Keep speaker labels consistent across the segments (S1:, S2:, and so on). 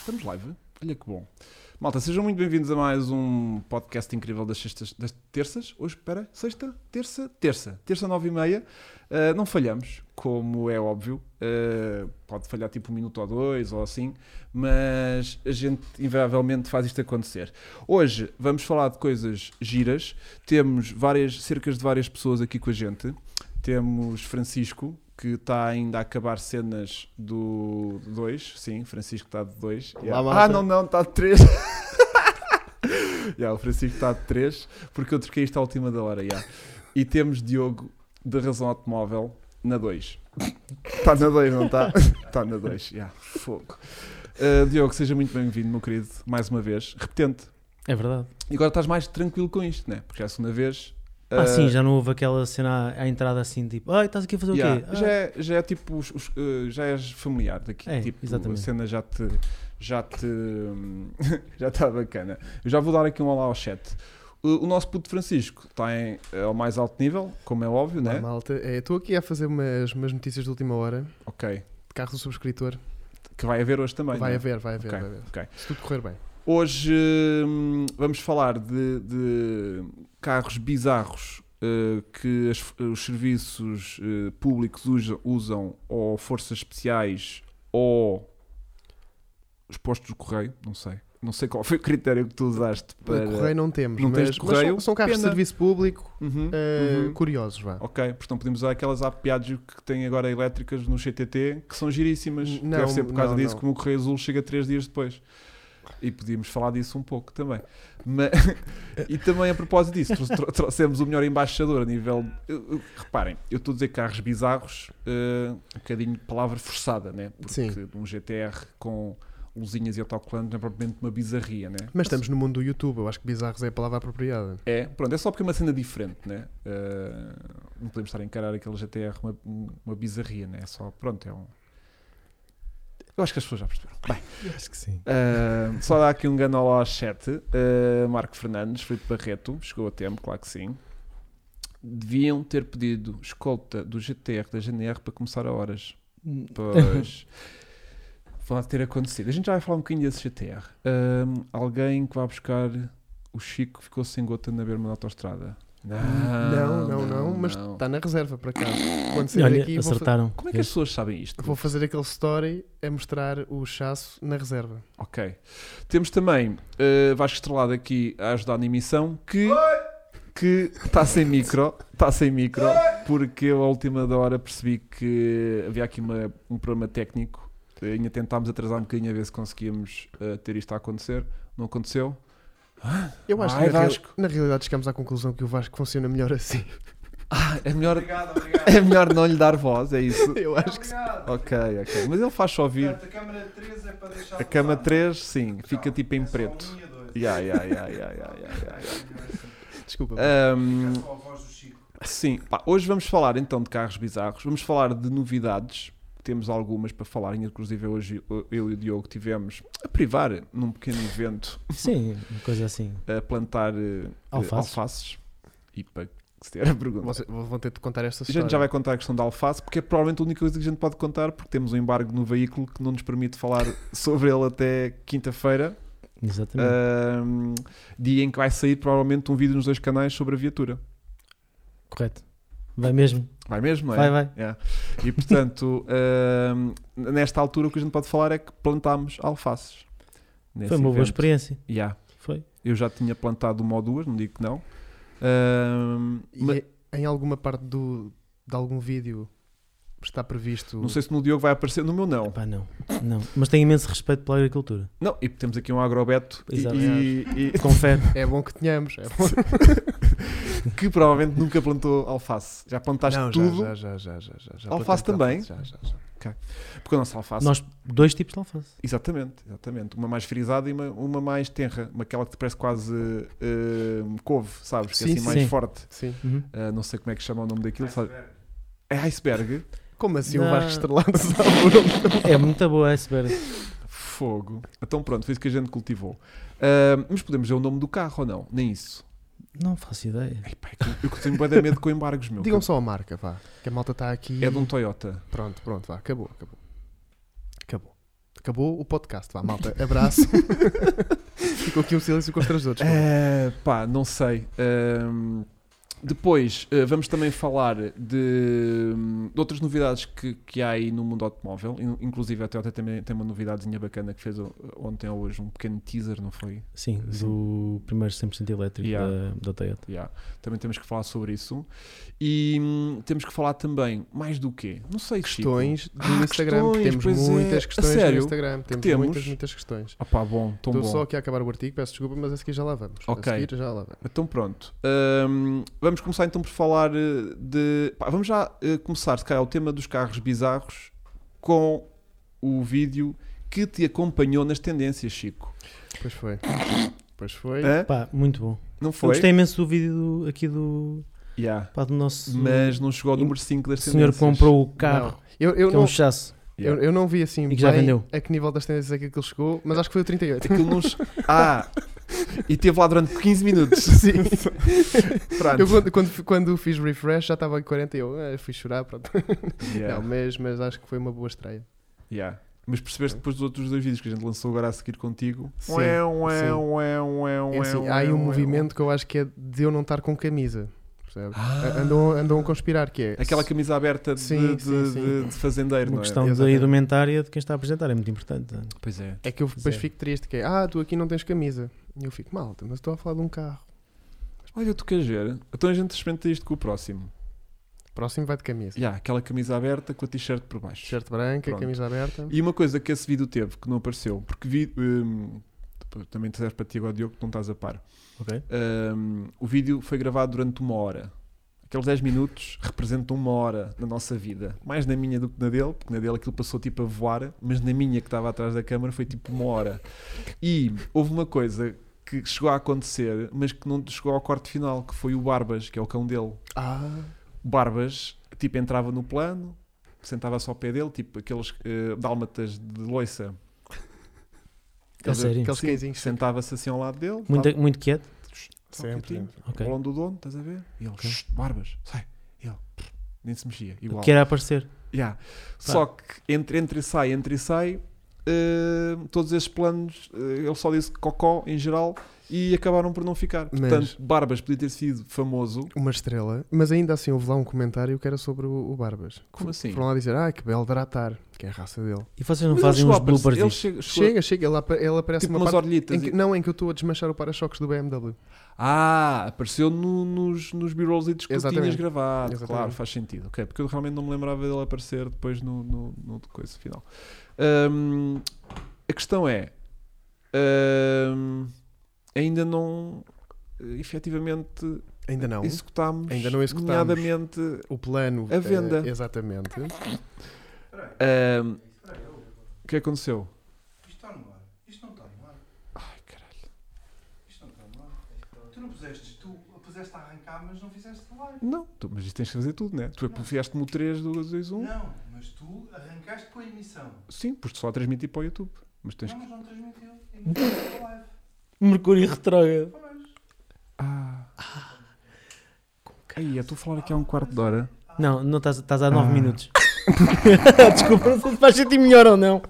S1: Estamos live? Olha que bom. Malta, sejam muito bem-vindos a mais um podcast incrível das, sextas, das terças. Hoje, espera, sexta, terça, terça. Terça, nove e meia. Ah, não falhamos, como é óbvio. Ah, pode falhar tipo um minuto ou dois ou assim, mas a gente invariavelmente faz isto acontecer. Hoje vamos falar de coisas giras. Temos várias, cerca de várias pessoas aqui com a gente. Temos Francisco, que está ainda a acabar cenas do 2. Sim, Francisco está de 2.
S2: malta.
S1: Ah, não, não, está de 3. yeah, o Francisco está de 3, porque eu troquei isto à última da hora. yeah. E temos Diogo, da Razão Automóvel, na 2. Está Tá na 2, não está? Está na 2, yeah. fogo. Uh, Diogo, seja muito bem-vindo, meu querido, mais uma vez. Repetente.
S3: É verdade.
S1: E agora estás mais tranquilo com isto, né? Porque é a segunda vez.
S3: Ah,
S1: uh,
S3: sim, já não houve aquela cena à, à entrada assim, tipo, ai, estás aqui a fazer o
S1: yeah,
S3: quê? Ah,
S1: já, é, já é tipo, os- os, uh, já és familiar daqui.
S3: É,
S1: tipo,
S3: exatamente.
S1: a cena já te. Já te. já está bacana. Eu já vou dar aqui um olá ao chat. O, o nosso puto Francisco está em- ao mais alto nível, como é óbvio,
S2: Olá,
S1: né?
S2: malta, É, estou aqui a fazer umas, umas notícias de última hora de
S1: Ok.
S2: carro do subscritor.
S1: Que vai haver hoje também.
S2: vai
S1: né?
S2: haver, vai haver,
S1: Ok,
S2: vai haver.
S1: ok.
S2: Se tudo correr bem.
S1: Hoje hum, vamos falar de, de carros bizarros eh, que as- os serviços eh, públicos usa- usam, ou forças especiais, ou os postos do correio, não sei. Não sei qual foi o critério que tu usaste para...
S2: Correio não temos,
S1: Não
S2: mas,
S1: tens
S2: mas
S1: correio?
S2: são, são carros de
S1: Pena.
S2: serviço público
S1: Uhum,
S2: eh,
S1: uhum.
S2: curiosos, vá.
S1: Ok, portanto podemos usar aquelas app Piaggio que têm agora elétricas no CTT, que são giríssimas.
S2: Não,
S1: Deve ser por causa
S2: não,
S1: disso
S2: não.
S1: que o meu Correio Azul chega três dias depois. E podíamos falar disso um pouco também. Mas- e também a propósito disso, tro- tro- trouxemos o melhor embaixador a nível. eu- eu- reparem, eu estou a dizer carros bizarros, eh, um bocadinho de palavra forçada, né? Porque
S2: Sim.
S1: um GTR com luzinhas e autocolantes não é propriamente uma bizarria, né?
S2: Mas estamos no mundo do YouTube, eu acho que bizarros é a palavra apropriada.
S1: É, pronto, é só porque é uma cena diferente, né? Eh, não podemos estar a encarar aquele GTR uma, uma bizarria, né? É só, pronto, é um. Eu acho que as pessoas já perceberam. Bem,
S3: Ah,
S4: Acho que sim.
S1: eh, só dá aqui um grande olá ao chat. Eh, Marco Fernandes, Felipe Barreto, chegou a tempo, claro que sim. Deviam ter pedido escolta do GTR da GNR para começar a horas.
S3: hum,
S1: Pois. Pode ter acontecido. A gente já vai falar um bocadinho desse GTR. Hum, alguém que vai buscar o Chico que ficou sem gota na berma da autostrada. Não,
S2: não, não, não, mas
S1: Ah,
S2: tá-
S1: não.
S2: está na reserva para cá. Quando
S3: E
S2: sair
S3: Olha,
S2: daqui, vou, fa-
S3: acertaram.
S1: Como é que as pessoas sabem isto?
S2: vou fazer aquele story a mostrar o chasso na reserva.
S1: Ok. Temos também uh, Vasco Estrelado aqui a ajudar na emissão que que está sem micro, está sem micro, porque eu à última da hora percebi que havia aqui uma- um problema técnico. Eh, Ainda tentámos atrasar um bocadinho a ver se conseguíamos uh, ter isto a acontecer. Não aconteceu.
S2: Eu acho
S1: Ai,
S2: que na, real-
S1: Vasco.
S2: na realidade chegamos à conclusão que o Vasco funciona melhor assim.
S1: É melhor, É melhor não lhe dar voz, é isso.
S2: Eu acho que sim.
S1: Ok, ok. Mas ele faz só ouvir.
S4: a câmara 3 é para deixar.
S1: A cama 3, sim, fica tipo
S4: é
S1: em preto.
S4: um.
S1: Yeah, yeah, yeah, yeah, yeah, yeah, yeah.
S2: Desculpa.
S1: Um, Sim, pá, hoje vamos falar então de carros bizarros, vamos falar de novidades, temos algumas para falar, inclusive hoje eu e o Diogo tivemos a privar num pequeno evento
S3: Sim, uma coisa assim.
S1: a plantar eh,
S3: Alfaces.
S1: alfaces. e para se tiver a pergunta.
S2: Vocês vão ter de contar esta
S1: A
S2: história.
S1: gente já vai contar a questão da alface, porque é provavelmente a única coisa que a gente pode contar, porque temos um embargo no veículo que não nos permite falar sobre ele até quinta-feira,
S3: Exatamente.
S1: ahm, dia em que vai sair provavelmente um vídeo nos dois canais sobre a viatura.
S3: Correto. Vai mesmo.
S1: Vai mesmo, Ah, não é?
S3: Vai, vai.
S1: E portanto, hum, nesta altura o que a gente pode falar é que plantámos alfaces. nesse
S3: Foi uma boa
S1: evento.
S3: experiência.
S1: Yeah.
S3: Foi.
S1: Eu já tinha plantado uma ou duas, não digo que não. Hum,
S2: E é-
S1: mas-
S2: em alguma parte do, de algum vídeo está previsto.
S1: não sei se no Diogo vai aparecer, no meu não.
S3: Pá, não. Não. Mas tenho imenso respeito pela agricultura.
S1: Não, e temos aqui um agrobeto e-
S3: Exato.
S1: e- e-
S3: Confere.
S2: É bom que tenhamos. É bom.
S1: que provavelmente nunca plantou alface. Já plantaste
S2: Não, já,
S1: tudo,
S2: Já, já, já, já, já, já.
S1: Alface
S2: Plantei
S1: também?
S2: alface, já, já, já.
S1: porque a nossa alface.
S3: Nós, dois tipos de alface.
S1: Exatamente, exatamente. Uma mais frisada e uma, uma mais tenra. Uma aquela que te parece quase hum, couve, sabes? Que é
S2: Sim,
S1: assim
S3: sim.
S1: mais
S3: Sim.
S1: forte.
S2: Sim.
S3: Uhum.
S1: Ah, não sei como é que chama o nome daquilo. sabe? É iceberg.
S2: Como assim o
S3: Não.
S2: Vasco Estrelado sabe o nome?
S3: É muito boa essa berra.
S1: Fogo. Então pronto, foi isso que a gente cultivou. Ahm, mas podemos ver o nome do carro ou não? Nem isso.
S3: Não faço ideia.
S1: Ei, pá, é que eu tenho bué de medo com embargos, meu.
S2: Digam só a marca, vá. Que a malta está aqui.
S1: É de um Toyota.
S2: Pronto, pronto, vá. Acabou, acabou. Acabou. Acabou o podcast. Vá, malta. Abraço. Ficou aqui um silêncio constrangedor. desculpa.
S1: É, pá, não sei. Ahm, depois eh, vamos também falar de, hum, de outras novidades que, que há aí no mundo automóvel. In- Inclusive a Toyota também tem uma novidadezinha bacana que fez o- ontem ou hoje um pequeno teaser, não foi?
S3: Sim, do primeiro 100% elétrico
S1: Yeah.
S3: da, da Toyota.
S1: Yeah. Também temos que falar sobre isso. E hum, temos que falar também mais do quê? Não sei, Chico.
S2: Questões do
S1: Ah,
S2: Instagram. que
S1: questões, pois é.
S2: temos muitas
S1: A
S2: questões
S1: sério?
S2: no Instagram. Temos,
S1: temos?
S2: muitas, muitas questões.
S1: Ah pá, bom, tão bom.
S2: Estou só aqui a acabar o artigo, peço desculpa, mas a seguir já lá vamos.
S1: Ok.
S2: A seguir já lá vamos.
S1: Então pronto, Hum, vamos começar então por falar eh, de... pá, vamos já eh, começar, se calhar, o tema dos carros bizarros com o vídeo que te acompanhou nas tendências, Chico.
S2: Pois foi. Pois foi.
S1: Hã?
S3: Pá, muito bom.
S1: Não
S3: Eu
S1: foi?
S3: gostei imenso do vídeo do- aqui do,
S1: Yeah.
S3: pá, do nosso
S1: Mas não chegou ao número 5 das
S3: senhor
S1: tendências.
S3: que comprou o carro,
S2: Não, Eu, eu
S3: que é
S2: não,
S3: um chasso.
S2: eu,
S1: Yeah.
S2: eu não vi assim
S3: E que já
S2: bem
S3: vendeu.
S2: a que nível das tendências é que aquilo chegou, mas acho que foi o 38.
S1: Aquilo não... che- Ah! E teve lá durante 15 minutos.
S2: Sim.
S1: Pronto.
S2: Eu quando, quando, quando fiz refresh já estava em 40 e eu ah, fui chorar, pronto.
S1: Yeah.
S2: Não, mas, mas acho que foi uma boa estreia.
S1: Yeah. Mas percebeste depois dos outros dois vídeos que a gente lançou agora a seguir contigo?
S2: Sim,
S1: Ué, ué,
S2: sim.
S1: ué, ué,
S2: um É
S1: ué,
S2: assim,
S1: ué,
S2: há aí é um
S1: ué,
S2: movimento que eu acho que é de eu não estar com camisa. Percebe?
S1: Ah.
S2: A- Andam, andam a conspirar, que é.
S1: Aquela camisa aberta de,
S2: Sim,
S1: de-
S2: sim, sim.
S1: de- de fazendeiro,
S3: Uma
S1: não é?
S3: questão da
S2: Exatamente.
S3: indumentária de quem está a apresentar, é muito importante.
S1: Pois é.
S2: É que eu depois
S3: Zero.
S2: fico triste, que é, ah, tu aqui não tens camisa. E eu fico, malta, mas estou a falar de um carro.
S1: Olha, tu queres ver? Então a gente experimenta isto com o próximo.
S2: Próximo vai de camisa.
S1: Já, aquela camisa aberta com a t-shirt por baixo.
S2: T-shirt branca,
S1: Pronto.
S2: camisa aberta.
S1: E uma coisa que esse vídeo teve, que não apareceu, porque vi. hum, depois também te serve para ti agora, Diogo, que não estás a par.
S3: Ok?
S1: Hum, o vídeo foi gravado durante uma hora. Aqueles 10 minutos representam uma hora na nossa vida. Mais na minha do que na dele, porque na dele aquilo passou tipo a voar, mas na minha que estava atrás da câmara foi tipo uma hora. E houve uma coisa que chegou a acontecer, mas que não chegou ao corte final, que foi o Barbas, que é o cão dele.
S2: Ah,
S1: O Barbas, tipo, entrava no plano, sentava-se ao pé dele, tipo aqueles eh, dálmatas de loiça.
S3: A sério?
S2: aqueles
S1: Sim,
S2: cãezinhos.
S1: Sentava-se assim ao lado dele,
S3: Muito, muito quieto.
S1: Sempre,
S2: Sempre.
S3: Ok.
S1: ao lado do dono, estás a ver? E ele,
S3: Ok.
S1: "Shh, Barbas, sai. E ele, "Prr", nem se mexia, igual.
S3: Quer aparecer.
S1: Yeah. Só que entre, entre e sai, entre e sai, eh, todos esses planos, eh, ele só disse cocó em geral e acabaram por não ficar.
S2: Mas-
S1: Portanto, Barbas podia ter sido famoso.
S2: Uma estrela, mas ainda assim houve lá um comentário que era sobre o, o Barbas.
S1: Como assim?
S2: Foram lá dizer, ah, que belo dratar, que é a raça dele.
S3: E vocês não
S1: Mas ele
S3: fazem
S1: chegou a
S3: uns
S1: aparecer-
S3: bloopers
S1: ele chega,
S3: disto?
S1: chegou a-
S2: Chega, chega, ele, apa- ele aparece
S1: tipo
S2: uma
S1: umas
S2: parte...
S1: orelhitas.
S2: em que-
S1: e-
S2: não, em que eu estou a desmanchar o para-choques do BMW.
S1: Ah, apareceu no- nos, nos B-rolls que tu tinhas
S2: Exatamente.
S1: gravado.
S2: Exatamente.
S1: Claro, faz sentido. Ok, porque eu realmente não me lembrava dele aparecer depois no, no, no coisa final. Ahm, a questão é: ahm, ainda não eh, efetivamente
S2: Ainda não.
S1: executámos,
S2: Ainda não executámos.
S1: nomeadamente
S2: O plano.
S1: A é venda.
S2: eh, exatamente.
S1: ahm, o que aconteceu?
S4: Isto está no ar. Isto não está no ar.
S1: Ai, caralho.
S4: Isto não está no ar. Tu não puseste, tu puseste a arrancar, mas não fizeste live.
S1: Não, tu- mas isto tens que fazer tudo, né? Tu fizeste-me o 3, 2, 2, 1.
S4: Não, mas tu arrancaste com a emissão.
S1: Sim, posto só a transmitir para o YouTube. Mas tens
S4: Não, mas não transmitiu. E não fizeste a live.
S3: Mercúrio retrógrado.
S4: Pois.
S1: Ah. Aí, eu estou a falar aqui há um quarto de hora.
S3: Não, não estás, estás há 9
S1: Ah.
S3: minutos. Desculpa, não sei se faz sentir melhor ou não.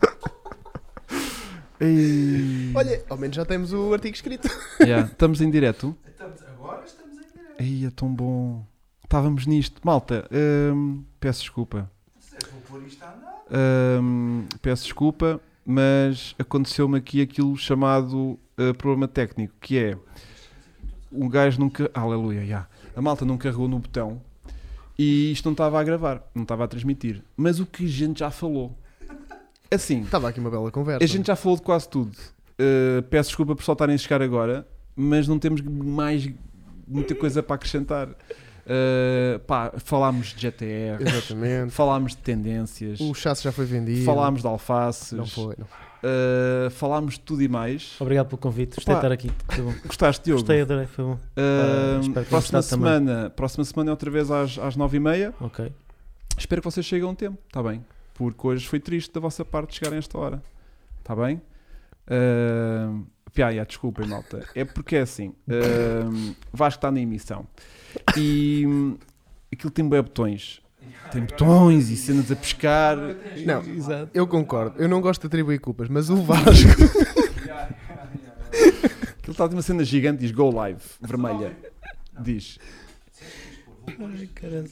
S2: Olha, ao menos já temos o artigo escrito.
S1: Yeah, estamos em direto.
S4: Estamos, agora estamos em direto.
S1: Aí, é tão bom. Estávamos nisto. Malta, hum, peço desculpa.
S4: Disseste, vou pôr isto a andar.
S1: Hum, peço desculpa, mas aconteceu-me aqui aquilo chamado uh, problema técnico, que é um gajo nunca. Aleluia, yeah. A malta não carregou no botão e isto não estava a gravar, não estava a transmitir. Mas o que a gente já falou. Assim,
S2: Estava aqui uma bela conversa.
S1: A gente já falou de quase tudo. Uh, peço desculpa por só estarem a chegar agora, mas não temos mais muita coisa para acrescentar. Uh, pá, falámos de GTR,
S2: Exatamente.
S1: falámos de tendências,
S2: O chasse já foi vendido.
S1: falámos de alfaces,
S2: Não foi. não.
S1: uh, falámos de tudo e mais.
S3: Obrigado pelo convite, gostei de
S1: Opa.
S3: estar aqui. Foi bom.
S1: Gostaste, Diogo?
S3: Gostei, adorei, foi bom.
S1: Uh,
S3: Ah, espero que tenham
S1: próxima,
S3: gostado também.
S1: semana, próxima semana é outra vez às, às 9h30.
S3: Ok.
S1: Espero que vocês cheguem a um tempo, está bem? Porque hoje foi triste da vossa parte chegarem a esta hora, está bem? Ahm, Piá, já, desculpem, malta. É porque é assim: ahm, Vasco está na emissão e hum, aquilo tem bem botões. Tem botões e cenas a pescar.
S2: Não, eu concordo. Eu não gosto de atribuir culpas, mas o Vasco.
S1: Aquilo está de uma cena gigante, diz Go Live, vermelha. Diz.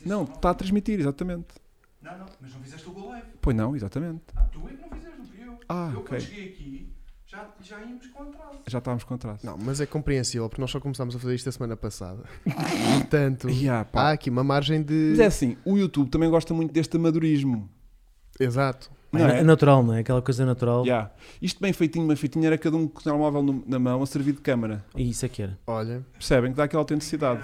S1: Não, está a transmitir, exatamente.
S4: Não, não, mas não fizeste o gol live.
S1: Pois não, exatamente.
S4: Ah, tu é que não fizeste, não fui eu.
S1: Ah,
S4: eu
S1: ok.
S4: quando cheguei aqui, já, já íamos com atraso.
S1: Já estávamos com atraso.
S2: Não, mas é compreensível, porque nós só começámos a fazer isto a semana passada. Portanto,
S1: Ya, pá.
S2: há aqui uma margem de.
S1: Mas é assim, o YouTube também gosta muito deste amadorismo.
S2: Exato.
S3: Pá,
S1: Não
S3: é,
S1: é?
S3: natural, não é? Aquela coisa natural.
S1: Ya. Isto bem feitinho, bem feitinho, era cada um com o telemóvel no- na mão a servir de câmara.
S3: E isso é que era.
S2: Olha,
S1: Percebem que dá aquela autenticidade.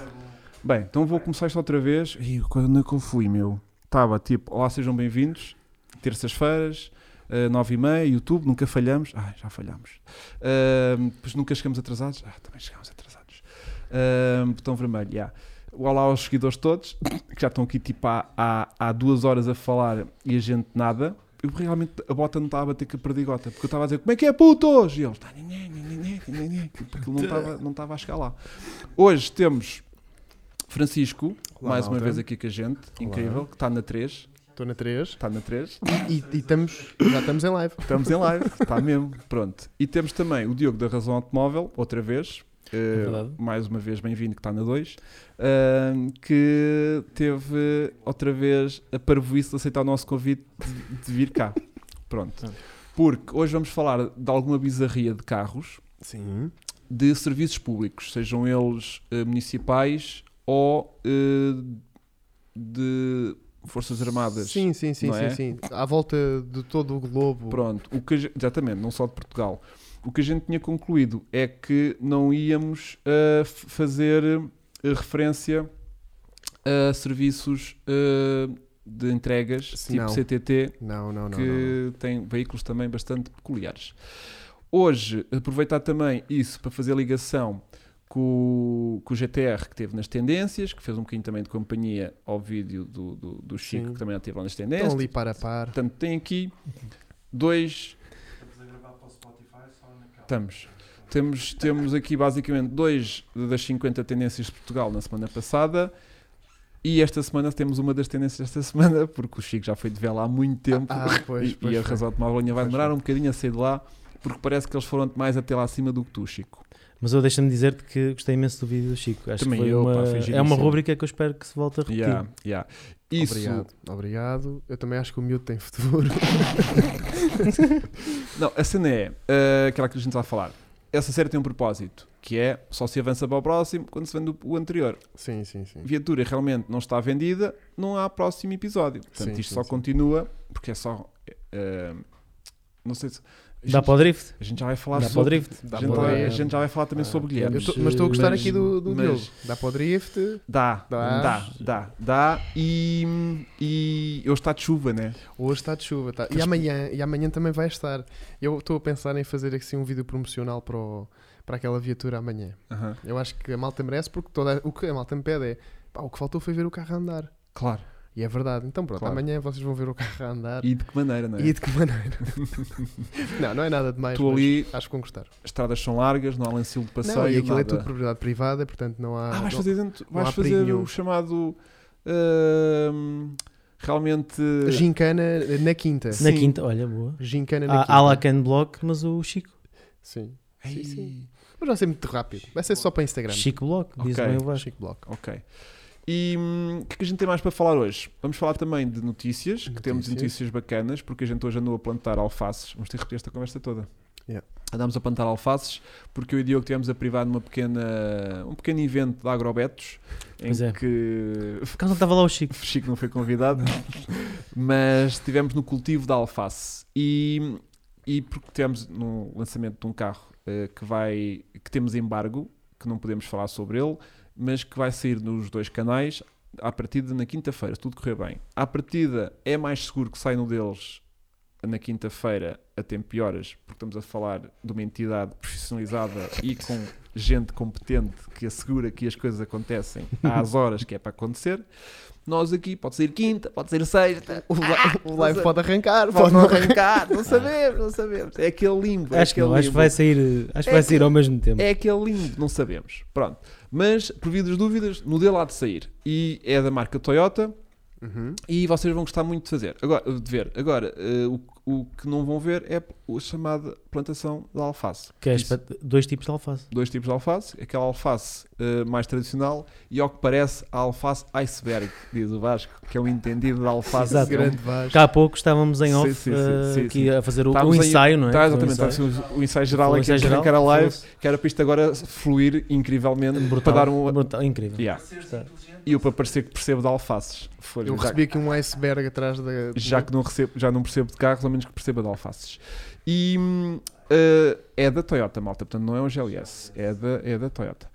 S1: Bem, então vou começar isto outra vez. E quando é que eu fui, meu? Estava tipo, olá, sejam bem-vindos, terças-feiras, eh, nove e meia, YouTube, nunca falhamos. Ah, já falhamos. Ah, Depois nunca chegamos atrasados. Ah, também chegamos atrasados. Ah, botão vermelho, já. Olá aos seguidores todos, que já estão aqui tipo há, há, há duas horas a falar e a gente nada. Eu realmente, a bota não estava a bater com a perdigota, porque eu estava a dizer, como é que é putos? E eles, "Tá, nhe, nhe, nhe, nhe, nhe, nhe", aquilo não estava não estava a chegar lá. Hoje temos Francisco,
S2: Olá,
S1: mais uma
S2: malta.
S1: vez aqui com a gente, incrível, que está na 3,
S2: estou na 3
S1: está na 3,
S2: e, e estamos, já estamos em live.
S1: estamos em live, está mesmo, pronto. E temos também o Diogo da Razão Automóvel, outra vez, eh,
S3: verdade.
S1: mais uma vez bem-vindo, que está na 2, que teve outra vez a parvoíce de aceitar o nosso convite de, de vir cá, pronto. Porque hoje vamos falar de alguma bizarria de carros,
S2: Sim.
S1: de serviços públicos, sejam eles eh, municipais ou eh, de Forças Armadas.
S2: Sim, sim, sim,
S1: não
S2: sim,
S1: é?
S2: sim. À volta de todo o globo.
S1: Pronto, o que a gente- exatamente, não só de Portugal. O que a gente tinha concluído é que não íamos eh, f- fazer eh, referência a serviços eh, de entregas,
S2: Se
S1: tipo
S2: não.
S1: CTT,
S2: Não, não, não. não, não.
S1: que tem veículos também bastante peculiares. Hoje, aproveitar também isso para fazer ligação com, o- com o GTR que teve nas tendências, que fez um bocadinho também de companhia ao vídeo do, do, do Chico,
S2: Sim. Então,
S1: que também esteve lá nas
S2: Estão
S1: tendências.
S2: ali para a par.
S1: Portanto, tem aqui dois.
S4: Estamos a gravar para o Spotify só naquela.
S1: Estamos. Temos, temos aqui basicamente dois das 50 tendências de Portugal na semana passada. E esta semana temos uma das tendências desta semana, porque o Chico já foi de vela há muito tempo.
S2: Ah, pois,
S1: E-
S2: pois
S1: e a
S2: foi.
S1: razão de Maurinha vai
S2: Pois
S1: demorar
S2: foi.
S1: um bocadinho a sair de lá, porque parece que eles foram mais até lá acima do que tu, Chico.
S3: Mas eu deixa-me dizer-te que gostei imenso do vídeo do Chico. Acho
S1: Também
S3: que foi
S1: eu,
S3: uma,
S1: pá, foi
S3: é uma
S1: giríssimo.
S3: rubrica que eu espero que se volte a repetir.
S1: Yeah, yeah. Isso,
S2: Obrigado, obrigado. Eu também acho que o miúdo tem futuro.
S1: não, a cena é eh, aquela que a gente está a falar. Essa série tem um propósito, que é só se avança para o próximo quando se vende o- o anterior.
S2: Sim, sim, sim.
S1: viatura realmente não está vendida, não há próximo episódio. Portanto,
S2: Sim,
S1: isto
S2: sim,
S1: só
S2: sim.
S1: continua porque é só. eh, não sei se. A
S3: Dá
S1: gente,
S3: para o drift?
S1: a gente já vai falar
S3: Dá para o
S1: sobre.
S3: drift?
S1: A
S2: Dá
S1: gente,
S2: para
S1: vai-
S2: o
S1: a
S2: drift.
S1: gente já vai falar também
S3: Ah,
S1: sobre o
S2: Eu
S1: Guilherme.
S2: tô- mas estou a gostar
S3: Mas-
S2: aqui do, do
S1: mas-
S2: Diogo. Dá para o drift.
S1: Dá, dá,
S2: Dá.
S1: dá, dá, E, e hoje está de chuva, né?
S2: Hoje está de chuva. tá- E,
S1: Mas-
S2: amanhã, e amanhã também vai estar. Eu estou a pensar em fazer assim um vídeo promocional para, o- para aquela viatura amanhã.
S1: Aham,
S2: Eu acho que a malta merece porque toda, o que a malta me pede é pá, o que faltou foi ver o carro a andar.
S1: Claro.
S2: E é verdade. Então pronto,
S1: Claro.
S2: amanhã vocês vão ver o carro a andar. E,
S1: E de que maneira, né?
S2: de que maneira? não, não é nada demais.
S1: Tu
S2: mas
S1: ali,
S2: Acho que vão gostar.
S1: estradas são largas, não há lençol de passeio.
S2: não, e aquilo é
S1: nada.
S2: tudo propriedade privada, portanto não há.
S1: Ah, vais
S2: não-
S1: fazer, dentro,
S2: não há
S1: vais fazer
S2: perigo
S1: o
S2: nenhum.
S1: chamado. ehm, realmente.
S2: Gincana na quinta.
S1: Sim.
S3: Na quinta, Ah, olha, boa.
S2: Gincana na quinta.
S3: Há lá Ken Block, mas o Chico.
S2: Sim.
S1: Ei,
S2: sim. Mas vai ser muito rápido. Vai ser só para Instagram.
S3: Chico Block, diz
S1: Ok.
S3: bem o Vasco.
S2: Chico Block.
S1: Ok. E hum, o que é que a gente tem mais para falar hoje? Vamos falar também de notícias, que temos
S2: Notícias.
S1: notícias bacanas, porque a gente hoje andou a plantar alfaces. Vamos ter que repetir esta conversa toda.
S2: Yeah.
S1: Andámos a plantar alfaces porque eu e o Diogo estivemos a privar numa pequena, um pequeno evento de agrobetos em
S3: Pois é.
S1: que
S3: Por acaso não estava lá o Chico.
S1: Chico não foi convidado, mas estivemos no cultivo da alface e, e porque tivemos no lançamento de um carro eh, que vai que temos embargo, que não podemos falar sobre ele, mas que vai sair nos dois canais à partida na quinta-feira, se tudo correr bem. À partida é mais seguro que saia no deles na quinta-feira a tempo e horas, porque estamos a falar de uma entidade profissionalizada e com gente competente que assegura que as coisas acontecem às horas que é para acontecer. Nós aqui, pode ser quinta, pode ser sexta,
S2: O, li- o live
S1: mas-
S2: pode arrancar,
S1: pode
S2: pode
S1: não
S2: não
S1: arrancar, não sabemos, não sabemos. É aquele limbo. é
S3: Acho que
S1: aquele
S3: não, acho que
S1: limbo.
S3: vai sair, acho
S1: É
S3: que vai
S1: que-
S3: sair ao mesmo tempo.
S1: É aquele limbo, não sabemos. Pronto. Mas, previdas dúvidas, no dele há de sair. E é da marca Toyota.
S2: Uhum.
S1: e vocês vão gostar muito de fazer. Agora, de ver. Agora, eh, o, o que não vão ver é a chamada plantação da alface.
S3: Que é
S1: Isso.
S3: espat- dois tipos de alface.
S1: Dois tipos de alface, aquela alface eh, mais tradicional e ao que parece a alface iceberg, diz o Vasco, que é o entendido da alface.
S3: Exato.
S2: Grande Vasco.
S3: Cá há pouco estávamos em
S1: Sim,
S3: off
S1: sim, sim,
S3: eh,
S1: sim,
S3: aqui
S1: sim.
S3: a fazer o, o
S1: Estávamos em-
S3: ensaio, não é?
S1: Tá,
S3: Foi um
S1: exatamente, tá,
S3: ensaio.
S1: assim, o, o ensaio geral
S3: Foi um
S1: aqui a
S3: ensaio geral,
S1: arrancar a live,
S3: foi
S1: que era para isto agora fluir incrivelmente,
S3: Brutal,
S1: para dar um...
S3: brutal, incrível.
S1: Yeah.
S4: Para seres
S3: Está.
S4: inteligente.
S1: Tá. E eu para parecer que percebo de alfaces. Foi-
S2: Eu
S1: já-
S2: recebi aqui um iceberg atrás da.
S1: já que não recebo, já não percebo de carros, a menos que perceba de alfaces. E hum, eh, é da Toyota, malta, portanto não é um GLS, é da, é da Toyota.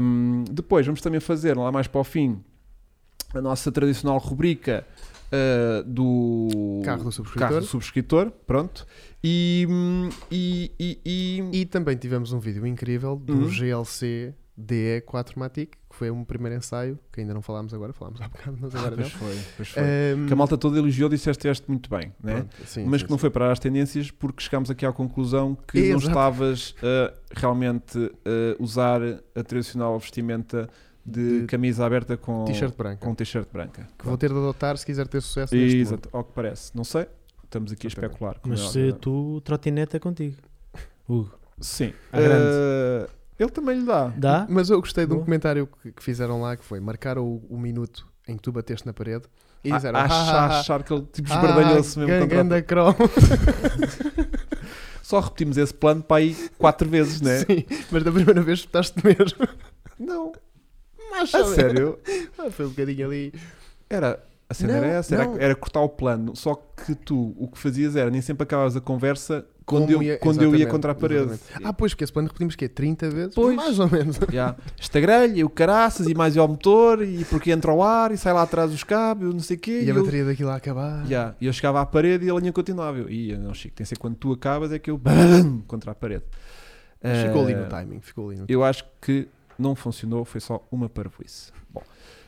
S1: Hum, depois vamos também fazer, lá mais para o fim, a nossa tradicional rubrica eh, do
S2: Carro do subscritor.
S1: carro do subscritor, pronto. E, hum, e, e- e-
S2: E também tivemos um vídeo incrível do
S1: Uhum.
S2: GLC DE4 Matic, que foi um primeiro ensaio, que ainda não falámos agora, falámos há bocado, mas agora não.
S1: Pois foi, pois foi.
S2: Ahm,
S1: Eh, que a malta toda elogiou, disseste este muito bem, né?
S2: pronto, sim,
S1: mas
S2: sim,
S1: que não
S2: sim.
S1: foi para as tendências porque chegámos aqui à conclusão que não
S2: Exato.
S1: estavas a realmente a usar a tradicional vestimenta de,
S2: De
S1: camisa aberta com
S2: T-shirt branco.
S1: com t-shirt branca.
S2: Que vou ter de adotar se quiser ter sucesso neste mundo.
S1: Exato, ao que parece. Não sei, estamos aqui a
S2: Exatamente.
S1: especular. como
S3: Mas
S1: é
S3: se
S1: óbvio.
S3: tu, trotineta é contigo. Hugo,
S1: Sim.
S3: à grande.
S1: Eh, ele também lhe dá.
S3: dá?
S2: Mas eu gostei de um
S3: Boa.
S2: comentário que, que fizeram lá, que foi marcaram o, o minuto em que tu bateste na parede e
S1: A-
S2: disseram...
S1: a achar, achar Ah, que ele tipo esbardalhou-se mesmo contra a
S2: Ganda cromo.
S1: Só repetimos esse plano para aí quatro vezes, né?
S2: Sim, mas da primeira vez estás-te mesmo.
S1: Não,
S2: Mas,
S1: a
S2: sabe,
S1: sério.
S2: ah, Foi um bocadinho ali.
S1: Era. A cena
S2: Não,
S1: era essa,
S2: não.
S1: era, era cortar o plano. Só que tu, o que fazias era nem sempre acabavas a conversa quando,
S2: Como
S1: eu,
S2: ia-
S1: quando eu ia
S2: exatamente,
S1: contra a parede.
S2: exatamente. Ah, pois, porque esse plano repetimos que 30 vezes?
S1: Pois.
S2: Mais ou menos.
S1: Já. Estagrelha, e o caraças, e mais ao motor, e porque entra ao ar, e sai lá atrás os cabos, não sei o quê.
S2: E
S1: eu,
S2: a bateria daquilo a acabar.
S1: Já. E eu chegava à parede e a linha continuava. Eu, Ia, não, Chico, tem que ser quando tu acabas é que eu BAM! contra a parede.
S2: Ficou ali
S1: Eh,
S2: no timing, ficou ali no
S1: Eu acho que não funcionou, foi só uma parvoíce. Bom,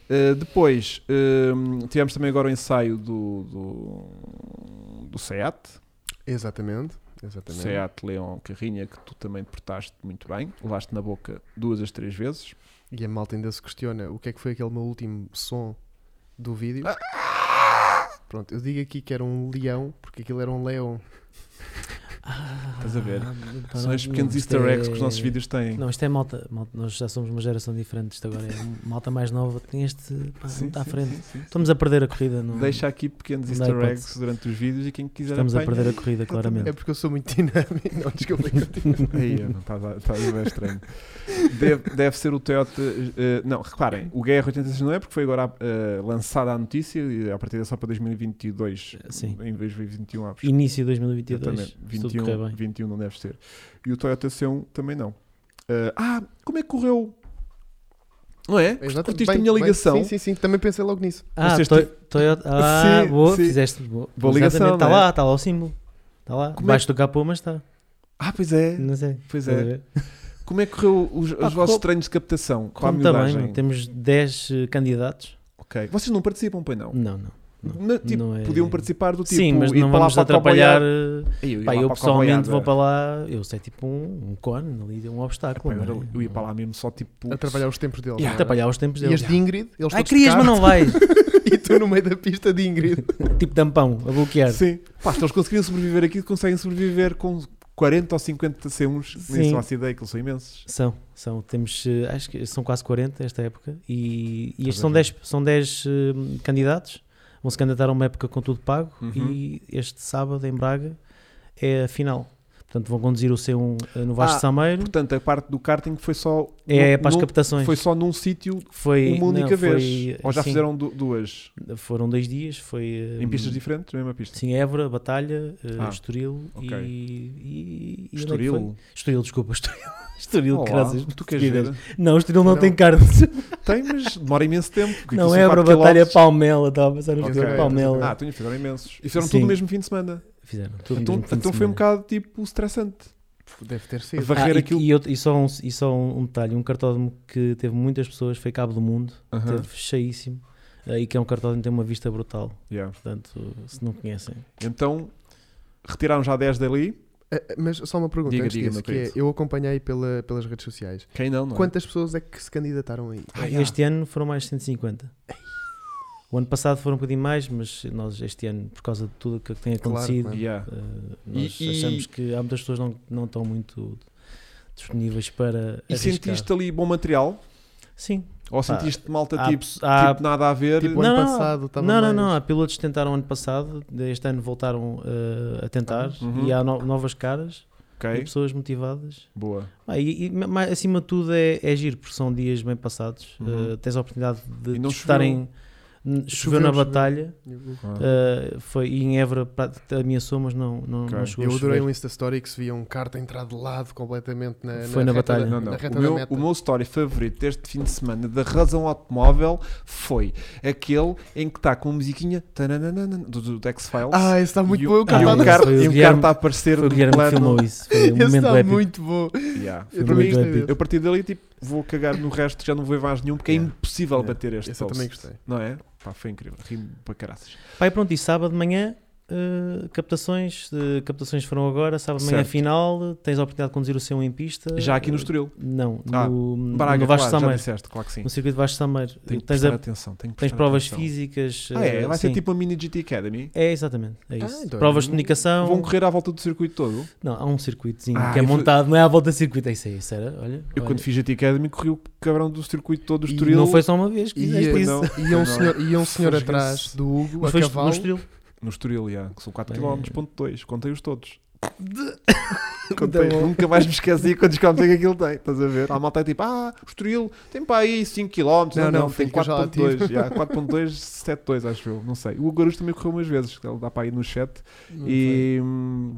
S1: eh, depois eh, tivemos também agora o ensaio do, do, do SEAT,
S2: Exatamente, exatamente.
S1: Seat Leon Carrinha, que tu também te portaste muito bem, levaste na boca duas às três vezes.
S2: E a malta ainda se questiona o que é que foi aquele meu último som do vídeo.
S1: Ah!
S2: Pronto, eu digo aqui que era um leão, porque aquilo era um leão.
S1: Estás a ver?
S3: Ah, pá,
S1: São
S3: não-
S1: estes pequenos
S3: não, isto
S1: easter eggs
S3: é-
S1: que os nossos vídeos têm.
S3: Não, isto é malta, malta- Nós já somos uma geração diferente. Isto agora é malta mais nova. Tem este. Pá,
S1: Sim,
S3: está à
S1: sim,
S3: frente.
S1: sim, sim, sim.
S3: Estamos a perder a corrida. Não...
S1: Deixa aqui pequenos
S3: Não dá
S1: easter
S3: hipótese.
S1: eggs durante os vídeos e quem quiser
S3: Estamos a
S1: apanha.
S3: perder a corrida,
S2: É
S3: claramente.
S2: porque eu sou muito dinâmico. Não, desculpa. continua.
S1: Aí, não, estás a- estás a ver estranho. Deve, deve ser o Toyota. eh, não, reparem, o GR86 não é porque foi agora eh, lançada a notícia e a partir é só para 2022.
S3: Sim.
S1: Em vez de 2021, há
S3: Início de 2022.
S1: Exatamente.
S3: Se tudo correr
S1: 21,
S3: bem.
S1: 21 não deve ser. E o Toyota C1 também não. Eh, ah, como é que correu? Não é? Curtiste-
S2: Exatamente.
S1: Curtiste a
S2: Bem,
S1: minha
S2: bem,
S1: ligação?
S2: Sim, sim, sim. Também pensei logo nisso.
S3: Ah,
S1: Vocês
S3: Toy-
S1: têm-
S3: Toyota. Ah,
S1: Sim,
S3: boa.
S1: sim.
S3: Fizeste. Boa,
S1: Boa ligação,
S3: Está
S1: não é?
S3: lá, está lá o símbolo. Está lá.
S1: Como é
S3: Baixo do capô, mas está.
S1: Ah, pois é.
S3: Não sei.
S1: Pois
S3: Estás a
S1: é.
S3: ver?
S1: Como é que correu os, os
S3: Ah,
S1: vossos
S3: como-
S1: treinos de captação? Com a
S3: Como também,
S1: miudagem?
S3: meu, temos 10 eh, candidatos.
S1: Ok. Vocês não participam, pois não?
S3: Não, não. não.
S1: Na- tipo,
S3: não é-
S1: Podiam participar do tipo.
S3: Sim, mas
S1: ir
S3: não
S1: para lá
S3: vamos
S1: para
S3: atrapalhar.
S1: atrapalhar.
S3: eh,
S1: Ei, eu ia
S3: Pá,
S1: lá
S3: eu
S1: para é. a
S3: pessoalmente
S1: Coboiada.
S3: vou para lá, eu sei tipo um, um cone ali, um
S1: Epá,
S3: obstáculo.
S1: eu,
S3: não é?
S1: era- eu ia para lá mesmo só tipo.
S2: A trabalhar os tempos dele.
S1: Yeah.
S2: não é?
S3: Atrapalhar os tempos
S2: E as
S3: deles.
S2: de Ingrid, eles todos
S3: Ai,
S2: de
S3: querias, mas
S2: carro,
S3: não vais.
S2: E tu no meio da pista de Ingrid.
S3: tipo tampão, a bloquear.
S1: Sim. Pá, se eles conseguirem sobreviver aqui, conseguem sobreviver com 40 ou 50 C1s. Nem
S3: Sim.
S1: se faço ideia que eles são imensos.
S3: São, são, temos, eh, acho que são quase 40 esta época e,
S1: Estás
S3: e
S1: a
S3: estes são
S1: ver.
S3: 10, são 10 eh, candidatos, vão se candidatar a uma época com tudo pago
S1: Uhum.
S3: e este sábado em Braga é a final. Portanto, vão conduzir o C1 eh, no Vasco
S1: Ah,
S3: Sameiro,
S1: Portanto, a parte do karting foi só.
S3: é
S1: num-
S3: para as
S1: num-
S3: captações.
S1: Foi só num sítio
S3: Foi-
S1: uma única
S3: não,
S1: vez.
S3: foi-
S1: Ou já
S3: sim,
S1: fizeram du- duas?
S3: Foram dois dias, foi... eh,
S1: Em pistas diferentes? Na mesma pista?
S3: Sim, Évora, Batalha, eh,
S1: Ah,
S3: Estoril
S1: ok.
S3: e, e, e. onde é que foi?
S1: Estoril?
S3: Estoril, desculpa, Estoril. Estoril,
S1: Olá,
S3: caraças.
S1: tu queres ver?
S3: Não, Estoril não,
S2: Não.
S3: tem carne.
S1: Tem, mas demora imenso tempo. porque aquilo
S3: Não,
S1: são
S3: Évora,
S1: quatro
S3: Batalha,
S1: quilómetros.
S3: Palmela. Estava a passar no
S1: Ok.
S3: Estoril, Palmela.
S1: Ah, tu fizeram imensos. E fizeram
S3: Sim.
S1: tudo no mesmo fim de semana.
S3: Fizeram tudo.
S1: Então,
S3: mesmo fim de
S1: então foi um
S3: semana.
S1: bocado tipo estressante.
S2: Deve ter sido.
S1: Varrer
S3: Ah, e-
S1: aquilo.
S3: E, outro- e só, um, e só um, um detalhe: um cartódromo que teve muitas pessoas, foi Cabo do Mundo,
S1: Aham,
S3: teve cheíssimo. eh, E que é um cartódromo que tem uma vista brutal.
S1: yeah.
S3: Portanto, se não conhecem.
S1: Então retiraram já 10 dali.
S2: Ah, ah, Mas só uma pergunta
S1: Diga,
S2: antes
S1: diga,
S2: disso,
S1: meu
S2: que é,
S1: querido.
S2: eu acompanhei pela- pelas redes sociais.
S1: Quem não, não é?
S2: Quantas pessoas é que se candidataram aí?
S1: Ah, yeah.
S3: este ano foram mais de 150. O ano passado foram um bocadinho mais, mas nós este ano, por causa de tudo o que tem
S2: Claro,
S3: acontecido,
S2: claro.
S1: Yeah.
S3: eh, nós
S1: E- e-
S3: achamos que há muitas pessoas não, não estão muito disponíveis para
S1: E
S3: arriscar.
S1: sentiste ali bom material?
S3: Sim.
S1: Ou sentiste malta
S3: há
S1: tipo,
S3: pes- há-
S1: tipo nada a ver?
S2: Tipo, o
S3: Não,
S2: ano
S3: não,
S2: passado estava
S3: não, não,
S2: mais...
S3: não. Há pilotos que tentaram ano passado, este ano voltaram eh, a tentar
S1: Uhum.
S3: e há no- novas caras e
S1: ok,
S3: pessoas motivadas.
S1: boa.
S3: Ah, e, e ma- ma- acima de tudo é, é giro, porque são dias bem passados.
S1: Uhum.
S3: Uh, tens a oportunidade
S1: E
S3: de
S1: não
S3: estarem. Choveu, na
S2: Choveu,
S3: batalha.
S1: Ah.
S3: Uh, foi e em Évora pra- ameaçou, mas não, não,
S1: Ok.
S3: não chegou
S2: Eu
S3: a
S2: adorei
S3: chover.
S2: um Insta Story que se via um carta a entrar de lado completamente na,
S3: Foi na
S2: reta
S3: batalha.
S2: da-
S1: Não, não.
S2: na reta
S1: O meu,
S2: da meta.
S1: o meu story favorito deste fim de semana da Razão Automóvel foi aquele em que está com uma musiquinha tananana, do, do do X-Files
S2: Ah, esse está muito
S1: e,
S2: bom.
S1: o,
S2: Eu
S1: e
S2: cantava-
S1: um carro
S3: Foi o
S1: e um carro
S3: Guilherme-
S1: está a aparecer
S3: Foi o
S1: no
S3: Guilherme que
S1: plano.
S3: filmou isso. Foi um
S2: Esse
S3: momento
S1: tá
S2: está
S3: épico.
S2: tá muito bom.
S1: Yeah.
S2: Eu
S1: Para
S2: também
S1: mim,
S2: gostei
S1: eu a partir dali tipo, vou cagar no resto, já não vou ver mais nenhum porque é
S2: Yeah.
S1: impossível
S2: Yeah.
S1: bater este
S2: Esse eu
S1: post.
S2: também gostei.
S1: Não é? Pá, foi incrível. Rimo para caraças.
S3: Pai, pronto, e sábado de manhã. uh, captações, uh, captações foram agora, sábado de manhã
S1: Certo.
S3: final, uh, tens a oportunidade de conduzir o seu em
S2: Eh,
S3: pista.
S1: Já aqui no
S3: Uh,
S1: Estoril.
S3: Não,
S1: Ah,
S3: no,
S1: Braga,
S3: no
S1: claro,
S3: Vasco
S1: já
S3: Summer,
S1: disseste, claro que sim.
S3: no circuito Vasco Summer,
S1: Tenho que
S3: tens,
S1: prestar
S3: a-
S1: atenção. Tenho que
S3: tens
S1: prestar
S3: provas
S1: atenção.
S3: físicas.
S1: Ah, é?
S3: uh,
S1: Vai ser
S3: sim.
S1: tipo uma mini GT Academy.
S3: É, exatamente, é isso.
S2: então
S3: Provas
S2: é-
S3: de comunicação.
S1: Vão correr à volta do circuito todo.
S3: Não, há um circuitozinho
S1: Ah,
S3: que é
S1: eu fui-
S3: montado, não é à volta do circuito, é isso aí, isso era, olha.
S1: Eu
S3: olha.
S1: quando fiz GT Academy corri o cabrão do circuito todo, o
S2: E
S1: Estoril.
S3: Não foi só uma vez que
S2: E,
S3: fizeste
S2: eh,
S3: isso.
S1: é não.
S2: E um
S1: Não.
S2: senhor, e um senhor
S1: Fosgas.
S2: atrás do Hugo,
S3: Mas
S2: a
S3: foste no
S2: cavalo.
S3: Estoril.
S1: No Estoril, já, que são 4
S3: Bem.
S1: km, ponto 2. Contei-os todos.
S2: Tá
S1: Contei,
S2: bom.
S1: nunca mais me esqueci quantos km é que aquilo tem. Estás a ver? A malta é tipo, ah, o Estoril tem para aí 5 km. Não, não,
S2: Não, não,
S1: tem
S2: fica já
S1: 4.2.
S2: ativo.
S1: já, 4.2, 72, acho eu. Não sei. O Guarus também correu umas vezes. Ele dá para ir no chat.
S2: Não sei.
S1: E, hum,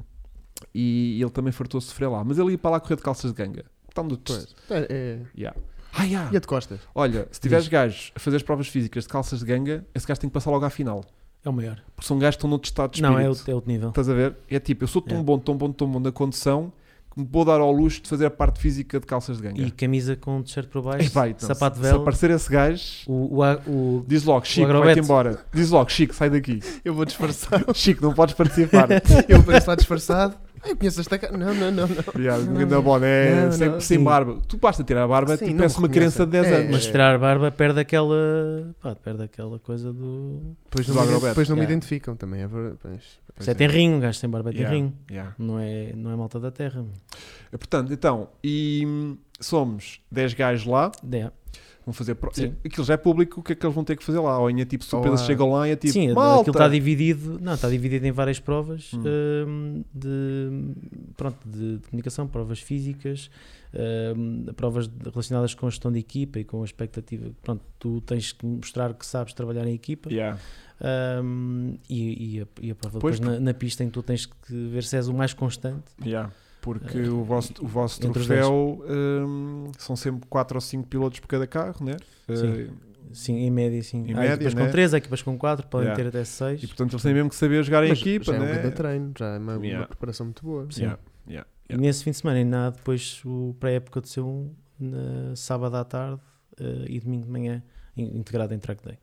S1: e ele também fartou a sofrer lá. Mas ele ia para lá correr de calças de ganga. Está no
S2: Pois. É, é.
S1: Yeah. Ah, yeah.
S2: E a de costas?
S1: Olha, se tiveres gajos a fazer as provas físicas de calças de ganga, esse gajo tem que passar logo à final.
S3: É o maior.
S1: Porque são gajos que estão noutro estado de espírito.
S3: Não, é outro, é outro nível.
S1: Estás a ver? É tipo, eu sou tão
S3: Yeah.
S1: bom, tão bom, tão bom na condução que me vou dar ao luxo de fazer a parte física de calças de ganga.
S3: E camisa com t-shirt por
S1: Ei,
S3: baixo,
S1: vai, então,
S3: sapato
S1: se-
S3: de vela,
S1: Se aparecer esse gajo,
S3: o, o, a- o-
S1: diz logo, Chico,
S3: Agrobet.
S1: vai-te embora. Diz logo, Chico, sai daqui.
S2: Eu vou disfarçar.
S1: Chico, não podes participar.
S2: Eu pareço lá disfarçado. Ah, eu conheço esta cara. Não, não, não, não.
S1: Obrigado,
S3: Não,
S1: um grande
S3: não.
S1: boné,
S2: Não,
S1: sem,
S2: não,
S1: sem
S3: sim.
S1: barba. Tu basta tirar a barba,
S2: Sim,
S1: tu
S2: não
S1: parece uma
S2: reconhece.
S1: criança de 10
S2: É,
S1: anos.
S3: mas
S2: é.
S3: tirar a barba perde aquela, pá, perde aquela coisa do...
S2: Depois
S1: Do
S2: não, me,
S1: Roberto.
S2: depois não me
S3: Yeah.
S2: identificam também, é verdade. Pois.
S1: Pois
S3: Isso é, tem rinho, um gajo sem barba tem
S1: Yeah,
S3: rinho.
S1: yeah.
S3: Não é, não é malta da terra. meu.
S1: Portanto, então, e hum, somos 10 gajos lá,
S3: É.
S1: vão fazer. Pro...
S3: Sim.
S1: Aquilo já é público, o que é que eles vão ter que fazer lá? Ou em é tipo super,
S2: Ou
S1: eles
S2: há-
S1: chegam lá e é tipo.
S3: Sim,
S1: Malta!
S3: aquilo tá está dividido, não, está dividido em várias provas
S1: Hum.
S3: hum, de, pronto, de, de comunicação, provas físicas, hum, provas de- relacionadas com a gestão de equipa e com a expectativa. Pronto, tu tens que mostrar que sabes trabalhar em equipa
S1: Yeah.
S3: hum, e, e a, e a prova
S1: Pois,
S3: depois na, na pista em que tu tens que ver se és o mais constante.
S1: yeah. Porque
S3: Eh,
S1: o vosso, o vosso
S3: entre os
S1: troféu hum, são sempre 4 ou 5 pilotos por cada carro, né?
S3: Sim.
S1: Eh,
S3: Sim, em média, sim.
S1: Em
S3: há
S1: média,
S3: equipas
S1: né?
S3: com 3, há equipas com 4, podem
S1: Yeah.
S3: ter até 6.
S1: e portanto eles têm mesmo que saber jogar em
S2: Mas
S1: equipa,
S2: já é um grande
S1: né?
S2: treino, já é uma, uma
S1: Yeah.
S2: preparação muito boa.
S3: Sim.
S1: Yeah.
S3: E nesse fim de semana ainda há depois o pré-época do seu 1, na sábado à tarde eh, e domingo de manhã, in- integrado em track day.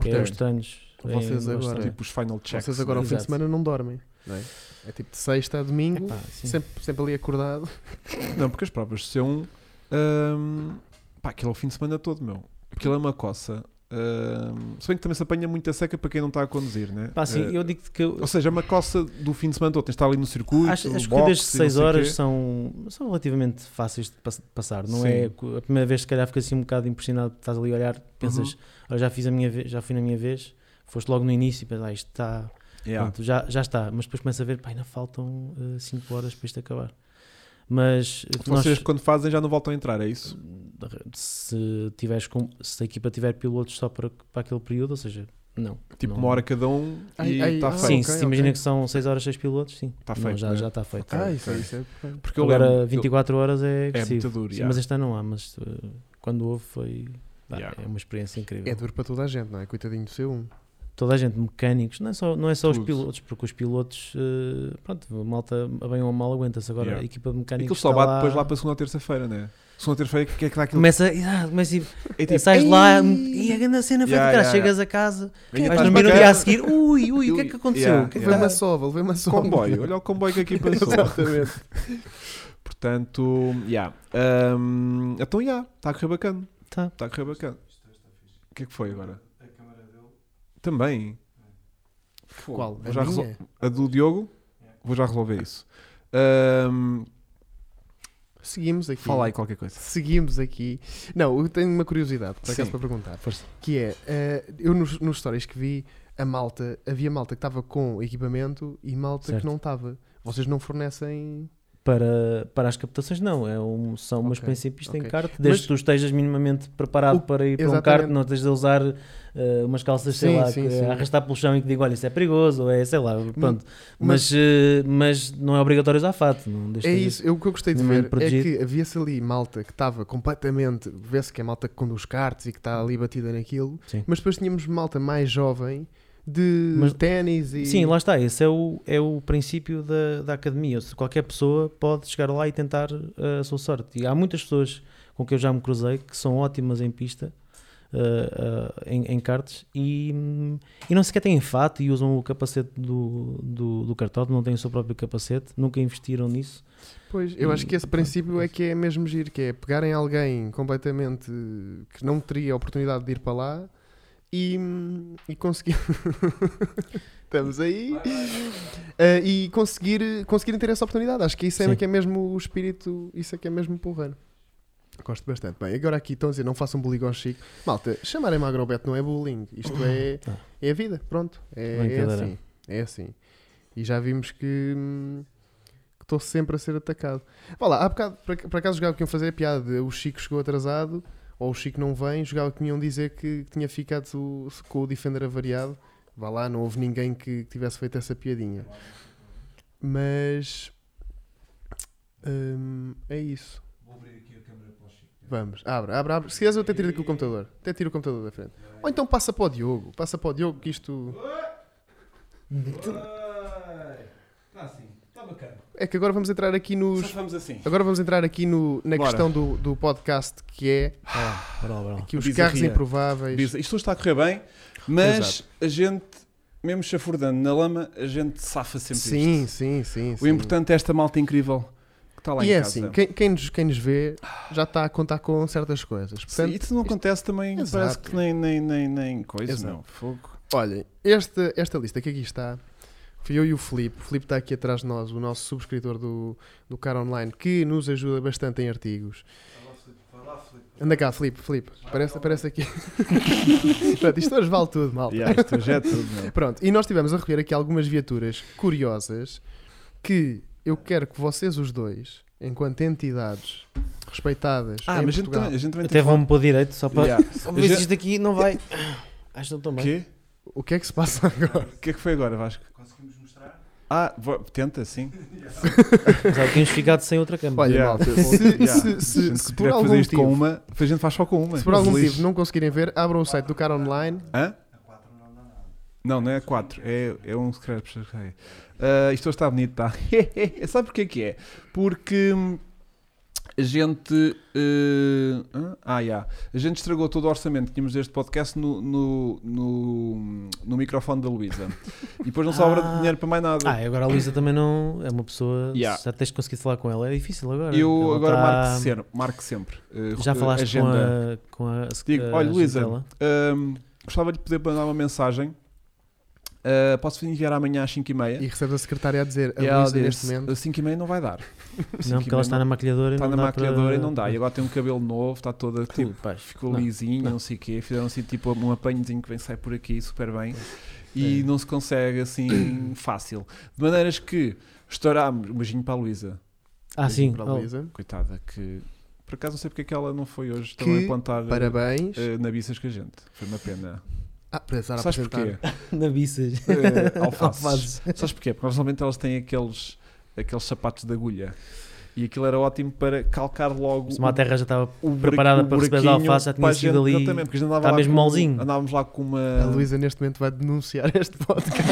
S3: Que é os
S2: Portanto,
S3: treinos. em
S2: vocês
S3: Nova
S2: agora-
S3: Estrela.
S1: Tipo os final checks. né?
S2: Vocês agora ao fim de
S3: Exato.
S2: semana não dormem, não é? É tipo de sexta a domingo,
S3: Epá, sim.
S2: sempre, sempre ali acordado.
S1: Não, porque as provas são. Um, pá, aquilo é o fim de semana todo, meu. Aquilo é uma coça. Ahm, se bem que também se apanha muita seca para quem não está a conduzir, né?
S3: Pá, sim,
S1: Eh,
S3: eu digo que eu-
S1: Ou seja, é uma coça do fim de semana todo. Tens de estar ali no circuito.
S3: acho, as
S1: boxe
S3: corridas de
S1: e não
S3: 6
S1: sei
S3: horas
S1: quê.
S3: são, são relativamente fáceis de pass- passar. Não
S1: Sim.
S3: é co- a primeira vez, se calhar, ficas assim um bocado impressionado. Estás ali a olhar, pensas,
S1: Uhum.
S3: "Olha, já, fiz a minha vez, já fui na minha vez. Foste logo no início e pensas, ah, isto está.
S1: Yeah.
S3: Pronto, já, já está. Mas depois começa a ver, pá, ainda faltam 5 horas para isto acabar. Mas eh, nós-
S1: Então Vocês quando fazem já não voltam a entrar, é isso?
S3: se tiveres com, se a equipa tiver pilotos só para, para aquele período, ou seja, não.
S1: Tipo
S3: não.
S1: uma hora cada um e
S2: Ai, ai,
S1: está
S2: ah,
S1: feito.
S3: Sim,
S2: ok,
S3: se
S2: ok.
S3: imagina que são 6 horas, 6 pilotos, sim.
S1: Tá
S3: Não,
S1: feito,
S3: já
S1: né?
S3: já está feito.
S1: Ah,
S2: isso, é
S1: ok.
S2: isso é perfeito.
S1: Porque eu
S3: Agora
S1: lembro-
S3: 24 horas é
S1: É
S3: agressivo.
S1: muito duro.
S3: Sim,
S1: yeah.
S3: Mas este ano não há, mas uh, quando houve foi. pá,
S1: Yeah.
S3: É uma experiência incrível.
S2: É duro para toda a gente, não é? Coitadinho do C1.
S3: Toda a gente, mecânicos, não é só, não é só os
S1: Tudo.
S3: pilotos, porque os pilotos, uh, pronto, a malta, a bem ou a mal, aguenta-se. Agora
S1: Yeah.
S3: a equipa de
S1: Aquilo
S3: mecânicos.
S1: só
S3: está
S1: bate depois lá para segunda ou terça-feira, né? Segunda ou terça-feira, o que é que dá aquilo?
S3: Começa, ah, começa e
S1: É
S3: E
S1: tipo,
S3: sais lá
S1: "Ei,
S3: e a grande cena foi
S1: Yeah,
S3: do cara.
S1: yeah,
S3: Chegas a casa,
S1: venha
S3: vais
S1: para
S3: dormir
S1: as
S3: no dia a
S1: bacanas."
S3: seguir. Ui, ui, o que é que aconteceu?
S1: Yeah,
S3: O que é que
S1: yeah.
S2: Levei-me
S3: foi
S2: a sova, levei-me a sova.
S1: Comboio, olha o comboio que aqui passou.
S2: Exatamente.
S1: Portanto, yeah. Ahm, então, já, yeah, está a correr bacana.
S3: Tá.
S1: Está a correr bacana. O que é que foi agora?
S4: A câmara dele
S1: Também. Fogo.
S2: Qual?
S1: Vou
S2: A
S1: já resol-
S2: minha?
S1: A do Diogo? Vou já resolver isso. Ahm,
S2: Seguimos aqui.
S1: fala aí qualquer coisa.
S2: Seguimos aqui. Não, eu tenho uma curiosidade, por acaso,
S1: Sim.
S2: para perguntar.
S3: Força.
S2: Que é, eh, eu nos, nos stories que vi, a malta, havia malta que estava com equipamento e malta
S3: Certo.
S2: que não estava. Vocês não fornecem...
S3: Para, para as captações, não. É um, são umas
S2: Ok,
S3: princípios que têm
S2: ok.
S3: kart, desde
S2: Mas-
S3: que tu estejas minimamente preparado
S2: O-
S3: para ir para um kart,
S2: Exatamente.
S3: não estejas a usar eh, umas calças, sei
S2: Sim,
S3: lá,
S2: sim,
S3: que-
S2: sim.
S3: a arrastar pelo chão e que digo, olha, isso é perigoso, ou é, sei lá,
S1: Hum,
S3: pronto. Mas,
S2: mas-
S3: eh, mas não é obrigatório usar fato. Não
S2: É isso, eu, o que eu gostei de
S3: minimamente
S2: ver é
S3: protegido.
S2: que havia-se ali malta que estava completamente, vê-se que é malta que conduz cartas e que está ali batida naquilo,
S3: Sim.
S2: mas depois tínhamos malta mais jovem de
S3: Mas-
S2: ténis e...
S3: Sim, lá está, esse é o, é o princípio da, da academia. Ou seja, qualquer pessoa pode chegar lá e tentar eh, a sua sorte. E há muitas pessoas com que eu já me cruzei que são ótimas em pista, eh, eh, em, em karts, e, hum, e não sequer têm fato e usam o capacete do, do, do cartódromo, não têm o seu próprio capacete, nunca investiram nisso.
S2: Pois, eu acho que esse princípio é que é mesmo giro, que é pegarem alguém completamente que não teria oportunidade de ir para lá e, e conseguir... Estamos aí. Ah, e conseguir, conseguirem ter essa oportunidade. Acho que isso é
S3: Sim.
S2: que é mesmo o espírito, isso é que é mesmo porreiro. Gosto bastante. Bem, agora aqui estão a dizer, não façam bullying ao Chico. Malta, chamarem-me agrobet não é bullying. Isto é,
S3: Ah.
S2: é a vida, pronto. É, é
S3: Brincadeira.
S2: assim. É assim. E já vimos que hum, que estou sempre a ser atacado. Vá lá, há bocado, por ac- por acaso, jogava que iam fazer a piada. de O Chico chegou atrasado, ou o Chico não vem, jogava que me iam dizer que tinha ficado com o Defender avariado. Vá lá, não houve ninguém que tivesse feito essa piadinha. Mas hum, é isso.
S4: Vou abrir aqui a câmera para o Chico.
S2: Vamos, abre, abre, abre. Se quiseres, eu até tiro aqui o computador. Até tiro o computador da frente. Ou então passa para o Diogo. Passa para o Diogo que isto.
S4: Está assim, está bacana.
S2: É que agora vamos entrar aqui nos.
S1: Vamos assim.
S2: Agora vamos entrar aqui no, na
S1: Bora.
S2: questão do, do podcast que é
S3: Ah, bora lá, bora lá.
S2: que os
S1: Bizarria.
S2: carros improváveis.
S1: Diz, isto está a correr bem, mas a gente, mesmo chafurdando na lama, a gente safa sempre
S2: sim,
S1: isto.
S2: sim, sim,
S1: O importante é esta malta incrível que está lá
S2: e
S1: em
S2: é
S1: casa.
S2: assim, quem, quem nos, quem nos vê já está a contar com certas coisas.
S1: Sim,
S2: Portanto,
S1: isso não acontece também,
S2: Exato.
S1: parece que nem, nem, nem, nem coisa,
S2: Exato.
S1: não. Fogo.
S2: olhem, esta, esta lista que aqui está, fui eu e o Filipe. O Filipe está aqui atrás de nós, o nosso subscritor do, do Car Online, que nos ajuda bastante em artigos.
S4: Vai lá, Filipe.
S2: Anda cá, Filipe, Filipe, aparece, aparece aqui. Pronto, isto hoje vale tudo, malta. Ah,
S1: Yeah, isto já é tudo, meu.
S2: Pronto, e nós tivemos a recolher aqui algumas viaturas curiosas que eu quero que vocês os dois, enquanto entidades respeitadas
S1: Ah,
S2: em
S1: mas a gente,
S2: Portugal,
S1: também, a gente também
S3: Até
S1: tem
S3: vão-me para o direito, só para.
S1: Yeah.
S3: Só para ver se isto aqui não vai. Acho que não estou
S1: O
S3: bem.
S1: quê?
S2: o que é que se passa agora?
S1: O que é que foi agora, Vasco?
S4: Conseguimos mostrar?
S1: Ah, vo- tenta, sim.
S3: Mas há- tínhamos ficado sem outra câmera.
S2: Olha,
S1: Yeah.
S2: malta, se,
S1: Yeah.
S2: se- se-
S1: a gente
S2: se
S1: se tiver
S2: por
S1: que
S2: algum
S1: fazer isto com
S2: motivo,
S1: uma, a gente faz só com uma.
S2: se por algum
S1: Feliz.
S2: motivo não conseguirem ver, abram o site do Car Online.
S1: Hã?
S4: A 4 não dá nada.
S1: Não, não é 4, é, é um scratch. por isso que é. Ah, isto hoje está bonito, tá? Sabe porquê que é? Porque hum, a gente. eh, hã? ah, já. A gente estragou todo o orçamento que tínhamos deste podcast no, no, no, no microfone da Luísa. E depois não sobra
S3: Ah.
S1: dinheiro para mais nada.
S3: Ah, e agora a Luísa também não é uma pessoa.
S1: Yeah.
S3: se Já tens conseguido falar com ela, é difícil agora.
S1: Eu
S3: Ela
S1: agora
S3: tá-
S1: marco, sempre, marco sempre. eh,
S3: Já falaste
S1: agenda.
S3: com a. Com a
S1: Digo,
S3: a
S1: olha,
S3: agente
S1: Luísa,
S3: dela?
S1: Hum, gostava de poder mandar uma mensagem. Ah, posso enviar amanhã às 5h30?
S2: E recebe a secretária a dizer a
S1: E ela
S2: Luísa neste
S1: disse,
S2: momento.
S1: às 5h30 não vai dar.
S3: Não, porque ela está na maquilhadora e
S1: Está
S3: não
S1: Tá na
S3: dá
S1: maquilhadora
S3: para...
S1: e não dá. E agora tem um cabelo novo, está toda tipo,
S3: Tipo, pá,
S1: ficou
S3: não.
S1: lisinho, não.
S3: não.
S1: sei o quê. Fizeram assim tipo um apanhozinho que vem sai por aqui super bem. E não se consegue assim fácil. De maneiras que estourámos. Um beijinho para a Luísa,
S3: Ah, sim.
S2: Para a
S3: oh,
S2: Luísa.
S1: coitada, que por acaso não sei porque é que ela não foi hoje
S2: Que
S1: também plantar eh,
S2: Parabéns.
S1: eh, na biças que a gente. Foi uma pena.
S2: Ah, para estar a
S1: Sabes
S2: apresentar.
S1: porquê?
S3: na biças.
S1: Eh, alfaces.
S3: Alfaces.
S1: Sabes porquê? Porque normalmente elas têm aqueles, aqueles sapatos de agulha. E aquilo era ótimo para calcar logo
S3: Se uma terra já estava.
S1: o
S3: Preparada
S1: buraquinho-
S3: para receber as
S1: buraquinho
S3: alfaces, já tinha
S1: para a
S3: sido
S1: gente,
S3: ali-
S1: Exatamente, porque a gente andava
S3: está
S1: lá
S3: mesmo
S1: com- um-
S3: molzinho.
S1: Andávamos lá com uma.
S2: A Luísa neste momento vai denunciar este podcast.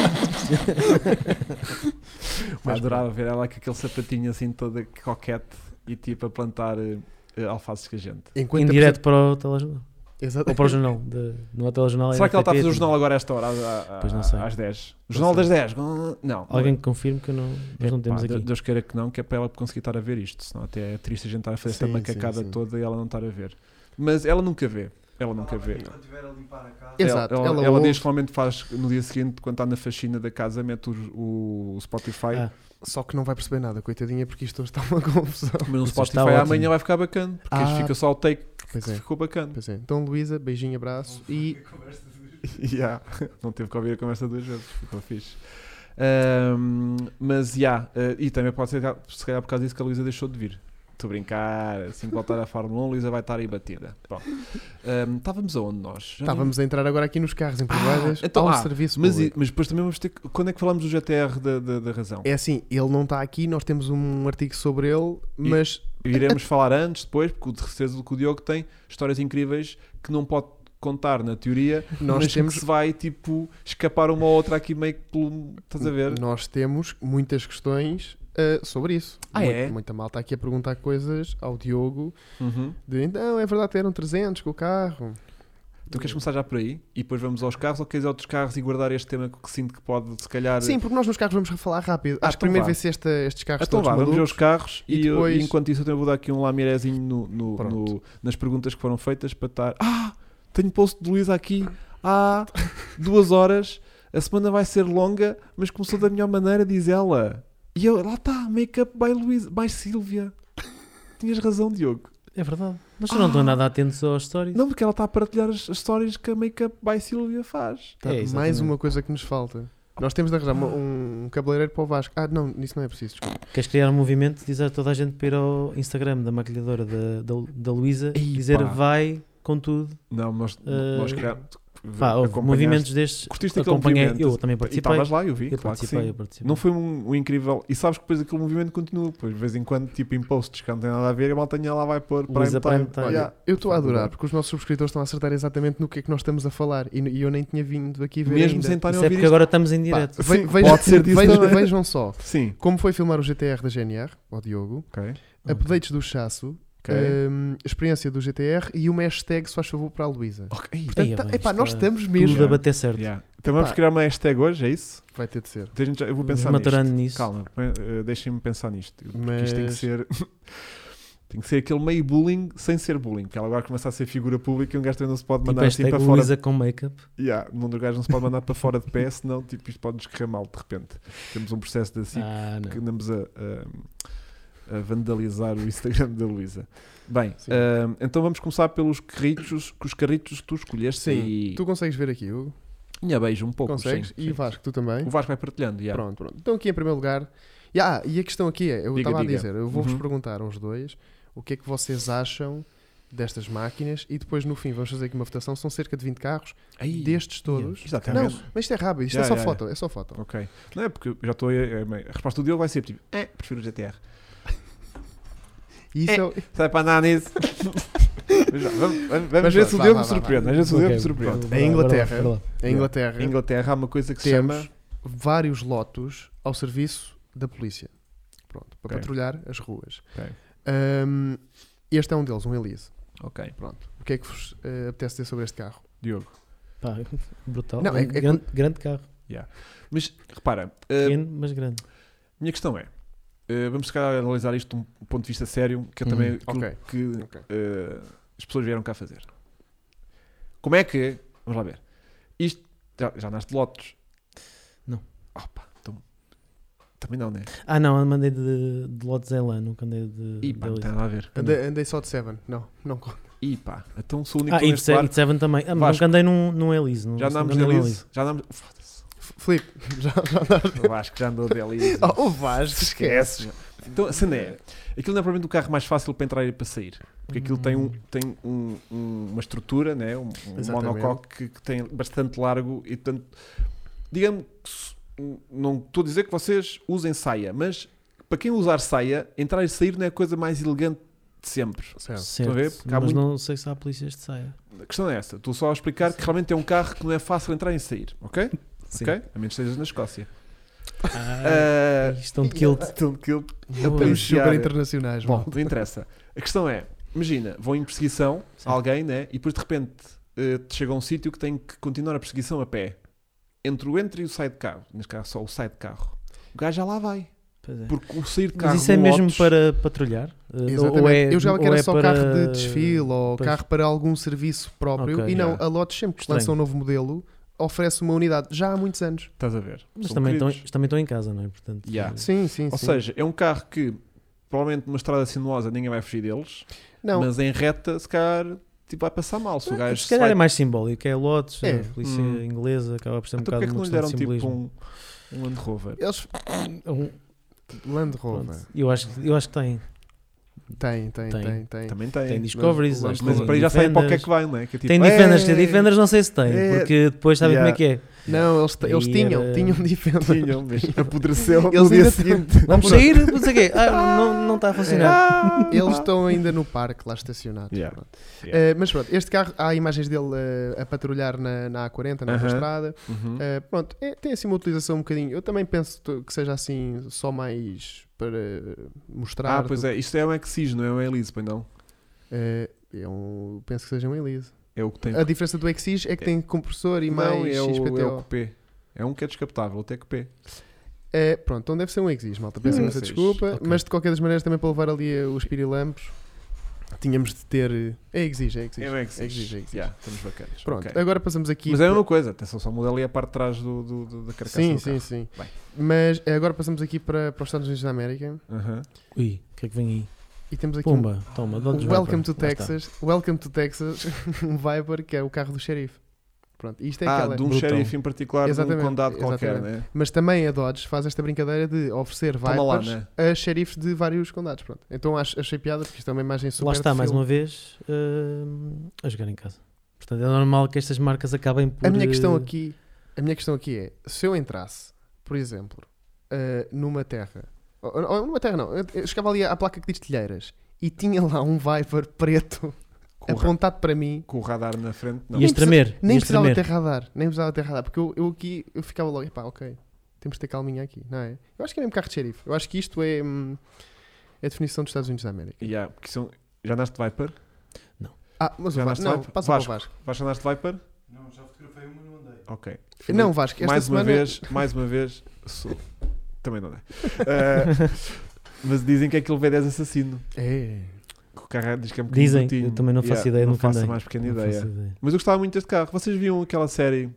S1: Pá, adorava ver ela com aquele sapatinho assim toda coquete e tipo a plantar eh, eh, alfaces que a gente.
S2: Enquanto
S3: Em
S2: a
S3: direto para o telejornal.
S2: presen- Exato.
S3: Ou para o jornal. de- no telejornal
S1: Será que ela está a fazer o
S3: RTP,
S1: jornal agora a esta hora? à- à-
S3: Pois não sei.
S1: Às 10. Jornal
S2: sei.
S1: das 10. Não, Não.
S3: Alguém que confirme que eu não, nós não
S1: Pá,
S3: temos
S1: Deus-
S3: aqui.
S1: Deus queira que não, que é para ela conseguir estar a ver isto. Senão até é triste a gente estar a fazer esta
S2: Sim, sim,
S1: macacada
S2: sim.
S1: toda e ela não estar a ver. Mas ela nunca vê. Ela não quer ver.
S4: Quando estiver a limpar a casa.
S2: Exato.
S1: Ela,
S2: ela
S1: ela, ela
S2: ouve.
S1: diz que normalmente faz no dia seguinte, quando está na faxina da casa, mete o, o Spotify.
S3: Ah.
S2: Só que não vai perceber nada, coitadinha, porque isto hoje está uma confusão.
S1: Mas no
S3: Isso está
S1: Spotify
S3: ótimo.
S1: amanhã vai ficar bacana, porque este
S2: Ah.
S1: fica só o take
S2: Pois
S1: que
S2: é,
S1: ficou bacana.
S2: pois é. Então, Luísa, beijinho, abraço e.
S4: é A conversa dos-
S1: Yeah. Não teve que ouvir a conversa duas vezes, ficou fixe. Ahm, mas já, e também pode ser que, se calhar por causa disso que a Luísa deixou de vir. Estou a brincar, assim que voltar à Fórmula 1, a Luísa vai estar aí batida. Pronto. Ahm, estávamos aonde nós? Já nem-
S2: Estávamos a entrar agora aqui nos carros empregadas
S1: Ah, então,
S2: ao
S1: ah,
S2: serviço
S1: Mas, e-
S2: público.
S1: mas depois também vamos ter. que- Quando é que falamos do GTR da, da, da razão?
S2: É assim, ele não está aqui, nós temos um artigo sobre ele, mas
S1: Iremos falar antes, depois, porque o de certeza que o Diogo tem histórias incríveis que não pode contar na teoria,
S2: nós
S1: mas
S2: temos
S1: que se vai tipo escapar uma ou outra aqui meio que pelo. Estás a ver?
S2: Nós temos muitas questões ah, sobre isso.
S1: Ah,
S2: Muito-
S1: é?
S2: Muita malta aqui a perguntar coisas ao Diogo.
S1: Uhum.
S2: De, então, é verdade, eram 300 com o carro.
S1: Tu queres começar já por aí e depois vamos aos carros ou queres ir outros carros e guardar este tema que sinto que pode se calhar. Então
S2: Sim, porque nós nos carros vamos falar rápido.
S1: Ah,
S2: Acho que
S1: então
S2: primeiro
S1: vá.
S2: vê se esta- estes carros
S1: então
S2: todos
S1: vá, vamos ver
S2: malucos.
S1: os carros
S2: E
S1: e,
S2: depois-
S1: eu, e enquanto isso eu também vou dar aqui um lamirezinho no, no-
S2: Pronto.
S1: no- nas perguntas que foram feitas para estar. Ah! Tenho post de Luísa aqui há duas horas. A semana vai ser longa, mas começou da melhor maneira, diz ela. E eu, lá está, make-up by Luísa, by Silvia. Tinhas razão, Diogo.
S3: É verdade. Mas eu não estou nada atento ao stories.
S1: Ah.
S3: É,
S1: Não, porque ela está a partilhar as as histórias que a make-up by Silvia faz.
S2: Tá,
S3: É,
S2: mais
S3: exatamente.
S2: uma coisa que nos falta. Nós temos de arranjar uma- um, um cabeleireiro para o Vasco. Ah, não, isso não é preciso. desculpa.
S3: Queres criar um movimento? Diz a toda a gente para ir ao Instagram da maquilhadora da, da, da Luísa e
S1: Ei,
S3: dizer
S1: pá.
S3: vai com tudo.
S1: Não, nós,
S3: Eh,
S1: nós criámos.
S3: Pá, houve
S1: acompanhaste-
S3: movimentos destes.
S1: Curtiste aquele
S3: Acompanhei.
S1: movimento.
S3: Eu também
S1: E
S3: participei.
S1: estavas lá, eu vi,
S3: Eu
S1: claro que
S3: participei,
S1: sim.
S3: eu participei.
S1: Não foi um, um incrível. E sabes que depois aquele movimento continua, pois de vez em quando, tipo em posts que não tem nada a ver, a maltanha lá vai pôr prime
S3: Luísa
S1: time.
S3: Prime Time.
S1: Olha,
S2: Olha, eu estou a
S1: Tá, Falta
S2: adorar,
S1: agora.
S2: porque os nossos subscritores estão a acertar exatamente no que é que nós estamos a falar. E, e eu nem tinha vindo aqui ver
S1: mesmo
S2: ainda.
S1: sem estarem a
S3: Isso é
S1: ouvir
S3: porque
S1: isto.
S3: agora estamos em
S2: Pá,
S3: direto.
S2: ve-
S1: Sim,
S2: veja-
S1: pode ser disso
S2: veja-
S1: também.
S2: Vejam só.
S1: Sim,
S2: Como foi filmar o GTR da GNR, ao Diogo,
S1: ok.
S2: updates do chasso,
S1: ok.
S2: hum, experiência do GTR e uma hashtag, se faz favor, para a Luísa.
S1: Ok.
S3: Ei,
S2: Portanto, tá-
S3: bem,
S2: epá,
S3: isto
S2: nós
S3: está
S2: estamos
S3: Tudo
S2: mesmo.
S3: a bater certo.
S1: Yeah. Então vamos
S2: Pá.
S1: criar uma hashtag hoje, é isso?
S2: Vai ter de ser.
S1: Tem gente- Eu vou pensar
S3: Maturando
S1: nisto.
S3: nisso.
S1: Calma, eh, deixem-me pensar nisto. Porque isto tem que
S2: Mas-
S1: ser. Tem que ser aquele meio bullying sem ser bullying, porque ela agora começa a ser figura pública e um gajo também não se pode
S3: Tipo,
S1: mandar assim
S3: hashtag
S1: para fora.
S3: Luísa com make-up.
S1: Yeah, um do gajo não se pode mandar para fora de pé, senão tipo, isto pode descarramá-lo de repente. Temos um processo da SIC
S3: Ah,
S1: que
S3: não.
S1: andamos a, a- a vandalizar o Instagram da Luísa. Bem,
S2: Sim.
S1: ahm, então vamos começar pelos carritos, que os carritos que tu escolheste
S2: Sim,
S1: e
S2: Tu consegues ver aqui, Hugo?
S1: minha beijo um pouco.
S2: consegues?
S1: sim,
S2: e
S1: sim.
S2: Vasco, tu também?
S1: O Vasco vai partilhando, yeah.
S2: Pronto, pronto. Então aqui em primeiro lugar. E, ah, e a questão aqui é, eu
S1: Diga,
S2: estava a
S1: diga.
S2: dizer, eu vou-vos
S1: Uhum.
S2: perguntar aos dois o que é que vocês acham destas máquinas e depois no fim vamos fazer aqui uma votação, são cerca de 20 carros,
S1: Aí,
S2: destes todos. Não,
S1: Exatamente.
S2: mas isto é rápido, isto
S1: Já,
S2: é só
S1: já,
S2: foto, é só foto.
S1: Ok. Não é porque eu já estou a, a, a resposta do Diogo vai ser tipo, é, prefiro o GTR.
S2: E isso é, o-
S1: Sai para andar nisso. Mas já, vamos vamos- vamos
S2: Mas
S1: ver
S2: pronto,
S1: se o Diogo
S2: vá, vá,
S1: me
S2: vá,
S1: surpreende.
S2: vá.
S1: Vamos ver se o Diogo me
S3: Ok,
S1: surpreende.
S3: pronto,
S2: Em
S3: bora lá,
S2: Inglaterra.
S3: bora lá.
S2: Em Inglaterra,
S1: Em Inglaterra há uma coisa que se
S2: Temos-
S1: chama.
S2: vários lotos ao serviço da polícia. Pronto, para
S1: Ok.
S2: patrulhar as ruas.
S1: Ok.
S2: Ahm, este é um deles, um Elise.
S1: Ok,
S2: Pronto. O que é que vos eh, apetece dizer sobre este carro?
S1: Diogo.
S3: Pá, brutal.
S2: Não, é- é
S3: grande, grande carro.
S1: Mas repara, ah,
S3: Pequeno, mas grande.
S1: minha questão é. ah, vamos se calhar analisar isto de um ponto de vista sério, que é
S3: Hum,
S1: também aquilo
S2: ok.
S1: que
S2: Ok.
S1: ah, as pessoas vieram cá fazer. Como é que. Vamos lá ver. Isto. Já, já nasce de lotes?
S3: Não.
S1: Opa, então, também não, né?
S3: Ah, não, eu mandei de, de Lotes em lã, nunca andei de.
S1: E
S3: de
S1: pá, tá não
S3: Elisa.
S1: tem nada a ver.
S2: Andei, andei só de 7, não, não conta.
S1: E pá, então sou o único
S3: Ah,
S1: que
S3: e
S1: estou
S3: de
S1: neste
S3: Se- e
S1: barco.
S3: de Seven também. Ah, mas
S1: Vasco.
S3: nunca andei num, num Elise. Num,
S1: Já andámos de
S3: nunca andei num
S1: Elise. Já andámos. Foda-se.
S2: Flip, já, já andaste.
S1: O Vasco já andou de Elise.
S2: Oh, o Vasco, esquece.
S1: Esqueces. Então, a cena é: aquilo não é provavelmente o carro mais fácil para entrar e para sair. Porque aquilo tem,
S3: Hum.
S1: um, tem um- um- uma estrutura, né? um, um
S2: Exatamente.
S1: monocoque que, que tem bastante largo e tanto. Digamos que se- não estou a dizer que vocês usem saia, mas para quem usar saia, entrar e sair não é a coisa mais elegante de sempre.
S2: Certo.
S3: Certo,
S1: Estão a ver? Porque há
S3: mas
S1: muito-
S3: não sei se há polícias de saia.
S1: A questão é essa: estou só a explicar que realmente é um carro que não é fácil entrar e sair, ok? Ok? A menos que estejas na Escócia.
S3: Ah,
S1: Ah,
S3: isto é um kilt.
S1: Então, aquilo
S3: Ui.
S2: Estamos
S1: Policiar.
S2: super internacionais,
S1: Bom,
S2: malta.
S1: não interessa. A questão é, imagina, vão em perseguição
S3: Sim.
S1: a alguém, né? E depois de repente eh, chega a um sítio que tem que continuar a perseguição a pé. Entre o entre e o sai de carro. Neste caso, só o sai de carro. O gajo já lá vai.
S3: Pois é.
S1: Porque o sair de carro
S3: Mas isso é
S1: no
S3: mesmo
S1: Lotus-
S3: para patrulhar? Eh, ou-
S2: Exatamente.
S3: ou é-
S2: eu já
S3: ou
S2: que era
S3: é
S2: só
S3: para-
S2: carro de desfile ou
S3: Pois.
S2: carro para algum serviço próprio.
S3: Ok,
S2: e não,
S1: yeah.
S2: a Lotus sempre que
S3: Estranho.
S2: lança um novo modelo oferece uma unidade, já há muitos anos.
S1: Estás a ver?
S3: Mas
S1: São
S3: também estão,
S1: queridos.
S3: também estão em casa, não é? Portanto,
S1: Yeah.
S3: eh,
S2: Sim, sim,
S1: Ou
S2: sim.
S1: seja, é um carro que provavelmente numa estrada sinuosa ninguém vai fugir deles,
S2: não,
S1: mas em reta se calhar tipo, vai passar mal. Se o gajo
S3: se calhar
S1: vai-
S3: é mais simbólico. É Lotus,
S2: É.
S3: a polícia
S1: Hum.
S3: inglesa, acaba por ser um
S1: Então
S3: bocado
S1: porque é que
S3: uma
S1: não lhe
S3: questão de
S1: deram tipo
S3: simbolismo.
S1: um, um Land Rover?
S2: eles.
S1: É
S3: Um-
S2: Land
S3: pronto.
S2: Rover.
S3: Eu acho, que- eu acho que tem.
S2: Tem, tem,
S3: Tem.
S2: tem, tem.
S1: Também tem.
S3: Tem Discoveries,
S2: Land
S3: acho que
S1: É, mas
S3: tem
S1: para aí já sabem para o que é
S3: Defenders.
S1: que vai, não é? Que é tipo,
S3: Tem Defenders, tem Defenders não sei se tem,
S1: É.
S3: porque depois sabem
S1: Yeah.
S3: como é que é.
S2: Não, eles, te- eles
S3: E
S2: tinham,
S3: era-
S2: tinham diferente.
S1: Tinham, mas apodreceu no
S2: Eles
S1: dia
S2: ainda
S1: seguinte.
S3: Vamos sair, não sei o quê. Ah, não, não está a funcionar.
S1: Ah,
S2: Eles estão ainda no parque lá estacionados.
S1: Yeah.
S2: pronto.
S1: Yeah.
S2: Eh, mas pronto, este carro, há imagens dele eh, a patrulhar na, na A40, na
S1: Aham.
S2: estrada.
S1: Uhum.
S2: Eh, pronto, é- tem assim uma utilização um bocadinho. Eu também penso to- que seja assim só mais para mostrar.
S1: Ah, pois é, isto é um Exige, não é um Elise, pois não?
S2: Eh, eu penso que seja um Elise.
S1: É o que tem.
S2: A diferença do Exige é que tem compressor e
S1: Não,
S2: mais
S1: é o,
S2: XPTO.
S1: é o Coupé. É um que é descapotável, até Coupé.
S2: Eh, pronto, então deve ser um Exige, malta. Peço
S1: Hum.
S2: imensa
S1: Exige,
S2: desculpa,
S1: ok.
S2: mas de qualquer das maneiras também para levar ali eh, os pirilampos tínhamos de ter. eh, É Exige, é Exige.
S1: É um Exige.
S2: Exige, Exige.
S1: Yeah, estamos bacanas.
S2: Pronto,
S1: Ok.
S2: agora passamos aqui.
S1: Mas é a
S2: para-
S1: mesma coisa, atenção, só muda ali a parte de trás do, do- do- da carcaça
S2: Sim,
S1: do
S2: sim, sim.
S1: Bem.
S2: Mas eh, agora passamos aqui para, para os Estados Unidos da América
S1: carro. Aham.
S3: Ui, o que é que vem aí?
S2: e temos Ah. aqui um
S3: Pumba, toma,
S2: O
S3: Dodge Viper.
S2: Welcome to
S3: Lá está.
S2: Texas, Welcome to Texas, um Viper que é o carro do xerife. Pronto, isto é
S1: Ah,
S2: aquela.
S1: de um
S3: Brutal.
S1: xerife em particular, de
S2: Exatamente,
S1: um condado qualquer,
S2: exatamente.
S1: né?
S2: Mas também a Dodge faz esta brincadeira de oferecer
S1: Toma lá,
S2: Vipers
S1: né?
S2: a xerifes de vários condados. Pronto. Então acho- achei piada porque isto é uma imagem super.
S3: Lá está,
S2: de
S3: mais
S2: filme.
S3: uma vez, eh, a jogar em casa. Portanto, é normal que estas marcas acabem por.
S2: A minha questão
S3: eh,
S2: aqui, a minha questão aqui é, se eu entrasse, por exemplo, eh, numa terra, ou, ou numa terra não, eu- eu chegava ali à placa que diz telheiras e tinha lá um Viper preto
S1: Com, o ra-
S2: apontado para mim
S1: com o radar na frente, não.
S3: ah, E este tremer.
S2: Nem
S3: ias
S2: precisava ter
S3: tremer.
S2: radar, nem precisava ter radar, porque eu, eu aqui eu ficava logo, epá, ok, temos de ter calminha aqui, não é? Eu acho que é mesmo carro de xerife, eu acho que isto é hum, é a definição dos Estados Unidos da América.
S1: Yeah, porque são- Já andaste Viper?
S2: Ah, mas
S1: Já
S2: o Vasco,
S1: andaste
S2: não,
S1: Viper?
S2: passa para o Vasco.
S1: Vais andaste Viper?
S4: Não, já fotografei uma e não andei.
S1: Ok.
S2: Não, Vasco, esta
S1: mais uma
S2: semana-
S1: vez, mais uma vez, sou- Também não é. Ah, mas dizem que é aquele V10 assassino.
S2: É,
S1: Que o carro diz que é um
S3: Dizem,
S1: bocadinho
S3: eu
S1: brutinho.
S3: também não faço ideia,
S1: não
S3: nunca
S1: faço
S3: andei.
S1: mais pequena
S3: Não
S1: ideia.
S3: faço ideia.
S1: Mas eu gostava muito deste carro. Vocês viam aquela série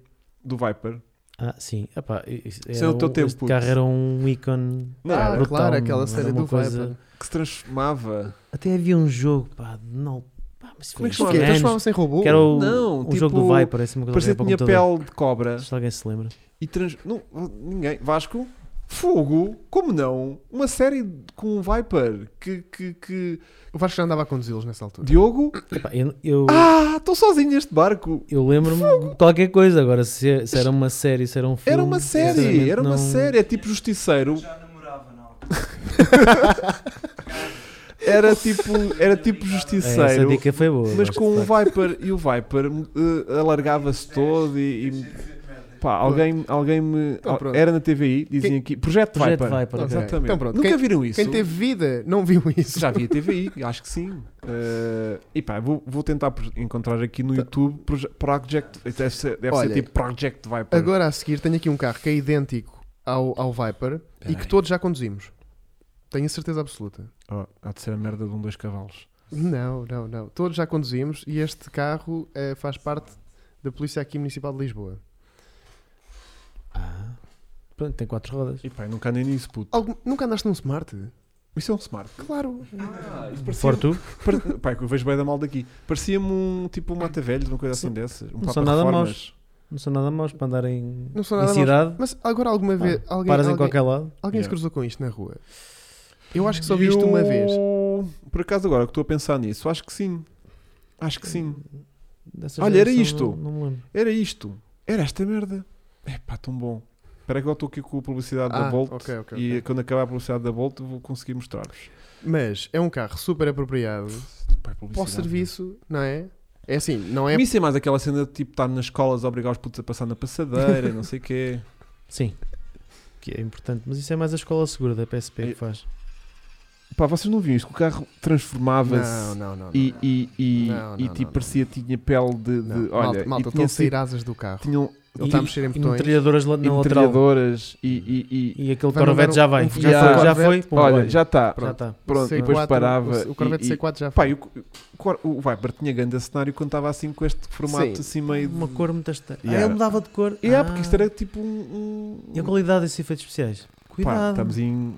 S1: do Viper?
S3: Ah, sim. Epá, isso
S1: Isso
S3: era
S1: é o teu
S3: um-
S1: tempo,
S3: Este
S1: puto.
S3: carro era um ícone.
S1: Não
S2: Ah,
S1: era?
S3: brutal,
S2: claro,
S3: era
S2: aquela série
S3: uma
S2: do
S3: coisa-
S2: Viper.
S1: Que se transformava.
S3: Até havia um jogo, pá, não. Pá, mas
S1: Como é que
S3: foi
S1: se chama?
S2: Porquê?
S3: anos,
S2: Transformava-se em robô?
S3: que era o,
S1: Não,
S3: um
S1: tipo,
S3: jogo do Viper, esse uma coisa
S1: Parecia
S3: que
S1: que
S3: era
S1: tinha
S3: para computador.
S1: pele de cobra
S3: Se alguém se lembra.
S1: e trans... Não, ninguém. Vasco? Fogo? Como não? Uma série com um Viper que... que, que...
S2: O Vasco já andava a conduzi-los nessa altura.
S1: Diogo?
S3: Epá, eu, eu,
S1: Ah, estou sozinho neste barco.
S3: eu lembro-me de qualquer coisa. Agora, se, se era uma série, se era um filme.
S1: Era uma série,
S3: sinceramente,
S1: era uma
S3: não-
S1: série, é tipo justiceiro,
S4: Já namorava na altura.
S1: era tipo, era tipo
S3: É, Essa
S1: justiceiro,
S3: dica foi boa.
S1: mas
S3: gosto,
S1: com um o
S3: de facto.
S1: Viper e o Viper eh,
S2: É,
S1: alargava-se todo e, e- pá, alguém, alguém me
S2: Então pronto.
S1: era na TVI, dizem aqui, Projeto,
S3: Projeto
S1: Viper.
S3: Viper, ok.
S1: Exatamente.
S2: Então pronto,
S1: Nunca
S2: quem-
S1: viram isso?
S2: Quem teve vida não viu isso.
S1: Já vi a TVI, acho que sim. Eh, e pá, vou, vou tentar pro- encontrar aqui no
S2: Tá.
S1: YouTube Proje- Project, eh, deve ser, deve ser
S2: Olha,
S1: tipo Project Viper.
S2: Agora a seguir tenho aqui um carro que é idêntico ao, ao Viper e que
S1: Peraí.
S2: todos já conduzimos. Tenho a certeza absoluta.
S1: Oh, há de ser a merda de um dois cavalos.
S2: Não, não, não. Todos já conduzimos e este carro eh, faz parte da Polícia aqui Municipal de Lisboa.
S3: Ah, pronto, tem quatro rodas.
S1: E pá, eu nunca andei nisso, puto.
S2: Algum- Nunca andaste num Smart?
S1: Isso é um smart.
S2: Claro.
S1: Ah, isso
S3: Fora tu.
S1: Pare... Pá, é que eu vejo bem da mal daqui. Parecia-me um tipo um mata velhos, uma coisa assim dessa. Um
S3: Não são
S1: Papa
S3: nada
S1: Reformas.
S3: maus. Não são nada maus para andar em,
S2: Não são
S3: em
S2: nada maus.
S3: cidade.
S2: Mas agora alguma vez alguém,
S3: Paras em
S2: alguém,
S3: qualquer lado.
S2: alguém se
S1: Yeah.
S2: cruzou com isto na rua? Eu acho que só vi isto uma
S1: Eu-
S2: vez.
S1: Por acaso agora que estou a pensar nisso, acho que sim. Acho que sim.
S3: Dessa
S1: Olha, era
S3: geração,
S1: isto.
S3: Não, não me lembro.
S1: Era isto. Era esta merda. É pá, tão bom. Espera que eu estou aqui com a publicidade da
S2: Ah,
S1: Bolt.
S2: ok, ok,
S1: e
S2: ok.
S1: quando acabar a publicidade da Bolt vou conseguir mostrar-vos.
S2: Mas é um carro super apropriado
S1: Pá, é publicidade,
S2: para o serviço, não é? É assim, não é?
S1: Isso é mais aquela cena de tipo estar nas escolas a obrigar os putos a passar na passadeira e não sei o quê.
S3: Sim. Que é importante. Mas isso é mais a escola segura da PSP que
S1: E-
S3: faz.
S1: Pá, vocês não viam isto? que O carro transformava-se.
S2: Não, não, não.
S1: e, e, e,
S2: Não,
S1: e
S2: não,
S1: tipo,
S2: não,
S1: parecia tinha pele de. de-
S2: não. Não.
S1: olha,
S2: malta, malta
S1: e tinha
S2: estão a sair asas do carro.
S1: tinham
S2: Ele
S3: E-
S2: está a mexer em
S3: e
S2: botões.
S3: metralhadoras lá
S1: E
S3: na lateral.
S1: metralhadoras e- e- e-
S3: E aquele
S2: Vai mandar
S3: Corvette já
S2: um-
S3: vai.
S2: um
S3: já,
S1: Fiat
S3: foi, já
S2: Corvette.
S3: foi. pumba,
S1: Olha,
S3: olha.
S1: já está.
S3: Já tá. está.
S1: Pronto,
S2: C4,
S1: depois parava.
S2: tá. O, o Corvette
S1: e- e-
S2: C4 já
S1: Pá,
S2: foi.
S1: e o, o, o, o Viper tinha grande cenário quando estava assim com este formato
S2: Sim.
S1: assim meio. de-
S3: Uma cor muito estranha. Ah,
S1: Yeah.
S3: ele mudava de cor.
S1: É,
S3: ah,
S1: porque isto era tipo um. um-
S3: E a qualidade desses efeitos especiais?
S1: Pá,
S3: Cuidado.
S1: estamos em.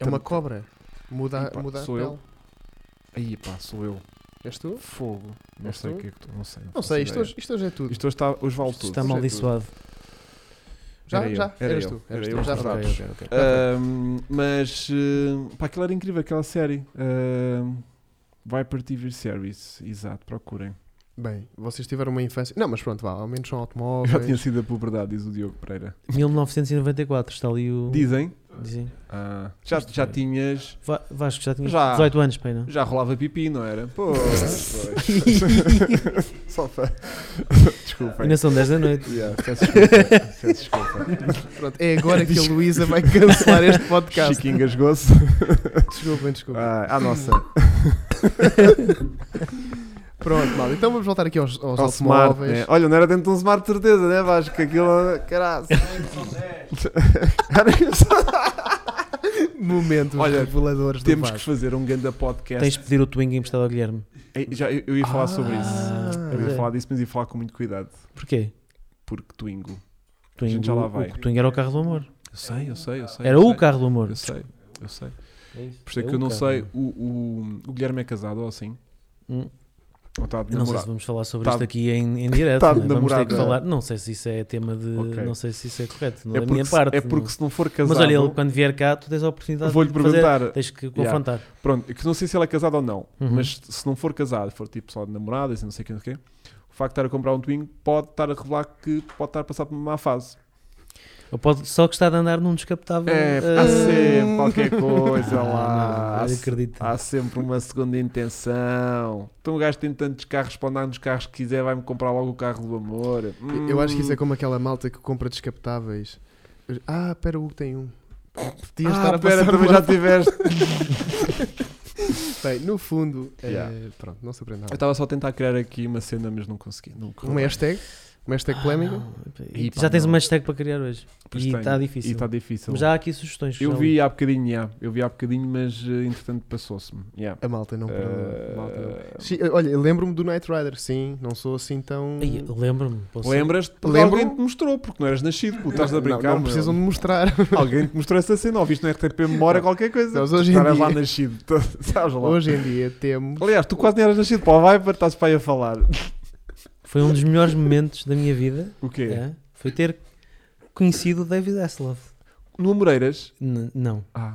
S2: é uma cobra. Muda,
S1: E pá,
S2: muda a
S1: sou
S2: pele.
S1: eu? Aí, pá, sou eu.
S2: És tu?
S1: Fogo. Não
S2: És
S1: sei
S2: tu?
S1: o que é que tu. Não sei.
S2: Não
S1: faço
S2: sei, isto
S1: ideia.
S2: hoje, isto hoje é tudo.
S1: Isto hoje, está, hoje vale
S2: Isto
S1: tudo.
S3: Está
S2: Hoje é
S3: amaldiçoado.
S2: já,
S1: era eu,
S2: já.
S1: era
S2: eras
S1: eu,
S2: tu.
S1: era
S2: Eras
S1: eu,
S2: tu. Já Ah,
S1: verdade.
S2: foi.
S3: Ok, ok, ok.
S1: Ah, Ahm, mas eh, pá, aquilo era incrível, aquela série. Ahm, Viper TV Series, exato, procurem.
S2: Bem, vocês tiveram uma infância. Não, mas pronto, vá, ao menos são
S1: Eu
S2: automóveis.
S1: já tinha sido a puberdade, diz o Diogo Pereira.
S3: 1994, está ali o.
S1: Dizem,
S3: Dizem.
S1: Uh. ah, já, já tinhas,
S3: Va Vasco, já tinha
S1: Já.
S3: 18 anos, pai, não?
S1: já rolava pipi, não era? Pois, pois. Só fa- Desculpem.
S3: Ainda são 10 da noite.
S1: Yeah, peço desculpa, peço desculpa.
S2: Pronto, é agora que a Luísa vai cancelar este podcast.
S1: Chico engasgou-se.
S2: Desculpem, desculpem.
S1: Ah, à nossa.
S2: Pronto, mal. Então vamos voltar aqui aos, aos
S1: Ao smart,
S2: automóveis.
S1: né? Olha, não era dentro de um smart, de certeza, né, Vasco? Que aquilo. Caralho.
S2: Momentos
S1: Olha,
S2: reveladores
S1: Temos
S2: do
S1: que
S2: Vasco.
S1: fazer um ganda podcast.
S3: Tens de pedir o Twingo emprestado ao Guilherme.
S1: Ei, Já, eu, eu ia falar sobre isso.
S2: Ah,
S1: Eu ia
S3: é.
S1: falar disso, mas ia falar com muito cuidado.
S3: Porquê?
S1: Porque Twingo.
S3: Twingo,
S1: gente já lá vai.
S3: O, o Twingo era o carro do amor.
S1: Eu sei, eu sei, eu sei.
S3: Era
S1: eu
S3: o
S1: sei.
S3: carro do amor.
S1: Eu sei, eu sei. Por isso é que eu não sei. O, o, o Guilherme é casado ou assim?
S3: Hum.
S1: Ou está de
S3: Eu Não sei se
S1: namorado?
S3: vamos falar sobre
S1: Tá-
S3: isto aqui em, em direto.
S1: tá
S3: né? Vamos ter
S1: namorado.
S3: que falar. Não sei se isso é tema de.
S1: Ok.
S3: Não sei se isso é correto.
S1: é,
S3: da
S1: porque,
S3: minha
S1: se-
S3: parte.
S1: é porque
S3: não-
S1: se não for
S3: Mas
S1: casado.
S3: olha, ele quando vier cá, tu tens a oportunidade
S1: Vou-lhe
S3: de fazer.
S1: perguntar.
S3: Tens que
S1: Yeah.
S3: confrontar.
S1: Pronto, que não sei se ele é casado ou não,
S3: Uhum.
S1: mas se não for casado, for tipo só de namorado, assim, não sei o que, não sei o quê, o facto de estar a comprar um Twingo pode estar a revelar que pode estar a passar por uma má fase.
S3: Ou pode só gostar de andar num descapotável.
S1: É,
S3: ah,
S1: há sempre qualquer coisa
S3: Ah,
S1: lá.
S3: não,
S1: Há
S3: eu acredito.
S1: Há sempre uma segunda intenção. Então o gajo tem tantos carros para andar nos carros que quiser, vai-me comprar logo o carro do amor. Hum.
S2: Eu- Eu acho que isso é como aquela malta que compra descapotáveis. Ah, pera, o Hugo tem um.
S1: Ah,
S2: Podias estar a
S1: pera,
S2: passar
S1: também
S2: uma-
S1: já tiveste.
S2: Bem, no fundo, eh,
S1: Yeah.
S2: pronto, não se aprende
S1: Eu
S2: nada.
S1: estava só a tentar criar aqui uma cena, mas não consegui. Não correu
S2: Uma
S1: bem.
S2: hashtag, uma hashtag polémica.
S1: Ah. Ih, pá,
S3: já tens
S1: não.
S3: uma hashtag para criar hoje.
S1: Pois
S3: e
S1: tenho.
S2: tá
S3: está
S1: E
S3: difícil.
S1: está difícil.
S3: Mas já há aqui sugestões.
S1: Eu
S3: já
S1: vi há bocadinho, já. eu vi há bocadinho, mas eh, entretanto passou-se-me. Yeah.
S2: A malta não perdoa.
S1: Eh,
S2: a malta não. Sim, Olha, eu lembro-me do Knight Rider, sim, não sou assim tão.
S3: Ai, Lembro-me. posso-
S1: Lembras-te? Porque
S2: Lembro-
S1: alguém te mostrou, porque não eras nascido, puto, estás a
S2: Não,
S1: brincar.
S2: Não,
S1: meu. Ah,
S2: precisam de mostrar.
S1: Alguém te mostrou essa cena, ou viste no RTP memória qualquer coisa.
S2: Nós hoje em
S1: Estavas lá
S2: dia-
S1: nascido, tu- sabes lá.
S2: Hoje em dia temos.
S1: Aliás, tu quase nem eras nascido para o Viper, estás para aí a falar.
S3: Foi um dos melhores momentos da minha vida.
S1: O quê?
S3: é, Foi ter conhecido o David Hasselhoff.
S1: No Amoreiras.
S3: N- não.
S1: Ah,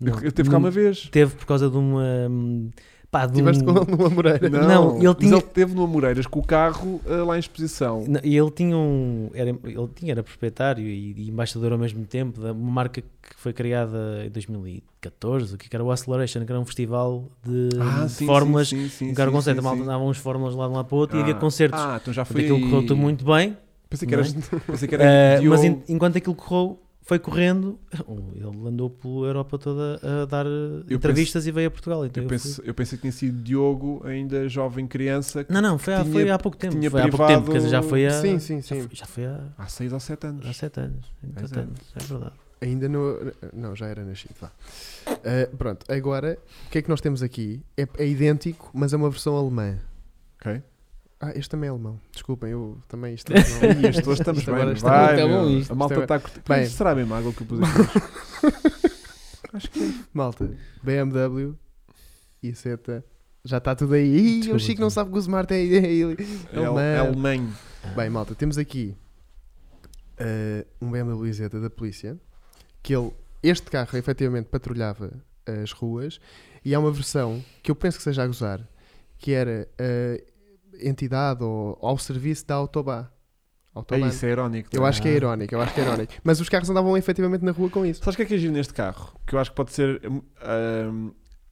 S3: não.
S1: eu teve cá uma
S3: Não,
S1: vez.
S3: Teve por causa de uma. hum, Pá, de
S2: Estiveste com
S3: um.
S2: ele no Amoreira.
S1: Não,
S3: Não, ele
S1: mas
S3: tinha-
S1: ele teve no Amoreiras com o carro eh, lá em exposição.
S3: Não, E ele tinha um. Era, ele tinha, era proprietário e, e embaixador ao mesmo tempo de uma marca que foi criada em 2014, o que era o Acceleration, que era um festival de
S1: Ah,
S3: de
S1: sim,
S3: fórmulas.
S1: sim, sim, sim,
S3: um cara
S1: sim,
S3: conceito,
S1: sim,
S3: a malta
S1: sim.
S3: andavam uns fórmulas lá de um lado para o outro e havia
S1: Ah,
S3: concertos.
S1: Ah, então já
S3: Portanto,
S1: foi.
S3: aquilo correu tudo muito bem,
S1: Pensei que eras. Pensei que
S3: eh,
S1: eras. Diogo.
S3: mas en- enquanto aquilo correu, foi correndo, um, ele andou pela Europa toda a dar eh, entrevistas e veio a Portugal. Então
S1: Eu,
S3: eu
S1: penso- eu pensei que tinha sido Diogo, ainda jovem criança,
S3: fui- Não, não, foi, há,
S1: tinha-
S3: foi há pouco tempo.
S1: tinha
S3: Foi há pouco tempo,
S1: privado-
S3: quer dizer, já foi há.
S2: Sim, sim,
S3: já
S2: sim.
S3: foi- Já foi há.
S1: há 6 ou 7 anos.
S3: Há 7 anos, ainda
S1: Pois é.
S3: tantos, é verdade.
S2: Ainda não. Não, já era nascido, vá. Ah, pronto, agora, o que é que nós temos aqui? É, é idêntico, mas é uma versão alemã.
S1: Ok.
S2: Ah, este também é alemão. Desculpem, eu também. Isto não-
S1: E as tuas estamos
S2: Isto
S1: bem. Vai,
S2: agora está
S3: muito
S1: meu.
S3: bom isto. é
S1: A malta tá-
S2: Isto
S1: está a curtir.
S2: Bem.
S1: Isto Será mesmo a água que eu pus aqui? Acho que é.
S2: Malta, BMW e seta. Já está tudo aí. Ih,
S3: Desculpa,
S2: o Chico não
S3: desculpa.
S2: sabe que o Smart é. é- é-
S1: É al-
S2: Alemão.
S1: é alemão.
S2: Bem, malta, temos aqui eh, um BMW Zeta da polícia. Que ele, este carro efetivamente patrulhava as ruas. E há uma versão que eu penso que seja a gozar, que era eh, entidade ou ao serviço da Autobahn.
S1: É
S2: Autobahn.
S1: isso, é irónico.
S2: Eu acho que é irónico, eu acho que é irónico. Mas os carros andavam efetivamente na rua com isso.
S1: Sabes o que é que é giro neste carro? Que eu acho que pode ser hum,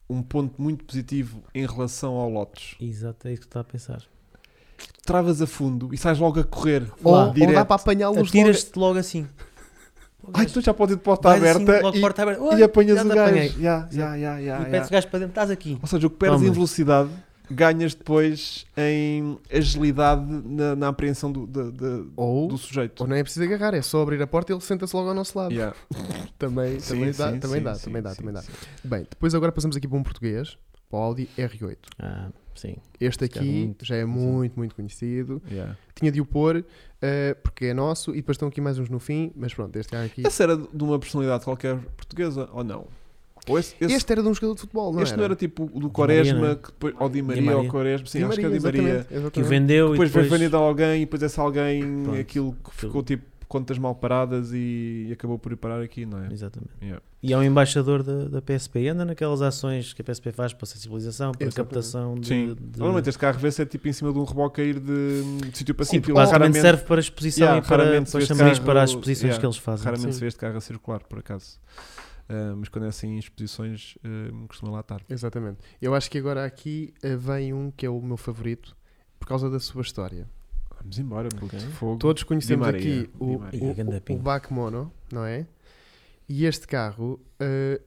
S1: um ponto muito positivo em relação ao Lotus.
S3: Exato, é isso que está a pensar.
S1: Travas a fundo e sais logo a correr.
S2: Ou,
S3: Lá,
S2: ou dá
S1: direto.
S2: para apanhá-los logo.
S3: Atiras-te logo
S1: é-
S3: assim. Logo
S1: Ai,
S3: assim,
S1: tu já podes ir de porta
S3: vais assim,
S1: aberta
S3: logo
S1: e,
S3: porta aberta.
S1: e
S3: Oi,
S1: apanhas
S3: já
S1: o
S3: te
S1: gajo. Ah,
S3: apanhei.
S1: Ya, ya, ya, ya,
S3: E
S1: ya.
S3: pedes o gajo para dentro, estás aqui.
S1: Ou seja, o que perdes
S3: Toma.
S1: em velocidade ganhas depois em agilidade na, na apreensão do, da- da-
S2: Ou,
S1: do sujeito.
S2: ou não é preciso agarrar, é só abrir a porta e ele senta-se logo ao nosso lado.
S1: Yeah.
S2: Também,
S1: Sim,
S2: também dá,
S1: sim,
S2: também
S1: sim,
S2: dá,
S1: sim,
S2: também dá,
S1: sim,
S2: também dá.
S1: sim.
S2: Bem, depois agora passamos aqui para um português, para o Audi R8.
S3: Ah, sim.
S2: Este
S3: Este é
S2: aqui
S3: muito
S2: já é
S3: conhecido.
S2: muito, muito conhecido.
S1: Yeah.
S2: Tinha de o pôr, eh, porque é nosso, e depois estão aqui mais uns no fim, mas pronto, este carro aqui...
S1: Essa era de uma personalidade qualquer portuguesa, ou não? Ou esse, esse-
S2: este era de um jogador de futebol, não
S1: este não era tipo o do
S3: Maria,
S1: Quaresma,
S3: não é?
S1: que depois, ou Di Maria,
S3: Maria.
S1: ou Quaresma, sim, acho que é Di Maria.
S2: exatamente,
S3: Que o
S2: exatamente.
S3: vendeu
S1: Depois,
S3: e depois...
S1: foi vendido a alguém e depois esse alguém
S3: Pronto.
S1: aquilo que ficou tipo contas mal paradas e acabou por ir parar aqui, não é?
S3: Exatamente.
S1: Yeah.
S3: E é um embaixador da, da PSP. E anda naquelas ações que a PSP faz para sensibilização, para
S2: Exatamente.
S3: captação de...
S1: Sim.
S3: de-
S1: Normalmente este carro vê-se é tipo em cima de um reboque a ir de, de sítio para
S3: Sim,
S1: sítio.
S3: basicamente
S1: Raramente,
S3: serve para exposição
S1: Yeah,
S3: e para,
S1: raramente
S3: para
S1: se
S3: os
S1: vê
S3: chamarinhos
S1: carro-
S3: para as exposições
S1: yeah,
S3: que eles fazem.
S1: raramente
S2: Sim.
S1: se vê este carro a circular, por acaso. Ah, mas quando é assim em exposições, ah, costuma lá estar.
S2: Exatamente. Eu acho que agora aqui eh, vem um que é o meu favorito, por causa da sua história.
S1: Vamos embora, puto. Fogo.
S2: Todos conhecemos
S1: Maria,
S2: aqui
S1: Di
S2: o,
S1: Maria.
S2: o-
S3: Ih, ganda
S2: o- o,
S3: pinta.
S2: Bac Mono, não é? E este carro eh,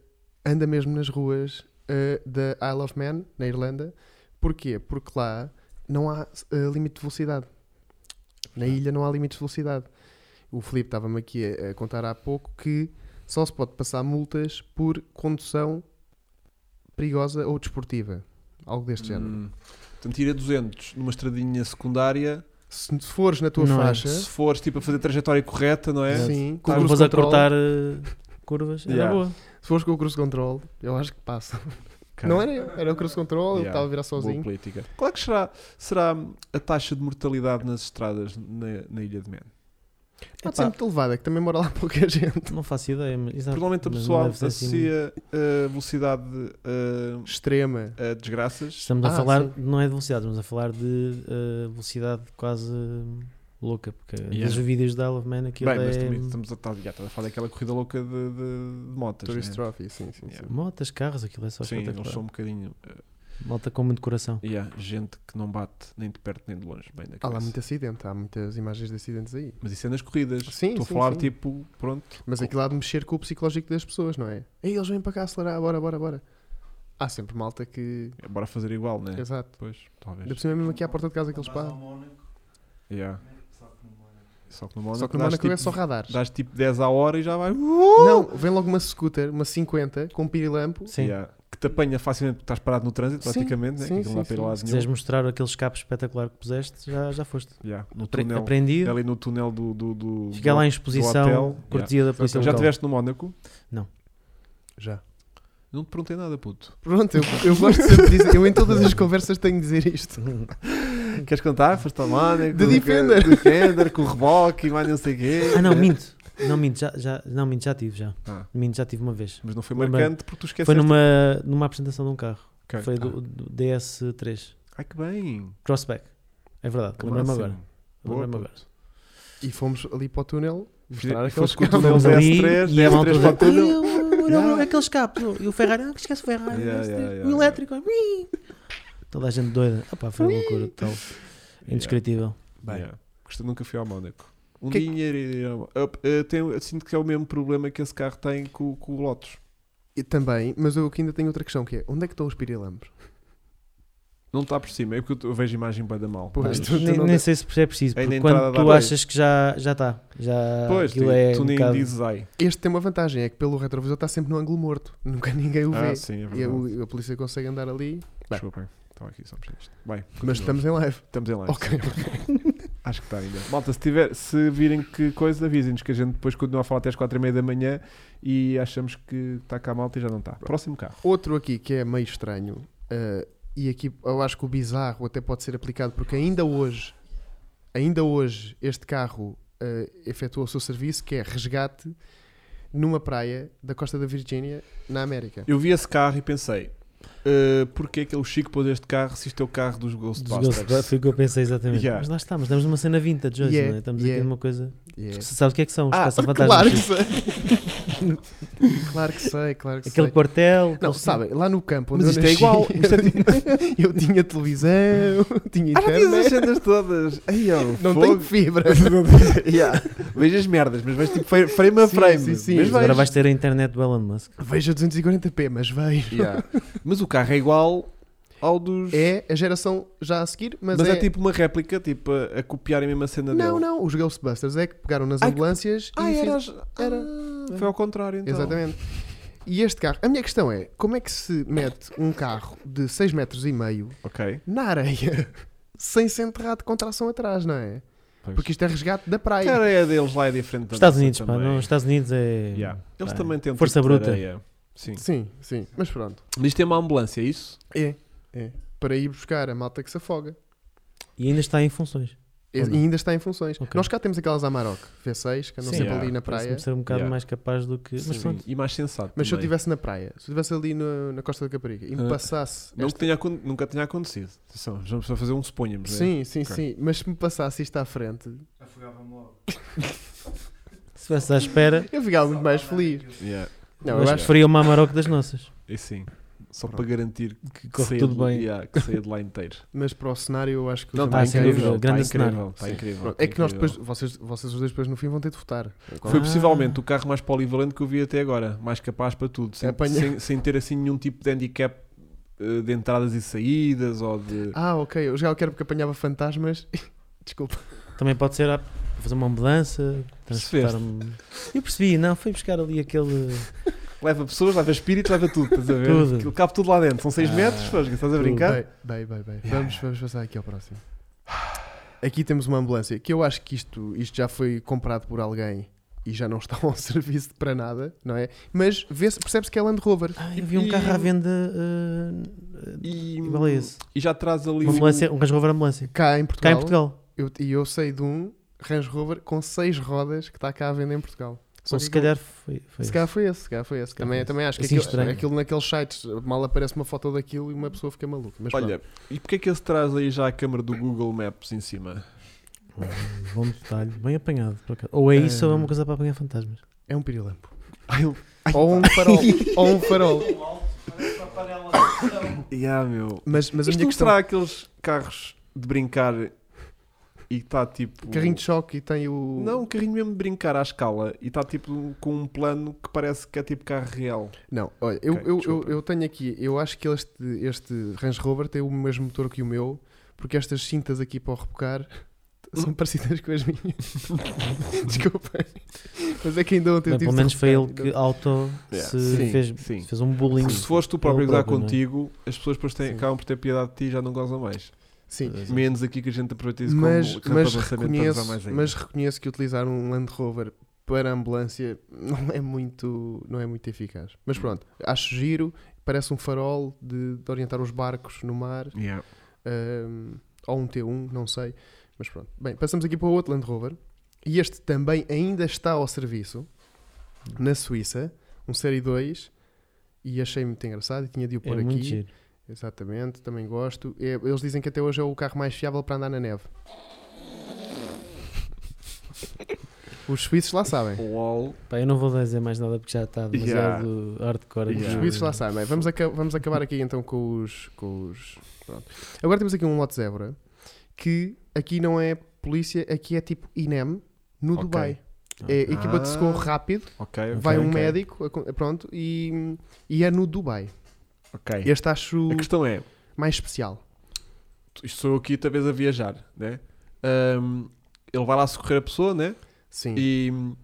S2: anda mesmo nas ruas eh, da Isle of Man, na Irlanda. Porquê? Porque lá não há eh, limite de velocidade. Na ilha não há limite de velocidade. O Filipe estava-me aqui a, a contar há pouco que só se pode passar multas por condução perigosa ou desportiva. Algo deste género.
S1: Hum. Portanto, ir a 200 numa estradinha secundária,
S2: Se fores na tua
S3: Não é.
S2: faixa,
S1: se fores tipo a fazer trajetória correta, não é?
S2: sim, com o
S3: Curvas
S2: cruise
S3: a
S2: control-
S3: cortar eh, curvas. Era
S1: Yeah.
S3: boa.
S2: Se fores com o cruise control, eu acho que passa. Não é era eu, era o cruise control, ele
S1: Yeah.
S2: estava a virar
S1: Boa
S2: sozinho.
S1: política. Qual é que será, será a taxa de mortalidade nas estradas na, na Ilha de Man?
S2: Está
S3: Epá,
S2: sempre muito elevada, que também mora lá pouca gente.
S3: Não faço ideia, mas exato,
S1: Provavelmente a
S3: mas não
S1: pessoa
S3: deve ser assim muito.
S1: associa a velocidade ah,
S2: Extrema.
S1: a desgraças.
S3: Estamos a
S2: Ah,
S3: falar,
S2: sim.
S3: não é de velocidade, estamos a falar de eh, velocidade quase eh, louca, porque às vezes os vídeos da Isle of Man aquilo
S1: Bem, mas também
S3: é
S1: estamos a, tá, já, estás a falar daquela corrida louca de, de, de motas.
S2: Tourist
S1: né?
S2: Trophy, sim, sim, sim.
S1: Yeah.
S3: motas, carros, aquilo é só
S1: Sim, eles
S3: espetacular.
S1: são um bocadinho. ah,
S3: Malta com muito coração.
S1: yeah, gente que não bate nem de perto nem de longe. Bem da
S2: Há Ah, lá
S1: cabeça.
S2: muito acidente, há muitas imagens de acidentes aí.
S1: Mas isso é nas corridas.
S2: Sim,
S1: Estou
S2: sim,
S1: a falar
S2: sim.
S1: tipo, pronto.
S2: Mas aquilo há de mexer com o psicológico das pessoas, não é? Ei, eles vêm para cá acelerar, bora, bora, bora. Há sempre malta que.
S1: Bora fazer igual, né?
S2: Exato.
S1: Depois, talvez.
S2: Ainda por cima, mesmo aqui à porta de casa que eles
S4: Quando vais
S2: param.
S4: ao Mónaco,
S1: Yeah.
S4: né? Só que no Mónaco.
S1: Só que no Mónaco,
S2: Só que no
S1: dás,
S2: Mónaco
S1: tipo, Uh!
S2: é só radares.
S1: dás tipo 10 à hora e já vai.
S2: Não, vem logo uma scooter, uma 50, com um pirilampo.
S3: Sim.
S1: Yeah. Que te apanha facilmente porque estás parado no trânsito,
S2: Sim,
S1: praticamente. né?
S2: sim,
S1: Que não dá
S2: sim,
S1: para ir lá
S3: Se
S1: de
S3: quiseres
S1: nenhum.
S3: mostrar aquele escape espetacular que puseste, já, já foste.
S1: Yeah. No
S3: Apre-
S1: túnel.
S3: Aprendido,
S1: Ali no túnel do. do, do
S3: fica
S1: do-
S3: lá
S1: hotel,
S3: em exposição, então.
S1: yeah. Então,
S3: cortesia da polícia
S1: Já
S3: local.
S1: estiveste no Mónaco?
S2: Já.
S1: Não te perguntei nada, puto.
S2: Pronto, eu, eu gosto sempre de dizer. Eu em todas as conversas tenho de dizer isto.
S1: Queres cantar? Foste ao Mónaco?
S2: The
S1: com-
S2: Defender.
S1: com o Defender, com o reboque e mais não sei o quê.
S3: Ah, não, minto. Não, minto, já, já, não, minto, já tive já.
S1: Ah.
S3: Minto, já tive uma vez.
S1: Mas não foi
S3: Lembra-
S1: marcante porque tu esqueceste.
S3: Foi numa, numa apresentação de um carro.
S1: Ok.
S3: Foi do, do DS3.
S1: Ah. Ai que bem.
S3: Crossback. É verdade.
S1: Que
S3: Lembrei-me
S1: máximo.
S3: agora.
S1: Boa,
S3: Lembrei-me agora.
S1: puto.
S2: E fomos ali para o túnel mostrar
S1: E
S2: aqueles
S1: foste com o túnel
S2: carros.
S3: Fomos ali
S1: DS3,
S3: e a malta
S1: DS3
S3: da-
S1: para tudo.
S3: "Ai, eu- eu-
S1: Yeah.
S3: eu- Aqueles capos. E o Ferrari. Ah, que esquece o Ferrari.
S1: Yeah,
S3: esse-
S1: yeah, yeah,
S3: o elétrico. ui. Toda a gente doida. Opá, foi uma loucura tal. Indescritível.
S1: Bem. Custa- nunca fui ao Mónaco. Um
S2: Que-
S1: dinheiro ir ao Mónaco. Eu, eu tenho- eu sinto que é o mesmo problema que esse carro tem com, com o Lotus.
S2: E também, mas eu aqui ainda tenho outra questão que é onde é que estão os pirilambos?
S1: Não está por cima, é porque eu t- eu vejo a imagem bem da mal.
S2: Pois,
S1: Mas-
S2: tu- tu
S3: Nem,
S2: não
S3: nem
S2: de-
S3: sei se é preciso.
S1: Ainda
S3: Porque
S1: a
S3: quando
S1: entrada dá
S3: tu
S1: dois.
S3: achas que já já está. Já,
S1: pois, tu,
S3: aquilo é
S1: tu
S3: um
S1: nem
S3: bocado-
S1: dizes ai.
S2: Este tem uma vantagem, é que pelo retrovisor está sempre no ângulo morto, nunca ninguém o vê.
S1: Ah, sim, é
S2: e
S1: verdade.
S2: a, o- a polícia consegue andar ali,
S1: Desculpem, estava aqui só a mexer isto. Bem,
S2: mas estamos em live.
S1: estamos em live.
S2: Ok, ok.
S1: Acho que está ainda. Malta, se, tiver, se virem que coisa, avisem-nos que a gente depois continua a falar até às 4 e meia da manhã e achamos que está cá a malta e já não está. Próximo carro.
S2: Outro aqui que é meio estranho, eh, e aqui eu acho que o bizarro até pode ser aplicado, porque ainda hoje, ainda hoje, este carro eh, efetua o seu serviço, que é resgate numa praia da costa da Virgínia, na América.
S1: Eu vi esse carro e pensei, uh, porquê é que o Chico pôs este carro se isto é o carro dos Ghostbusters?
S3: Desgosto, Foi o que eu pensei exatamente.
S1: Yeah.
S3: Mas lá está, mas estamos numa cena vintage hoje,
S2: Yeah,
S3: não é? Estamos
S2: yeah.
S3: aqui numa coisa.
S2: E é-
S3: Você sabe o que é que são os
S1: Ah,
S3: caça-fantasmas?
S2: Claro que
S3: Chico?
S2: sei. claro que sei, claro que
S3: Aquele
S2: sei.
S3: quartel.
S2: Não,
S3: aquele-
S2: sabem, lá no campo onde
S1: Mas
S2: eu
S1: isto é
S2: nasci,
S1: igual, isto é
S2: eu tinha televisão, tinha
S1: Ah, já tinhas as
S2: internet,
S1: cenas todas. Ai, oh,
S2: não
S1: fogo.
S2: tenho fibra.
S1: yeah. Vejo as merdas, mas vejo tipo fra- frame a
S2: Sim,
S1: frame.
S2: sim, sim.
S1: Mas,
S3: Agora
S1: vejo.
S3: vais ter a internet do Elon Musk.
S2: Veja 240p, mas vejo.
S1: Yeah. Mas o carro é igual ao dos.
S2: É a geração já a seguir, mas,
S1: mas é... tipo uma réplica, tipo a, a copiar a mesma cena
S2: Não,
S1: dele.
S2: não, os Ghostbusters é que pegaram nas
S1: Ai, que-
S2: ambulâncias
S1: Ah,
S2: e
S1: era.
S2: fiz-
S1: as-
S2: era.
S1: Ah, foi ao contrário, então.
S2: Exatamente. E este carro, a minha questão é, como é que se mete um carro de 6 metros e meio
S1: Ok.
S2: na areia sem se enterrar de contração atrás, não é?
S1: Pois.
S2: Porque isto é resgate da praia.
S1: Cara, é deles lá é diferente da
S3: Estados
S1: nossa
S3: Unidos, pá,
S1: também.
S3: não, os Estados Unidos é.
S1: Yeah. Eles
S3: pá,
S1: também têm um
S3: Força
S1: tipo de
S3: bruta.
S1: areia. Sim.
S2: Sim, sim, mas pronto.
S1: Mas isto é uma ambulância, é isso?
S2: É, é. Para ir buscar a malta que se afoga. É,
S3: E ainda está em funções.
S2: E
S3: Ou não?
S2: ainda está em funções.
S3: Ok.
S2: Nós cá temos aquelas Amarok V6 que andam
S3: Sim,
S2: sempre
S1: yeah.
S2: ali na praia.
S3: Parece-me ser um bocado
S1: Yeah.
S3: mais capaz do que. Mas
S1: Sim.
S3: pronto.
S1: E mais sensato.
S2: Mas se eu
S1: também.
S2: estivesse na praia, se eu estivesse ali no- na Costa da Caparica e me
S1: Ah.
S2: passasse.
S1: Não que
S2: esta-
S1: tenha acon- nunca tenha acontecido. Atenção, já vamos só fazer um suponhamos. né?
S2: Sim, sim,
S1: Ok.
S2: sim. Mas se me passasse isto à frente,
S4: Afogava-me logo.
S3: Se estivesse à espera,
S2: eu ficava muito mais feliz.
S1: Yeah.
S2: Não,
S3: mas
S2: eu
S1: Mas-
S2: acho
S3: preferia uma Amarok das nossas.
S1: E É sim. Só para garantir
S3: Que
S1: que
S3: corre
S1: saia,
S3: tudo
S1: de-
S3: bem.
S1: yeah, que saia de lá inteiro.
S2: Mas para o cenário, eu acho que.
S1: Não, tá,
S2: o
S1: está
S3: Ah,
S2: cenário é
S3: sem
S1: incrível.
S3: dúvida,
S1: está incrível,
S3: grande cenário.
S1: Está
S2: Sim.
S1: incrível.
S2: Pronto, É que nós
S1: incrível.
S2: depois, vocês, vocês os dois depois no fim vão ter de votar.
S1: Foi
S3: Ah.
S1: possivelmente o carro mais polivalente que eu vi até agora, mais capaz para tudo, sem,
S2: Apanha-
S1: sem, sem ter assim nenhum tipo de handicap eh, de entradas e saídas ou de.
S2: Ah, ok. Eu já quero porque apanhava fantasmas. Desculpa.
S3: Também pode ser ah, vou fazer uma mudança, transportar-me. Eu percebi, não, foi buscar ali aquele.
S1: Leva pessoas, leva espírito, leva tudo, estás a ver?
S3: Tudo.
S1: Aquilo cabe tudo lá dentro, são 6
S3: Ah.
S1: metros, fosga, estás a brincar?
S2: Bem, bem, bem. bem.
S1: Yeah.
S2: Vamos, vamos passar aqui ao próximo. Aqui temos uma ambulância que eu acho que isto, isto já foi comprado por alguém e já não está ao serviço para nada, não é? Mas vê-se- percebe-se que é Land Rover.
S3: Ah, eu vi um carro à venda ah,
S1: E,
S3: igual a esse.
S1: e já traz ali
S3: Uma
S1: o-
S3: ambulância, um Range Rover ambulância.
S2: Cá em
S3: Cá
S2: Portugal.
S3: em Portugal.
S2: eu- E eu, sei de um Range Rover com 6 rodas que está cá à venda em Portugal. Só
S3: Ou
S2: que
S3: se
S2: aquilo-
S3: calhar foi. foi
S2: Se calhar foi esse, se calhar foi esse.
S3: É calhar
S2: Também,
S3: foi esse.
S2: também acho que
S3: Assim
S2: aquilo,
S3: estranho.
S2: aquilo naqueles sites mal aparece uma foto daquilo e uma pessoa fica maluca. Mas
S1: Olha, e porquê é que esse traz aí já a câmara do Google Maps em cima?
S3: Ah, Bom detalhe, bem apanhado. por acaso. Ou é isso ou é uma coisa para apanhar fantasmas.
S2: É um pirilampo.
S1: Ai, ele-
S2: Ou um farol. ou um farol.
S4: Tão alto, parece uma panela de pressão.
S1: yeah, meu.
S2: Mas, mas a
S1: Isto é um
S2: minha
S1: não
S2: questão
S1: será aqueles carros de brincar e está tipo.
S2: carrinho de choque e tem o.
S1: Não, um carrinho mesmo de brincar à escala e está tipo com um plano que parece que é tipo carro real.
S2: Não, olha, eu,
S1: Ok,
S2: eu, eu,
S1: desculpa.
S2: eu tenho aqui, eu acho que este, este Range Rover tem o mesmo motor que o meu, porque estas cintas aqui para o rebocar são parecidas com as minhas. Desculpem. Mas é que ainda ontem
S3: Bem,
S2: eu tive
S3: pelo
S2: de
S3: menos foi ele
S2: rebocar,
S3: que auto
S1: Yeah.
S3: se
S2: Sim,
S3: fez,
S1: sim.
S3: fez um bullying.
S1: Porque se fores tu próprio a
S3: Ele
S1: gozar
S3: próprio, não é?
S1: contigo, as pessoas depois têm,
S2: Sim.
S1: acabam por ter piedade de ti e já não gozam mais.
S2: Sim.
S1: Menos aqui que a gente aproveita isso
S2: mas,
S1: como rampa
S2: mas,
S1: de avançamento para gozar
S2: reconheço,
S1: mais ainda.
S2: mas reconheço que utilizar um Land Rover para ambulância não é muito, não é muito eficaz. Mas pronto, acho giro, parece um farol de, de orientar os barcos no mar,
S1: Yeah.
S2: ahm, ou um T1, não sei. Mas pronto. Bem, passamos aqui para o outro Land Rover. E este também ainda está ao serviço na Suíça, um Série 2. E achei muito engraçado e tinha de o
S3: É
S2: pôr
S3: muito
S2: aqui.
S3: giro.
S2: Exatamente, também gosto. É, eles dizem que até hoje é o carro mais fiável para andar na neve. Os suíços lá sabem.
S1: LOL.
S3: Pá, eu não vou dizer mais nada porque já está demasiado hardcore.
S1: Yeah.
S2: Os
S3: aqui.
S2: suíços lá sabem. Vamos, aca- vamos acabar aqui então com os. Com os pronto. Agora temos aqui um Lote Zebra que aqui não é polícia, aqui é tipo INEM no
S1: Ok.
S2: Dubai.
S3: Ah,
S2: É equipa de socorro
S1: Ah.
S2: rápido,
S1: Ok, ok,
S2: vai um
S1: ok.
S2: médico, acon- pronto, e, e é no Dubai.
S1: Ok.
S2: Este acho
S1: É. A questão é,
S2: mais especial.
S1: isto sou eu aqui talvez a viajar, né? Ahm, ele vai lá socorrer a pessoa, né?
S2: Sim.
S1: E hum,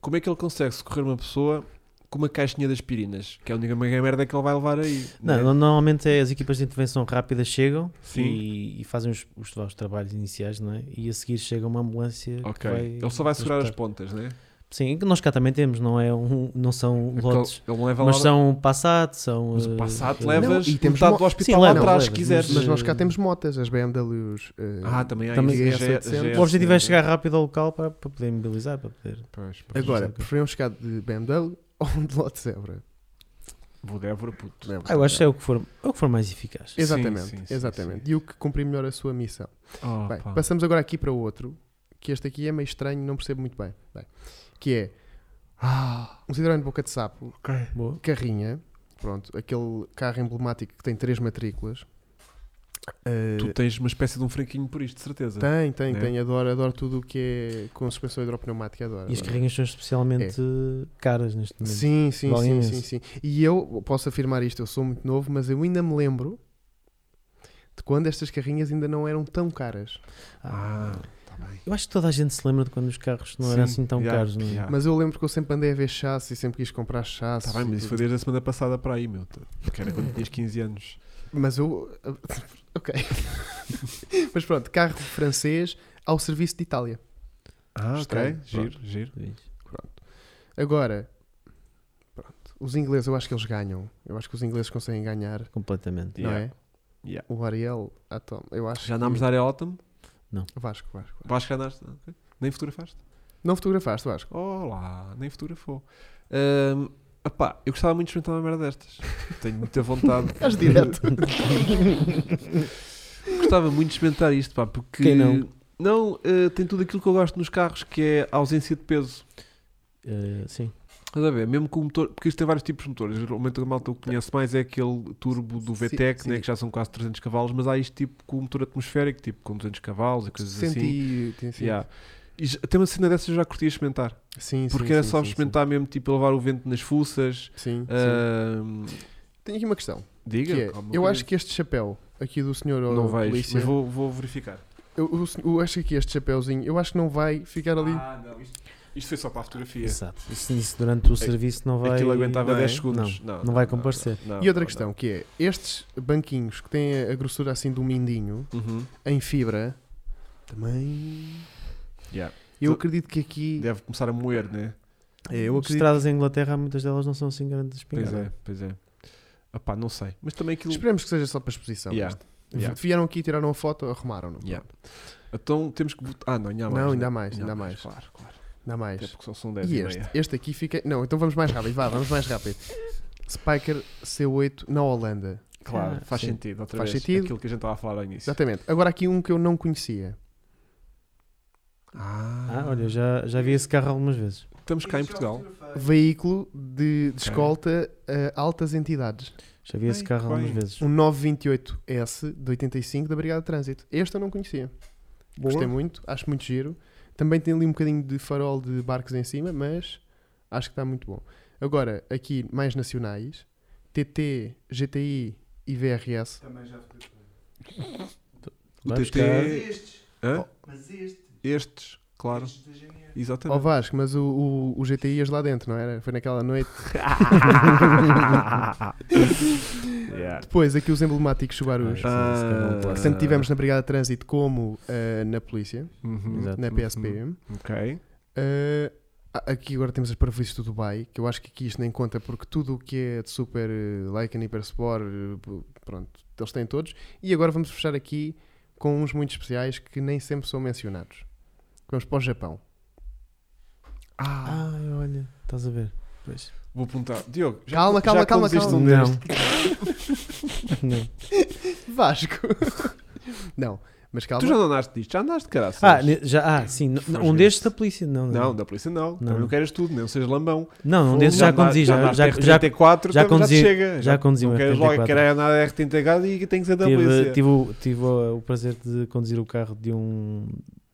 S1: como é que ele consegue socorrer uma pessoa com uma caixinha de aspirinas? Que é a única mega merda que ele vai levar aí.
S3: Não,
S1: né?
S3: no- normalmente é as equipas de intervenção rápida chegam
S1: Sim.
S3: e, e fazem os, os, lá, os trabalhos iniciais, não é? E a seguir chega uma ambulância. que
S1: Ok.
S3: vai
S1: Ele só vai segurar as
S3: transportar.
S1: pontas, né?
S3: Sim, é que nós cá também temos, não, é um, não são
S1: Ele-
S3: lotes,
S1: Ele não leva
S3: mas
S1: lá.
S3: são Passat, são.
S1: Mas o
S3: eh,
S1: Passat
S3: eh,
S1: levas
S2: e
S1: e
S2: temos
S1: metade
S2: mo-
S1: do hospital
S3: Sim,
S1: lá
S3: levas,
S1: atrás, se
S3: levas,
S1: quiseres.
S2: Mas nós
S3: eh,
S2: cá temos motas, as BMWs. eh,
S1: Ah, também há
S3: também
S1: isso.
S2: é
S1: G-
S2: 700.
S1: GS,
S3: O objetivo é
S1: né?
S3: chegar rápido ao local para, para poder mobilizar, para poder.
S1: Pois, pois.
S2: Agora,
S3: Sim, sim.
S2: preferiam chegar de BMW ou de Lote Zebra?
S1: Vou Débora, puto.
S3: Ah, eu acho que é o que for, é o que for mais eficaz.
S1: Sim,
S2: Exatamente,
S1: sim, sim,
S2: exatamente.
S1: sim.
S2: E o que cumprir melhor a sua missão.
S1: Oh,
S2: Bem,
S1: pá.
S2: passamos agora aqui para outro, que este aqui é meio estranho, não percebo muito bem. Bem, que é
S1: Ah,
S2: um Citroën Boca de Sapo,
S3: Boa.
S2: carrinha, pronto, aquele carro emblemático que tem três matrículas. Eh,
S1: Tu tens uma espécie de um franquinho por isto, de certeza.
S3: Tá.
S2: tem, tem,
S1: né?
S2: tem, adoro, adoro tudo o que é com suspensão hidropneumática, adoro.
S3: E as
S2: adoro.
S3: carrinhas são especialmente caras neste momento.
S2: Sim, sim, sim,
S3: Valem
S2: sim,
S3: imenso.
S2: sim. E eu posso afirmar isto, eu sou muito novo, mas eu ainda me lembro de quando estas carrinhas ainda não eram tão caras.
S1: Ah, está bem.
S3: Eu acho que toda a gente se lembra de quando os carros não eram
S1: Sim,
S3: assim tão
S1: yeah,
S3: caros, não é?
S1: yeah.
S2: Mas eu lembro que eu sempre andei a ver chassi e sempre quis comprar chassi.
S1: Está Ah. tá bem, mas isso foi desde a semana passada para aí, meu. Porque era quando tinhas 15 anos.
S2: Mas eu. Ok. mas pronto, carro francês ao serviço de Itália.
S1: Ah,
S2: Estranho.
S1: ok. Giro, giro.
S2: Agora, pronto, os ingleses, eu acho que eles ganham. Eu acho que os ingleses conseguem ganhar,
S3: Completamente.
S2: não
S1: Yeah.
S2: é?
S1: Yeah.
S2: O Ariel, Atom, eu acho.
S1: Já andámos na área autumn.
S2: que... Vasco, Vasco. Vasco.
S1: Vasco andaste. Ah, ok. Nem fotografaste.
S2: Não fotografaste, Vasco.
S1: Olá, nem fotografou. Ahm, Epá, eu gostava muito de experimentar uma merda destas. Tenho muita vontade.
S2: És direto.
S1: gostava muito de experimentar isto, pá, porque.
S3: Quem não?
S1: Não, eh, tem tudo aquilo que eu gosto nos carros, que é a ausência de peso.
S3: Eh, sim.
S1: Estás a ver? Mesmo com o motor, porque isto tem vários tipos de motores. Geralmente o malta que conhece mais é aquele turbo do
S2: Sim,
S1: VTEC, né,
S2: sim.
S1: que já são quase 300 cavalos, mas há isto tipo com o motor atmosférico, tipo com 200 cavalos e coisas assim.
S2: Senti. tem- sim.
S1: Yeah. E já- até uma cena dessas eu já curtia experimentar,
S2: Sim, sim,
S1: porque era
S2: sim,
S1: só
S2: sim,
S1: experimentar mesmo, tipo, levar o vento nas fuças.
S2: Sim, sim.
S1: ahm,
S2: Tenho aqui uma questão.
S1: diga,
S2: que é,
S1: calma,
S2: eu
S1: ok.
S2: acho que este chapéu aqui do senhor
S1: não
S2: ao
S1: vejo,
S2: polícia,
S1: mas vou, vou verificar.
S2: eu, eu- eu acho que este chapéuzinho, eu acho que não vai ficar ali.
S1: Ah, não, isto, isto foi só para a fotografia.
S3: Exato. Isso, isso durante o serviço não vai.
S1: eh, é Aquilo aguentava
S2: não é?
S1: 10 segundos. Não,
S3: não vai comparecer.
S1: não,
S2: e outra
S1: não,
S2: questão, que é, estes banquinhos que têm a- a grossura assim do mindinho,
S1: não. Uhum.
S2: em fibra, também...
S1: Yeah.
S2: Eu
S1: Tu-
S2: acredito que aqui...
S1: Deve começar a moer, né?
S2: É, eu
S3: As
S2: acredito
S3: estradas em Inglaterra, muitas delas não são assim grandes
S1: Pois é,
S3: espingardas.
S1: pois é. Opá, não sei. Mas também aquilo.
S2: Esperemos que seja só para exposição.
S1: Yeah,
S2: este.
S1: yeah.
S2: Vieram aqui, tiraram a foto, arrumaram-no.
S1: Yeah. Então temos que botar. Ah, não, ainda há mais.
S2: Não,
S1: né?
S2: ainda há mais, ainda há mais.
S1: Claro, claro.
S2: Dá
S1: Até
S2: mais.
S1: porque é só são 10
S2: E
S1: e
S2: este?
S1: meia.
S2: Este aqui fica... Não, então vamos mais rápido. Vá, vamos mais rápido. Spiker C8 na Holanda.
S1: Claro,
S3: Ah,
S1: faz
S3: sim.
S1: sentido. Outra
S2: Faz
S1: vez,
S2: sentido.
S1: Aquilo que a gente estava a falar ao início.
S2: Exatamente. Agora aqui um que eu não conhecia.
S1: Ah,
S3: Ah, olha, eu já, já vi esse carro algumas vezes.
S1: estamos cá em Portugal.
S2: Veículo de, de
S1: Ok.
S2: escolta a altas entidades.
S3: Já vi esse
S1: Bem,
S3: carro algumas
S1: bem.
S3: vezes.
S2: Um 928S de 85 da Brigada de Trânsito. Este eu não conhecia. Gostei muito, acho muito giro. Também tem ali um bocadinho de farol de barcos em cima, mas acho que está muito bom. Agora, aqui mais nacionais: TT, GTI e VRS.
S4: Também já fotografei.
S1: O TT.
S3: Vai
S4: Mas
S3: buscar.
S4: este,
S2: Oh.
S1: Hã?
S4: mas este,
S1: Estes, claro.
S4: este da GNR.
S2: Ó
S1: Exatamente.
S2: Vasco, mas o, o, o GTI ias lá dentro, não era? Foi naquela noite.
S1: Yeah.
S2: Depois, aqui os emblemáticos Subarus.
S1: Ah,
S2: que sempre tivemos na Brigada de Trânsito como ah, na polícia,
S1: Uhum,
S3: Exato. Hum,
S2: na PSP.
S1: Ok.
S2: Uh, a- aqui agora temos as parvoíces do Dubai, que eu acho que aqui isto nem conta porque tudo o que é de super uh, Lycan, Hypersport, uh, p- pronto, eles têm todos. E agora vamos fechar aqui com uns muito especiais que nem sempre são mencionados. Vamos para o Japão.
S1: Ah,
S3: Ah, olha, estás a ver. Pois.
S1: vou apontar. Diogo, já,
S2: Calma,
S1: já
S2: calma, calma,
S1: conduziste
S2: calma.
S1: um
S3: Não.
S1: destes?
S3: Não.
S2: Vasco! não, mas calma.
S1: Tu já não andaste disto, já andaste, cara.
S3: Ah, ne- já, ah, sim. n- n- Um
S1: Fugiste.
S3: destes da polícia. Não,
S1: Não,
S3: não.
S1: da polícia não.
S3: Não.
S1: Também não queres tudo, não sejas lambão.
S3: Não, um desses já
S1: andar-
S3: conduzi. Já,
S1: andar
S3: já,
S1: de
S3: já,
S1: R34,
S3: já
S1: já,
S3: conduzi-
S1: chega.
S3: já conduzi um
S1: Não queres logo
S3: R34.
S1: querer andar de R30H e tem que ser da
S3: tive,
S1: polícia.
S3: tive, o- tive o, o prazer de conduzir o carro de um,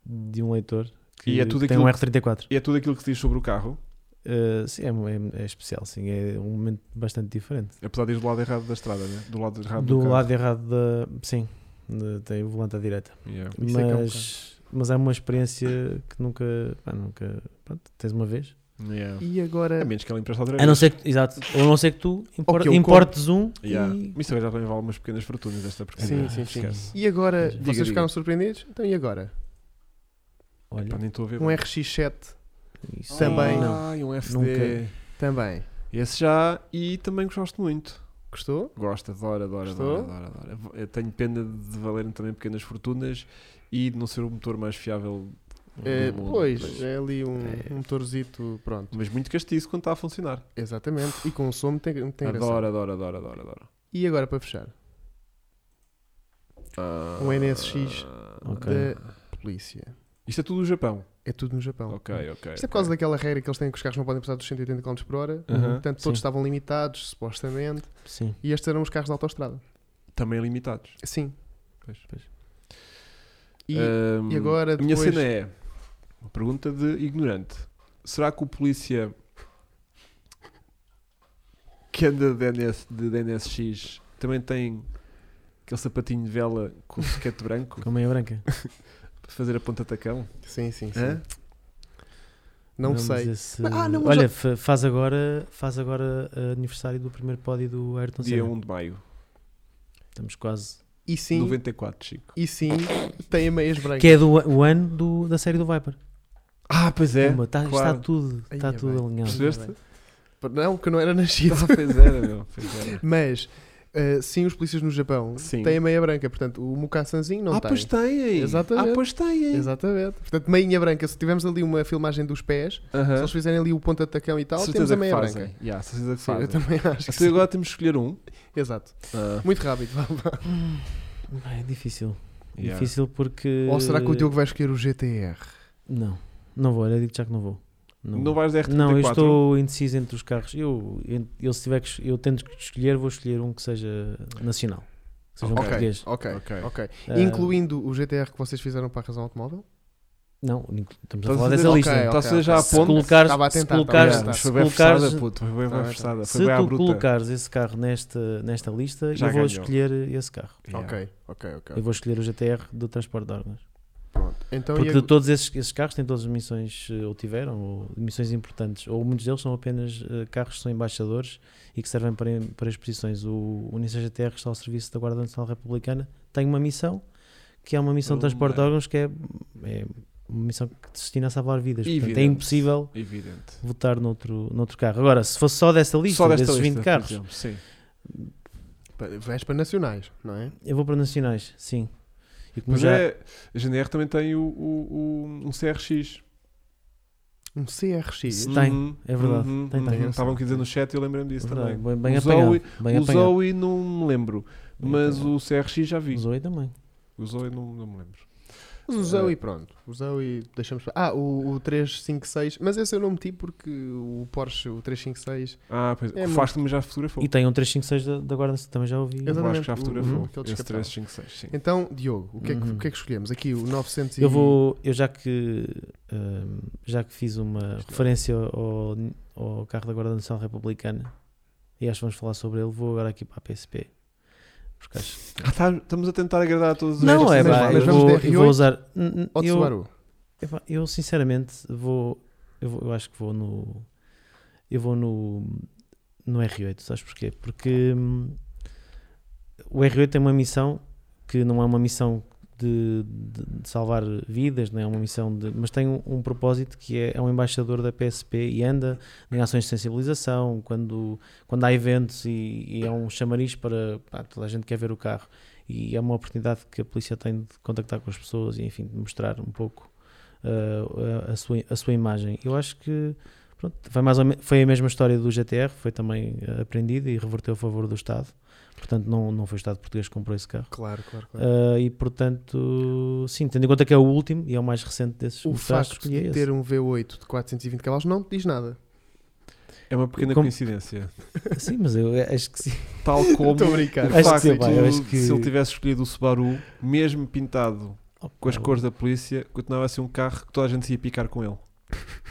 S3: de um leitor que
S1: E é tudo
S3: tem
S1: aquilo
S3: um
S1: que-
S3: R34.
S1: E é tudo aquilo que se diz sobre o carro,
S3: Uh, sim, é, é- é especial, sim. É um momento bastante diferente.
S1: apesar de ir do lado errado da estrada, né? do lado
S2: Ah,
S1: errado do,
S3: Do
S1: carro.
S3: lado errado da. Sim, de- tem o volante à direita.
S1: Yeah.
S2: Isso é que é um
S3: Mas, mas é uma experiência que nunca. pá, nunca pronto, tens uma vez.
S1: Yeah.
S2: E
S1: A
S2: agora.
S1: é menos que ela empreste outra vez.
S3: A não ser que, exato, ou a não ser que tu import,
S2: que eu
S3: importes um
S1: Yeah.
S3: e.
S1: Mas isso agora já também vale umas pequenas fortunas esta
S2: Sim,
S1: porcaria.
S2: sim, sim.
S1: Esquece.
S2: E agora,
S1: Diga,
S2: vocês
S1: diga.
S2: ficaram surpreendidos? Então e agora?
S1: Epá,
S3: Olha,
S1: nem estou a ver.
S2: Um RX7
S3: isso
S2: também.
S3: não.
S1: Ah, e um FD.
S3: Nunca.
S2: também.
S1: Esse já, e também gosto muito.
S2: Gostou?
S1: Gosto, adoro, adoro,
S2: Gostou?
S1: adoro, adoro, adoro. Eu tenho pena de valerem também pequenas fortunas e de não ser o motor mais fiável do
S2: Eh,
S1: Um mundo.
S2: pois, é ali um,
S1: É.
S2: um motorzito, pronto.
S1: Mas muito castiço quando está a funcionar.
S2: Exatamente. E consumo tem, tem graça.
S1: Adoro, adoro, adoro, adoro, adoro.
S2: E agora para fechar?
S1: Ah,
S2: Um NSX.
S3: Ok.
S2: Da polícia.
S1: Isto é tudo do Japão.
S2: É tudo no Japão.
S1: Ok, ok.
S2: Isto é por causa daquela regra que eles têm que os carros não podem passar dos 180 km por hora. Uhum.
S1: Aham.
S2: Portanto, todos
S3: Sim.
S2: estavam limitados, supostamente.
S3: Sim.
S2: E estes eram os carros de autoestrada.
S1: Também é limitados.
S2: Sim.
S1: Pois.
S2: E,
S1: Ahm,
S2: e agora
S1: A minha
S2: depois...
S1: cena é uma pergunta de ignorante. Será que o polícia que anda de, NS, de NSX também tem Aquele sapatinho de vela com o soquete branco
S3: Com a meia branca.
S1: para fazer a ponta tacão.
S2: Sim, sim, sim.
S1: Hã?
S2: Não
S3: Vamos
S2: sei.
S3: esse-
S2: Mas- ah, não, mas
S3: Olha,
S2: já-
S3: fa- faz agora, faz agora eh, aniversário do primeiro pódio do Ayrton
S1: Dia
S3: Senna.
S1: 1 de maio.
S3: Estamos quase.
S2: E sim,
S1: 94, Chico.
S2: e sim, tem meias brancas.
S3: Que é do, o ano do- da série do Viper.
S1: Ah, pois é.
S3: Pumba, tá-
S1: claro.
S3: Está tudo,
S2: Ai,
S3: está
S2: é
S3: tudo
S2: bem.
S3: alinhado.
S1: Percebeste?
S2: Não, que eu não era nascido.
S1: Ah, pois era, meu. Pois era.
S2: Mas, ah, sim, os polícias no Japão
S1: Sim.
S2: têm a meia branca. Portanto, o Mukassanzinho não
S1: ah,
S2: tem.
S1: pois tem aí.
S2: Exatamente.
S1: Ah, pois tem aí.
S2: Exatamente. Portanto, meinha branca. Se tivermos ali uma filmagem dos pés, se
S1: Aham.
S2: eles fizerem ali o ponta de tacão e tal,
S1: É. Certeza
S2: temos a
S1: que
S2: meia
S1: fazem.
S2: branca.
S1: Yeah, certeza que
S2: Sim, eu
S1: fazem.
S2: também acho que
S1: Então
S2: sim.
S1: agora temos que escolher um.
S2: Exato.
S1: Ah,
S2: Muito rápido. vá, vá.
S3: É difícil.
S1: yeah.
S3: Difícil porque.
S2: Ou será que
S1: Eh,
S2: o Diogo vai escolher o GTR?
S3: Não, não vou. Olha, digo já que não vou. Não,
S1: Não
S3: vou.
S1: vais dar RT34.
S3: Não, eu estou indeciso entre os carros. Eu, eu, eu se tiver que, es- eu tento que escolher, vou escolher um que seja nacional. Que seja um
S1: Ok.
S3: português.
S2: Ok,
S1: Ok. Eh,
S2: ok.
S3: Ah,
S2: Incluindo o GTR que vocês fizeram para a razão automóvel?
S3: Não, inclu- estamos a
S1: Estás
S3: falar
S1: a dizer-
S3: dessa
S1: ok,
S3: lista.
S1: Está a ser já a
S3: Se
S1: ponto.
S3: colocares,
S2: Estava a
S3: se
S2: tentar, estava a
S3: colocares,
S2: tentar.
S1: Yeah,
S3: se
S1: Foi bem
S3: colocares-
S1: forçada, puto. Foi bem
S2: Tá bem,
S1: forçada. Foi
S3: se
S1: bem à
S3: tu
S1: bruta.
S3: colocares esse carro nesta, nesta lista,
S1: Já
S3: eu
S1: ganhou.
S3: vou escolher esse carro.
S1: Yeah.
S2: Ok, ok, ok.
S3: Eu vou escolher o GTR do transporte de órgãos.
S2: Pronto. Então,
S3: Porque
S2: e
S3: de
S2: agora-
S3: todos esses, esses carros têm todas as missões, eh, ou tiveram, ou missões importantes, ou muitos deles são apenas eh, carros que são embaixadores e que servem para, em- para exposições. O, o Nissan GTR está ao serviço da Guarda Nacional Republicana, tem uma missão, que é uma missão de transporte de
S1: Uma.
S3: órgãos, que é, é uma missão que se destina a salvar vidas. Portanto, é
S1: Evidente.
S3: impossível
S1: Evidente.
S3: votar noutro, noutro carro. Agora, se fosse só dessa lista,
S1: Só desta
S3: desses 20
S1: lista, por
S3: carros,
S1: exemplo, Sim.
S2: Pa- vais para nacionais, não é?
S3: eu vou para nacionais, sim. E como
S1: Mas
S3: já,
S1: é, a GNR também tem o, o- o- um CRX.
S2: Um CRX.
S3: Sim. Tem, é verdade.
S1: uhum,
S3: Tem, tem. É
S1: uhum. Estavam aqui dizer no chat e eu lembrei-me disso
S3: verdade,
S1: também.
S3: bem, bem
S1: o
S3: apanhado.
S1: Zoe-
S3: bem
S1: o
S3: apanhado.
S1: Zoe não me lembro,
S3: Bem
S1: mas
S3: apanhado.
S1: o CRX já vi.
S3: O Zoe também.
S1: O Zoe não, não me lembro.
S2: Mas o
S1: Eh.
S2: Zoe, pronto. O Zoe, deixamos. para- Ah, o, o 356. Mas esse eu não meti porque o Porsche, o 356.
S1: Ah, pois
S2: É
S1: o Fast-me já fotografou.
S3: E tem um 356 da, da Guarda Nacional, também já ouvi.
S1: Eu acho que já
S2: Exatamente,
S1: fotografou.
S2: uhum, aquele
S1: Esse
S2: descartável.
S1: 356, sim.
S2: Então, Diogo, o que, é que,
S3: Uhum.
S2: o que é que escolhemos? Aqui o 900 e...
S3: Eu vou, eu já que hum, já que fiz uma referência ao, ao carro da Guarda Nacional Republicana e acho que vamos falar sobre ele, vou agora aqui para a PSP. Porque acho...
S1: Ah, tá, estamos a tentar agradar a todos os
S3: Não,
S1: gostos,
S3: é
S2: mas-
S3: pá,
S2: mas
S3: eu
S2: vamos
S3: vou,
S2: de
S3: eu
S2: R8
S3: vou usar. N- n-
S2: Ou
S3: eu-
S2: Subaru.
S3: Epá, eu sinceramente vou eu, vou- eu acho que vou no. Eu vou no. No R8, sabes porquê? Porque hum, o R8 tem uma missão que não é uma missão de, de- de salvar vidas, não é uma missão de. Mas tem um, um propósito que é, é um embaixador da PSP e anda em ações de sensibilização, quando, quando há eventos e, e é um chamariz para. pá, toda a gente quer ver o carro. E é uma oportunidade que a polícia tem de contactar com as pessoas e, enfim, de mostrar um pouco uh, a, a sua, a sua imagem. Eu acho que pronto, foi, mais ou me- foi a mesma história do GTR, foi também uh, aprendida e reverteu a favor do Estado. Portanto, não, não foi o Estado português que comprou esse carro.
S2: Claro, claro, claro.
S3: Uh, e portanto, sim, tendo em conta que é o último e é o mais recente desses
S2: o
S3: mostrados,
S2: facto
S3: escolhi
S2: de
S3: esse.
S2: ter um V8 de 420 cavalos não te diz nada.
S1: É uma pequena
S3: Como-
S1: coincidência.
S3: Sim, mas eu eh, acho que sim.
S1: Tal como
S2: Estou a
S1: o
S2: brincar.
S3: Acho que
S1: facto
S3: sim, pá, eu
S1: de-
S3: acho que-
S1: se ele tivesse escolhido o Subaru, mesmo pintado com as
S3: Opa,
S1: cores da polícia, continuava a ser um carro que toda a gente se ia picar com ele.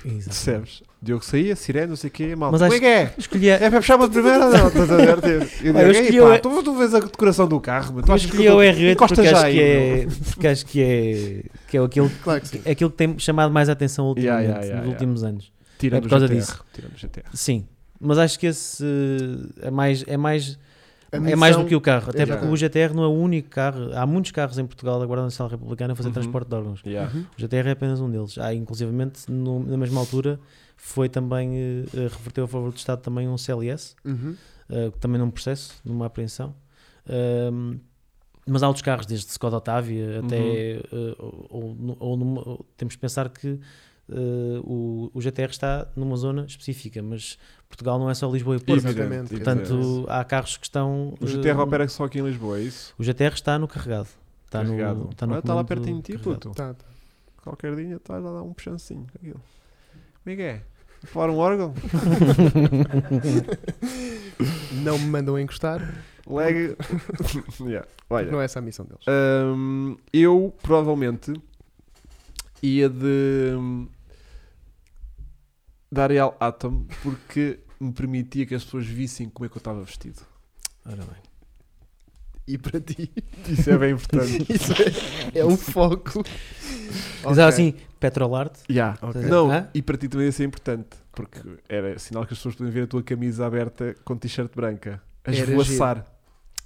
S3: exato.
S1: Percebes? Diogo saía, sirene, não sei o quê, mal.
S3: Mas
S1: Como
S3: acho
S1: é que é?
S3: Escolhi a-
S1: É para puxar-me de primeira? Não, estás a ver? Eu
S3: Olha,
S1: digo,
S3: eu escolhi
S1: "Ei, pá,
S3: o-
S1: tu, tu vês a decoração do carro, mas tu
S3: Eu
S1: achas que
S3: escolhi
S1: eu
S3: o
S1: tô-
S3: R8
S1: encosta
S3: porque
S1: já
S3: acho
S1: aí,
S3: que,
S1: meu."
S3: é, porque acho que é, que é aquele,
S2: Claro que sim.
S3: aquilo que tem chamado mais a atenção ultimamente,
S1: Yeah, yeah, yeah,
S3: nos
S1: yeah.
S3: últimos anos.
S1: Tira
S3: É
S1: do
S3: por causa
S1: GTR.
S3: disso.
S1: Tira do GTR.
S3: Sim, mas acho que esse eh, é mais, é mais,
S2: A
S3: é mais
S2: missão-
S3: do que o carro. Até
S2: Yeah.
S3: porque o GTR não é o único carro. Há muitos carros em Portugal da Guarda Nacional Republicana a fazer
S1: Uhum.
S3: transporte de órgãos.
S1: Yeah.
S3: O GTR é apenas um deles. Há, inclusivamente, no- na mesma altura, foi também, eh, eh, reverteu a favor do Estado também um CLS,
S2: Uhum.
S3: eh, também num processo, numa apreensão. Ahm, mas há outros carros, desde Skoda Octavia até. eh, ou- ou nu- ou numa- ou- temos de pensar que eh, o, o GTR está numa zona específica, mas Portugal não é só Lisboa e Porto.
S2: Exatamente.
S3: Portanto, há carros que estão.
S1: O GTR
S3: eh,
S1: opera só aqui em Lisboa, é isso?
S3: o GTR está no carregado. Está
S1: Carregado.
S3: no. Está no
S1: Olha, tá lá
S3: comando
S1: pertinho de ti,
S3: carregado.
S1: puto.
S2: Tá, tá.
S1: Qualquer dia estás a dar um puxancinho com aquilo. Como é que é? Falar um órgão?
S2: Uhum. Não me mandam encostar,
S1: Leg. Yeah, Olha.
S2: não é essa a missão deles.
S1: Hum, eu provavelmente ia de hum, de Ariel Atom porque me permitia que as pessoas vissem como é que eu estava vestido.
S3: Ora bem.
S2: e para ti.
S1: Isso é bem importante.
S2: Isso é, é o foco.
S3: Dizava assim, Petrolarte.
S1: Yeah.
S2: Ok.
S1: Não,
S3: Hã?
S1: e para ti também ia ser importante, porque era sinal que as pessoas podiam ver a tua camisa aberta com t-shirt branca, a
S2: Era
S1: esvoaçar.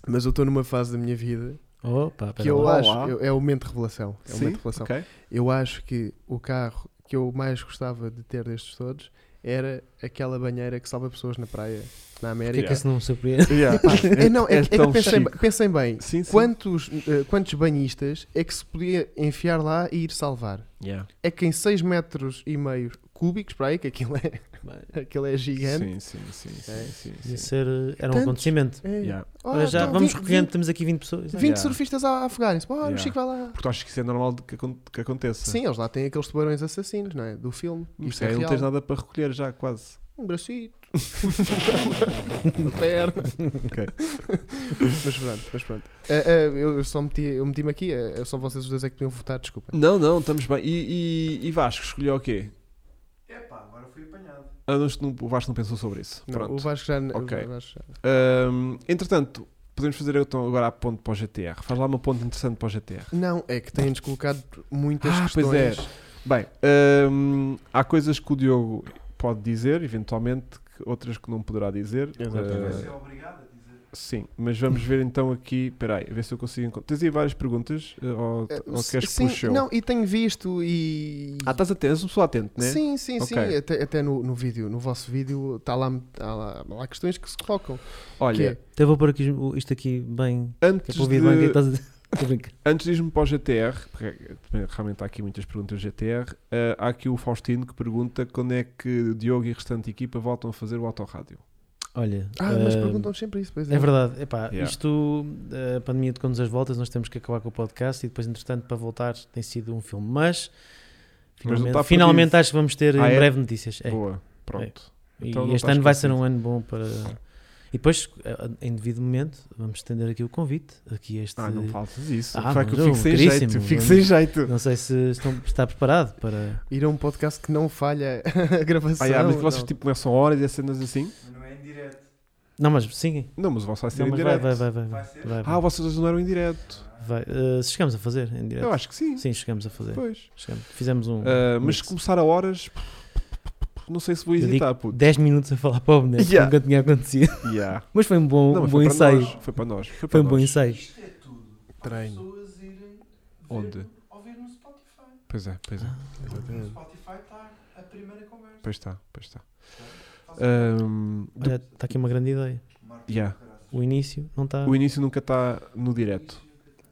S2: Mas eu estou numa fase da minha vida
S3: Opa, pera
S2: que eu
S3: lá.
S1: Olá.
S2: acho. eu- é o momento de revelação. É o
S1: Sim,
S2: momento de revelação.
S1: ok?
S2: Eu acho que o carro que eu mais gostava de ter destes todos era aquela banheira que salva pessoas na praia, na
S3: Porquê
S2: América.
S3: que isso não me surpreende?
S1: Yeah.
S2: Pá, é, não, é,
S1: És
S2: é que
S1: tão
S2: pensem,
S1: chique.
S2: pensem bem,
S1: Sim, sim.
S2: quantos, eh, quantos banhistas é que se podia enfiar lá e ir salvar?
S1: Yeah.
S2: É que em 6 metros e meio cúbicos para aí, que aquilo é, aquilo é gigante.
S1: Sim,
S2: É,
S1: sim, sim, sim, sim, sim.
S3: Ia ser, eh, era um
S2: Tantos.
S3: acontecimento.
S2: É,
S1: Yeah.
S2: olha,
S3: Olha, já
S2: então,
S3: vamos
S2: vi-
S3: recolhendo, temos aqui 20 pessoas.
S2: 20
S1: Yeah.
S2: surfistas a a afogarem-se. Bora,
S1: Yeah.
S2: o Chico vai lá.
S1: Porque tu achas que isso é normal de que, acon- que aconteça?
S2: Sim, eles lá têm aqueles tubarões assassinos, não é? Do filme.
S1: Isto
S2: Isto é
S1: não
S2: real.
S1: um tens nada para recolher já, quase.
S2: Um bracito. Uma perna.
S1: Ok.
S2: Mas pronto, mas pronto. Ah, ah, eu eu só meti- eu meti-me aqui, ah, só vocês os dois é que podiam votar, desculpa.
S1: Não, não, estamos bem. E, e- e Vasco escolheu o quê?
S4: Epá, agora fui apanhado.
S1: Ah, não, isto não- o Vasco não pensou sobre isso.
S2: Não,
S1: Pronto.
S2: o Vasco já. o
S1: Ok.
S2: Vasco já-
S1: Ahm, entretanto, podemos fazer então, agora a ponte para o GTR. Faz lá uma ponte interessante para o GTR.
S2: Não, é que têm-nos colocado muitas
S1: Ah, pois é.
S2: questões.
S1: Bem, ahm, há coisas que o Diogo pode dizer, eventualmente, que outras que não poderá dizer.
S2: Exatamente.
S1: Ah,
S4: Você é obrigado a dizer.
S1: Sim, mas vamos ver então aqui. Espera aí, a ver se eu consigo encontrar. Tens aí várias perguntas? eh, Ou,
S2: Ah,
S1: ou
S2: s-
S1: queres que
S2: sim,
S1: puxe eu?
S2: Não, e tenho visto e.
S1: Ah, estás atento, és uma pessoa atento, né?
S2: Sim, sim, sim.
S1: Ok.
S2: Até, até no, no vídeo, no vosso vídeo, está lá, tá lá, há lá questões que se colocam.
S1: Olha,
S2: Que é,
S3: Então vou pôr aqui o- isto aqui bem. Que é
S1: antes,
S3: para ouvir bem o que é
S1: de,
S3: que estás a dizer. Estou a brincar.
S1: antes diz-me para o GTR, porque eh, também realmente há aqui muitas perguntas do GTR. eh, há aqui o Faustino que pergunta quando é que Diogo e a restante equipa voltam a fazer o autorrádio.
S3: Olha.
S2: ah, mas
S1: eh,
S3: ah,
S2: perguntam sempre isso, pois é.
S3: É verdade, Epá,
S1: Yeah.
S3: isto eh, a pandemia tocou-nos as voltas, nós temos que acabar com o podcast e depois, entretanto, para voltar tem sido um filme. Mas
S1: Mas não
S3: finalmente,
S1: está
S3: finalmente acho que vamos ter
S1: Ah,
S3: em
S1: é?
S3: breve notícias. É.
S1: Boa, pronto.
S3: E
S1: Então não
S3: este
S1: está
S3: ano vai ser
S1: esquecido.
S3: um ano bom para. E depois, eh, em devido momento, vamos estender aqui o convite. Aqui este.
S1: Ah, não faltes isso.
S3: Ah,
S1: Vai que eu
S3: não,
S1: fico sem
S3: caríssimo,
S1: jeito. Fico
S3: vamos-
S1: sem jeito.
S3: Não sei se estão- está preparado para.
S2: Ir a um podcast que não falha a gravação.
S1: Ah, yeah, mas
S2: não.
S1: vocês tipo começam horas e cenas assim?
S4: Mas não é em direto.
S3: Não, mas sim.
S1: Não, mas o vosso vai ser
S3: Não,
S1: em
S3: mas vai,
S1: direto.
S3: vai, vai, vai,
S4: Vai
S3: vai,
S4: ser?
S3: vai,
S1: Ah, vocês dois não eram em direto.
S3: vai. Eh, se chegamos a fazer em direto.
S1: Eu acho que sim.
S3: Sim, chegamos a fazer.
S1: Pois.
S3: Chegamos. Fizemos um.
S1: Ah, mas
S3: mix.
S1: se começar a horas, não sei se vou
S3: Eu digo
S1: hesitar, puto.
S3: 10 minutos a falar para o Benet,
S1: Yeah.
S3: nunca tinha acontecido.
S1: Yeah.
S3: Mas foi um bom,
S1: Não,
S3: um
S1: mas
S3: bom
S1: foi para
S3: ensaio.
S1: nós, Foi para nós. Foi,
S3: Foi
S1: para
S3: um bom
S1: nós.
S3: ensaio.
S4: Isto é tudo. Para as
S2: Treino.
S4: pessoas irem
S1: Onde?
S4: ver, ouvir no Spotify.
S1: Pois é, pois é.
S3: Ah.
S4: No
S2: Exatamente.
S4: Spotify está a primeira conversa.
S1: Pois está, pois está.
S4: Façam
S1: Ahm, de-
S3: Olha, está aqui uma grande ideia.
S4: Martin
S1: yeah.
S4: Caraças.
S3: O início não tá está.
S1: o início nunca está no direto.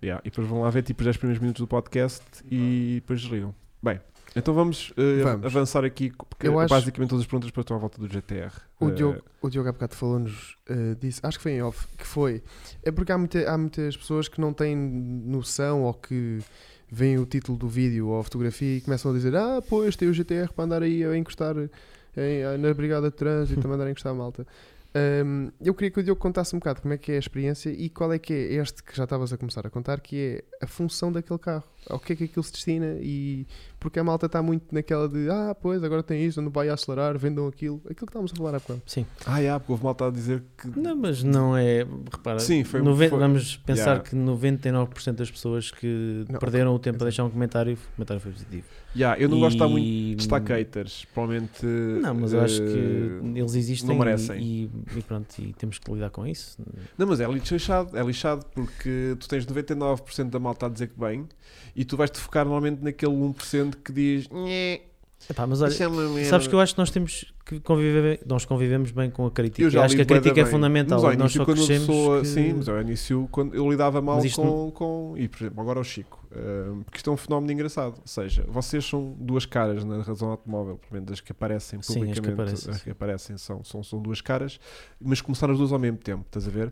S1: Yeah. E depois vão lá ver tipo os 10 primeiros minutos do podcast e depois desligam. Bem, então vamos, eh,
S2: Vamos.
S1: avançar aqui, porque
S2: Eu acho-
S1: basicamente todas as perguntas para estão à volta do GTR.
S2: O
S1: Eh,
S2: Diogo, o Diogo há bocado falou-nos eh, disso, acho que foi em off, que foi. É porque há, muita- há muitas pessoas que não têm noção ou que veem o título do vídeo ou a fotografia e começam a dizer: Ah, pois, tem o GTR para andar aí a encostar em- na Brigada de Trânsito, a mandar encostar a malta. Ahm, eu queria que o Diogo contasse um bocado como é que é a experiência e qual é que é este que já estavas a começar a contar, que é a função daquele carro, ao que é que aquilo se destina e porque a malta está muito naquela de ah, pois, agora tem isto, não vai acelerar, vendam aquilo, aquilo que estávamos a falar há bocado.
S3: Sim.
S1: Ah, yeah, porque houve malta a dizer que.
S3: Não, mas não é. Repara,
S1: Sim, foi-
S3: noven-
S1: foi-
S3: vamos pensar
S1: Yeah.
S3: que 99% das pessoas que
S2: Não,
S3: perderam o tempo a deixar um comentário, o comentário foi positivo.
S1: Yeah, eu não gosto de estar muito
S3: E-
S1: destaque haters. Provavelmente.
S3: Não, mas eu acho que
S1: eh,
S3: eles existem
S1: não merecem.
S3: E, e- e pronto, e temos que lidar com isso.
S1: Não, mas é lixado, é lixado porque tu tens 99% da malta a dizer que bem e tu vais-te focar normalmente naquele 1% que diz. "Nhé,
S3: Epá, mas olha,
S1: isso é uma merda."
S3: Sabes que eu acho que nós temos que conviver, nós convivemos bem com a crítica.
S1: Eu já
S3: acho
S1: li
S3: que a
S1: bué da
S3: crítica é
S1: bem.
S3: fundamental.
S1: Mas ao
S3: nós
S1: início,
S3: só
S1: quando uma
S3: crescemos.
S1: pessoa-
S3: que-
S1: Sim, mas ao início quando eu lidava mal
S3: Mas isto
S1: com, com. E por exemplo, agora o Chico. ah, porque isto é um fenómeno engraçado. Ou seja, vocês são duas caras na razão automóvel, pelo menos as que aparecem
S3: Sim, as que
S1: publicamente.
S3: aparecem,
S1: as
S3: sim.
S1: que aparecem são, são, são duas caras, mas começaram as duas ao mesmo tempo, estás a ver?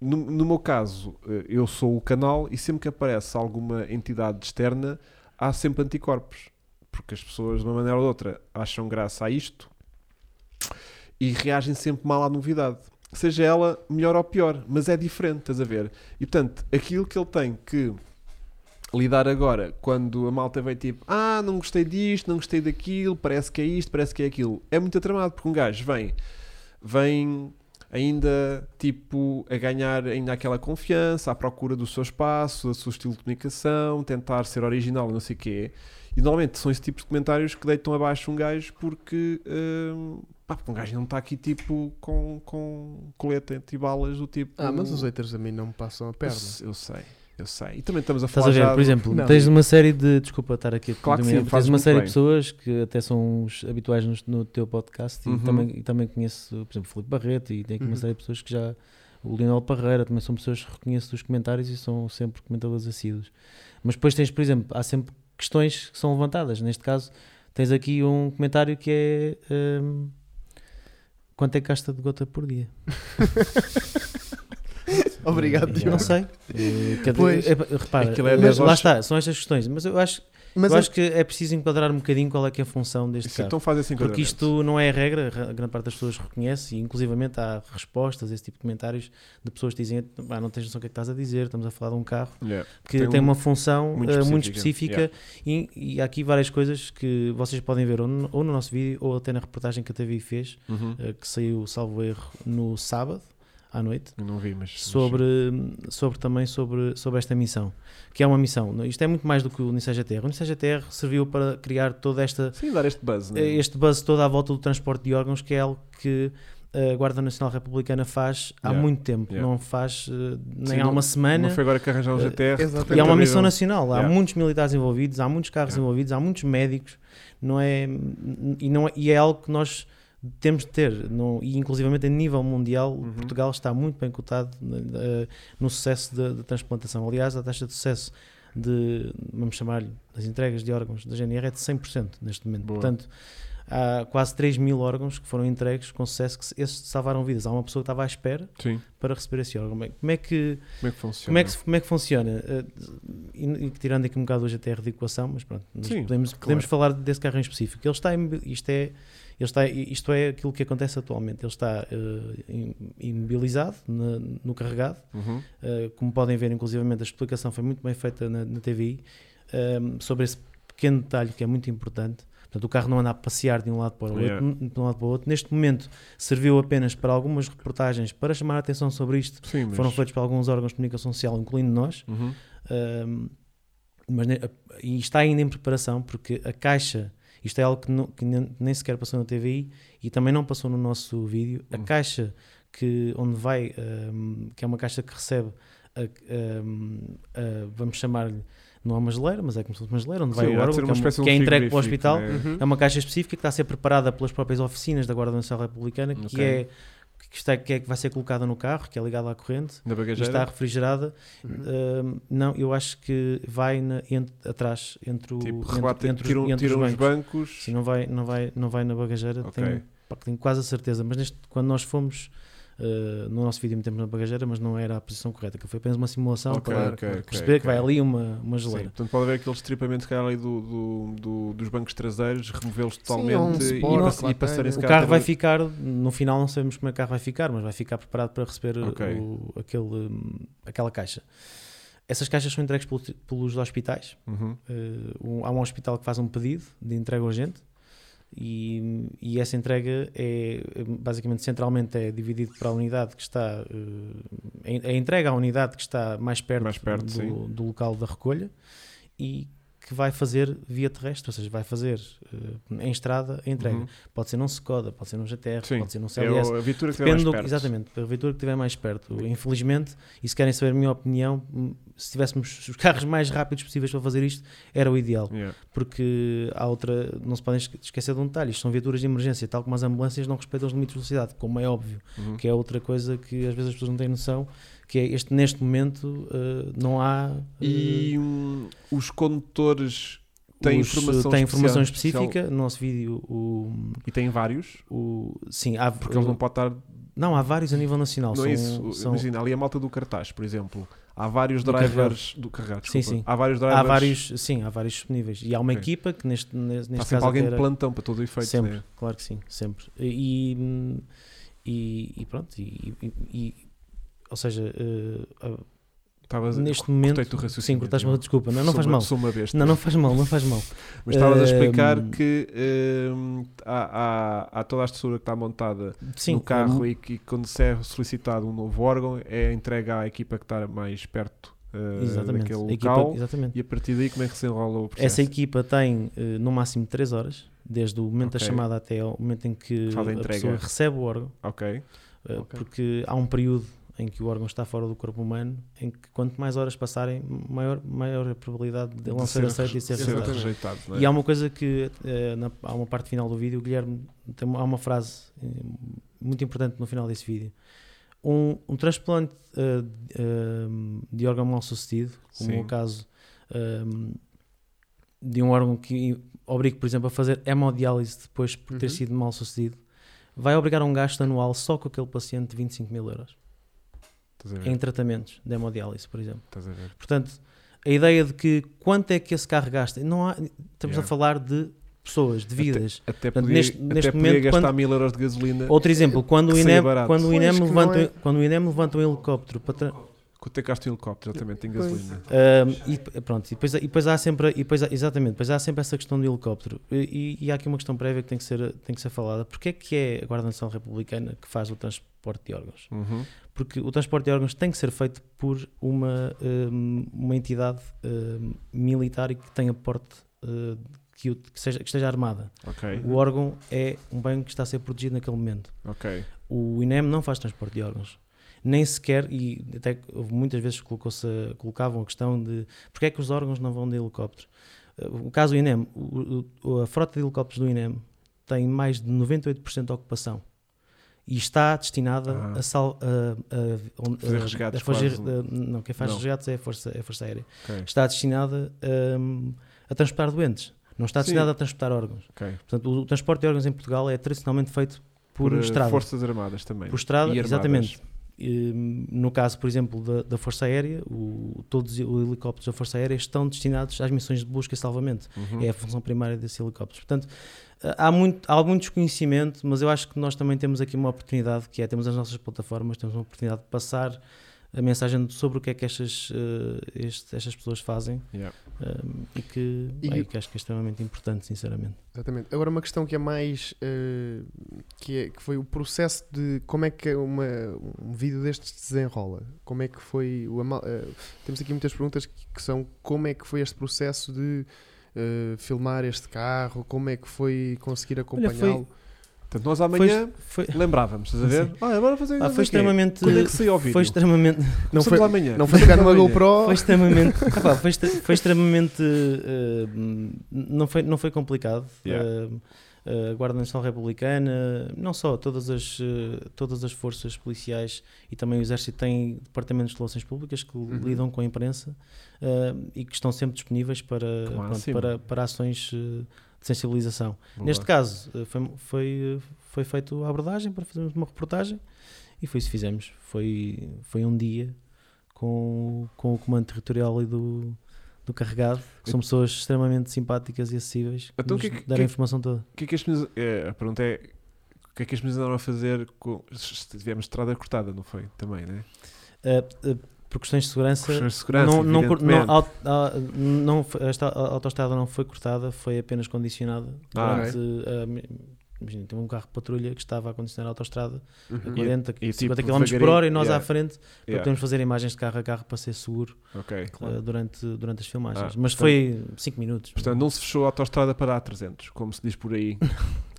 S1: No, no meu caso, eh, eu sou o canal e sempre que aparece alguma entidade externa, há sempre anticorpos. Porque as pessoas, de uma maneira ou de outra, acham graça a isto e reagem sempre mal à novidade. Seja ela melhor ou pior, mas é diferente, estás a ver? E portanto, aquilo que ele tem que lidar agora, quando a malta vem tipo, ah, não gostei disto, não gostei daquilo, parece que é isto, parece que é aquilo, é muito atramado, porque um gajo vem, vem ainda tipo a ganhar ainda aquela confiança, à procura do seu espaço, do seu estilo de comunicação, tentar ser original, não sei o quê. E normalmente são esse tipo de comentários que deitam abaixo um gajo porque, hum, pá, porque um gajo não está aqui tipo com, com coleta e balas do tipo.
S2: Ah, mas os haters a mim não me passam a
S1: eu,
S2: perna.
S1: eu sei, eu sei. E também estamos a
S3: Estás
S1: falar
S3: a ver,
S1: já
S3: por
S1: do-
S3: exemplo,
S2: Não.
S3: tens uma série de. Desculpa estar aqui a te
S1: Claro que sim,
S3: interromper,
S1: fazes
S3: tens uma
S1: muito
S3: série
S1: bem.
S3: de pessoas que até são os habituais nos- no, teu podcast e,
S1: Uhum.
S3: também, e também conheço, por exemplo, o Filipe Barreto e tem aqui
S2: Uhum.
S3: uma série de pessoas que já. O Lionel Parreira também são pessoas que reconheço dos comentários e são sempre comentadores assíduos. Mas depois tens, por exemplo, há sempre questões que são levantadas. Neste caso, tens aqui um comentário que é. hum, quanto é que gasta de gota por dia?
S2: Obrigado,
S3: Eu
S2: Diogo.
S3: Não sei. Eh, cada-
S2: Pois.
S3: eh, repara,
S1: Aquilo é
S3: eh,
S1: das
S3: lá
S1: horas-
S3: está, são estas questões. Mas eu acho
S2: Mas
S3: eu
S2: é-
S3: acho que é preciso enquadrar um bocadinho qual é que é a função deste
S1: Isso,
S3: caso.
S1: então faz esse
S3: Porque
S1: enquadramento.
S3: isto não é a regra, a grande parte das pessoas reconhece e inclusivamente há respostas, esse tipo de comentários de pessoas que dizem ah, não tens noção do que é que estás a dizer, estamos a falar de um carro
S1: Yeah.
S3: que
S1: Tem
S3: tem,
S1: um-
S3: uma função
S1: muito
S3: eh, muito
S1: específica,
S3: específica, e, e há aqui várias coisas que vocês podem ver ou no, ou no nosso vídeo ou até na reportagem que a TV fez,
S1: Uhum.
S3: eh, que saiu, salvo erro, no sábado à noite
S1: Eu não vi, mas.
S3: sobre, sobre também sobre, sobre esta missão, que é uma missão. não- Isto é muito mais do que o Uniceja TR. O Uniceja TR serviu para criar toda esta
S1: Sim, dar este buzz, né?
S3: É, este buzz todo à volta do transporte de órgãos, que é algo que eh, a Guarda Nacional Republicana faz há
S1: Yeah.
S3: muito tempo,
S1: Yeah.
S3: não faz eh, nem
S1: Sim,
S3: há
S1: não-
S3: uma semana.
S1: Não foi agora que arranjaram o
S3: Eh,
S1: GTR.
S2: exatamente.
S3: E há uma missão
S1: Terrível.
S3: nacional, há
S1: Yeah.
S3: muitos militares envolvidos, há muitos carros
S1: Yeah.
S3: envolvidos, há muitos médicos, não é, e, não é, e é algo que nós temos de ter, não, e inclusivamente a nível mundial,
S1: Uhum.
S3: Portugal está muito bem cotado eh, no sucesso da da transplantação. Aliás, a taxa de sucesso de, vamos chamar-lhe, das entregas de órgãos da GNR é de 100% neste momento.
S1: Boa.
S3: Portanto, há quase 3 mil órgãos que foram entregues com sucesso, que se- esses salvaram vidas. Há uma pessoa que estava à espera
S1: Sim.
S3: para receber esse órgão. Bem, Como é que
S1: Como é que funciona?
S3: como é que, se- como é que funciona? Eh, e- e tirando aqui um bocado hoje até a equação, mas pronto, nós
S1: Sim,
S3: podemos, podemos falar desse carro em específico. Ele está im- isto, é, ele está, isto é aquilo que acontece atualmente. Ele está eh, im- imobilizado na- no carregado.
S1: Uhum.
S3: Eh, como podem ver, inclusivamente, a explicação foi muito bem feita na, na TVI ehm, sobre esse pequeno detalhe que é muito importante. Portanto, o carro não anda a passear de um lado para o
S1: Yeah.
S3: outro, de um lado para o outro. Neste momento, serviu apenas para algumas reportagens para chamar a atenção sobre isto
S1: Sim, mas.
S3: foram feitos por alguns órgãos de comunicação social, incluindo nós,
S1: Uhum.
S3: ahm, mas ne- e está ainda em preparação, porque a Caixa, isto é algo que, nu- que nem, nem sequer passou na TVI e também não passou no nosso vídeo, a
S1: Hum.
S3: Caixa que, onde vai, ahm, que é uma caixa que recebe, a- ahm, a- vamos chamar-lhe, não é uma geleira, mas é como se fosse uma geleira, onde vai
S1: Sim,
S3: o
S1: há de
S3: órgão,
S1: ser
S3: que é,
S1: uma
S3: uma-
S1: espécie de um
S3: que é entregue para o
S1: frigorífico,
S3: hospital,
S1: né?
S2: Uhum.
S3: é uma caixa específica que está a ser preparada pelas próprias oficinas da Guarda Nacional Republicana, que
S1: Ok.
S3: é que, está, que é que vai ser colocada no carro, que é ligada à corrente,
S1: Na
S3: e está
S1: bagageira.
S3: refrigerada.
S2: Uhum.
S3: Ahm, não, eu acho que vai na- ent- atrás entre o
S1: Tipo,
S3: entre-
S1: rebate,
S3: entre, os-
S1: tiram,
S3: entre
S1: tiram
S3: os
S1: os
S3: bancos.
S1: bancos.
S3: Sim, não vai, não vai, não vai na bagageira.
S1: Ok.
S3: Tenho, pá, tenho quase a certeza. Mas neste, quando nós fomos ah, no nosso vídeo metemos na bagageira, mas não era a posição correta. Que foi apenas uma simulação
S1: Ok,
S3: para
S1: ok, ok,
S3: perceber
S1: ok.
S3: que vai ali uma, uma
S1: Sim,
S3: geleira.
S1: portanto, pode haver aquele estripamento que há ali do, do- do- dos bancos traseiros, removê-los
S2: é um
S1: totalmente e,
S2: suporte,
S1: pass-
S2: lá
S1: e passarem
S2: tem,
S1: se
S3: O
S2: Esse
S3: carro vai
S1: até-
S3: ficar, no final não sabemos como é que o carro vai ficar, mas vai ficar preparado para receber ah,
S1: Ok.
S3: o- aquele, hum, aquela caixa. Essas caixas são entregues pelo- pelos hospitais,
S1: Uhum.
S3: Eh, um- há um hospital que faz um pedido de entrega urgente e, e essa entrega é eh, basicamente centralmente é dividido para a unidade que está eh, a en- a entrega à unidade que está mais perto,
S1: Mais perto,
S3: do,
S1: sim.
S3: do local da recolha e que vai fazer via terrestre, ou seja, vai fazer eh, em estrada a entrega.
S1: Uhum.
S3: Pode ser num Skoda, pode ser num GTR,
S1: Sim,
S3: pode ser num
S1: É
S3: CLS,
S1: o- a viatura que
S3: Depende
S1: vai mais
S3: do,
S1: perto.
S3: exatamente, da viatura que estiver mais perto. Infelizmente, e se querem saber a minha opinião, hum, se tivéssemos os carros mais rápidos possíveis para fazer isto, era o ideal.
S1: Yeah.
S3: Porque há outra, não se podem esque- esquecer de um detalhe: isto são viaturas de emergência, tal como as ambulâncias não respeitam os limites de velocidade, como é óbvio,
S1: Uhum.
S3: que é outra coisa que às vezes as pessoas não têm noção, que é este, neste momento eh, não há. eh,
S1: E hum, os condutores têm
S3: os-
S1: informação,
S3: têm informação
S1: especial-
S3: específica. No nosso vídeo, o.
S1: E têm vários,
S3: o sim, há,
S1: porque eles não podem estar
S3: Hum. não, há vários a nível nacional.
S1: Não
S3: são,
S1: é isso.
S3: são-
S1: Imagina, ali a malta do cartaz, por exemplo. Há vários
S3: Do
S1: drivers do carregado.
S3: Sim,
S1: desculpa.
S3: sim.
S1: Há vários drivers.
S3: Há vários, sim, há vários disponíveis. E há uma
S1: Ok.
S3: equipa que neste, neste
S1: Há
S3: neste
S1: sempre
S3: caso
S1: alguém
S3: até
S1: de
S3: era-
S1: plantão para todo o efeito.
S3: sempre,
S1: né?
S3: claro que sim, sempre. E, hum, e, e pronto, e, e- e- ou seja, eh, a-
S1: Estavas a-
S3: neste
S1: cortei-te
S3: momento.
S1: o raciocínio,
S3: Sim, cortaste
S1: meu.
S3: uma desculpa, não, não
S1: Sou
S3: faz
S1: uma-
S3: mal.
S1: Sou uma besta.
S3: Não, não faz mal, não faz mal.
S1: Mas estavas a explicar
S3: Ehm,
S1: que ehm, há, há- há toda a estrutura que está montada
S3: Sim,
S1: no carro
S3: é,
S1: e que quando se é solicitado um novo órgão é entregue à equipa que está mais perto eh,
S3: exatamente.
S1: daquele
S3: a equipa-
S1: local
S3: exatamente.
S1: e a partir daí como é que se enrola o processo?
S3: Essa equipa tem eh, no máximo 3 horas, desde o momento da
S1: Ok.
S3: chamada até ao momento em que
S1: Faz a
S3: a
S1: entrega.
S3: pessoa recebe o órgão,
S1: Ok,
S3: eh,
S2: Ok.
S3: porque há um período em que o órgão está fora do corpo humano, em que quanto mais horas passarem, maior, maior a probabilidade de ele não ser aceito e ser
S1: ser
S3: rejeitado.
S2: exatamente.
S1: rejeitado. não é?
S3: E há uma coisa que eh, na, há uma parte final do vídeo, o Guilherme tem uma, há uma frase eh, muito importante no final desse vídeo. Um, um transplante eh, de- eh, de órgão mal sucedido, como
S1: Sim.
S3: o caso eh, de um órgão que obriga, por exemplo, a fazer hemodiálise depois por ter
S2: Uhum.
S3: sido mal sucedido, vai obrigar a um gasto anual só com aquele paciente de 25 mil euros
S1: Estás a
S3: em
S1: ver?
S3: tratamentos de hemodiálise, por exemplo.
S1: Estás a ver?
S3: Portanto, a ideia de que quanto é que esse carro gasta, não há- estamos
S1: Yeah.
S3: a falar de pessoas, de vidas.
S1: Até
S3: Portanto,
S1: podia,
S3: neste-
S1: até
S3: neste
S1: podia
S3: momento,
S1: gastar
S3: quando-
S1: mil euros de gasolina.
S3: Outro exemplo, quando o
S1: é que seria
S3: INEM,
S1: barato.
S3: quando o
S2: Pois,
S3: INEM
S2: que não
S3: levanta,
S2: é.
S3: quando o INEM levanta um helicóptero para tra-
S1: Quanto é que gasta um helicóptero? Exatamente, em
S2: Pois.
S1: gasolina.
S3: Ahm, e, pronto, e depois, e depois há sempre, e depois há- exatamente, depois há sempre essa questão do helicóptero. E, e- e há aqui uma questão prévia que tem que ser, tem que ser falada. Porquê é que é a Guarda Nacional Republicana que faz o transporte de órgãos?
S1: Uhum.
S3: Porque o transporte de órgãos tem que ser feito por uma, ahm, uma entidade ahm, militar e que tenha porte ah, que, o- que seja, que esteja armada.
S1: Ok,
S3: O órgão é um bem que está a ser protegido naquele momento.
S1: ok.
S3: O INEM não faz transporte de órgãos. Nem sequer, e até que houve muitas vezes que colocou-se a- colocavam a questão de porque é que os órgãos não vão de helicóptero. Eh, O caso do INEM, o- o- a frota de helicópteros do INEM tem mais de 98% de ocupação e está destinada
S1: Ah.
S3: a, sal, a- a- a-
S1: Fazer
S3: a-
S1: resgates
S3: a fazer-
S1: quase.
S3: a- não, quem faz
S1: Não.
S3: resgates é a Força, é a força Aérea.
S1: ok,
S3: Está destinada hum, a transportar doentes, não está
S1: Sim.
S3: destinada a transportar órgãos.
S1: ok.
S3: Portanto, o, transporte de órgãos em Portugal é tradicionalmente feito por,
S1: eh,
S3: estrada.
S1: Forças Armadas também.
S3: Por estrada,
S1: E armadas.
S3: exatamente. E, no caso, por exemplo, da, da Força Aérea, o- todos os helicópteros da Força Aérea estão destinados às missões de busca e salvamento.
S1: Uhum.
S3: É a função primária desses helicópteros. Portanto, eh, há, muito, há algum desconhecimento, mas eu acho que nós também temos aqui uma oportunidade, que é, temos as nossas plataformas, temos uma oportunidade de passar a mensagem sobre o que é que estas, eh, este- estas pessoas fazem
S1: Yeah.
S3: eh, e, que,
S2: E-
S3: bem, que acho que é extremamente importante, sinceramente.
S2: Exatamente. Agora uma questão que é mais eh, que, é, que foi o processo de como é que uma, um vídeo destes se desenrola. Como é que foi o ama- eh, temos aqui muitas perguntas que, que são como é que foi este processo de eh, filmar este carro, como é que foi conseguir acompanhá-lo.
S1: Portanto, nós amanhã
S3: Foi, foi,
S1: lembrávamos, estás a ver? Olha, agora fazer
S3: ah,
S1: não sei
S3: foi
S1: o quê.
S3: extremamente...
S1: Quando é que saiu ao vídeo?
S3: Foi extremamente...
S2: Não foi,
S1: amanhã.
S2: não foi pegar numa
S1: Amanhã.
S2: GoPro.
S3: Foi extremamente. epá, foi, extre- foi extremamente. eh, hum, não, foi, não foi complicado.
S1: Yeah.
S3: Eh, a Guarda Nacional Republicana, não só, todas as, eh, todas as forças policiais e também o Exército têm departamentos de relações públicas que
S2: Uhum.
S3: lidam com a imprensa eh, e que estão sempre disponíveis para,
S1: Que
S3: pronto,
S1: máximo.
S3: para, para ações eh, de sensibilização.
S1: Boa.
S3: Neste caso, eh, foi, foi, eh, foi feito a abordagem para fazermos uma reportagem e foi isso que fizemos. Foi, foi um dia com, o- com o comando territorial e do, do carregado, que são pessoas extremamente simpáticas e acessíveis que
S1: Então,
S3: nos
S1: que- que-
S3: deram
S1: que-
S3: a informação toda.
S1: O que é que as meninas. é, a pergunta é. O que é que as meninas andaram a fazer com. se Tivemos estrada cortada, não foi? Também, né?
S3: Eh, eh, por questões de segurança,
S1: Questões de segurança.
S3: não, não, cur- não,
S1: evidentemente.
S3: aut- ah, não foi- esta a- autoestrada não foi cortada, foi apenas condicionada.
S1: Ah,
S3: durante, ah, im- imagina, tem um carro de patrulha que estava a condicionar a autoestrada a
S2: Uhum.
S3: 40,
S1: E- e
S3: 50
S1: tipo,
S3: km por
S1: devagarinho,
S3: hora e nós
S1: yeah.
S3: à frente para
S1: Yeah,
S3: podermos fazer imagens de carro a carro para ser seguro
S1: ok.
S3: eh, durante, durante as filmagens.
S1: Ah,
S3: Mas
S1: portanto-
S3: foi 5 minutos.
S1: Portanto, não se fechou a autostrada para a 300, como se diz por aí.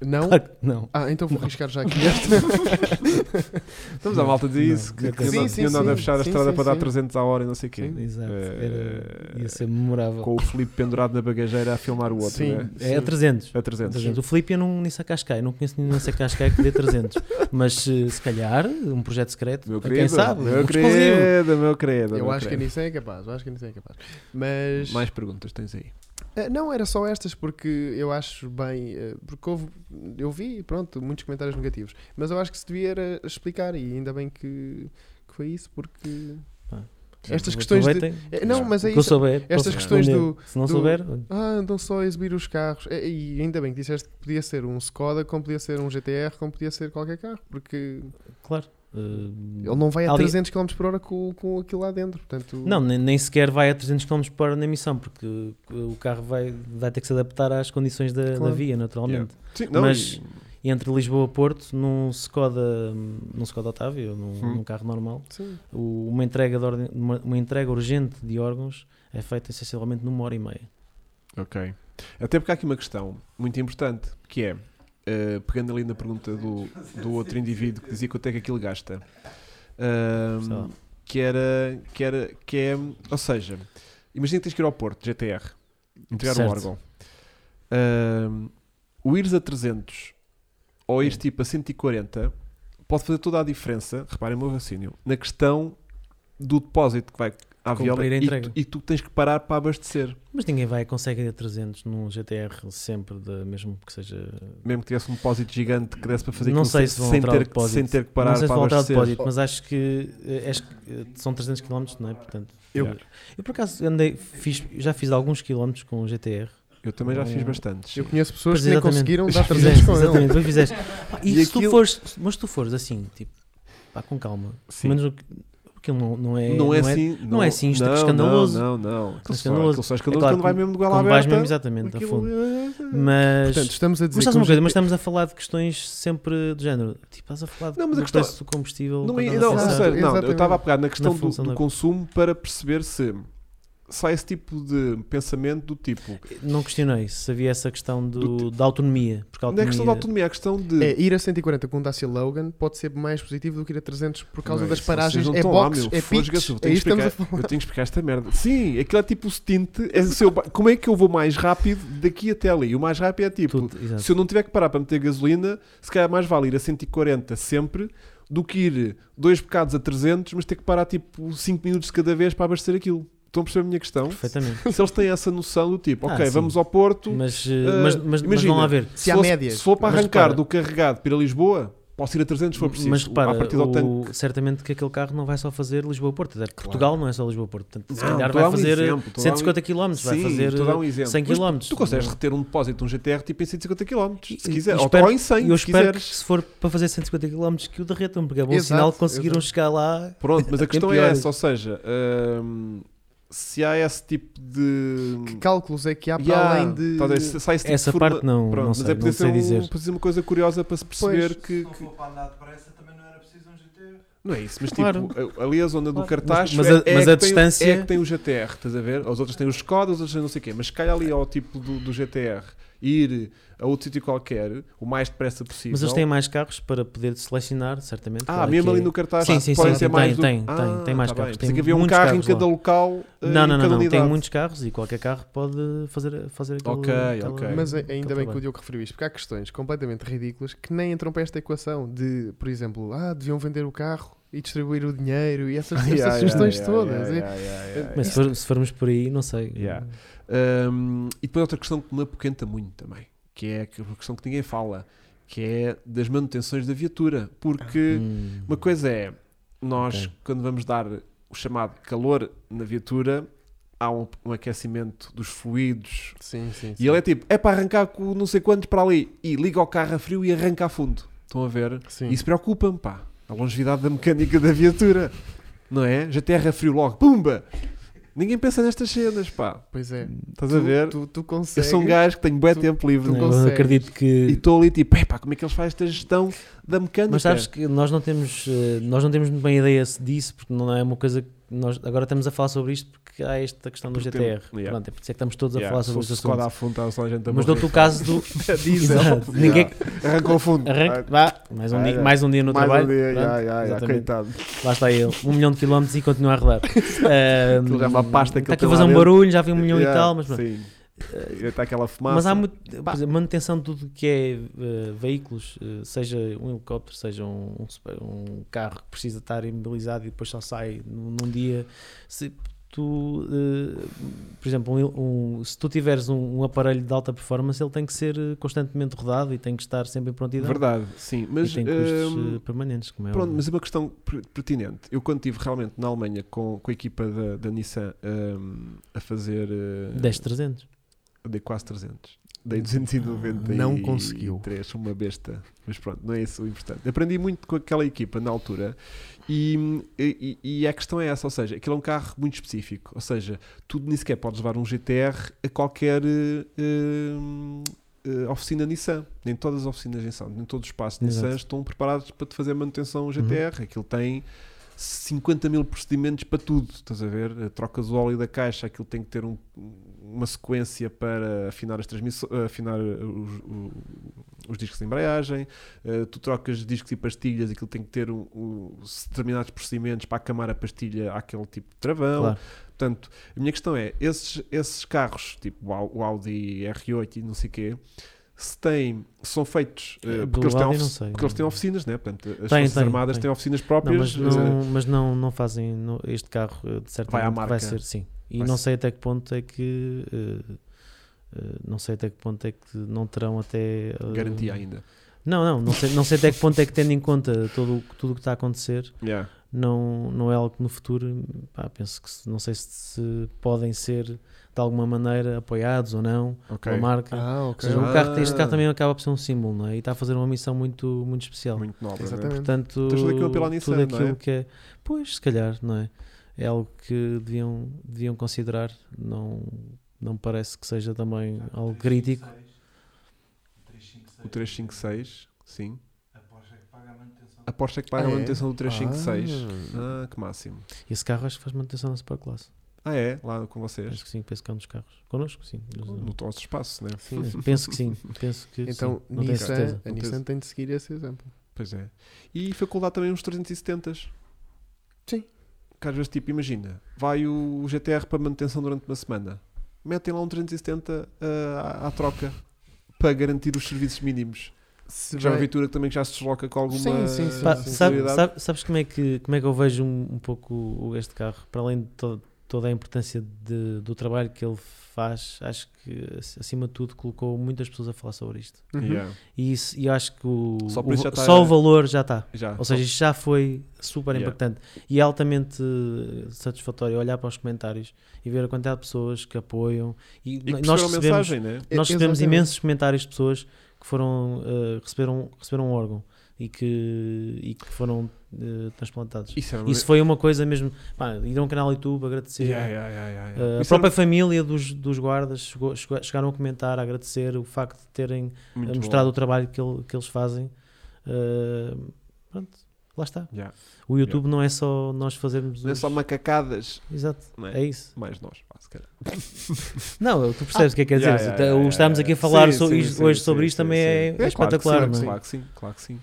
S2: Não?
S3: Claro que não.
S2: Ah, então vou arriscar já aqui este.
S1: Estamos à malta de
S3: Não. é
S1: isso, que
S3: Sim,
S1: tinha
S2: sim,
S1: andado a
S2: sim.
S1: fechar a
S2: Sim,
S1: estrada
S2: sim,
S1: para dar
S2: sim.
S1: 300 à hora e não sei o quê.
S3: Exato.
S1: Eh,
S3: Era, ia ser memorável.
S1: Com o Filipe pendurado na bagageira a filmar o outro,
S2: Sim.
S1: né?
S3: É a 300.
S1: A 300.
S3: 300. O Filipe eu não nisso a Cascai, não conheço ninguém nisso a Cascai que dê 300. Mas eh, se calhar, um projeto secreto,
S1: Meu
S3: quem
S1: querido,
S3: sabe,
S1: meu
S3: um exclusivo.
S1: querido, meu querido.
S2: Eu
S1: meu
S2: acho que a
S1: querido.
S2: Nissan é capaz, eu acho que a Nissan é capaz. Mas
S1: Mais perguntas tens aí.
S2: Ah, Não, era só estas porque eu acho bem. ah, Porque houve, eu vi, pronto, muitos comentários negativos. Mas eu acho que se devia era explicar e ainda bem que, que foi isso, porque. Estas questões de-
S3: Aproveitem,
S2: É, Não, mas é
S3: o que eu
S2: isso.
S3: souber,
S2: Estas
S3: posso
S2: questões
S3: responder.
S2: do-
S3: Se não
S2: do-
S3: souber,
S2: Ah, andam só a exibir os carros. É, E ainda bem que disseste que podia ser um Skoda, como podia ser um GTR, como podia ser qualquer carro, porque
S3: claro. Uh,
S2: Ele não vai a
S3: Ali-
S2: 300 km por hora com, com aquilo lá dentro. Portanto,
S3: Não, nem, nem sequer vai a 300 km por hora na emissão, porque o carro vai, vai ter que se adaptar às condições da, da
S2: Claro.
S3: via, naturalmente.
S1: Sim, não,
S3: Mas-
S1: e-
S3: E entre Lisboa e Porto, num Skoda, num Skoda Otávio, num,
S1: Hum.
S3: num carro normal,
S2: Sim.
S3: o- uma, entrega de ordem- uma, uma entrega urgente de órgãos é feita essencialmente numa hora e meia.
S1: Ok. Até porque há aqui uma questão muito importante, que é, eh, pegando ali na pergunta do, do outro indivíduo que dizia quanto é que aquilo gasta, ahm,
S3: Sei lá.
S1: que era, que era, que é, ou seja, imagina que tens que ir ao Porto, GTR, entregar um
S3: Certo.
S1: órgão. Ahm, o ires a 300 ou ires tipo a 140 pode fazer toda a diferença, reparem o meu raciocínio, na questão do depósito que vai à
S3: Cumprir
S1: viola
S3: a
S1: e
S3: entrega.
S1: tu, e tu tens que parar para abastecer,
S3: Mas ninguém vai, consegue ir a 300 num GTR sempre, de- mesmo que seja.
S1: mesmo que tivesse um depósito gigante que desse para fazer
S3: não
S1: aquilo
S3: sei
S1: sem-
S3: se vão
S1: sem,
S3: alterar o
S1: ter, que-
S3: depósito.
S1: sem ter que parar
S3: não sei se
S1: para
S3: vão alterar o
S1: abastecer.
S3: depósito, mas acho que, eh, acho que, eh, são 300 km, não é? Portanto,
S2: Eu-
S3: eh, eu por acaso andei, fiz, já fiz alguns quilómetros com o GTR.
S1: Eu também já fiz
S3: Hum.
S1: bastantes.
S2: Eu conheço pessoas
S3: Pois,
S2: que nem
S3: exatamente.
S2: conseguiram dar
S3: Fizeste,
S2: 300 com ele.
S3: Exatamente, tu fizeste. Pá, E,
S1: E
S3: se
S1: aquilo-
S3: tu fores, mas se tu fores assim, tipo, pá, com calma,
S1: Sim.
S3: pelo menos o que- aquilo não, não é.
S1: não, é assim,
S3: não é assim, isto é escandaloso.
S1: Não, não, não. Aquilo só-
S3: escandaloso.
S1: aquilo só é escandaloso
S3: claro,
S1: quando vai mesmo de goela
S3: Quando vais
S1: aberta.
S3: mesmo exatamente a
S1: é-
S3: fundo. Mas.
S2: Portanto, estamos a
S3: mas
S2: dizer
S3: sabes
S2: que
S3: uma
S2: um
S3: coisa,
S2: GT
S3: mas estamos a falar de questões sempre do género. Tipo, estás a falar
S1: Não, mas a
S3: do
S1: questão-
S3: preço do combustível.
S1: Não,
S3: quando
S1: é-
S3: andas
S1: não,
S3: a
S1: ou
S3: pensar.
S1: seja, não, eu
S2: Exatamente.
S1: estava a pegar na questão do,
S3: função
S1: do
S3: da-
S1: consumo para perceber se sai esse tipo de pensamento do tipo.
S3: Não questionei se havia essa questão do, da autonomia. Porque a
S1: Não é
S3: autonomia,
S1: questão da autonomia, é questão de.
S3: tá-
S2: é, ir a 140 com um Dacia Logan pode ser mais positivo do que ir a 300 por causa
S1: Não,
S2: das
S1: isso, vocês
S2: paragens,
S1: não
S2: é
S1: estão lá,
S2: boxes,
S1: meu,
S2: é
S1: fosga-se,
S2: pits,
S1: eu
S2: é
S1: tenho que
S2: isto que estamos a
S1: explicar-
S2: falar.
S1: Eu tenho que explicar esta merda. Sim, aquilo é tipo o stint. É se eu, ba- como é que eu vou mais rápido daqui até ali? O mais rápido é tipo.
S3: tudo, exato.
S1: Se eu não tiver que parar para meter gasolina, se calhar mais vale ir a 140 sempre do que ir dois bocados a 300, mas ter que parar tipo 5 minutos de cada vez para abastecer aquilo. Estão a perceber a minha questão?
S3: Perfeitamente.
S1: Se eles têm essa noção do tipo,
S3: Ah,
S1: ok,
S3: sim.
S1: vamos ao Porto,
S3: Mas, eh,
S1: Ah,
S3: mas, mas, mas
S1: imagina,
S3: não há a ver.
S2: Se há
S1: fosse-
S2: médias.
S1: se for para
S3: Mas
S1: arrancar
S3: repara-
S1: do carregado para Lisboa, posso ir a 300 se for preciso.
S3: Mas repara,
S1: a partir do
S3: o-
S1: tanque.
S3: certamente que aquele carro não vai só fazer Lisboa-Porto. até Portugal não é só Lisboa-Porto. Portanto, se
S1: Não,
S3: calhar
S1: estou a
S3: vai
S1: dar um
S3: fazer eh,
S1: exemplo, estou a dar um-
S3: 150 km, vai
S1: Sim,
S3: fazer
S1: estou a dar um
S3: eh,
S1: exemplo.
S3: 100
S1: Mas tu-
S3: km.
S1: Tu consegues
S3: é?
S1: reter um depósito de um GTR tipo em 150 km, se
S3: E-
S1: quiser,
S3: e
S1: ou,
S3: espero-
S1: ou em 100,
S3: Eu
S1: se
S3: espero que
S1: quiseres.
S3: se for para fazer 150 km que o derretam, porque é bom
S2: Exato,
S3: sinal que conseguiram
S2: exato.
S3: chegar lá.
S1: Pronto, mas a
S3: Em
S1: questão é
S3: piores.
S1: essa, ou seja, hum, se há esse tipo de...
S2: Que cálculos é que há para
S1: Yeah,
S2: além de.
S1: talvez se- sai esse tipo de
S3: Essa
S1: forma-
S3: parte não,
S1: Pronto,
S3: não
S1: mas
S3: sei,
S1: é
S3: não
S1: poder ser
S3: sei
S1: um-
S3: dizer.
S1: poder ser uma coisa curiosa para se perceber
S4: Se
S1: que,
S4: não
S1: que-
S4: for para andar depressa, também não era preciso um GTR.
S1: Não é isso, mas
S3: Claro.
S1: tipo, a- ali a zona do
S3: Claro.
S1: cartaz
S3: Mas-
S1: é,
S3: mas a-
S1: é
S3: mas
S1: que tem-
S3: a distância-
S1: é que tem o GTR, estás a ver? Os outros têm os Skoda, os outros têm não sei o quê, mas cai ali ao tipo do, do GTR ir a outro sítio qualquer, o mais depressa possível.
S3: Mas eles têm mais carros para poder selecionar, certamente.
S1: Ah,
S3: claro
S1: mesmo
S3: que
S1: ali
S3: é-
S1: no cartaz
S3: Sim, sim,
S1: podem
S3: sim,
S1: ser
S3: tem,
S1: mais do-
S3: tem, tem,
S1: Ah,
S3: tem mais
S1: tá
S3: carros,
S1: bem. Pensei
S3: tem
S1: que havia um
S3: muitos
S1: carro em
S3: carros
S1: cada
S3: lá.
S1: local. eh,
S3: Não,
S1: em
S3: não,
S1: cada
S3: não, não. Tem
S1: unidade.
S3: muitos carros e qualquer carro pode fazer, fazer aquele.
S1: Ok,
S3: aquela-
S1: ok.
S2: Mas a-
S3: aquele
S2: ainda bem que o
S3: trabalho.
S2: Diogo referiu isto, porque há questões completamente ridículas que nem entram para esta equação de, por exemplo, ah, deviam vender o carro e distribuir o dinheiro e essas,
S1: Yeah, yeah,
S2: essas sugestões
S1: yeah,
S2: todas.
S1: yeah,
S2: é.
S1: yeah, yeah, yeah,
S3: Mas se, for- se formos por aí, não sei.
S1: Yeah. Hum, e depois outra questão que me apoquenta muito também, que é aquela questão que ninguém fala, que é das manutenções da viatura. Porque
S3: Hum.
S1: uma coisa é, nós
S3: Ok.
S1: quando vamos dar o chamado calor na viatura, há um, um aquecimento dos fluidos.
S2: Sim, sim. sim.
S1: E ele é tipo, é para arrancar com não sei quantos para ali. E liga o carro a frio e arranca a fundo. Estão a ver?
S2: Sim.
S1: Isso preocupa-me, pá. A longevidade da mecânica da viatura. Não é? Já terra frio logo. Pumba! Ninguém pensa nestas cenas, pá.
S2: Pois é.
S1: Estás a
S2: Tu,
S1: ver?
S2: tu, tu
S1: Eu
S2: consegues.
S1: sou um gajo que tenho bué
S2: Tu-
S1: tempo livre.
S2: tu
S1: né?
S3: Eu
S2: consegues.
S3: acredito que.
S1: E estou ali tipo, epá, como é que eles fazem esta gestão da mecânica?
S3: Mas sabes que nós não temos, eh, nós não temos muito bem ideia se- disso, porque não é uma coisa que nós agora estamos a falar sobre isto porque há esta questão do
S1: Porque
S3: GTR.
S1: tem- yeah.
S3: Pronto, é por isso é que estamos todos a
S1: Yeah,
S3: falar
S1: se
S3: sobre
S1: fosse
S3: este
S1: Skoda
S3: assunto.
S1: a fundo, estava só a gente a
S3: Mas
S1: morrer.
S3: dou-te o caso do
S1: Diesel.
S3: Exato. Ninguém
S1: Arrancou o fundo.
S3: arranca, vá, mais um
S1: Ah,
S3: dia,
S1: yeah.
S3: mais um dia no
S1: Mais
S3: trabalho.
S1: um dia,
S3: Pronto,
S1: já, já, já,
S3: exatamente.
S1: coitado.
S3: Lá está ele, um milhão de quilómetros e continua a rodar. Ahm,
S1: Aquilo já é uma pasta que ele
S3: Está aqui a
S1: tem
S3: fazer
S1: lá
S3: um
S1: dentro.
S3: barulho, já vi um milhão
S1: Yeah,
S3: e tal, mas pronto.
S1: Sim. E Está aquela fumaça.
S3: Mas há muito, por exemplo, manutenção de tudo que é eh, veículos, eh, seja um helicóptero, seja um, um super- um carro que precisa estar imobilizado e depois só sai num, num dia. Se tu, eh, por exemplo, um hel- um- se tu tiveres um, um aparelho de alta performance, ele tem que ser eh, constantemente rodado e tem que estar sempre em prontidão.
S1: Verdade, sim. Mas
S3: e tem custos
S1: hum,
S3: eh, permanentes, como é
S1: Pronto,
S3: óbvio.
S1: mas é uma questão per- pertinente. Eu, quando estive realmente na Alemanha com, com a equipa da, da Nissan hum, a fazer. eh,
S3: 10, 300.
S1: Eu dei quase 300. Dei 290
S2: Não
S1: e
S2: conseguiu.
S1: três, uma besta. Mas pronto, não é isso o importante. Aprendi muito com aquela equipa na altura e, e, e a questão é essa, ou seja, aquilo é um carro muito específico. Ou seja, tu nem sequer podes levar um GTR a qualquer eh, eh, oficina Nissan. Nem todas as oficinas Nissan, nem todos os espaços de
S3: Exato.
S1: Nissan estão preparados para te fazer manutenção GTR. Aquilo tem 50 mil procedimentos para tudo, estás a ver? Eh, Trocas o óleo da caixa, aquilo tem que ter um- uma sequência para afinar as transmissões, eh, afinar os, o- os discos de embreagem, eh, tu trocas discos e pastilhas, aquilo tem que ter um- um- determinados procedimentos para acamar a pastilha àquele tipo de travão.
S3: Claro.
S1: Portanto, a minha questão é, esses, esses carros, tipo o Au- o Audi R8 e não sei o quê, se têm, são feitos eh,
S3: Do
S1: porque, eles têm,
S3: Audi não
S1: ofici-
S3: sei.
S1: porque eles têm oficinas, né? Portanto, as
S3: Tem,
S1: Forças
S3: tem,
S1: Armadas
S3: tem.
S1: têm oficinas
S3: Não, mas
S1: próprias. eh,
S3: não, mas não, não fazem não- este carro eh, de certa
S1: Vai à
S3: maneira vai
S1: marca.
S3: ser sim. E
S1: Vai
S3: não
S1: ser.
S3: sei até que ponto é que eh, eh, não sei até que ponto é que não terão até eh,
S1: Garantia ainda.
S3: Não, não, não sei, não sei até que ponto é que tendo em conta todo o- tudo o que está a acontecer,
S1: Yeah.
S3: não, não é algo que no futuro, pá, penso que se- não sei se, se podem ser de alguma maneira apoiados ou não,
S1: Ok.
S3: uma marca.
S2: Ah,
S3: Ou
S2: ok.
S3: seja, o carro- este carro
S1: Ah.
S3: também acaba por ser um símbolo, não é? E está a fazer uma missão muito, muito especial.
S1: Muito nobre. né?
S2: Exatamente.
S1: Exatamente.
S3: Portanto,
S1: Tens tudo aquilo a pilar
S3: tudo
S1: nisso,
S3: aquilo
S1: não é?
S3: que é. Pois, se calhar, não é? É algo que deviam, deviam considerar. Não, não parece que seja também algo crítico.
S1: O 356, sim.
S4: A Porsche é que paga a manutenção.
S1: A Porsche é que paga
S2: Ah,
S1: a
S2: é?
S1: manutenção do 356.
S2: Ah.
S1: Ah, que máximo.
S3: Esse carro acho que faz manutenção na Superclasse.
S1: Ah, é? Lá com vocês.
S3: Acho que sim, penso que é um dos carros. Connosco, sim.
S1: No nosso espaço, né?
S2: Sim.
S3: Penso que sim. Penso que
S2: Então,
S3: sim. Não tenho
S2: Nissan,
S3: certeza.
S2: a
S1: Não
S2: Nissan
S1: tens-
S2: tem de seguir esse exemplo.
S1: Pois é. E faculdade também uns 370s.
S2: Sim.
S1: Que às vezes, tipo, imagina, vai o GTR para manutenção durante uma semana. Metem lá um 370 ah, à, à troca para garantir os serviços mínimos.
S2: Se
S1: já é uma viatura que também já se desloca com alguma.
S2: Sim, sim, sim,
S3: Pá,
S2: sim.
S3: sabe-
S1: sinceridade.
S3: sabe- sabes como é, que, como é que eu vejo um, um pouco o- este carro? Para além de to- toda a importância de- do trabalho que ele faz, acho que acima de tudo colocou muitas pessoas a falar sobre isto.
S2: Uhum.
S1: Yeah.
S3: E, isso- e eu acho que o,
S1: Só por
S3: o-
S1: isso já tá está-
S3: só o valor já está.
S1: Já.
S3: Ou seja, isto já foi super
S1: Yeah.
S3: impactante e é altamente eh, satisfatório olhar para os comentários e ver a quantidade de pessoas que apoiam. E,
S1: e que
S3: n- nós
S1: perceberam a
S3: recebemos,
S1: mensagem, né?
S2: É,
S3: nós recebemos
S2: exatamente.
S3: imensos comentários de pessoas que foram eh, receberam, receberam um órgão e que, e que foram eh, transplantados.
S1: Isso era uma-
S3: Isso foi uma coisa mesmo. Pá, ir a um canal YouTube agradecer.
S1: Yeah, yeah, yeah, yeah, yeah.
S3: Eh, a
S1: Isso é era
S3: própria família dos, dos guardas chegou- chegou- chegaram a comentar, a agradecer o facto de terem
S1: muito
S3: a
S1: bom.
S3: mostrar o trabalho que, ele- que eles fazem. Ah, pronto, lá está.
S1: Yeah.
S3: O YouTube não é só nós fazermos.
S1: Não é
S3: os-
S1: só macacadas,
S3: Exato,
S1: não é?
S3: é isso.
S1: Mais nós, pá, se calhar.
S3: Não, tu percebes o que é que quer dizer.
S1: Yeah, yeah,
S3: Então,
S1: yeah,
S3: o estarmos
S1: yeah,
S3: aqui a
S1: yeah.
S3: falar
S1: Sim,
S3: so-
S1: sim,
S3: is-
S1: sim,
S3: hoje
S1: sim,
S3: sobre
S1: sim,
S3: isto também
S1: sim.
S3: é, é
S1: claro que sim,
S3: espetacular,
S1: claro,
S3: não é?
S1: que sim, claro que sim.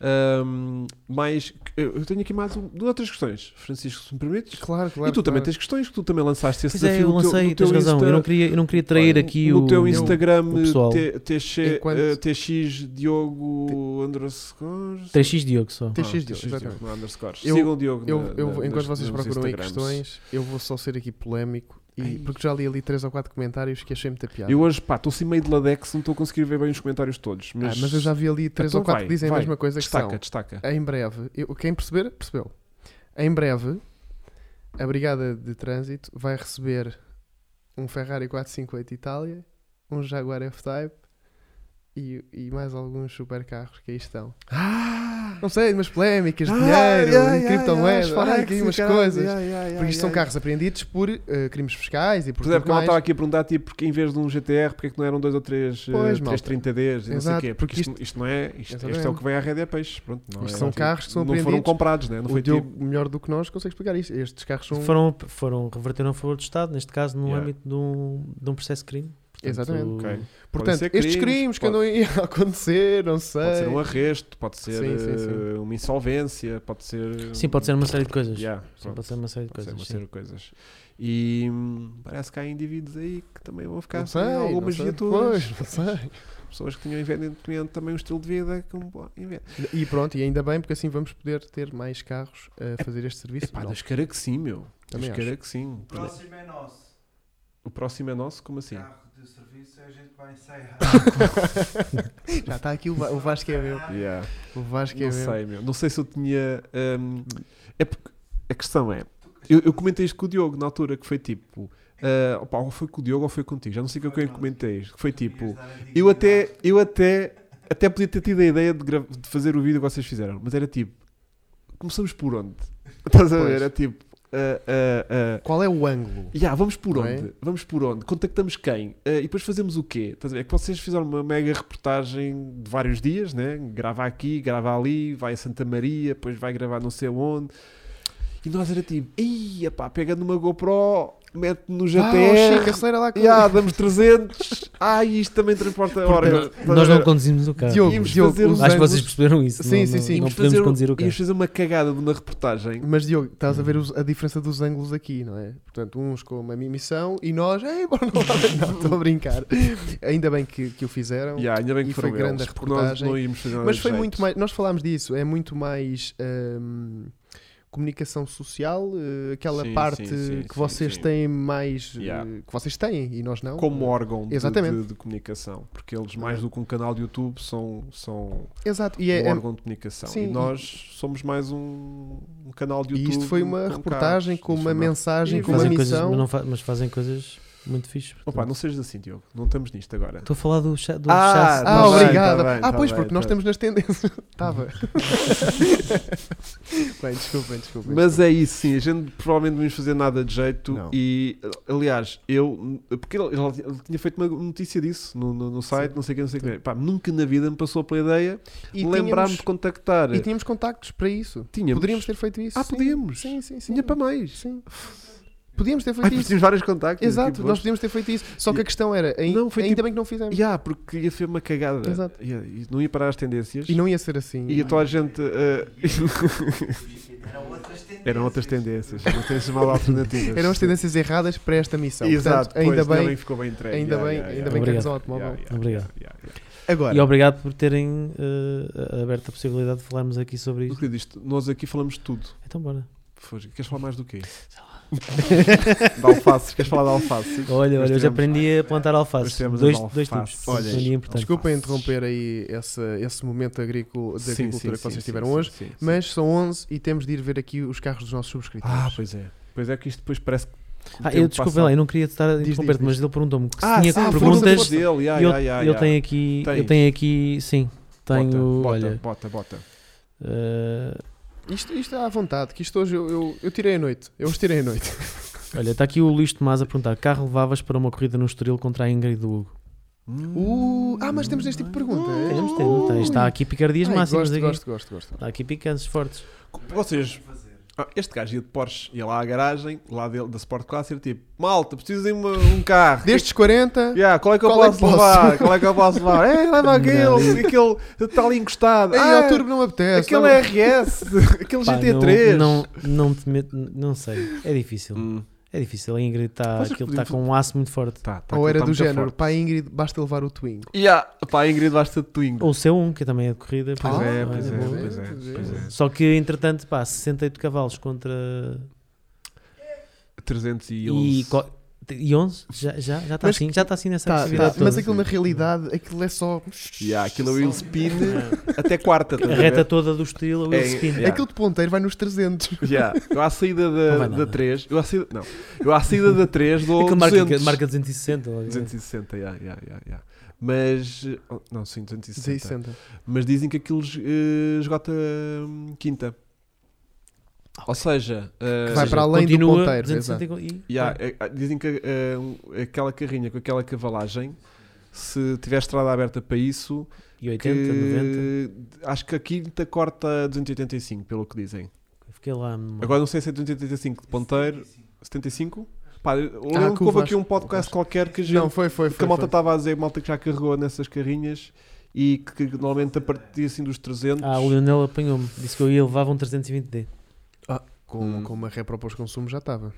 S1: Ahm, mais, eu eu tenho aqui mais um, duas outras questões, Francisco, se me permites.
S2: Claro, claro.
S1: e tu também
S2: claro.
S1: tens questões que tu também lançaste esse
S3: Pois é, eu
S1: desafio no teu-
S3: lancei,
S1: no teu
S3: tens razão. Eu, não
S1: Insta-
S3: queria, eu não queria trair
S1: Olha,
S3: aqui
S1: no
S3: o.
S1: teu Instagram
S3: o pessoal.
S1: T- TX,
S2: Enquanto-
S1: eh, TX Diogo underscore
S3: 3x Diogo só.
S2: TX Diogo,
S1: Ah,
S2: exatamente.
S1: não, underscores.
S2: Eu-
S1: Sigam o Diogo
S2: Eu,
S1: na-
S2: eu,
S1: na- nas-
S2: enquanto vocês
S1: nos
S2: procuram aí
S1: Instagrams.
S2: questões, eu vou só ser aqui polémico, e,
S1: Ai.
S2: porque já li ali 3 ou 4 comentários que achei muita piada.
S1: Eu hoje, pá, estou assim meio de ladex, não estou a conseguir ver bem os comentários todos.
S2: Ah,
S1: Mas,
S2: mas eu já vi ali 3
S1: Então
S2: ou 4
S1: vai,
S2: que dizem
S1: vai.
S2: a mesma coisa que
S1: Destaca,
S2: são.
S1: destaca.
S2: Em breve, eu, quem perceber, percebeu. Em breve, a Brigada de Trânsito vai receber um Ferrari 458 Itália, um Jaguar F-Type e, e mais alguns supercarros que aí estão.
S1: Ah!
S2: Não sei, mas polémicas,
S1: Ah,
S2: dinheiro,
S1: yeah, yeah,
S2: criptomoedas,
S1: yeah,
S2: ai,
S1: Forex
S2: aqui
S1: e
S2: umas
S1: caralho,
S2: coisas.
S1: yeah, yeah, yeah,
S2: Porque isto são
S1: yeah,
S2: carros apreendidos por eh, crimes fiscais e por
S1: Pois é,
S2: tudo
S1: porque eu
S2: mais.
S1: estava aqui a perguntar, tipo, porque em vez de um GTR, porque é que não eram dois ou três, eh,
S2: Pois,
S1: três
S2: malta.
S1: 30Ds e não sei o
S2: Exato,
S1: quê? Porque
S2: porque
S1: isto, isto não é, isto, isto é o
S2: Exatamente.
S1: que vem à rede é peixe. Pronto, não
S2: Isto
S1: é,
S2: são
S1: tipo,
S2: carros que são
S1: Não foram
S2: apreendidos.
S1: comprados, né? não foi
S2: o Diogo,
S1: tipo...
S2: melhor do que nós, consegue explicar isto. Estes carros são...
S3: Foram, foram reverteram a favor do Estado, neste caso,
S1: um
S3: no
S1: Yeah.
S3: âmbito de um, de um processo de crime. Portanto,
S2: Exatamente.
S1: Ok.
S2: Portanto,
S1: ser
S2: estes
S1: crimes,
S2: crimes que
S1: pode-
S2: andam aí a acontecer, não sei...
S1: Pode ser um arresto, pode ser
S2: Sim, sim, sim.
S1: eh, uma insolvência, pode ser...
S3: Sim, pode ser uma série de coisas.
S1: Yeah,
S3: Sim,
S1: pronto.
S3: pode ser uma série de
S1: Pode ser
S3: coisas.
S1: uma
S3: sim.
S1: série de coisas. E hum, parece que há indivíduos aí que também vão ficar
S2: Não
S1: sem
S2: sei, não
S1: algumas
S2: sei.
S1: viaturas.
S2: Pois, não sei.
S1: Pessoas que tinham evidentemente também um estilo de vida que um bom- inve-
S2: E pronto, e ainda bem, porque assim vamos poder ter mais carros a fazer este serviço.
S1: Epá,
S2: Não,
S1: Deus queira que sim, meu. Deus
S2: Também acho.
S1: queira que sim.
S4: O próximo é nosso.
S1: O próximo é nosso? Como assim?
S4: Carro de serviço é a gente que vai ensaiar.
S2: Já
S1: tá
S2: está aqui o, Va- o Vasco é meu.
S1: Yeah.
S2: O Vasco é
S1: Não
S2: meu.
S1: sei, meu. Não sei se eu tinha. hum, é porque a questão é.
S4: Tu-
S1: Eu, eu comentei isto com o Diogo na altura, que foi tipo. ah, opá, ou foi com o Diogo ou foi contigo, já não sei com quem comentei isto. Que foi tipo. Eu até, eu até, até podia ter tido a ideia de, gra- de fazer o vídeo que vocês fizeram, mas era tipo, começamos por onde? Estás a ver?
S2: Pois.
S1: Era tipo, ah, ah, ah,
S2: Qual é o ângulo?
S1: yeah, vamos por
S2: Não é?
S1: onde? Vamos por onde? Contactamos quem? Ah, e depois fazemos o quê? Estás a ver? É que vocês fizeram uma mega reportagem de vários dias, né? Grava aqui, grava ali, vai a Santa Maria, depois vai gravar não sei onde. E nós era tipo, ia pá, pega numa GoPro, mete no
S2: Ah, oh,
S1: GTR,
S2: Chico, acelera lá. com-
S1: Ya, damos 300. Ah, e isto também transporta horas.
S3: Nós não conduzimos o carro.
S2: Diogo,
S1: Íamos
S2: Diogo,
S1: fazer
S2: os
S1: um-
S3: Acho que
S2: ângulos-
S3: vocês perceberam isso.
S2: Sim,
S3: não,
S2: sim,
S3: não-
S2: sim.
S3: Não
S1: Íamos
S3: podemos
S1: fazer, um-
S3: conduzir o carro.
S1: íamos fazer uma cagada na reportagem.
S2: Mas Diogo, estás a ver os- a diferença dos ângulos aqui, não é? Portanto, uns com uma missão e nós, ei, bora não lá. Não, estou a brincar. Ainda bem que, que o fizeram.
S1: Ya, ainda bem que
S2: E foi
S1: foram
S2: grande
S1: eles,
S2: a
S1: porque nós
S2: reportagem.
S1: não íamos fazer nada
S2: Mas
S1: desse
S2: foi
S1: jeito.
S2: muito mais. Nós falámos disso, é muito mais hum, comunicação social, eh, aquela
S1: Sim,
S2: parte
S1: sim, sim,
S2: que
S1: sim,
S2: vocês
S1: sim.
S2: têm mais. eh,
S1: Yeah.
S2: que vocês têm e nós não.
S1: Como órgão de,
S2: Então, é, Exatamente.
S1: de- de comunicação, porque eles, mais do que um canal de YouTube, são, são
S2: Exato, e é-
S1: um
S2: é-
S1: órgão de comunicação.
S2: sim,
S1: e
S2: e-
S1: nós somos mais um, um canal de
S2: e
S1: YouTube.
S2: isto foi uma
S1: com é
S2: reportagem
S1: carros.
S2: com
S1: Isto
S2: uma
S1: foi
S2: mensagem,
S1: E
S2: com uma
S3: Fazem coisas-
S2: missão.
S3: mas, não fa- mas fazem coisas muito fixes.
S1: Opa, não sejas assim, Diogo. Não estamos nisto agora.
S3: Estou a falar do, cha- do
S1: Ah,
S3: chassi.
S2: Ah,
S1: Tá bem,
S2: obrigado.
S1: tá bem,
S2: ah,
S1: tá
S2: pois,
S1: bem,
S2: porque
S1: tá
S2: nós estamos nas tendências. Tá Estava. bem, desculpem, desculpem.
S1: Mas é isso, sim. A gente provavelmente não ia fazer nada de jeito.
S2: Não.
S1: E, aliás, eu. Porque ele, ele- ele tinha feito uma notícia disso no, no- no site,
S2: Sim.
S1: não sei o que, não sei o que. Pá, nunca na vida me passou pela ideia
S2: E
S1: lembrar-me
S2: tínhamos-
S1: de contactar.
S2: E tínhamos contactos para isso.
S1: Tínhamos.
S2: Poderíamos ter feito isso.
S1: Ah,
S2: sim.
S1: podíamos.
S2: Sim, sim, sim.
S1: Tinha para mais.
S2: Sim. Podíamos ter
S1: Ai,
S2: feito
S1: mas
S2: isso.
S1: tínhamos vários contactos.
S2: Exato,
S1: tipo,
S2: nós podíamos ter feito isso. Só que a questão era, ai-
S1: Não, foi
S2: ainda
S1: tipo-
S2: bem que não fizemos.
S1: Yeah, porque ia ser uma cagada.
S2: Exato.
S1: Yeah, e não ia parar as tendências.
S2: E não ia ser assim.
S1: E a toda a gente. eh,
S4: Eram outras tendências.
S1: eram outras tendências. Não tens mal alternativas.
S2: Eram as tendências erradas para esta missão.
S1: Exato,
S2: Portanto, ainda
S1: pois,
S2: bem,
S1: ficou bem entregue.
S2: ainda
S1: Yeah,
S2: bem,
S1: yeah,
S2: ainda
S1: yeah.
S2: bem que a
S3: Obrigado.
S2: razão automóvel.
S1: Yeah, yeah,
S3: Obrigado.
S1: yeah, yeah.
S2: Agora,
S3: E obrigado por terem eh, aberto a possibilidade de falarmos aqui sobre
S1: Meu
S3: isto.
S1: querido, isto- nós aqui falamos de tudo.
S3: Então bora.
S1: Foge. Queres falar mais do quê? de alfaces. Queres falar de alfaces?
S3: Olha,
S1: Nós
S3: olha, hoje
S1: tivemos-
S3: aprendi a plantar
S1: Nós
S3: alface.
S1: tivemos
S3: Dois,
S1: as
S3: dois
S1: alfaces.
S3: tipos. Um
S1: Olha,
S3: Aprendi a importar.
S2: desculpem
S1: alfaces.
S2: interromper aí esse, esse momento agrícola, de
S1: Sim, sim,
S2: agricultura que
S1: sim,
S2: vocês
S1: sim,
S2: tiveram
S1: sim,
S2: hoje,
S1: sim, sim.
S2: mas são 11 e temos de ir ver aqui os carros dos nossos subscritores.
S1: Ah, pois é. Pois é que isto depois parece que. o
S3: Ah,
S1: tempo
S3: eu desculpem
S1: passa-
S3: lá, eu não queria estar a
S2: Diz, diz,
S3: interromper-te,
S2: diz.
S3: mas ele perguntou-me que se
S1: Ah,
S3: tinha
S1: sim,
S2: força,
S3: perguntas.
S1: força dele. Yeah,
S3: e eu,
S1: yeah, yeah,
S3: eu
S1: yeah.
S3: tenho aqui. Eu
S1: Tens.
S3: tenho aqui. Sim,
S1: Bota,
S3: tenho.
S1: Bota,
S3: olha.
S1: bota, bota.
S3: eh,
S2: Isto, isto é à vontade, que isto hoje eu, eu, eu tirei a noite. Eu os tirei a noite.
S3: olha, está aqui o Luís Tomás a perguntar: carro levavas para uma corrida no Estoril contra a Ingrid do Hugo?
S2: Uh, ah, mas temos este tipo de pergunta. é?
S3: Temos, temos, tens. Está aqui picardias
S2: Ai,
S3: máximas.
S2: gosto,
S3: aqui.
S2: gosto, gosto, gosto.
S3: Está aqui picantes fortes.
S1: é Vocês. Ah, Este gajo ia de Porsche, ia lá à garagem, lá dele, da Sport Class, era tipo: Malta, preciso de uma- um carro.
S2: Destes 40,
S1: Yeah, qual é que eu
S2: Qual é que
S1: posso
S2: posso?
S1: levar? Qual é que eu posso levar? É, leva aquele,
S3: Não.
S1: aquele está ali encostado.
S2: aí
S1: Ah,
S2: ao turbo não me apetece. tá
S1: aquele é-
S2: não-
S1: RS, aquele
S3: Pá,
S1: GT3.
S3: Não, não, não te meto, não sei. É difícil.
S1: Hum.
S3: É difícil. A Ingrid está
S1: Vocês
S3: aquilo
S1: podiam
S3: está com um aço muito forte.
S1: Tá, tá,
S2: Ou
S1: aquilo
S2: era
S1: tá
S2: do
S1: muito
S2: género,
S1: forte.
S2: pá Ingrid, basta levar o Twingo.
S1: Yeah, pá, a Ingrid basta de Twingo.
S3: Ou o C1, que também é de corrida.
S1: Pois
S2: Ah,
S1: é, pois
S2: Oh, olha,
S1: é,
S2: boa.
S1: pois é, pois é.
S3: Só que entretanto, pá, 68 cavalos contra.
S1: 311.
S3: E, co- e 11? Já, já, já está
S2: Mas
S3: assim,
S2: que-
S3: já está assim nessa
S2: Tá,
S3: agressividade
S2: tá,
S3: toda.
S2: mas aquilo na realidade, aquilo é só. um
S1: Yeah, aquilo é wheel spin até quarta. estás
S3: A
S1: a
S3: reta
S1: ver?
S3: toda do estilo, o
S1: É,
S3: Will Spin.
S1: yeah.
S2: Aquilo de ponteiro vai nos 300.
S1: Yeah, Eu à saída
S3: Não
S1: da,
S3: vai
S1: da
S3: nada.
S1: 3, eu à saída, não, eu à saída da 3 dou
S3: Aquilo marca,
S1: 200.
S3: marca 260. logo.
S1: 260, yeah, yeah, yeah, yeah. Mas, oh, não, sim, 260.
S2: 60.
S1: Mas dizem que aquilo es- eh, esgota hum, quinta. Ou seja, eh,
S2: vai
S3: Ou seja,
S2: para além do
S3: continua
S2: ponteiro,
S3: 260 e-
S1: yeah,
S3: pá,
S1: eh, ah, dizem que eh, um, aquela carrinha com aquela cavalagem, se tiver estrada aberta para isso,
S3: E
S1: que,
S3: 80, 90.
S1: acho que a quinta corta 285, pelo que dizem.
S3: Fiquei lá. numa-
S1: Agora não sei se é 285 de ponteiro, 75? Pá, eu
S2: Ah,
S1: lembro
S2: que
S1: que houve
S2: o Vasco-
S1: aqui um podcast
S2: o Vasco-
S1: qualquer que a gente
S2: Não, foi, foi,
S1: que
S2: foi.
S1: a malta
S2: foi.
S1: estava a dizer, malta que já carregou nessas carrinhas e que, que normalmente a partir assim dos 300
S3: Ah, o Leonel apanhou-me. Disse que eu ia levar um 320D.
S2: Com,
S1: Hum.
S2: com uma repro para os consumos já estava.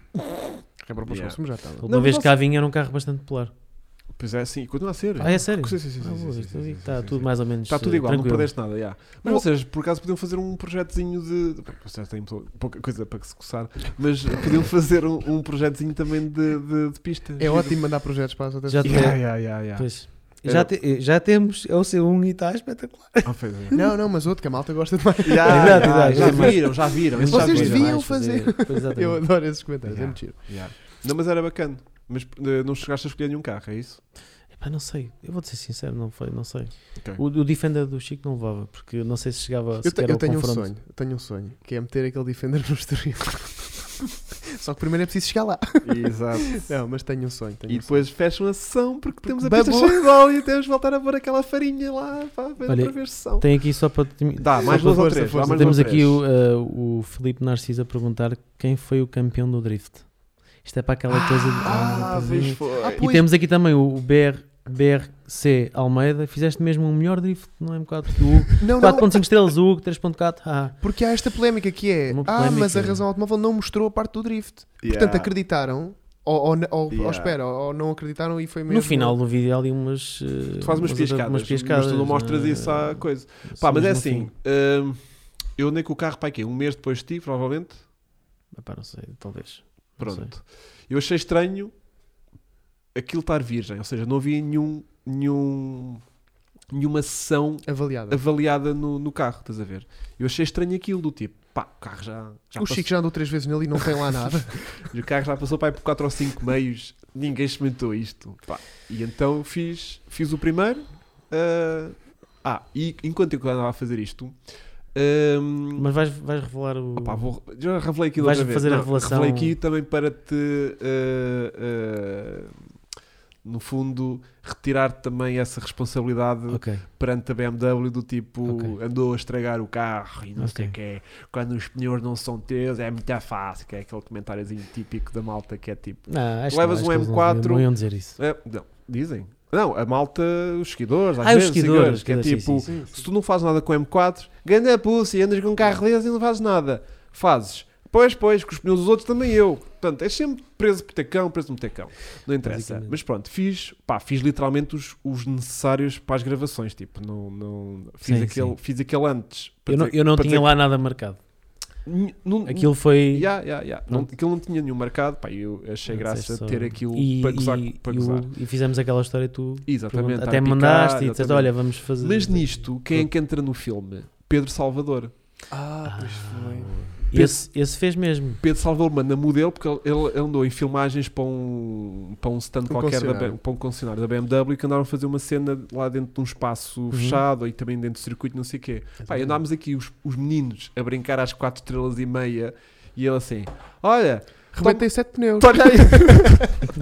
S2: Repro para os
S1: Yeah.
S2: consumos já estava.
S3: Uma
S1: Não,
S3: vez
S1: mas
S3: que cá vinha era um carro bastante popular.
S1: pois é assim, continua a ser
S3: Ah, é sério?
S1: Sim, sim, sim, sim,
S3: Ah,
S1: sim,
S3: boa,
S1: sim,
S3: isto
S1: sim,
S3: aqui
S1: sim,
S3: Está
S1: sim,
S3: tudo
S1: sim.
S3: mais ou menos.
S1: está tudo igual,
S3: tranquilo.
S1: não perdeste nada yeah. mas
S2: Bom-
S1: vocês por acaso podiam fazer um projetozinho de Bem, vocês têm pou- pouca coisa para que se coçar mas podiam fazer um, um projetozinho também de, de, de pistas
S2: É ótimo mandar projetos para as outras
S3: Já
S2: pessoas.
S1: Yeah, yeah, yeah, yeah.
S3: Pois. Já, te- já temos, é o C1 e está espetacular.
S1: Ah, pois é.
S2: Não, não, mas outro que a malta gosta demais.
S1: Já,
S3: Exato,
S1: já,
S3: exato.
S1: já viram, já viram. esses já
S2: Vocês
S1: viram.
S2: deviam
S3: mais Pois, exatamente.
S2: Eu adoro esses comentários, é
S1: Yeah.
S2: mentira.
S1: Yeah. Não, mas era bacana. Mas eh, não chegaste a escolher nenhum carro, é isso?
S3: Epá, não sei, eu vou te ser sincero, não foi, não sei.
S1: Ok.
S3: O, o Defender do Chico não levava, porque eu não sei se chegava
S2: Eu, te-
S3: sequer
S2: eu
S3: ao
S2: tenho um
S3: confronto.
S2: sonho, eu tenho um sonho, que é meter aquele Defender no Estoril. Só que primeiro é preciso chegar lá.
S1: Exato.
S2: Não, mas tenho um sonho. Tenho
S1: E
S2: um
S1: depois fecham a sessão porque temos a
S2: Babou.
S1: pista cheia de óleo e temos de voltar a pôr aquela farinha lá pá, para,
S3: Olha,
S1: para ver se são.
S3: Tem aqui só para. termi-
S1: Dá,
S2: Só
S1: mais
S2: para
S1: duas ou
S2: força,
S1: três. dá
S2: força.
S1: mais
S3: Temos
S1: duas ou
S3: aqui
S1: três.
S3: o, eh, o Filipe Narciso a perguntar quem foi o campeão do Drift. Isto é para aquela coisa de.
S1: Ah,
S3: Ah,
S1: pois foi.
S2: Ah,
S3: e
S2: pois.
S3: temos aqui também o BR, BRC Almeida. Fizeste mesmo um melhor drift, não é um bocado que o Hugo.
S2: sonho. Não, não,
S3: 4.5 estrelas, o Hugo, 3.4. Ah,
S2: porque há esta polémica que é,
S3: Uma
S2: ah, mas a
S3: polémica.
S2: razão automóvel não mostrou a parte do drift.
S1: Yeah.
S2: Portanto, acreditaram, ou, ou, ou,
S1: Yeah.
S2: ou espera, ou, ou não acreditaram e foi mesmo...
S3: no final do vídeo há ali umas. eh,
S1: Tu fazes umas piascadas,
S3: umas piascadas,
S1: mas tu não mostras
S3: eh,
S1: isso à coisa.
S3: só
S1: Pá, mas é
S3: mesmo no
S1: assim,
S3: fim.
S1: hum, eu andei com o carro para aqui um mês depois de ti, provavelmente.
S3: Epá, não sei, talvez. Não sei.
S1: Pronto. Eu achei estranho aquilo estar virgem, ou seja, não havia nenhum, nenhum, nenhuma sessão
S2: Avaliada.
S1: avaliada no, no carro, estás a ver? Eu achei estranho aquilo do tipo, pá, o carro já, já
S2: O
S1: passou,
S2: Chico já andou três vezes nele e não tem lá nada.
S1: o carro já passou para aí por 4 ou 5 meios, ninguém experimentou isto, pá. E então fiz, fiz o primeiro. ah, ah, e enquanto eu andava a fazer isto, ahm,
S3: Mas vais, vais revelar o.
S1: Opa, vou- já revelei aqui da
S3: Vais
S1: outra vez.
S3: fazer a
S1: Não,
S3: revelação-
S1: Revelei aqui também para te, uh, uh, no fundo, retirar também essa responsabilidade
S3: Ok.
S1: perante a BMW do tipo
S3: Ok.
S1: andou a estragar o carro e não sei o
S3: Ok.
S1: quê. Quando os pneus não são teus é muito fácil, que é aquele comentáriozinho típico da malta que é tipo...
S3: Não, acho
S1: Levas
S3: que
S1: um
S3: não, acho que eles não
S1: M4.
S3: iam- Não iam dizer isso.
S1: "É, não, dizem. Não, a malta, os seguidores, às
S3: Ah, os
S1: vezes,
S3: seguidores,
S1: que é
S3: sim,
S1: tipo...
S3: sim, sim.
S1: Se tu não fazes nada com o M4, ganha a pulsa e andas com um carro desse e não fazes nada. Fazes. Pois, pois, com os pneus dos outros também eu. Portanto, és sempre preso por tecão, preso no tecão. Não interessa.
S3: Basicamente.
S1: Mas pronto, fiz, pá, fiz literalmente os, os necessários para as gravações. Tipo, não, não, fiz,
S3: Sim,
S1: aquele,
S3: sim.
S1: fiz aquele antes. para
S3: Eu não,
S1: dizer-
S3: eu não
S1: para Hum.
S3: tinha
S1: dizer-
S3: lá nada marcado.
S1: N- não-
S3: Aquilo foi.
S1: Ya, ya, ya. Não,
S3: Pronto.
S1: aquilo não tinha nenhum marcado. Pá, eu achei
S3: não
S1: graça
S3: sei, só-
S1: ter aquilo
S3: E-
S1: para gozar.
S3: e-
S1: para
S3: e o-
S1: gozar.
S3: E fizemos aquela história e tu.
S1: Exatamente.
S3: pergunta-
S1: estar
S3: até
S1: a
S3: me
S1: picar,
S3: mandaste e disseste:
S1: exatamente.
S3: olha, vamos fazer.
S1: Mas nisto, quem é que entra no filme? Pedro Salvador.
S2: Ah, pois foi.
S3: Esse, esse fez mesmo.
S1: Pedro Salvador manda modelo porque ele, ele andou em filmagens para um, para um stand qualquer, da,
S2: concessionário.
S1: B- para um concessionário da BMW que andaram a fazer uma cena lá dentro de um espaço fechado e também dentro do circuito, não sei o quê. Pá, e andámos aqui os, os meninos a brincar às 4 estrelas e meia e ele assim, olha,
S2: Rebentei sete pneus.
S1: toma aí,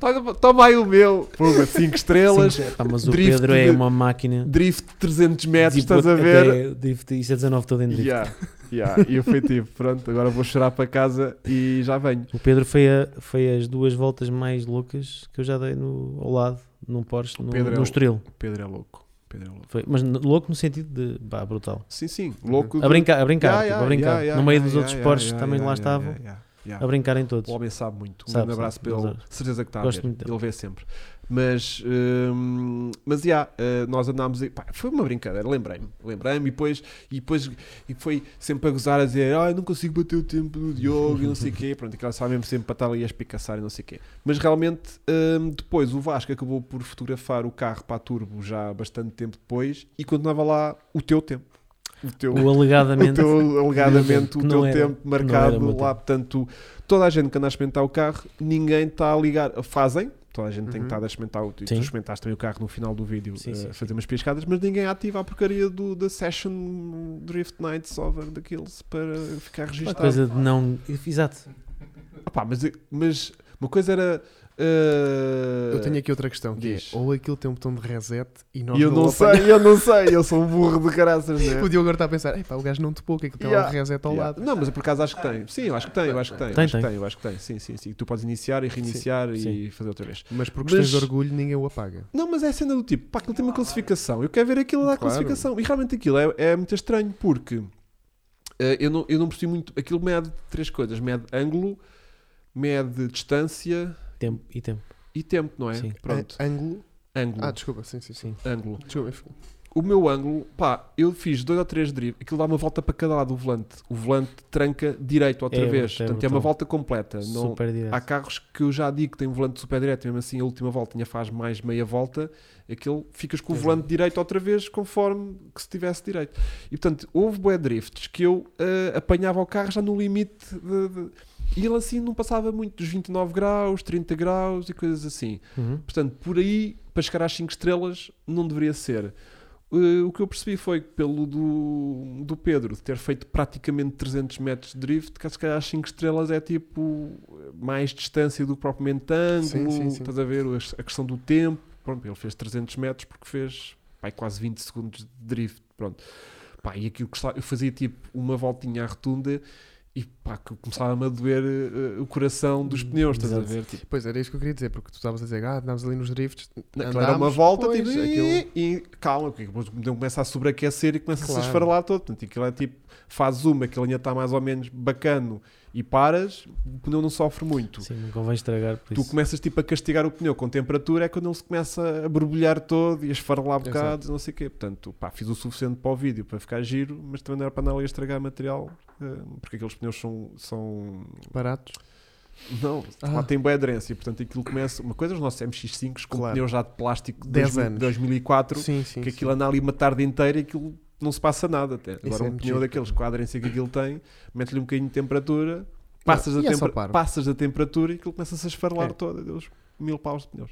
S1: toma, toma aí o meu, por uma 5 estrelas,
S3: Sim, pá, mas o
S1: drift
S3: Pedro é
S1: de-
S3: uma máquina.
S1: drift 300 metros,
S3: Tipo,
S1: estás a
S3: até
S1: ver?
S3: drift, Isso é 19 todo em drift.
S1: Yeah, yeah. E eu fui tipo, pronto, agora vou chorar para casa e já venho.
S3: O Pedro foi, a- foi as duas voltas mais loucas que eu já dei no, ao lado, num Porsche, no,
S1: Pedro é
S3: no
S1: o-
S3: Estoril.
S1: Pedro é louco, Pedro é louco.
S3: Foi- mas n- louco no sentido de. pá, brutal.
S1: Sim, sim, louco.
S3: A
S1: de-
S3: brincar, a brincar,
S1: Yeah,
S3: tipo,
S1: yeah,
S3: a brincar.
S1: yeah, yeah,
S3: no meio
S1: yeah,
S3: dos
S1: yeah,
S3: outros
S1: yeah,
S3: Porsche
S1: yeah,
S3: também
S1: yeah,
S3: lá
S1: yeah,
S3: estavam,
S1: yeah, yeah, yeah.
S3: a brincar em todos.
S1: O homem sabe muito. Um
S3: Sabe,
S1: grande abraço
S3: sabe,
S1: para ele.
S3: mas
S1: Certeza que está
S3: gosto
S1: a ver.
S3: muito dele.
S1: Ele vê sempre. Mas, hum, mas yeah, eh, nós andámos. e- pá, foi uma brincadeira, lembrei-me. Lembrei-me e depois, e depois e foi sempre a gozar, a dizer: Ah, eu não consigo bater o tempo do Diogo e não sei o quê. Pronto, aquela sabe mesmo sempre para estar ali a espicaçar e não sei o quê. Mas realmente, hum, depois o Vasco acabou por fotografar o carro para a Turbo já bastante tempo depois e continuava lá o teu tempo. O teu,
S3: O
S1: o
S3: alegadamente.
S1: teu, alegadamente,
S3: Que
S1: o
S3: não
S1: teu
S3: era-
S1: tempo
S3: não era
S1: marcado
S3: o meu
S1: lá. Portanto, toda a gente que anda a experimentar o carro, ninguém está a ligar. Fazem, toda a gente tem
S2: Uhum.
S1: estado a experimentar. o- Tu
S3: Sim.
S1: experimentaste também o carro no final do vídeo,
S3: Sim,
S1: eh,
S3: sim,
S1: fazer umas piscadas, mas ninguém ativa a porcaria do, da Session Drift Nights Over the Kills para ficar
S3: Uma
S1: registado.
S3: coisa de não. Exato.
S1: Ah pá, mas, mas uma coisa era. eh,
S2: Eu tenho aqui outra questão, que
S1: Diz.
S2: é, ou aquilo tem um botão de reset e nós
S1: e eu não
S2: o apanhamos.
S1: sei, eu não sei, eu sou um burro de caraças, né?
S2: O Diogo agora está a pensar, "Epá, o gajo não topou, que aquilo tem lá
S1: Yeah.
S2: um reset ao
S1: Yeah.
S2: lado.
S1: Não, mas eu por acaso acho que tem. Sim, eu acho que tem, eu acho que tem. eu
S3: Tem,
S1: acho que
S3: tem.
S1: tem, eu acho que tem. Sim, sim, sim. Tu podes iniciar e reiniciar e fazer outra vez.
S2: Mas por
S1: Mas-
S2: questões de orgulho ninguém o apaga.
S1: Não, mas é a cena do tipo, pá, aquilo tem uma classificação. Eu quero ver aquilo lá, a
S2: Claro.
S1: classificação. E realmente aquilo é, é muito estranho, porque eh, eu, não, eu não percebi muito. Aquilo mede três coisas: mede ângulo, mede distância
S3: Tempo e tempo.
S1: e tempo, não é?
S3: Sim. É.
S1: Pronto. Uhum.
S2: Ângulo.
S1: Ângulo.
S2: Ah, desculpa, sim, sim, sim.
S3: Sim.
S1: Ângulo.
S2: Desculpa, enfim.
S1: O o meu ângulo, pá, eu fiz dois ou três dribles, aquilo dá uma volta para cada lado do volante. O volante tranca direito outra
S3: É,
S1: vez,
S3: é
S1: portanto é
S3: brutal.
S1: uma volta completa. Não,
S3: Super direto.
S1: há carros que eu já digo que têm um volante super direto, mesmo assim a última volta ainda faz mais meia volta, aquele ficas com o
S3: Exato.
S1: volante direito outra vez, conforme que se tivesse direito. E portanto, houve bué drifts que eu ah, apanhava o carro já no limite de- de- E ele assim não passava muito dos 29 graus, 30 graus e coisas assim.
S3: Uhum.
S1: Portanto, por aí, para chegar às 5 estrelas, não deveria ser. Eh, o que eu percebi foi que pelo do, do Pedro ter feito praticamente 300 metros de drift, que se calhar às 5 estrelas é tipo mais distância do que propriamente ângulo,
S2: Sim, sim, sim.
S1: estás a ver as- a questão do tempo. Pronto, ele fez 300 metros porque fez pai, quase 20 segundos de drift. Pronto. Pá, e aquilo que eu fazia tipo uma voltinha à rotunda e pá, que começava-me a doer eh, o coração dos
S2: Hum,
S1: pneus, estás a
S3: Exato.
S1: ver? Tipo,
S2: Pois era isso que eu queria dizer, porque tu estavas a dizer, ah, andámos ali nos drifts.
S1: Não, aquilo
S2: andámos,
S1: era uma volta
S2: pois,
S1: tipo,
S2: aquilo-
S1: e, e calma, porque depois o pneu começa a sobreaquecer e começa a
S2: Claro.
S1: se esfarelar todo. Portanto, aquilo é tipo, faz uma, aquilo ainda está mais ou menos bacano e paras, o pneu não sofre muito.
S3: Sim, não convém estragar por
S1: Tu
S3: isso.
S1: começas tipo a castigar o pneu com temperatura, é quando ele se começa a borbulhar todo e a esfarelar
S2: Exato.
S1: bocados, não sei o quê. Portanto, pá, fiz o suficiente para o vídeo para ficar giro, mas também não era para andar ali a estragar material, eh, porque aqueles pneus são- são
S2: Baratos.
S1: não,
S2: Ah.
S1: lá tem boa aderência, portanto aquilo começa. Uma coisa, os nossos MX5 com
S2: Claro.
S1: pneu já de plástico de
S2: 10
S1: 2000
S2: anos.
S1: 2004,
S2: Sim, sim.
S1: que
S2: sim.
S1: aquilo anda ali uma tarde inteira e aquilo não se passa nada até. Agora,
S2: é
S1: um
S2: muito
S1: pneu
S2: giro.
S1: daqueles com a aderência que aquilo tem, mete-lhe um bocadinho de temperatura, passas,
S2: e
S1: da
S2: é
S1: tempera-
S2: só par.
S1: passas da temperatura e aquilo começa-se a esfarelar
S2: É.
S1: todo. Deus, mil paus de pneus.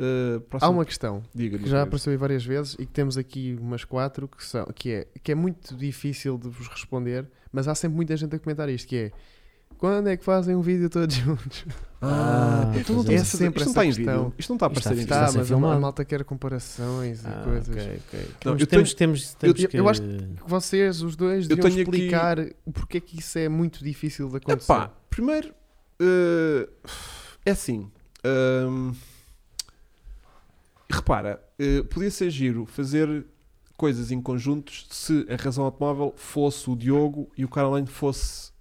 S1: Uh, próximo,
S2: Há uma questão
S1: diga
S2: que já apareceu aí várias vezes e que temos aqui umas quatro que, são, que, é, que é muito difícil de vos responder, mas há sempre muita gente a comentar isto, que é quando é que fazem um vívídeo todos juntos?
S1: Ah,
S3: Ah,
S1: então não
S3: pois
S1: tem
S3: é.
S1: certeza.
S2: É sempre
S1: isto não
S2: essa
S1: está em
S2: questão.
S1: vídeo. Isto não está a
S3: Isto
S1: aparecer em
S3: está
S1: vídeo.
S2: Tá,
S3: a ser
S2: mas a
S3: filmado.
S2: malta quer comparações e
S3: Ah,
S2: coisas.
S3: ok, ok.
S1: Não,
S3: Temos-
S1: eu
S3: temos,
S1: tenho-
S3: temos, temos
S2: eu-
S3: que...
S2: eu acho Que Vocês, os dois,
S1: Eu
S2: deviam
S1: tenho aqui-
S2: explicar porque é que isso é muito difícil de acontecer.
S1: Epá, primeiro eh, é assim. hum, repara, eh, podia ser giro fazer coisas em conjuntos se a razão automóvel fosse o Diogo e o Caroline fosse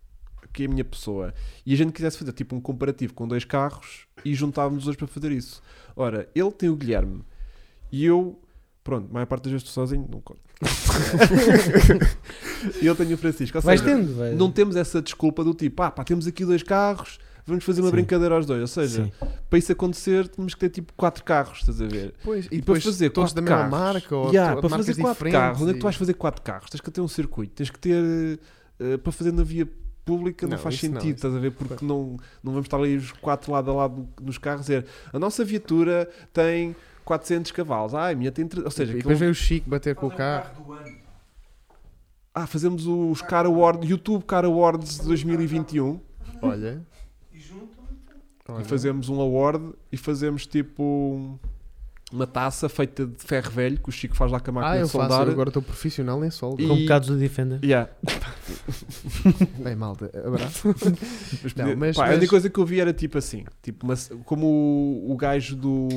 S1: aqui a minha pessoa e a gente quisesse fazer tipo um comparativo com dois carros e juntávamos os dois para fazer isso. Ora, ele tem o Guilherme e eu, pronto, a maior parte das vezes estou sozinho, não conto. e eu tenho o Francisco. ou
S3: Vais
S1: seja,
S3: tendo, vai.
S1: não temos essa desculpa do tipo, ah, pá, temos aqui dois carros, vamos fazer uma
S3: Sim.
S1: brincadeira aos dois. Ou seja,
S3: Sim.
S1: para isso acontecer, temos que ter tipo quatro carros, estás a ver?
S2: Pois, e,
S1: E
S2: depois
S1: para fazer
S2: todos
S1: quatro
S2: da mesma
S1: carros.
S2: marca ou
S1: Ya,
S2: to-
S1: para
S2: marcas
S1: fazer quatro
S2: diferentes
S1: carros, onde é que
S2: e-
S1: tu vais fazer quatro carros? Tens que ter um circuito, tens que ter eh, eh, para fazer na via pública não,
S2: Não,
S1: faz
S2: isso não,
S1: sentido,
S2: isso-
S1: estás a ver? Porque não, não vamos estar ali os quatro lado a lado nos carros e dizer, a nossa viatura tem 400 cavalos, ah, a minha tem... tre-" Ou seja,
S2: e
S1: aquilo-
S2: depois vem o Chico bater com o carro.
S4: carro do ano.
S1: ah, fazemos os Car Awards, YouTube Car Awards 2021.
S2: Olha,
S4: E juntam.
S1: E
S2: olha.
S1: fazemos um award e fazemos tipo um- uma taça feita de ferro velho é que o Chico faz lá com a máquina
S2: Ah, eu
S1: de
S2: faço,
S1: soldar.
S2: eu agora estou profissional em solda.
S1: E-
S3: Com bocados do Defender.
S1: Yeah.
S2: Bem, malta, abraço.
S1: Mas
S2: Não,
S1: podia-
S2: mas-
S1: pá, A
S2: mas-
S1: única coisa que eu vi era tipo assim, tipo uma- como o, o gajo do.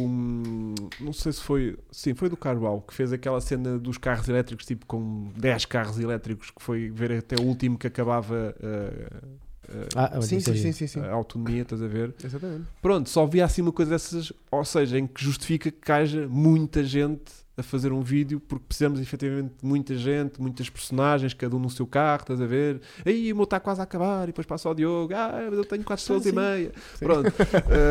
S1: Não sei se foi. Sim, foi do Carval que fez aquela cena dos carros elétricos, tipo com 10 carros elétricos, que foi ver até o último que acabava ah, ah,
S3: Ah, olha,
S2: sim,
S3: isso é
S2: sim, sim,
S3: giro.
S2: sim, sim.
S1: a autonomia, estás a ver?
S2: Exatamente.
S1: Pronto, só vi assim uma coisa dessas, ou seja, em que justifica que haja muita gente a fazer um vídeo, porque precisamos efetivamente de muita gente, muitas personagens, cada um no seu carro, estás a ver? Aí o meu está quase a acabar, e depois passa o Diogo, ah, mas eu tenho 4 estrelas e meia. Pronto.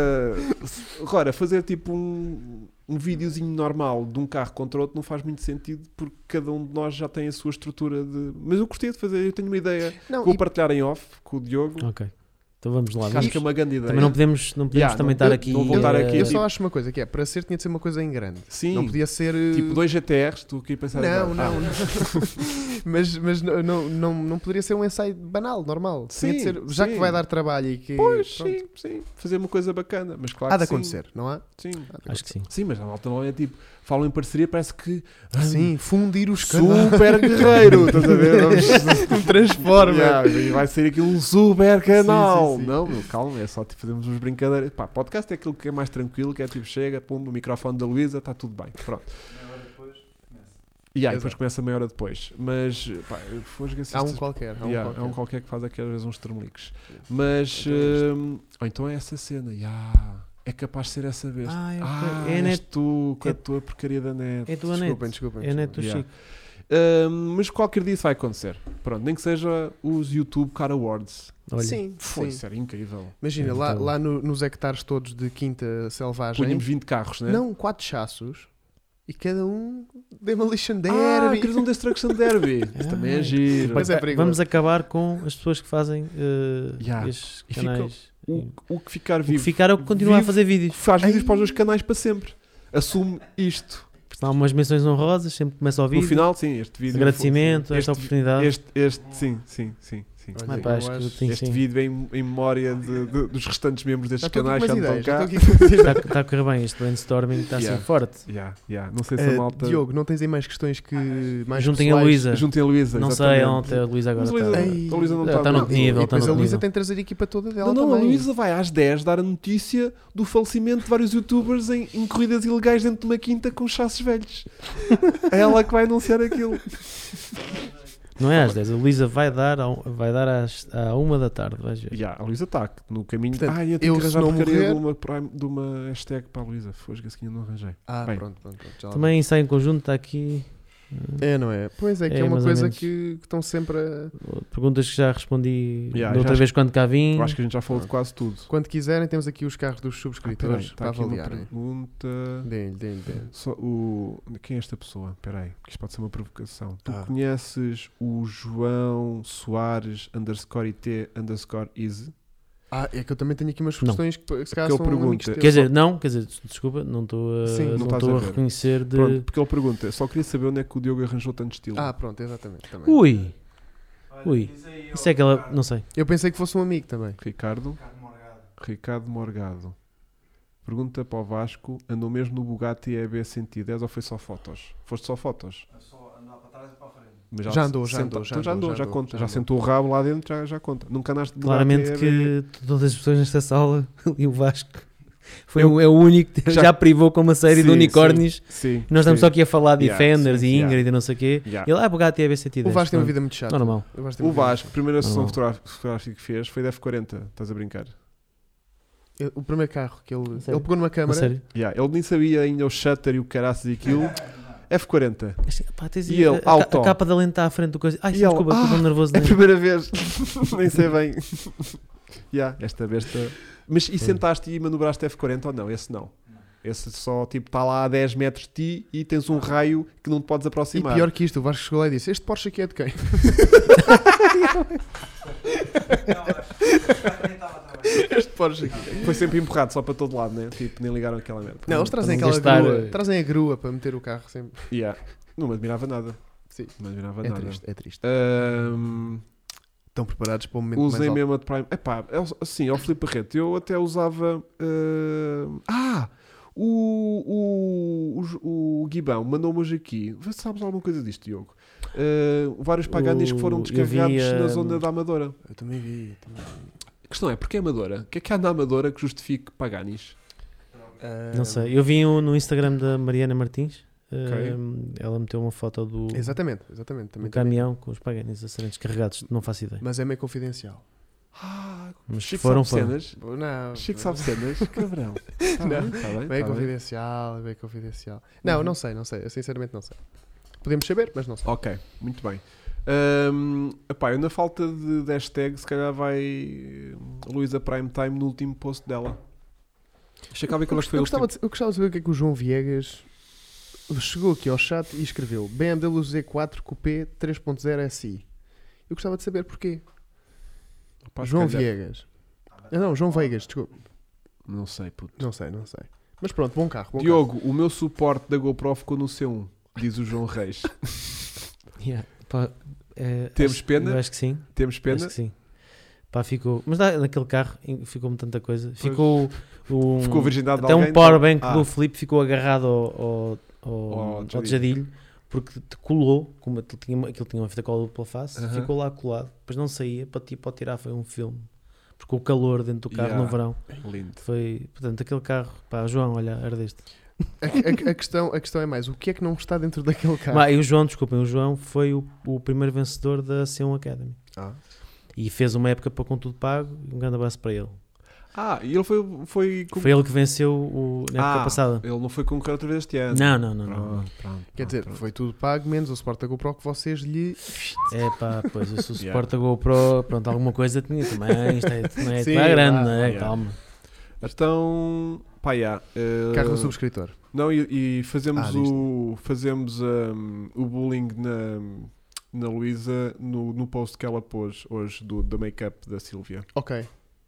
S1: Eh, agora, fazer tipo um, um videozinho normal de um carro contra outro não faz muito sentido, porque cada um de nós já tem a sua estrutura de. Mas eu gostei de fazer, eu tenho uma ideia que
S2: Não,
S1: vou
S2: e-
S1: partilhar em off com o Diogo,
S3: Ok. Então vamos lá.
S1: acho
S3: vamos-
S1: que é uma grande ideia.
S3: Também não podemos, não podemos
S1: Yeah,
S3: também
S1: não-
S3: estar
S1: eu-
S3: aqui...
S1: não vou estar
S3: eh,
S1: aqui,
S2: eu
S1: tipo-
S2: só acho uma coisa, que é, para ser tinha de ser uma coisa em grande.
S1: Sim.
S2: Não podia ser... eh,
S1: Tipo dois Ah. GTRs, tu aqui a pensar
S2: Não,
S1: agora.
S2: não,
S1: Ah,
S2: não. mas mas não, não, não, não poderia ser um ensaio banal, normal. Tinha de
S1: Sim,
S2: ser- já que
S1: sim.
S2: vai dar trabalho e que...
S1: Pois,
S2: pronto,
S1: sim, sim. Fazer uma coisa bacana, mas claro
S2: Há
S1: que
S2: de
S1: sim,
S2: acontecer, não há?
S1: Sim.
S3: Acho que sim.
S1: Sim, mas a malta não é tipo, falam em parceria, parece que ah,
S2: Sim, fundir os canais.
S1: super guerreiro, estás a ver? Vamos-
S2: Transforma.
S1: Yeah, e vai ser aqui um super canal.
S2: Um sim, sim.
S1: Não, meu, calma, é só tipo, fazermos uns brincadeiras. Pá, podcast é aquilo que é mais tranquilo, que é tipo, chega, pum, o microfone da Luísa, está tudo bem. Pronto.
S4: Meia hora depois, começa.
S1: E aí, depois
S2: Exato.
S1: começa meia hora depois. Mas, pá, fosga-se
S2: Há um
S1: estas
S2: qualquer, há um
S1: Yeah,
S2: qualquer.
S1: É um qualquer que faz aqui às vezes uns tremeliques. Mas. oh,
S2: Então é isto.
S1: hum, ou então é essa cena. Yeah. É capaz de ser essa vez.
S3: Ah, é, ok.
S1: Ah,
S3: É a
S1: és
S3: net-
S1: tu com a
S3: é-
S1: tua porcaria da net.
S3: É do
S2: Desculpem,
S3: Anete.
S2: desculpem.
S3: É a net do
S1: Yeah.
S3: Chico. é-
S1: Ah, mas qualquer dia isso vai acontecer. Pronto, nem que seja os YouTube Car Awards.
S3: Olha,
S2: Sim,
S1: Foi,
S2: sim.
S1: isso era incrível.
S2: Imagina,
S3: É
S2: lá,
S1: então,
S3: muito bom.
S2: lá no- nos hectares todos de quinta selvagem,
S1: Punhamos 20 carros, né?
S2: não, quatro chassos e cada um Demolition
S1: Ah,
S2: Derby.
S1: queres um Destruction Derby. Isso também
S3: Ah,
S1: é giro.
S2: Mas é perigoso.
S3: Vamos acabar com as pessoas que fazem eh,
S1: Yeah.
S3: estes
S1: E fica-
S3: canais.
S1: O, o que ficar
S3: O que
S1: vivo
S3: ficar é o que continua a
S1: Vivo.
S3: fazer vídeos.
S1: faz vídeos
S2: Ai.
S1: para os meus canais para sempre. Assume isto.
S3: Porque Há umas menções honrosas, sempre começa a ouvir.
S1: No final, sim, este vídeo.
S3: agradecimento a
S1: este,
S3: esta oportunidade.
S1: Este, este, sim, sim, sim. sim.
S2: Olha,
S3: Ah,
S1: sim.
S3: pá,
S2: eu
S3: acho que
S2: acho-
S3: tem-
S1: este
S3: sim.
S1: vídeo é em, em memória de- de- dos restantes membros destes
S2: Já estou
S1: canais
S2: aqui
S1: que já
S2: com
S1: não
S2: umas
S1: estão cá.
S2: ideias. já estou aqui com umas
S3: Está,
S2: ideias.
S3: está a correr bem, este brainstorming está
S1: Yeah.
S3: assim forte.
S1: Yeah, yeah. Não sei se a
S3: Eh,
S2: Ah,
S1: malta.
S2: Diogo, não tens aí mais questões que. Mais
S3: Juntem a
S2: pessoais?
S3: Luísa.
S1: Juntem a Luísa.
S3: Não sei,
S1: exatamente.
S3: ontem a Luísa agora
S1: Mas é- Luísa-
S3: está.
S2: Ei.
S1: a Luísa não
S3: Ela
S1: está
S3: tá no
S1: bem.
S2: e-
S3: nível,
S2: e
S3: tá
S2: depois
S3: no
S2: a Luísa
S3: nível.
S2: tem de trazer a equipa toda dela
S1: Não, não, a
S2: também.
S1: Luísa vai às 10 dar a notícia do falecimento de vários youtubers em, em corridas ilegais dentro de uma quinta com chassos velhos. é ela que vai anunciar aquilo.
S3: Não é às 10, a Luísa vai dar, ao- vai dar às, à 1 da tarde, vais ver.
S1: Já, a Luísa está no caminho.
S2: Portanto,
S1: ah, eu
S2: eu,
S1: tenho que
S2: se
S1: arranjar
S2: não
S1: porcaria
S2: morrer-
S1: de, uma, prime- de uma hashtag para a Luísa. Fosga, se que ainda não arranjei.
S2: Ah,
S1: Bem.
S2: pronto, pronto, pronto, já lá
S3: Também sai em conjunto, está aqui.
S2: vamos. É, não é? Pois é, que é,
S3: É,
S2: uma
S3: mais ou
S2: coisa
S3: menos.
S2: que, que estão sempre a.
S3: Perguntas que já respondi
S1: Yeah,
S3: da
S1: já
S3: outra
S1: acho-
S3: vez quando cá vim.
S1: Eu acho que a gente já falou de quase tudo.
S2: Quando quiserem, temos aqui os carros dos
S1: Ah, peraí,
S2: subscritores
S1: está
S2: para né?
S1: aqui uma
S2: avaliarem.
S1: pergunta.
S2: Deem-lhe, deem-lhe, deem-lhe.
S1: Só o... Quem é esta pessoa? Espera aí, que isto pode ser uma provocação. Tu
S2: Ah.
S1: conheces o João Soares underscore IT underscore easy?
S2: Ah, é que eu também tenho aqui umas
S3: Não.
S2: questões que se calhar
S1: Que eu
S2: são amigos
S1: pergunto.
S2: teus.
S3: Quer dizer, não, quer dizer, desculpa, não estou a,
S2: Sim, não
S3: não
S1: estás
S3: estou
S1: a
S3: a
S1: ver.
S3: reconhecer de.
S1: Pronto, porque ele pergunta. Só queria saber onde é que o Diogo arranjou tanto estilo.
S2: Ah, pronto, exatamente. também.
S3: Ui,
S4: Olha,
S3: Ui,
S4: diz aí,
S3: isso
S4: ó,
S3: é aquela.
S4: Ricardo-
S3: Não sei.
S2: Eu pensei que fosse um amigo também.
S1: Ricardo,
S4: Ricardo Morgado.
S1: Ricardo Morgado. Pergunta para o Vasco: andou mesmo no Bugatti EB 110 ou foi só fotos? Foste só fotos?
S4: É só andar para trás e para a frente.
S1: Mas
S2: Já andou, já
S1: senta-
S2: andou, já
S1: então já
S2: andou,
S1: andou, já
S2: já andou,
S1: conta.
S2: já
S1: Já,
S2: andou.
S1: sentou o rabo lá dentro, já, já conta. Nunca andaste de Bugatti
S3: Claramente
S1: EB.
S3: que
S1: é-
S3: todas as pessoas nesta sala e o Vasco foi um- é o único que
S1: Já-
S3: já, privou com uma série de
S1: Sim,
S3: unicórnios.
S1: Sim.
S3: Nós estamos
S1: sim.
S3: só aqui a falar de
S1: Yeah,
S3: Defenders
S1: sim,
S3: e
S1: yeah.
S3: Ingrid e não sei o quê.
S1: Yeah.
S3: Ele, ah, Bugatti é BC10.
S2: O Vasco tem uma vida muito chata.
S3: Normal.
S2: O Vasco, tem
S1: O
S2: uma vida
S1: Vasco, a primeira sessão
S3: Normal.
S1: fotográfica fotográfica que fez foi da F40. Estás a brincar?
S2: muito chata. Ele- O primeiro carro que ele.
S3: Sério?
S2: Ele pegou numa
S3: A
S2: câmara.
S3: sério.
S1: Yeah, ele nem sabia ainda o shutter e o caraças e aquilo. F40.
S3: Assim, pá, tens
S1: E
S3: aí a-
S1: ele,
S3: a, ca-
S1: auto.
S3: a capa da lente está à frente do coisa. Ai,
S1: E
S3: sim,
S1: ele,
S3: desculpa,
S1: ah,
S3: estou tão nervoso.
S1: É a
S3: né?
S1: primeira vez. Nem sei bem. yeah, esta besta. Mas e sentaste e manobraste F40 ou não? Esse não. Esse só tipo está lá a 10 metros de ti e tens um raio que não te podes
S2: E
S1: aproximar.
S2: pior que isto, o Vasco chegou lá e disse: Este Porsche aqui é de quem?
S4: Não, mas quem estava a trabalhar.
S2: Este Porsche aqui.
S1: Foi sempre empurrado só para todo lado, né? Tipo, nem ligaram aquela merda.
S2: Não, eles trazem
S3: para
S2: aquela
S3: não gastar,
S2: grua.
S3: eh,
S2: Trazem a grua para meter o carro sempre.
S1: Yeah. Não me admirava nada.
S2: Sim.
S1: Não me admirava
S2: É
S1: nada.
S2: triste, é triste.
S1: Ahm,
S2: Estão preparados para o momento mais
S1: usei
S2: alto.
S1: mesmo a de Prime. Epá, é- assim, ao Filipe Barreto, eu até usava. ahm, ah! O, o, o Guibão mandou-me hoje aqui. Vê se Sabes alguma coisa disto, Diogo? Ah, vários paganis que foram
S3: O- eu
S1: descarregados
S3: vi, eh,
S1: na
S3: ahm,
S1: zona da Amadora.
S2: Eu também vi. eu também vi.
S1: A questão é, porquê Amadora? O que é que há na Amadora que justifique paganis?
S2: Ah,
S3: Não sei. Eu vi um no Instagram da Mariana Martins.
S1: Ok.
S3: hum, ela meteu uma foto do, do
S2: Exatamente, exatamente. Também tem-
S3: caminhão com os paganis a serem descarregados. Não faço ideia.
S2: Mas é meio confidencial.
S1: Ah,
S3: Mas
S1: Chico
S3: foram,
S1: sabe
S3: foram.
S1: cenas.
S2: Não.
S1: Chico sabe cenas. Cabrão. Está bem, está
S3: é
S1: bem. tá
S2: Bem
S1: bem.
S2: confidencial, bem confidencial. Não,
S1: Uhum.
S2: não sei, não sei. Eu sinceramente não sei. Podemos saber, mas não sei.
S1: Ok, muito bem. Ahm, epá, eu na falta de, de hashtag, se calhar vai eh, Luísa Prime Time no último post dela. Deixa cá ver
S2: Eu,
S1: como é que foi o
S2: gostava
S1: último.
S2: de, eu gostava de saber o que é que o João Viegas chegou aqui ao chat e escreveu BMW Z4 Coupé 3.0 SI. Eu gostava de saber porquê.
S1: Epá, se
S2: João
S1: calhar-
S2: Viegas. Ah, não, João Veigas, desculpa.
S1: Não sei, puto.
S2: Não sei, não sei. Mas pronto, bom carro. Bom
S1: Diogo, o meu suporte da GoPro ficou no C1, diz o João Reis.
S3: Yeah, pá, é,
S1: Temos
S3: acho-
S1: pena?
S3: eu Acho que sim.
S1: Temos
S3: Acho
S1: pena?
S3: que sim. Pá, ficou. Mas na- naquele carro em- ficou-me tanta coisa. Ficou um.
S1: Ficou a virgindade de
S3: até
S1: alguém?
S3: um powerbank
S1: Ah.
S3: do Felipe ficou agarrado ao, ao, ao,
S1: Ao
S3: ao
S1: jadilho.
S3: jadilho, porque te colou, como aquilo tinha, uma- aquilo tinha uma fita cola pela face,
S1: Aham.
S3: ficou lá colado, depois não saía para, ti- para o tirar foi um filme. Porque o calor dentro do carro
S1: Yeah.
S3: no verão
S1: Lindo.
S3: foi. Portanto, aquele carro, pá, João, olha, era deste.
S2: A, a- a questão, a questão é mais, o que é que não está dentro daquele carro?
S3: Mas, e o João, desculpem, o João foi o, o primeiro vencedor da C1 Academy
S2: Ah.
S3: e fez uma época para com tudo pago. Um grande um abraço para ele.
S1: Ah, e ele foi. Foi,
S3: Foi ele que venceu o, na época
S1: Ah,
S3: passada.
S1: Ele não foi concorrer outra vez este ano.
S3: Não, não, não. não.
S1: Pronto, pronto,
S2: Quer
S1: pronto,
S2: dizer,
S1: Ah, pronto.
S2: foi tudo pago, menos o Sportago Pro que vocês lhe.
S3: É pá, pois eu sou
S1: Yeah.
S3: suporte a GoPro, pronto, alguma coisa tinha também. Isto é, não é,
S2: Sim,
S3: não é grande,
S2: ah,
S3: não é?
S1: yeah.
S3: Calma.
S1: Então. Pá, yeah, eh,
S2: Carro subscritor.
S1: Não, e, e fazemos,
S2: Ah, diz-te.
S1: o, fazemos hum, o bullying na, na Luísa no, no post que ela pôs hoje do, da make-up da Silvia.
S2: Ok.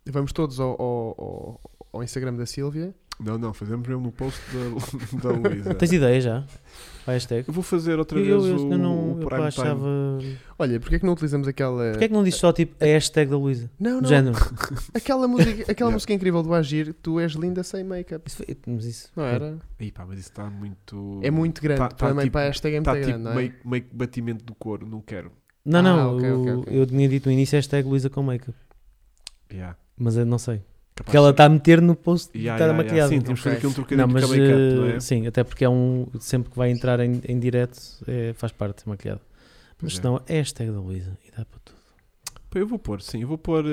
S2: Vamos todos ao, ao- ao- ao Instagram da Silvia.
S1: Não, não, fazemos mesmo no post da, da Luísa.
S3: Tens ideia já? Para a hashtag?
S1: Eu vou fazer outra
S3: Eu,
S1: vez
S3: eu-
S1: o,
S3: eu não
S1: o
S3: eu
S1: prime time.
S3: achava.
S2: Olha, porque é que não utilizamos aquela.
S3: Porquê é que não dizes só tipo a hashtag da Luísa?
S2: Não,
S3: Do
S2: não.
S3: género.
S2: Aquela, música, aquela
S1: Yeah.
S2: música incrível do Agir, tu és linda sem make-up.
S3: Isso foi- mas isso.
S2: Não era?
S1: Ih, pá, mas isso está muito.
S2: É muito grande.
S1: Tá- tá
S2: Também
S1: tipo-
S2: para a hashtag é muito
S1: Está
S2: grande,
S1: tipo
S2: não é?
S1: meio, meio que batimento do couro, não quero.
S3: Não,
S2: Ah,
S3: não,
S2: ok,
S3: eu,
S2: ok, ok.
S3: eu tinha dito no início hashtag Luísa com make
S1: Yeah.
S3: mas eu não sei.
S1: Capaz
S3: Porque ela tá
S1: de-
S3: está a meter no post de
S1: Yeah, yeah,
S3: estar
S1: yeah.
S3: maquilhada.
S1: Sim, temos que fazer aqui um trocadilho
S3: não, mas
S1: com a make-up, não
S3: eh,
S1: é?
S3: sim, até porque é um. Sempre que vai entrar em, em direto, é, faz parte é maquilhada.
S1: Pois
S3: Mas
S1: é.
S3: se não, é hashtag da Luísa e dá para tudo.
S1: Pá, Eu vou pôr, sim, eu vou pôr eh,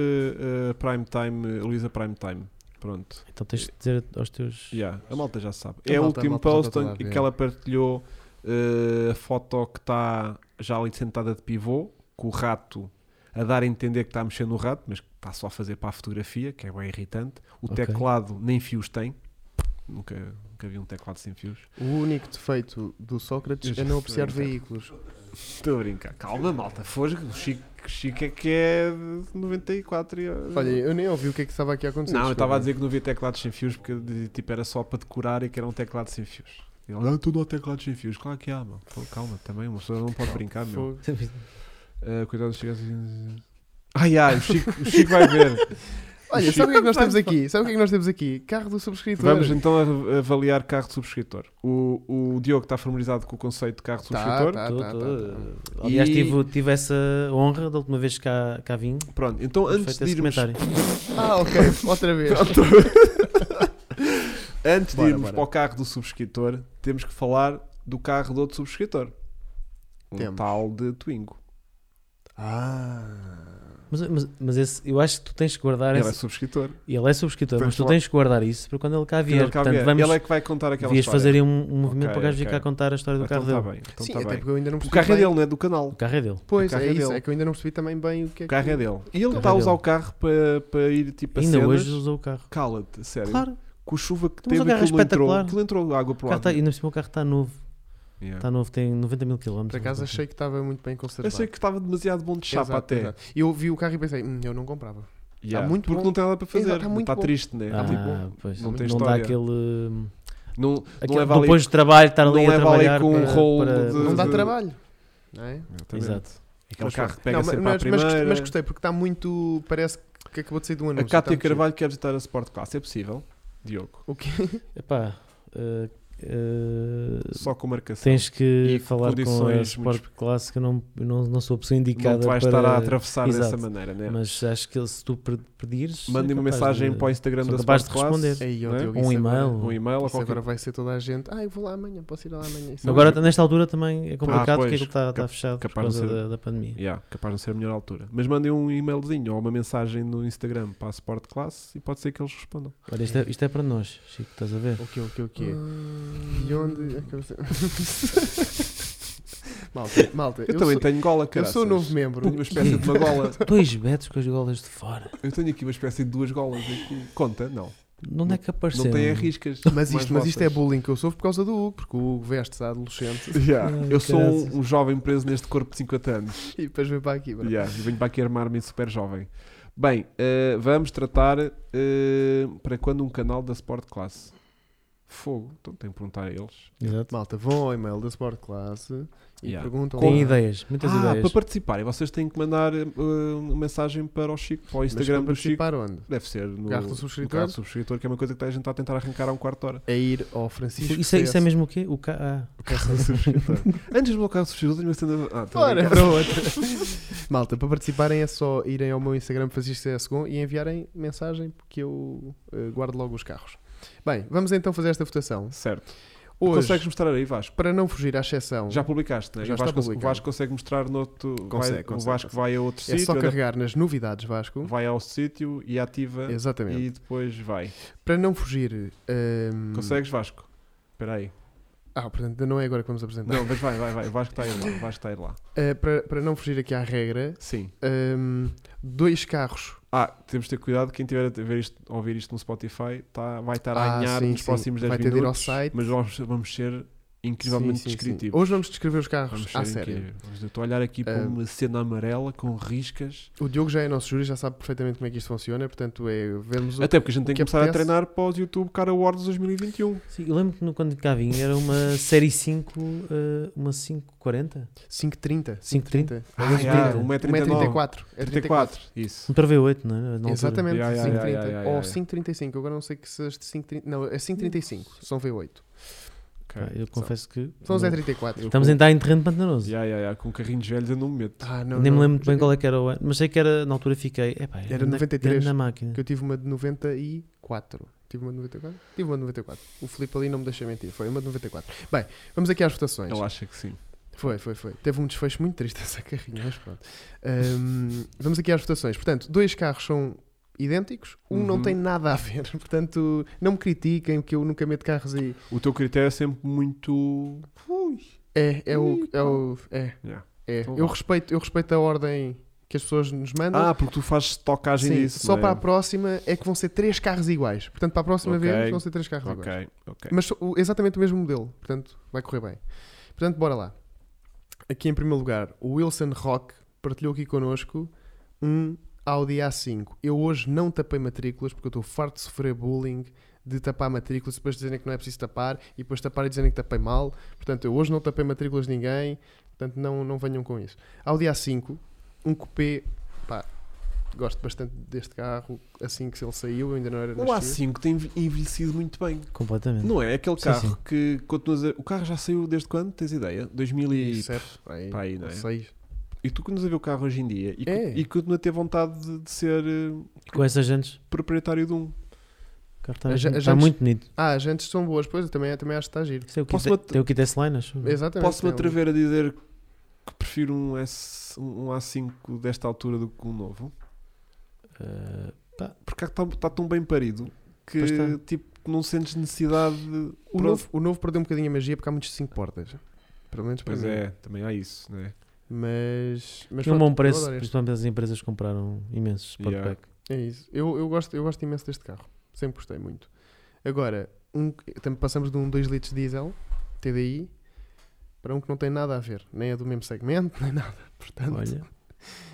S1: eh, Prime Time, eh, Luísa Prime Time. Pronto.
S3: Então tens de dizer aos teus.
S1: Yeah, a malta já sabe.
S2: A
S1: é o
S2: malta- a
S1: último
S2: malta já
S1: post
S2: está lá a
S1: em que
S2: ver.
S1: ela partilhou eh, a foto que está já ali sentada de pivô, com o rato a dar a entender que está a mexer no rato, mas que está só a fazer para a fotografia, que é bem irritante. O
S3: Ok.
S1: teclado nem fios tem. Nunca, nunca vi um teclado sem fios.
S2: O único defeito do Sócrates é não apreciar veículos.
S1: Estou a brincar. Calma, malta. Fosga. O Chico, Chico é que é de 94. E...
S2: Olha, eu nem ouvi o que é que estava aqui a acontecer.
S1: Não, eu
S2: desculpa.
S1: estava a dizer que não havia teclados sem fios porque de- tipo, era só para decorar e que era um teclado sem fios. Ele, ah, tu não há teclados sem fios. Claro que há, mano. Pô, calma, também, uma pessoa não pode brincar, meu.
S2: Fogo.
S1: Ah, cuidado, chega assim. Ai, ai, o Chico, o Chico vai ver.
S2: Olha, sabe o que é que nós temos aqui? Sabe o que é que nós temos aqui? Carro do subscritor.
S1: Vamos então a- avaliar carro de subscritor. O, o Diogo está familiarizado com o conceito de carro de
S2: Tá,
S1: subscritor.
S2: tá.
S3: Tu-
S2: tá,
S3: tu- Aliás,
S1: E-
S3: tive, tive essa honra da última vez que cá, cá vim.
S1: Pronto, então
S3: foi
S1: antes
S3: feito
S1: de,
S3: esse
S1: irmos,
S3: comentário.
S2: Ah, ok. Outra vez.
S1: Então antes de
S2: Bora,
S1: irmos
S2: bora.
S1: para o carro do subscritor, temos que falar do carro do outro subscritor. Um
S2: Temos.
S1: tal de Twingo.
S2: Ah.
S3: Mas, mas, mas esse, eu acho que tu tens que guardar.
S1: Ele é
S3: Esse,
S1: subscritor.
S3: ele é subscritor,
S1: Tens
S3: mas tu
S1: falar-
S3: tens que guardar isso para quando ele cá vier.
S1: Ele, cá
S3: Portanto,
S1: vier.
S3: vamos.
S1: Ele é que vai contar aquela
S3: Devias
S1: história.
S3: fazer um, um movimento
S1: Ok,
S3: para o gajo vir
S1: ok.
S3: cá contar a história do
S1: Ah,
S3: carro
S1: então
S3: dele.
S1: tá bem, então
S2: Sim,
S1: tá
S2: até
S1: bem.
S2: porque eu ainda não
S1: O
S2: percebi.
S1: carro é
S2: bem.
S1: dele, não é do canal.
S3: O carro é dele.
S2: Pois,
S1: O carro
S2: é,
S1: é
S2: isso.
S1: dele.
S2: É que eu ainda não percebi também bem o que é
S1: O carro
S2: que...
S1: é dele. E ele
S3: O
S1: está a
S3: carro é
S1: usar
S3: dele.
S1: o carro para, para ir tipo a
S3: Ainda
S1: cenas.
S3: hoje usou o carro.
S1: Cala-te, sério.
S3: Claro,
S1: Com a chuva que
S3: Então, mas
S1: teve,
S3: o carro é
S1: aquilo entrou,
S3: espetacular.
S1: aquilo entrou água
S3: o
S1: para o
S3: carro tá,
S1: lado.
S3: e ainda por cima o carro está novo.
S1: Yeah.
S3: Está novo, tem 90 mil km.
S2: Por acaso achei que estava muito bem conservado.
S1: Eu sei que estava demasiado bom de
S2: Exato,
S1: chapa até.
S2: exato. Eu vi o carro e pensei, "Hum, eu não comprava.
S1: Yeah.
S2: Tá muito
S1: porque
S2: bom.
S1: não tem nada para fazer.
S2: Exato, tá muito
S1: está
S2: bom.
S1: triste, né?
S3: Ah,
S1: Tá tipo,
S3: pois,
S1: não
S3: não,
S1: tem
S3: dá
S1: história.
S3: aquele,
S1: não, não
S3: aquele-
S1: leva ali.
S3: depois de trabalho estar
S1: não
S3: ali a
S1: leva ali
S3: trabalhar
S1: com um
S3: para-
S1: rolo
S3: para-
S1: de-
S2: Não dá
S1: Mas,
S2: trabalho. Não é?
S1: Exatamente.
S3: Exato.
S1: Aquele carro
S2: Mas pronto.
S1: que pega
S2: Não,
S1: sempre
S2: mas,
S1: à
S2: mas-
S1: primeira.
S2: Mas gostei, porque está muito. Parece que acabou de sair do
S1: a
S2: anúncio.
S1: Cátia
S2: está muito
S1: Carvalho quer visitar a Sport Class. É possível, Diogo.
S2: giro. O quê?
S3: Epá, eh, eh,
S1: Só com marcação.
S3: tens que
S1: E
S3: falar com a
S1: condições
S3: Sport Classe que eu não, eu não, não sou a pessoa indicada
S1: não te vais
S3: para...
S1: estar a atravessar dessa
S3: Exato.
S1: maneira, né?
S3: Mas acho que se tu per- pedires...
S1: Mandem
S3: é
S1: uma
S3: capaz
S1: mensagem
S3: de-
S1: para o Instagram
S3: sou
S1: da
S3: capaz
S1: Sport
S3: de
S1: Class.
S3: responder. é
S2: Aí, ó,
S1: Não é?
S2: Diogo,
S3: Um
S2: isso
S3: e-mail.
S2: agora-
S1: Um e-mail ou
S2: isso
S1: qualquer
S2: agora vai ser toda a gente. Ah, eu vou lá amanhã, posso ir lá amanhã. Isso
S3: Agora, nesta altura, também é complicado
S1: Ah, pois,
S3: porque aquilo está está
S1: cap-
S3: fechado por
S1: capaz de
S3: causa
S1: ser-
S3: da, da pandemia.
S1: Yeah, capaz de não ser a melhor altura. Mas mandem um e-mailzinho ou uma mensagem no Instagram para a Sport Class e pode ser que eles respondam.
S3: Olha, isto é, isto é para nós, Chico, estás a ver?
S2: O quê, o quê, o
S1: quê?
S2: quê?
S1: Ah.
S2: E onde. é que eu sei? malta, malta.
S1: Eu, também
S2: sou,
S1: tenho gola,
S2: eu
S1: cara.
S2: sou novo membro.
S1: Tenho uma espécie de uma gola.
S3: Dois betos com as golas de fora.
S1: Eu tenho aqui uma espécie de duas golas. Aqui. Conta? Não.
S3: De Onde é que apareceu?
S1: Não tem arriscas.
S2: um Mas
S1: mais
S2: isto, mas isto é
S1: vossas.
S2: bullying que eu sofro por causa do Hugo, porque o Hugo veste-se a adolescente
S1: Yeah.
S3: Ai,
S1: Eu sou
S3: caraças.
S1: um, um jovem preso neste corpo de 50 anos.
S2: e depois vem para aqui. bro.
S1: Yeah. Eu venho para aqui armar-me em super jovem. Bem, eh, vamos tratar eh, para quando um canal da Sport Class. Fogo. Então tenho que perguntar a eles.
S3: Exato.
S2: Malta, vão ao e-mail da Sport Class e
S1: Yeah.
S2: perguntam.
S3: Tem
S2: lá.
S3: ideias, muitas
S1: ah,
S3: ideias.
S1: para participarem, vocês têm que mandar eh, uma mensagem para o Chico, para o
S2: Mas
S1: Instagram
S2: para
S1: do Chico.
S2: participar onde?
S1: Deve ser no
S2: Carro do
S1: no
S2: subscritor?
S1: carro do subscritor, que é uma coisa que a gente está a tentar arrancar há um quarto de hora.
S2: É ir ao Francisco.
S3: Isso é, isso é
S2: CS.
S3: mesmo o quê? O ca... ah,
S1: Carro do subscritor. Antes do meu carro do subscritor, tenho uma cena. Ah, tô a
S2: tá. Ora, é
S1: brincar.
S2: para outra. Malta, para participarem é só irem ao meu Instagram Francisco CSGO e enviarem mensagem porque eu eh, guardo logo os carros. Bem, vamos então fazer esta votação.
S1: Certo.
S2: Hoje,
S1: Consegues mostrar aí, Vasco?
S2: para não fugir à exceção,
S1: Já publicaste, né?
S2: Já
S1: E o
S2: está
S1: Vasco, o
S2: publicado.
S1: Vasco consegue mostrar noutro. vai-
S2: Consegue,
S1: o
S2: consegue,
S1: Vasco
S2: consegue.
S1: vai a outro
S2: é
S1: sítio, né?
S2: só
S1: olha-
S2: carregar nas novidades, Vasco.
S1: vai ao sítio e ativa
S2: Exatamente.
S1: e depois vai.
S2: Para não fugir. hum,
S1: Consegues, Vasco? Espera aí.
S2: Ah, portanto, ainda não é agora que vamos apresentar.
S1: Não, mas vai, vai, vai. O Vasco está a ir lá. O Vasco está a ir lá.
S2: Uh, para, para não fugir aqui à regra,
S1: Sim.
S2: hum, dois carros.
S1: Ah, temos de ter cuidado. Quem tiver a ver isto, a ouvir isto no Spotify tá, vai estar a
S2: Ah,
S1: anhar
S2: sim,
S1: nos
S2: sim.
S1: próximos 10
S2: Vai ter de ir
S1: minutos.
S2: ao site.
S1: Mas vamos, vamos ser
S3: é
S1: incrivelmente
S2: Sim, sim, sim.
S1: descritivos.
S2: Hoje vamos descrever os carros
S1: Vamos ser
S2: à série.
S1: incríveis. Vamos- Eu estou a olhar aqui para
S2: Ah.
S1: uma cena amarela com riscas.
S2: O Diogo já é nosso júri, já sabe perfeitamente como é que isto funciona, portanto é vemos o...
S1: Até porque a gente tem
S2: o
S1: que,
S2: que é
S1: começar
S2: apetece-
S1: a treinar para os YouTube Car Awards 2021.
S3: Sim, eu lembro que no- quando cá vim era uma série 5, eh, uma 540?
S2: 530.
S3: 530?
S1: Ah,
S3: Mas
S1: já,
S3: trinta.
S1: 1,34m.
S2: 1,34. É 34.
S1: 34, isso.
S3: Um para V8, não é? Na altura.
S2: Exatamente,
S1: Yeah, yeah,
S2: 530.
S1: yeah, yeah,
S2: Ou
S1: yeah.
S2: 535, agora não sei que se as de 530. Não, é 535, são V8.
S1: Ok.
S3: Pá, eu confesso que.
S2: São
S3: não-
S2: os E34.
S3: Estamos a entrar em terreno pantanoso.
S1: Ya, ya, ya, Com carrinhos velhos eu não me meto.
S2: Ah, não,
S3: Nem me
S2: não.
S3: lembro muito bem qual é que era o ano, mas sei que era, na altura fiquei. Epá,
S2: Era
S3: grande-
S2: 93.
S3: grande Na máquina.
S2: Que eu tive uma de 94. Tive uma de 94? Tive uma de 94. O Filipe ali não me deixa mentir, foi uma de 94. Bem, vamos aqui às votações.
S1: Ele acha que sim.
S2: Foi, foi, foi. Teve um desfecho muito triste essa carrinha, mas pronto. Ahm, vamos aqui às votações. Portanto, dois carros são idênticos, um não
S1: Uhum.
S2: tem nada a ver. Portanto, não me critiquem que eu nunca meto carros aí.
S1: O teu critério é sempre muito. Ui.
S2: É, é o. É. O, é,
S1: Yeah.
S2: é.
S1: Então
S2: Eu,
S1: vá.
S2: respeito, eu respeito a ordem que as pessoas nos mandam.
S1: Ah, porque tu fazes estocagem
S2: Sim,
S1: disso.
S2: só
S1: né?
S2: para a próxima é que vão ser três carros iguais. Portanto, para a próxima
S1: Ok.
S2: vez vão ser três carros iguais.
S1: Ok, ok.
S2: Mas so- o- exatamente o mesmo modelo, portanto vai correr bem. Portanto, bora lá. Aqui em primeiro lugar, o Wilson Rock partilhou aqui connosco um Audi A5. Eu hoje não tapei matrículas porque eu estou farto de sofrer bullying de tapar matrículas, depois dizerem que não é preciso tapar e depois tapar e dizerem que tapei mal. Portanto, eu hoje não tapei matrículas de ninguém, portanto não, não venham com isso. Audi A5, um coupé, pá, gosto bastante deste carro assim que ele saiu, eu ainda não era
S1: O
S2: nascido.
S1: A5 tem enve- envelhecido muito bem.
S3: Completamente.
S1: Não é aquele
S3: Sim,
S1: carro
S3: sim.
S1: que continuas a... O carro já saiu desde quando? Tens ideia? 2000 e...
S2: Sete, pá, aí,
S1: Pá, aí, não é?
S2: seis.
S1: E tu continuas a ver o carro hoje em dia e, co-
S2: É.
S1: e continua a ter vontade de, de ser eh,
S3: Com essas jantes,
S1: proprietário de um.
S3: o carro está,
S2: As ja- as
S3: está
S2: jantes-
S3: muito bonito.
S2: Ah, as jantes são boas, pois eu também, também acho que está giro.
S3: Isso é o kit,
S1: Posso
S3: de-
S1: bate-
S3: tem o kit S-Line, acho.
S2: Exatamente.
S1: Posso-me
S2: é um-
S1: atrever a dizer que prefiro um, S, um A5 desta altura do que um novo?
S3: Eh,
S1: Porque está tá tão bem parido que
S2: Pois tá.
S1: tipo, não sentes necessidade de...
S2: O novo, o novo perdeu um bocadinho a magia porque há muitos 5 portas. Pelo menos para
S1: Pois
S2: mim.
S1: é, também há isso, né?
S2: Mas. mas
S3: tinha
S2: pronto,
S3: um bom
S2: eu
S3: preço,
S2: adoro este.
S3: principalmente as empresas compraram imensos
S1: Yeah.
S3: Sportback.
S2: É isso. Eu, eu, gosto, eu gosto imenso deste carro. Sempre gostei muito. Agora, um, que- tam- passamos de um 2 litros diesel, TDI, para um que não tem nada a ver. Nem é do mesmo segmento, nem nada. Portanto,
S3: Olha,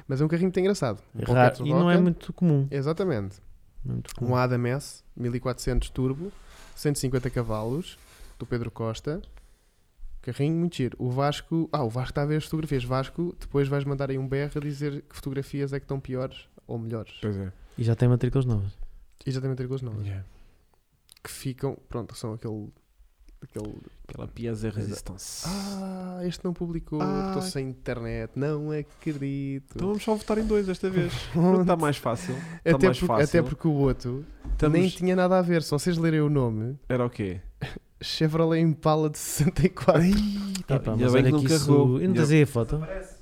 S2: Mas é um carrinho muito engraçado. Um
S3: é
S2: Pocket
S3: raro. E não é
S2: Rocket.
S3: muito comum.
S2: Exatamente.
S3: Não é muito comum.
S2: um Adam S 1400 turbo, 150 cavalos, do Pedro Costa. Carrinho muito giro. O Vasco, ah, o Vasco está a ver as fotografias. Vasco, depois vais mandar aí um BR a dizer que fotografias é que estão piores ou melhores.
S1: Pois é.
S3: E já tem matrículas novas.
S2: E já tem matrículas novas. Que ficam, pronto, são aquele aquele
S1: Aquela pieza resistência.
S2: Ah, este não publicou,
S1: Ah.
S2: estou sem internet, não acredito.
S1: Então vamos só votar em dois desta vez. Pronto, Está mais fácil. Está
S2: até,
S1: Tá mais
S2: porque-
S1: fácil.
S2: até porque o outro
S1: Estamos-
S2: nem tinha nada a ver, só vocês lerem o nome,
S1: Era o quê?
S2: Chevrolet Impala de 64.
S1: Tá,
S3: Epá,
S1: ainda
S3: mas
S1: bem que
S3: olha que
S1: nunca
S3: isso.
S1: roubou.
S3: Eu não
S1: Ainda-
S3: tens aí a foto.
S4: Parece.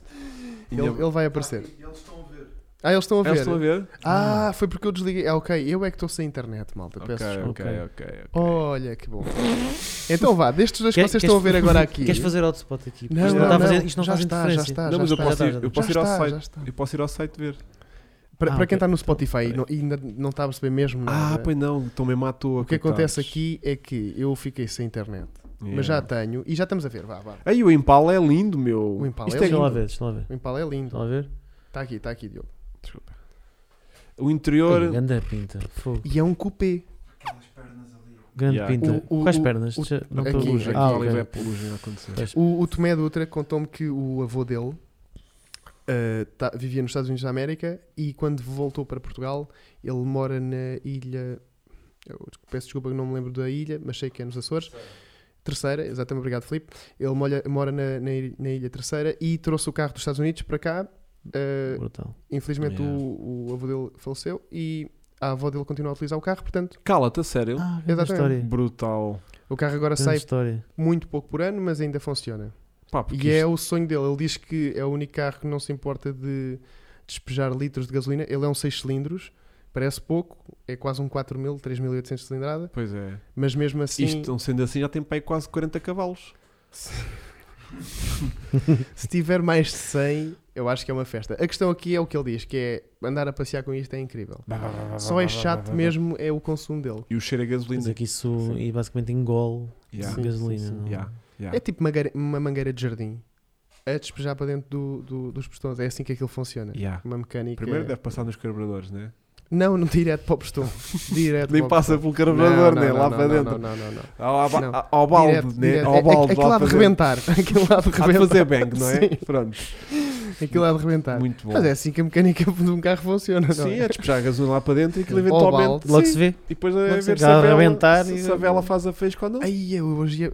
S2: Ele,
S1: Ainda-
S2: ele vai aparecer.
S4: E eles estão a ver.
S2: Ah, eles estão a ver.
S1: Eles estão a ver?
S2: Ah, foi porque eu desliguei. Ah, ok, eu é que estou sem internet, malta.
S1: Ok,
S2: Peço desculpa. Oh.
S1: ok,
S3: Ok.
S1: ok. ok.
S2: Olha, que bom. Então vá, destes dois que
S3: Quer-
S2: vocês
S3: queres-
S2: estão a ver agora aqui.
S3: Queres fazer hotspot aqui?
S2: Não,
S3: Isto
S1: não,
S3: está a
S1: não,
S3: fazer- isto não
S2: já
S3: faz
S2: está, já
S3: diferença.
S2: está. Ah,
S1: Não,
S2: já
S1: mas eu
S2: está,
S1: posso
S3: já
S1: ir-
S3: está,
S1: eu
S2: Já
S1: posso ir ao
S2: está,
S1: site.
S2: já está.
S1: Eu posso ir ao site ver.
S2: Para,
S3: Ah,
S2: para
S3: ok.
S2: quem está no Spotify e
S1: Então,
S2: não- e ainda não está a perceber mesmo nada,
S1: Ah, pois não, estão mesmo à toa.
S2: o que acontece aqui é que eu fiquei sem internet, mas já tenho e já estamos a ver. Vá, vá.
S1: Aí o Impala é lindo, meu.
S2: O Impala
S1: Isto
S2: é
S1: é
S3: Deixa lá
S2: lindo.
S3: ver, deixa lá ver.
S2: O Impala é lindo.
S3: Estão a ver?
S2: Está aqui, está aqui, Diogo.
S1: Desculpa. O interior. é
S3: Ei, grande pinta. Fogo.
S2: E é um coupé.
S4: Aquelas pernas ali.
S3: Grande
S1: Yeah.
S3: pinta.
S2: O- o-
S3: Quais
S2: o-
S3: pernas?
S2: o-
S3: Já- não
S1: Não,
S2: aqui,
S3: estou a
S1: pelos-
S3: ver.
S2: aqui.
S3: Ah,
S1: Impala
S3: ok.
S1: é pelos, não aconteceu.
S3: Pois.
S2: O, o Tomé Dutra contou-me que o avô dele eh, tá- vivia nos Estados Unidos da América e quando voltou para Portugal ele mora na ilha. eu peço desculpa que não me lembro da ilha, mas sei que é nos Açores. Terceira, exatamente, obrigado Filipe. Ele molha- mora na, na ilha- na Ilha Terceira e trouxe o carro dos Estados Unidos para cá. Eh,
S3: Brutal.
S2: infelizmente
S1: Yeah.
S2: o, o avô dele faleceu e a avó dele continua a utilizar o carro, portanto,
S1: Cala-te, a sério.
S3: Ah, grande
S2: Exatamente.
S3: história.
S1: Brutal.
S2: O carro agora
S3: Grande
S2: sai
S3: história.
S2: muito pouco por ano, mas ainda funciona.
S1: Pá, porque
S2: e é
S1: isto-
S2: o sonho dele. Ele diz que é o único carro que não se importa de despejar litros de gasolina. Ele é um 6 cilindros, parece pouco, é quase um 4000, 3800 cilindrada,
S1: Pois é.
S2: mas mesmo assim,
S1: Isto, não sendo assim, já tem para aí quase 40 cavalos.
S2: se tiver mais de 100, eu acho que é uma festa. A questão aqui é o que ele diz, que é andar a passear com isto é incrível. Só é chato mesmo é o consumo dele.
S1: E o cheiro a
S3: Quer dizer
S1: gasolina.
S3: que isso e basicamente engole
S1: Yeah,
S2: Sim,
S3: gasolina.
S2: sim, sim.
S3: não?
S1: yeah, yeah.
S2: É tipo mangueira- uma mangueira de jardim a despejar para dentro do- do- dos postões. É assim que é. aquilo funciona.
S1: Yeah.
S2: Uma mecânica.
S1: Primeiro deve passar nos carburadores, né?
S2: Não, não direto para o postão. Direto
S1: Nem
S2: para o
S1: passa
S2: postão.
S1: pelo carburador,
S2: Não,
S1: né?
S2: não,
S1: Lá
S2: não,
S1: para
S2: não,
S1: dentro.
S2: Não, não, não. não.
S1: Ao, ba-
S2: Não.
S1: ao balde,
S2: Direto,
S1: né?
S2: direto.
S1: Ao
S2: É-
S1: balde.
S2: aquilo há de
S1: para dentro.
S2: rebentar. Aquilo há de
S1: Há de fazer
S2: rebentar.
S1: bang, não é?
S2: Sim.
S1: Pronto.
S2: Aquilo há de rebentar.
S1: Muito bom.
S2: Mas é assim que a mecânica de um carro funciona, não
S1: Sim,
S2: é?
S1: é despejar a gasolina lá para dentro e aquilo
S2: Ao
S1: eventualmente.
S2: balde.
S3: Logo
S1: sim.
S3: se vê.
S1: E depois
S3: logo
S1: é
S3: se
S1: ver se
S3: acaba
S1: a,
S3: a
S1: vela,
S3: rebentar
S1: se,
S3: e-
S1: se a vela faz a fez quando.
S2: Aí eu hoje ia-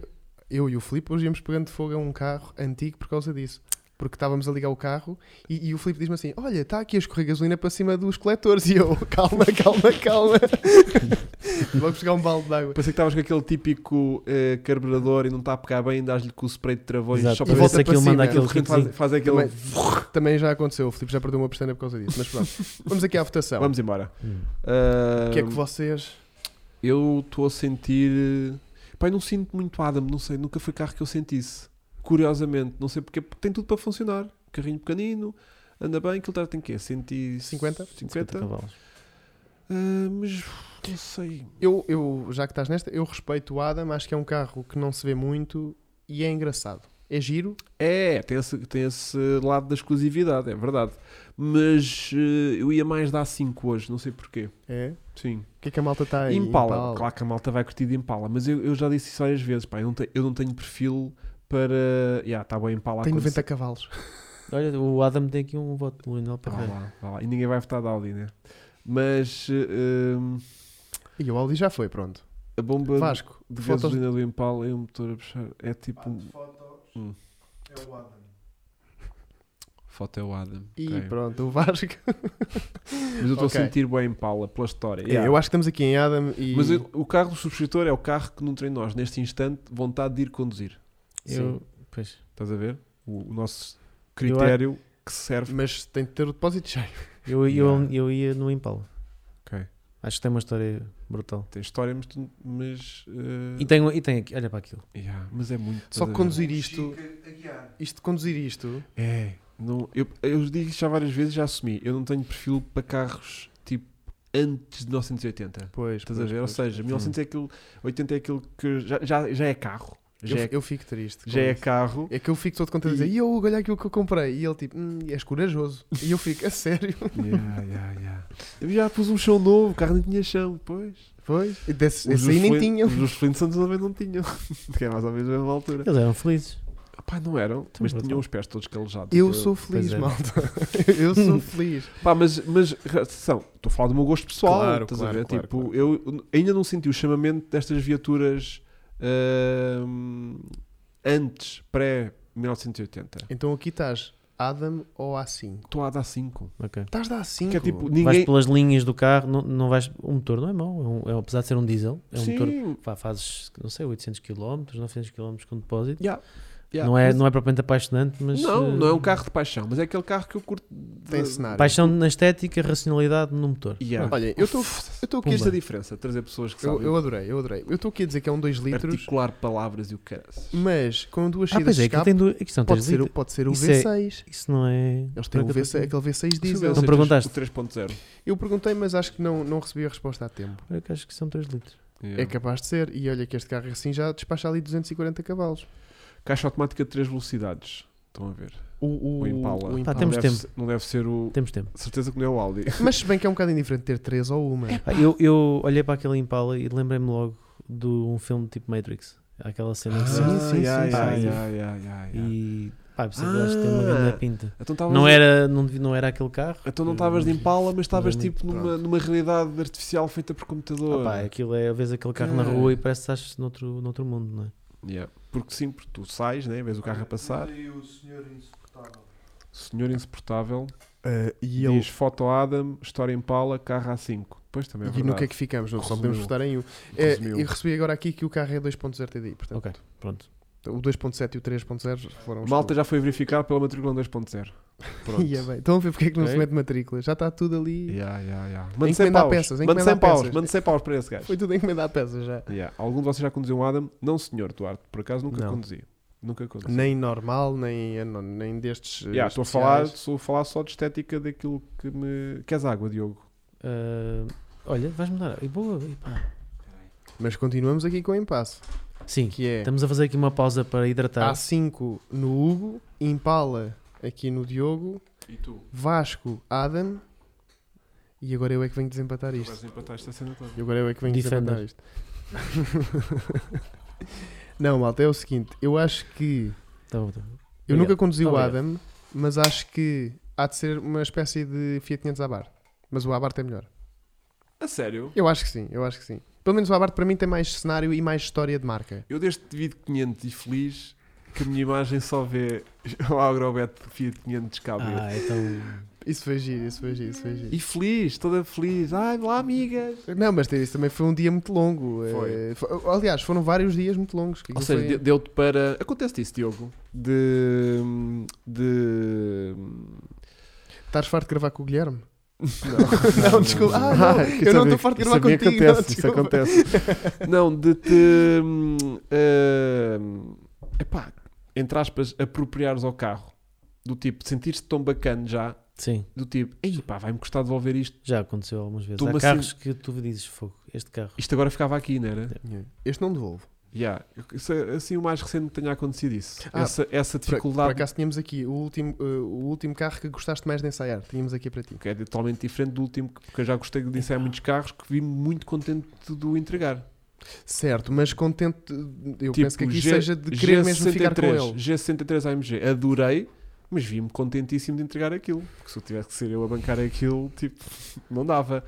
S2: eu e o Filipe hoje íamos pegando fogo a um carro antigo por causa disso. Porque estávamos a ligar o carro e, e o Filipe diz-me assim: Olha, está aqui a escorrer gasolina para cima dos coletores. E eu, calma, calma, calma. Logo pegar um balde de água.
S1: Pensei que estavas com aquele típico eh, carburador e não está a pegar bem, dás-lhe com o spray de travões
S3: Exato.
S1: só
S3: E
S1: para
S2: E
S1: ver
S3: vê
S1: se
S3: se
S2: volta
S3: aquilo
S2: para
S3: manda
S2: cima.
S3: aquele
S1: aquele
S3: rito.
S1: faz, faz aquele.
S2: Também, também já aconteceu. O Filipe já perdeu uma pestana por causa disso. Mas pronto, vamos aqui à votação.
S1: Vamos embora.
S3: Hum.
S1: Ah,
S2: O que é que vocês.
S1: Eu estou a sentir. Pai, não sinto muito Adam, não sei, nunca foi carro que eu sentisse. Curiosamente, não sei porque, porque tem tudo para funcionar. Carrinho pequenino, anda bem, aquilo tá- tem o quê? 150?
S2: 50?
S1: 50?
S3: cavalos.
S1: Ah, mas não sei.
S2: Eu, eu, já que estás nesta, eu respeito o Adam. Acho que é um carro que não se vê muito e é engraçado. É giro.
S1: É, tem esse, tem esse lado da exclusividade, é verdade. Mas eh, eu ia mais dar 5 hoje, não sei porquê.
S2: É. O
S1: Sim.
S2: que é que a malta está aí?
S1: Impala. Claro que a malta vai curtir de Impala, mas eu, eu já disse isso várias vezes, pá, eu não, te- eu não tenho perfil para. Já, está bem Impala a
S2: Tem
S1: acontecer.
S2: 90 cavalos.
S3: Olha, o Adam tem aqui um voto do Lionel
S1: Vá
S3: para ver.
S1: lá, vá lá. E ninguém vai votar da Audi, né? Mas eh, hum,
S2: E o Audi já foi, pronto.
S1: a bomba
S2: Vasco,
S1: de
S2: fotos-
S1: gasolina do Impala é um motor a puxar. É tipo. um-
S4: fotos
S1: Hum.
S4: é o Adam.
S1: Foto é o Adam.
S2: E
S1: ok.
S2: pronto, o Vasco.
S1: Mas eu estou
S2: Ok.
S1: a sentir bem Impala pela história.
S2: É,
S1: Yeah.
S2: Eu acho que estamos aqui em Adam e.
S1: Mas eu- o carro do subscritor é o carro que nutre em nós, neste instante, vontade de ir conduzir.
S3: Eu, pois.
S1: Estás a ver? O, o nosso critério que serve.
S2: Mas tem de ter o depósito cheio.
S3: Eu, eu,
S1: Yeah.
S3: eu ia no Impala.
S1: Ok.
S3: Acho que tem uma história brutal.
S1: Tem história, mas. tu- mas eh,
S3: E tem, um, e tem aqui, olha para aquilo.
S1: yeah, mas é muito.
S2: Só
S1: estás a ver?
S2: conduzir
S4: O
S2: isto.
S4: Chico A guiar.
S2: Isto de conduzir isto.
S1: É, não, eu, eu digo isto já várias vezes, já assumi. Eu não tenho perfil para carros tipo antes de 1980.
S2: Pois.
S1: Estás a ver? Ou
S2: pois, pois.
S1: seja, 1980 é aquilo, 80 é aquilo que já, já, já é carro. Já,
S2: Eu,
S1: é,
S2: eu fico triste. com
S1: já é
S2: isso.
S1: carro.
S2: É que eu fico todo contente a dizer, e eu, olha aquilo que eu comprei. E ele tipo, hum, és corajoso. E eu fico, a sério?
S1: Yeah, yeah, yeah. Eu já pus um chão novo, o carro não tinha chão. Pois.
S2: Pois. E desse-
S1: Os
S2: Esse
S1: dos
S2: aí nem
S1: Flint-
S2: tinha.
S1: Os dos Flint Santos também não tinham. Que é mais ou menos a mesma altura.
S3: Eles eram felizes.
S1: Pá, não eram, mas
S3: brutal.
S1: tinham os pés todos calejados.
S2: Então Eu sou feliz,
S3: Pois é.
S2: malta. Eu sou feliz.
S1: Pá, mas, mas atenção, estou a falar do meu gosto pessoal.
S2: Claro,
S1: estás
S2: claro,
S1: a ver?
S2: claro,
S1: tipo, eu ainda não senti o chamamento destas viaturas ahm, antes, pré-1980.
S2: Então aqui estás, Adam ou A5?
S1: Estou a dar 5.
S2: Estás da A5.
S1: Que é tipo,
S3: Vais
S1: ninguém.
S3: pelas linhas do carro, não, não vais. O motor não é mau, é um- é, apesar de ser um diesel, é um motor.
S1: Sim,
S3: Pá, fazes, não sei, 800 km, 900 km com depósito.
S1: yeah, yeah.
S3: não, é,
S1: Mas-
S3: não é propriamente apaixonante, mas.
S1: não,
S3: eh,
S1: não é um carro de paixão, mas é aquele carro que eu curto. de-
S2: Tem cenário.
S3: Paixão na estética, racionalidade no motor.
S1: Yeah.
S2: Olha, eu estou eu tô
S1: Que
S2: aqui a
S1: esta
S2: dizer-
S1: diferença, trazer pessoas que
S2: Eu,
S1: sabem
S2: eu adorei, eu adorei. Eu estou aqui a dizer que é um 2 litros,
S1: articular palavras e o que
S2: mas com duas
S3: Ah,
S2: saídas
S3: pois
S2: de
S3: é, aquilo
S2: escape,
S3: tem duas. Aqui são
S2: pode,
S3: três
S2: ser, o-
S3: litros.
S2: pode ser o
S3: Isso é-
S2: V6.
S3: Isso não é.
S2: Eles têm o
S1: um
S3: Não é que eu
S2: V6,
S3: tô-
S2: aquele V6 diesel.
S3: Então perguntaste.
S1: O 3.0.
S2: Eu perguntei, mas acho que não, não recebi a resposta a tempo.
S3: Olha que acho que são 3 litros.
S1: Yeah.
S2: É capaz de ser. E olha que este carro assim já despacha ali 240 cavalos.
S1: Caixa automática de 3 velocidades. Estão a ver?
S2: O, o,
S1: O Impala.
S2: o
S3: Pá, temos
S1: não deve se- não deve ser o.
S3: Temos tempo.
S1: Certeza que não é o Audi.
S2: Mas se bem que é um bocado indiferente ter 3 ou uma.
S1: Ah,
S3: Pá, Eu, eu olhei para aquele Impala e lembrei-me logo de um filme tipo Matrix. Aquela cena que
S2: Ah,
S3: se-
S2: sim,
S1: yeah,
S2: sim,
S1: yeah,
S3: sim.
S1: yeah, yeah, yeah, yeah.
S3: E pá, percebo que eles têm uma grande pinta.
S1: Então, estavas-
S3: Não era, não, devia- não era aquele carro.
S1: Então não estavas de impala, mas estavas
S3: Realmente,
S1: tipo numa,
S2: pronto.
S1: numa realidade artificial feita por computador.
S3: Ah, pá, aquilo é, vês aquele carro na
S1: Cara.
S3: rua e parece que estás noutro, noutro mundo, não é?
S1: Yeah. Porque sim, porque tu sais, né? vês o carro a passar.
S4: Olha aí o senhor insuportável.
S1: Senhor insuportável,
S2: Ah, e
S1: diz foto Adam, história impala, carro A5. Pois também é
S2: e
S1: verdade.
S2: no que é que ficamos? Não, só
S1: Resumiu.
S2: podemos votar em um. É,
S1: Resumiu.
S2: eu recebi agora aqui que o carro é 2.0 TDI, portanto,
S3: Ok, pronto.
S2: o 2.7 e o 3.0 foram os
S1: Malta já foi verificar pela matrícula um 2.0. Pronto.
S2: E é bem. Estão a ver porque é que não se
S3: Ok.
S2: mete matrícula? Já está tudo ali.
S1: Yeah, yeah, yeah. Mande 100
S2: encomenda a
S1: paus.
S2: peças,
S1: Mande 100
S2: encomenda a
S1: paus.
S2: peças.
S1: Mande 100 paus para esse gajo.
S2: Foi tudo encomenda a peça já.
S1: Yeah. Algum de vocês já conduziu um Adam? Não, senhor, Duarte. Por acaso nunca
S3: Não.
S1: conduzi. Nunca conduzi.
S2: Nem normal, nem, ano- nem destes. eh,
S1: Yeah, estou, a falar,
S2: especiais.
S1: estou a falar só de estética daquilo que me. Queres água, Diogo?
S3: Ah, olha, vais mudar. E boa, e pá.
S2: Mas continuamos aqui com o impasse.
S3: Sim,
S2: Que é
S3: estamos a fazer aqui uma pausa para
S1: tá.
S3: hidratar.
S2: A5 no Hugo, Impala aqui no Diogo,
S1: E tu?
S2: Vasco, Adam. E agora eu é que venho desempatar isto.
S1: empatar esta cena toda.
S2: E agora eu é que venho
S3: Defender.
S2: desempatar isto. Não, malta, é o seguinte. Eu acho que.
S3: Tá bom, tá bom.
S2: Eu
S3: Obrigado.
S2: nunca conduzi o
S3: Obrigado.
S2: Adam, mas acho que há de ser uma espécie de Fiat 500 Abarth. Mas o Abarth é melhor.
S1: A sério?
S2: Eu acho que sim, eu acho que sim. Pelo menos o Abarth para mim tem mais cenário e mais história de marca.
S1: Eu deste vídeo 500 e feliz que a minha imagem só vê o Agrobet Fiat 500 cabrio.
S3: Ah, então.
S2: Isso foi giro, isso foi giro, isso foi giro.
S1: E feliz, toda feliz. Ai, lá, amigas.
S2: Não, mas isso também foi um dia muito longo.
S1: Foi.
S2: Eh, fo- aliás, foram vários dias muito longos. que
S1: Ou
S2: aquilo
S1: seja,
S2: foi-
S1: de- deu-te para. Acontece isso, Diogo. De. De.
S2: Estás farto de gravar com o Guilherme?
S1: Não,
S2: Não, desculpa. Ah, não, eu não estou farto de gravar
S1: isso a mim Acontece,
S2: contigo, não,
S1: isso
S2: desculpa.
S1: acontece. Não, de te. hum, hum, epá, entre aspas, apropriares ao carro. Do tipo, sentir-se tão bacana já.
S3: Sim,
S1: Do tipo, ei pá, vai-me custar devolver isto.
S3: já aconteceu algumas vezes.
S1: Tu me
S3: Há carros que tu dizes fogo, este carro.
S1: Isto agora ficava aqui, não era?
S2: Este não devolvo.
S1: Yeah. Isso é, assim, o mais recente que tenha acontecido isso.
S2: Ah,
S1: essa, essa
S2: Por, por
S1: dificuldade
S2: acaso tínhamos aqui o último, eh, o último carro que gostaste mais de ensaiar. Tínhamos aqui para ti.
S1: que é totalmente diferente do último, que- porque eu já gostei de ensaiar muitos carros que vi muito contente de o entregar.
S2: Certo, mas contente.
S1: Tipo,
S2: Eu penso que aqui
S1: G-
S2: seja de querer mesmo ficar com
S1: G63,
S2: ele.
S1: G63 AMG, adorei, mas vi-me contentíssimo de entregar aquilo. Porque se eu tivesse que ser eu a bancar aquilo, tipo, não dava.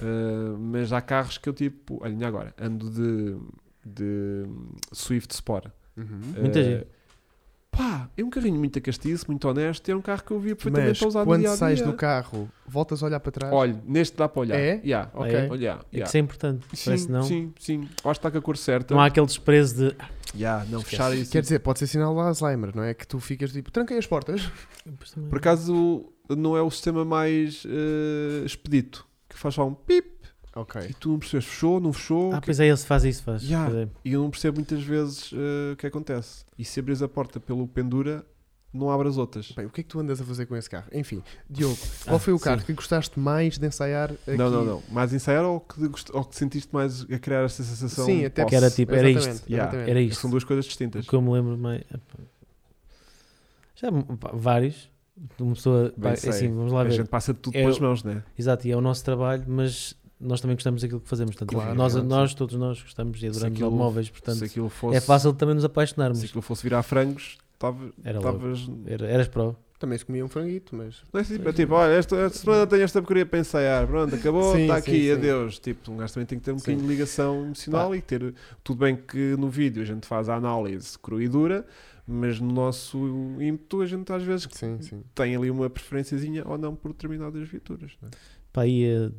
S1: Ah, mas há carros que eu, tipo, olha, ainda agora, ando de, de Swift Sport.
S2: Uhum.
S3: Muito
S1: Ah,
S3: giro.
S1: Pá, é um carrinho muito acastíssimo, muito honesto. e É um carro que eu via perfeitamente
S2: Mas
S1: para usar no
S2: quando
S1: dia a
S2: sais
S1: dia.
S2: do carro, voltas a olhar para trás.
S1: Olha, neste dá para olhar.
S2: É?
S1: Yeah,
S2: ok.
S3: É?
S1: olha,
S3: É que
S1: yeah.
S3: isso é importante. Parece
S1: Sim,
S3: não.
S1: sim, então. sim. Acho que está com a cor certa.
S3: Não há aquele desprezo de. "Ah,
S1: Yeah, não,
S3: Esquece.
S1: fechar isso.
S2: Quer dizer, pode ser sinal de Alzheimer, não é? Que tu ficas tipo, tranquei as portas.
S3: pois também-
S1: Por acaso não é o sistema mais eh, expedito, que faz só um pip
S2: Ok.
S1: e tu não percebes fechou, não fechou,
S3: Ah,
S1: que-
S3: pois é, ele se faz isso, faz.
S1: Já.
S3: Pois é.
S1: e eu não percebo muitas vezes eh, o que acontece. E se abres a porta pelo pendura, não abras outras.
S2: Bem, o que é que tu andas a fazer com esse carro? Enfim, Diogo, qual foi o
S3: sim.
S2: carro que gostaste mais de ensaiar aqui?
S3: É
S1: Ah, Não, não, não. Mais ensaiar ou que, gost- ou que sentiste mais a criar esta sensação?
S2: Sim, até
S1: de
S3: Que era
S1: posse?
S3: tipo, era isto.
S2: Exatamente,
S1: Yeah.
S2: exatamente.
S3: Era isto.
S1: São duas coisas
S3: O
S1: distintas.
S3: que eu me lembro mais. epá. Já pá, vários. De Uma pessoa.
S1: Bem
S3: pá, é
S1: sei.
S3: assim, vamos lá
S1: A
S3: ver. É
S1: gente passa de tudo
S3: Eu-
S1: pelas mãos, né?
S3: Exato, e é o nosso trabalho, mas nós também gostamos daquilo que fazemos. Portanto,
S2: Claro,
S3: nós,
S2: claro,
S3: nós, todos nós, gostamos e adoramos
S1: aquilo-
S3: automóveis.
S1: se
S3: Portanto,
S1: aquilo fosse,
S3: é fácil também nos
S1: se
S3: apaixonarmos.
S1: aquilo fosse virar frangos, tava-
S3: Era logo.
S1: tavas.
S3: Era, eras pro.
S2: Também se comia um franguito, mas.
S1: Não é tipo, é tipo, olha, esta, esta semana tenho esta porcaria para ensaiar, pronto, acabou,
S2: Sim,
S1: está
S2: sim,
S1: aqui,
S2: sim.
S1: adeus. Tipo, um gajo também tem que ter um
S2: Sim.
S1: bocadinho de ligação emocional e ter. Tudo bem que no vídeo a gente faz a análise crua e dura, mas no nosso ímpeto a gente às vezes
S2: Sim, sim.
S1: tem ali uma preferenciazinha ou não por determinadas viaturas. Não é?
S3: Pá, e. eh,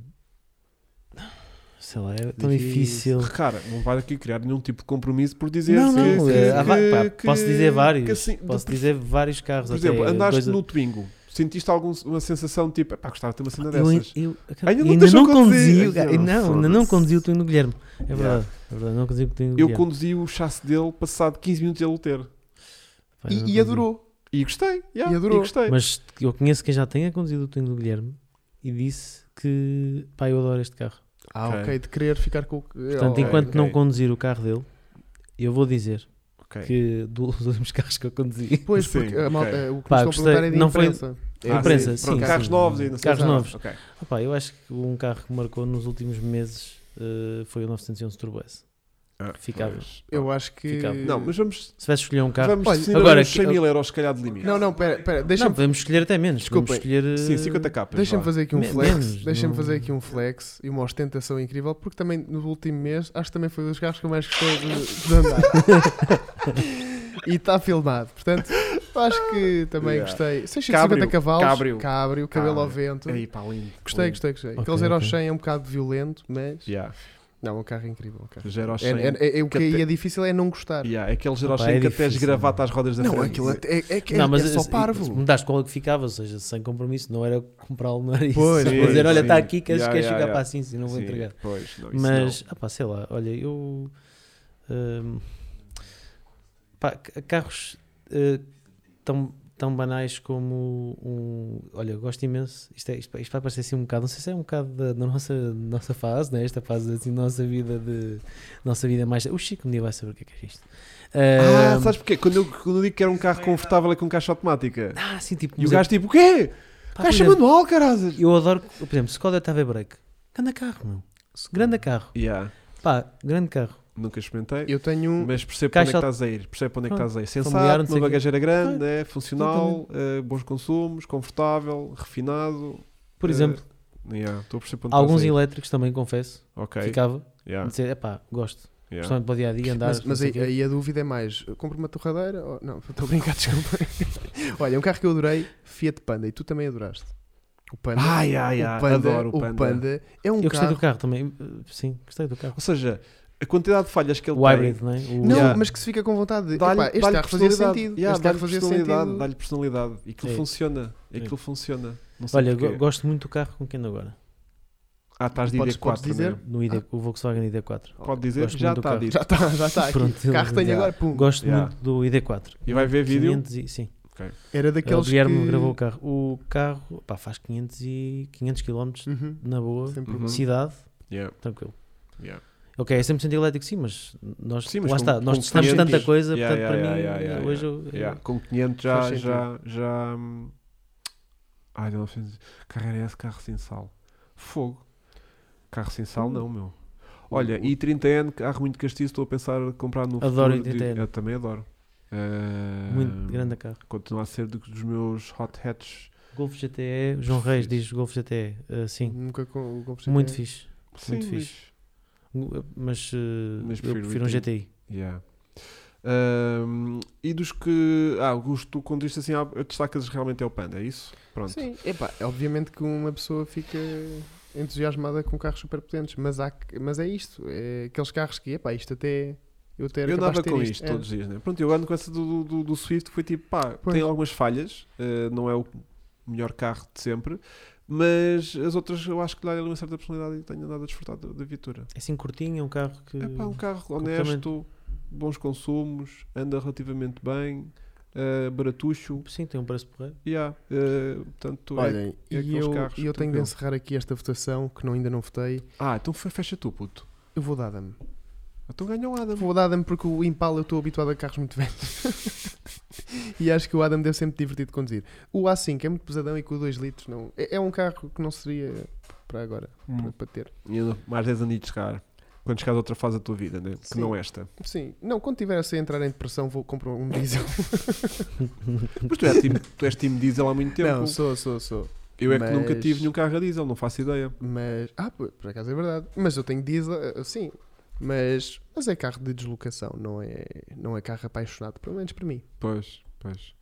S3: Sei lá, é tão difícil.
S1: Cara, não vai aqui criar nenhum tipo de compromisso por dizer
S3: Não,
S1: que,
S3: não,
S1: que-
S3: é, há va- pá,
S1: que-
S3: posso dizer vários,
S1: que assim- de-
S3: Posso dizer vários carros.
S1: por exemplo,
S3: até,
S1: andaste
S3: coisa-
S1: no Twingo, sentiste alguma sensação tipo, pá, gostava de ter uma cena
S3: Eu,
S1: dessas.
S3: eu-
S1: Ainda não
S3: ainda
S1: tens
S3: não
S1: o conduzir.
S3: conduzi. o ga-
S1: Ai,
S3: Não, ainda não
S1: foda-se.
S3: conduzi o Twingo do Guilherme. É
S1: Yeah.
S3: verdade, é verdade, não conduzi o Twingo do
S1: Eu
S3: Guilherme.
S1: conduzi o chasse dele passado 15 minutos ele o ter.
S3: Pá, ainda não
S2: E, e
S3: conduzi.
S2: adorou.
S1: E gostei. yeah,
S2: E adorou.
S1: E gostei.
S3: Mas eu conheço quem já tenha conduzido o Twingo do Guilherme e disse que pá, eu adoro este carro.
S2: Ah,
S1: Ok.
S2: ok, de querer ficar com o. Oh,
S3: Portanto,
S1: ok,
S3: enquanto
S1: ok.
S3: não conduzir o carro dele, eu vou dizer
S1: Ok.
S3: que dos últimos carros que eu conduzi.
S2: Pois,
S1: Sim,
S2: porque a malta,
S1: ok.
S2: o que
S3: Pá,
S2: me estão a
S3: gostei.
S2: perguntar é de
S3: Não foi-
S2: imprensa.
S3: É Ah, imprensa, sim,
S1: Pronto,
S3: sim,
S1: carros
S3: sim.
S1: novos ainda.
S3: Carros
S1: sim.
S3: novos.
S1: Ok.
S3: Ah, pá, eu acho que um carro que marcou nos últimos meses eh, foi o 911 Turbo S. Ficava.
S1: Mas-
S2: Ah, Eu acho que.
S3: Ficava.
S1: Não, mas vamos,
S3: Se tivesse escolher um carro.
S1: vamos
S2: Olha,
S1: definir
S3: agora
S1: agora, 100
S3: que-
S1: mil euros se calhar de limite.
S2: Não, não, pera, pera,
S3: Não,
S2: deixa-me
S3: podemos escolher até menos. Podemos
S2: Desculpem.
S3: escolher. eh,
S1: Sim, 50 capas.
S2: Deixa-me
S1: vá.
S2: fazer aqui um
S3: Me-
S2: flex,
S3: menos,
S2: deixa-me
S3: não-
S2: fazer aqui um flex e uma ostentação incrível, porque também no último mês acho que também foi um dos carros que eu mais gostei de, de andar. e está tá filmado, portanto, Acho que também
S1: Yeah.
S2: gostei. 650
S1: Cabrio,
S2: cavalos.
S1: cabrio.
S2: Cabrio, cabelo
S3: Ah,
S2: ao vento.
S1: Aí, pá, lindo.
S2: Gostei,
S1: lindo.
S2: gostei, gostei.
S3: é Ok,
S2: Aquele 0 ao
S3: ok.
S2: 100 é um bocado violento, mas.
S1: Yeah.
S2: Não, é um carro incrível. um carro.
S1: Gera aos
S2: É,
S1: 100.
S2: é- é- é- o que
S1: Que
S2: aí
S1: até-
S2: é difícil é não gostar.
S1: Yeah, aquele gera aos
S3: Opa, é
S1: 100 que até
S3: difícil,
S1: esgravata
S3: mano.
S1: as rodas da
S2: Não,
S1: frente.
S2: aquilo é, é, é, que é,
S3: não, mas
S2: é
S3: se-
S2: só
S3: se-
S2: parvo.
S3: Se mudaste qual é que ficava, ou seja, sem compromisso, não era comprá-lo, não era isso.
S2: Pois,
S3: Mas
S2: pois,
S3: dizer, olha,
S1: sim.
S3: está aqui, queres,
S1: Yeah,
S3: queres
S1: yeah,
S3: chegar
S1: yeah.
S3: para assim, se não vou
S1: Sim,
S3: entregar.
S1: Pois, não, isso
S3: Mas, ah pá, sei lá, olha, eu. hum, pá, ca- carros eh, tão, tão banais como um. Olha, eu gosto imenso. Isto, é, isto, isto vai parecer assim um bocado, não sei se é um bocado da, da nossa, nossa fase, né? esta fase assim, da nossa vida de. Nossa vida mais. O Chico um dia vai saber o que é que é isto.
S1: Ah,
S3: Hum,
S1: sabes porquê? Quando eu, quando eu digo que era um carro confortável é com caixa automática.
S3: ah, sim, tipo.
S1: E o
S3: mas é-
S1: gajo tipo, o quê?
S3: pá, é. por
S1: Caixa
S3: exemplo,
S1: manual, caralho!
S3: Eu adoro, por exemplo, Skoda TV Break. Grande carro, meu. Grande carro.
S1: Yeah,
S3: Pá, grande carro.
S1: nunca experimentei.
S2: Eu tenho um.
S1: Mas percebo para onde é
S3: Caixa
S1: que estás a ir, percebo para onde é que
S3: Pronto,
S1: estás a ir.
S3: familiar,
S1: Sensato,
S3: não sei
S1: uma
S3: o quê.
S1: bagageira grande, é funcional, eh, bons consumos, confortável, refinado.
S3: Por
S1: eh,
S3: exemplo,
S1: yeah, estou a perceber para onde
S3: alguns
S1: estás a ir.
S3: elétricos também, confesso.
S1: Ok,
S3: Ficava.
S1: yeah,
S3: Dizer, epá, gosto.
S1: yeah.
S3: Principalmente para o dia a dia, andar.
S2: Mas, mas
S3: não sei o
S2: aí,
S3: quê.
S2: aí a dúvida é mais: compro uma torradeira? ou- Não, estou a brincar, desculpa. Olha, um carro que eu adorei, Fiat Panda, e tu também adoraste. O Panda.
S1: Ai, ai,
S2: o
S1: ai,
S2: Panda,
S1: adoro o Panda.
S2: é um
S3: eu gostei
S2: carro.
S3: do carro também. Uh, Sim, gostei do carro.
S1: Ou seja, a quantidade de falhas que ele
S3: O
S1: tem
S3: hybrid, não é? O-
S2: Não,
S1: Yeah.
S2: mas que se fica com vontade de.
S1: dá-lhe
S2: "Epá, este
S1: dá-lhe
S2: carro fazia
S1: personalidade.
S2: sentido.
S1: Yeah,
S2: este carro
S1: dá-lhe
S2: fazia
S1: personalidade,
S2: sentido.
S1: Dá-lhe personalidade. E aquilo
S3: É.
S1: funciona. E
S3: É.
S1: aquilo funciona. Não sei
S3: Olha,
S1: porquê.
S3: go- gosto muito do carro com quem ando agora.
S1: Ah, estás de
S2: Podes-
S1: ID4
S2: podes dizer?
S1: né?
S3: No ID, O Volkswagen ID4.
S1: Pode dizer,
S3: Gosto
S1: já
S3: muito do
S1: está
S3: carro.
S1: dito.
S2: Já está, já está. aqui.
S3: Pronto,
S2: carro
S3: eu-
S2: tenho
S1: yeah.
S2: agora, pum.
S3: Gosto
S1: Yeah.
S3: muito do ID4.
S1: E vai ver vídeo?
S3: 500 e- sim.
S2: Era
S3: O
S2: daqueles
S3: Guilherme
S2: que...
S3: gravou o carro. O carro pá, faz 500 e 500 km
S2: Uhum.
S3: na boa.
S2: Sem
S1: Uhum.
S2: problema.
S3: Cidade,
S1: Yeah,
S3: tranquilo.
S1: yeah.
S3: Ok, é 100% elétrico, sim, mas nós
S1: Sim, mas
S3: lá
S1: com-
S3: está,
S1: com
S3: nós testamos
S1: 500,
S3: tanta coisa,
S1: yeah,
S3: portanto, para
S1: yeah,
S3: mim,
S1: yeah, yeah,
S3: hoje eu- eu-
S1: Yeah, Com 500
S2: Faz
S1: já.
S2: sentido.
S1: já, já hum, Ai, não sei dizer. Carro RS, é carro sem sal. Fogo. Carro sem sal, não, meu. Olha,
S2: O-
S1: e 30N, carro muito castiço, estou a pensar em comprar no
S3: Adoro
S1: futuro de-
S3: 30N.
S1: Eu também adoro. Ah,
S3: muito grande carro.
S1: Continua a ser do- dos meus hot hatch.
S3: Golf GTE, João Reis diz Golf GTE, ah, sim,
S2: Nunca com, com
S3: muito fixe,
S1: Sim,
S3: fixe.
S1: mas-
S3: mas, ah,
S1: Mas
S3: eu
S1: prefiro o
S3: prefiro um
S1: item.
S3: GTI.
S1: Yeah. Ahm, e dos que. Ah, o gosto, quando isto assim, ah, destacas realmente é o Panda, é isso? Pronto.
S2: Sim, epá, é obviamente que uma pessoa fica entusiasmada com carros super potentes, mas, há, que- mas é isto, é aqueles carros que, epá, isto até eu até era
S1: eu
S2: capaz
S1: andava
S2: de ter
S1: com isto,
S2: isto. É.
S1: todos os dias, né? Pronto, eu ando com essa do, do, do Swift, foi tipo, pá,
S2: Pois.
S1: tem algumas falhas, eh, não é o melhor carro de sempre, mas as outras eu acho que dá-lhe uma certa personalidade e tenho andado a desfrutar da, da Vitura.
S3: É assim curtinho, é um carro que...
S1: É
S2: Eh,
S1: pá, um carro
S3: completamente.
S1: honesto, bons consumos, anda relativamente bem, eh, baratucho,
S3: Sim, tem um preço porreiro.
S1: yeah, eh, portanto, é-
S2: Olhem,
S1: é
S2: e
S1: aqueles
S2: eu,
S1: carros,
S2: e eu tenho de
S1: tranquilo.
S2: encerrar aqui esta votação que não, ainda não votei.
S1: Ah, então fe- fecha tu, puto.
S2: Eu vou dar dame.
S1: Então ganha o Adam.
S2: Vou dar dame porque o Impala eu estou habituado a carros muito velhos. e acho que o Adam deve ser muito divertido de conduzir. O A5 é muito pesadão e com 2 litros não. É, é um carro que não seria para agora,
S1: Hum.
S2: para, para ter.
S1: E ainda mais 10 aninhos de chegar. Quando chegares a outra fase da tua vida, né? que
S2: Sim.
S1: não esta.
S2: Sim, não, quando tiver a entrar em depressão, vou comprar um diesel.
S1: Mas tu és time, tu és time diesel há muito tempo.
S2: Não, sou, sou, sou.
S1: eu é que nunca
S2: mas-
S1: tive nenhum carro a diesel, não faço ideia.
S2: Mas. Ah, por, por acaso é verdade. Mas eu tenho diesel, eh, sim. Mas, mas é carro de deslocação, não é, não é carro apaixonado, pelo menos para mim.
S1: Pois, pois.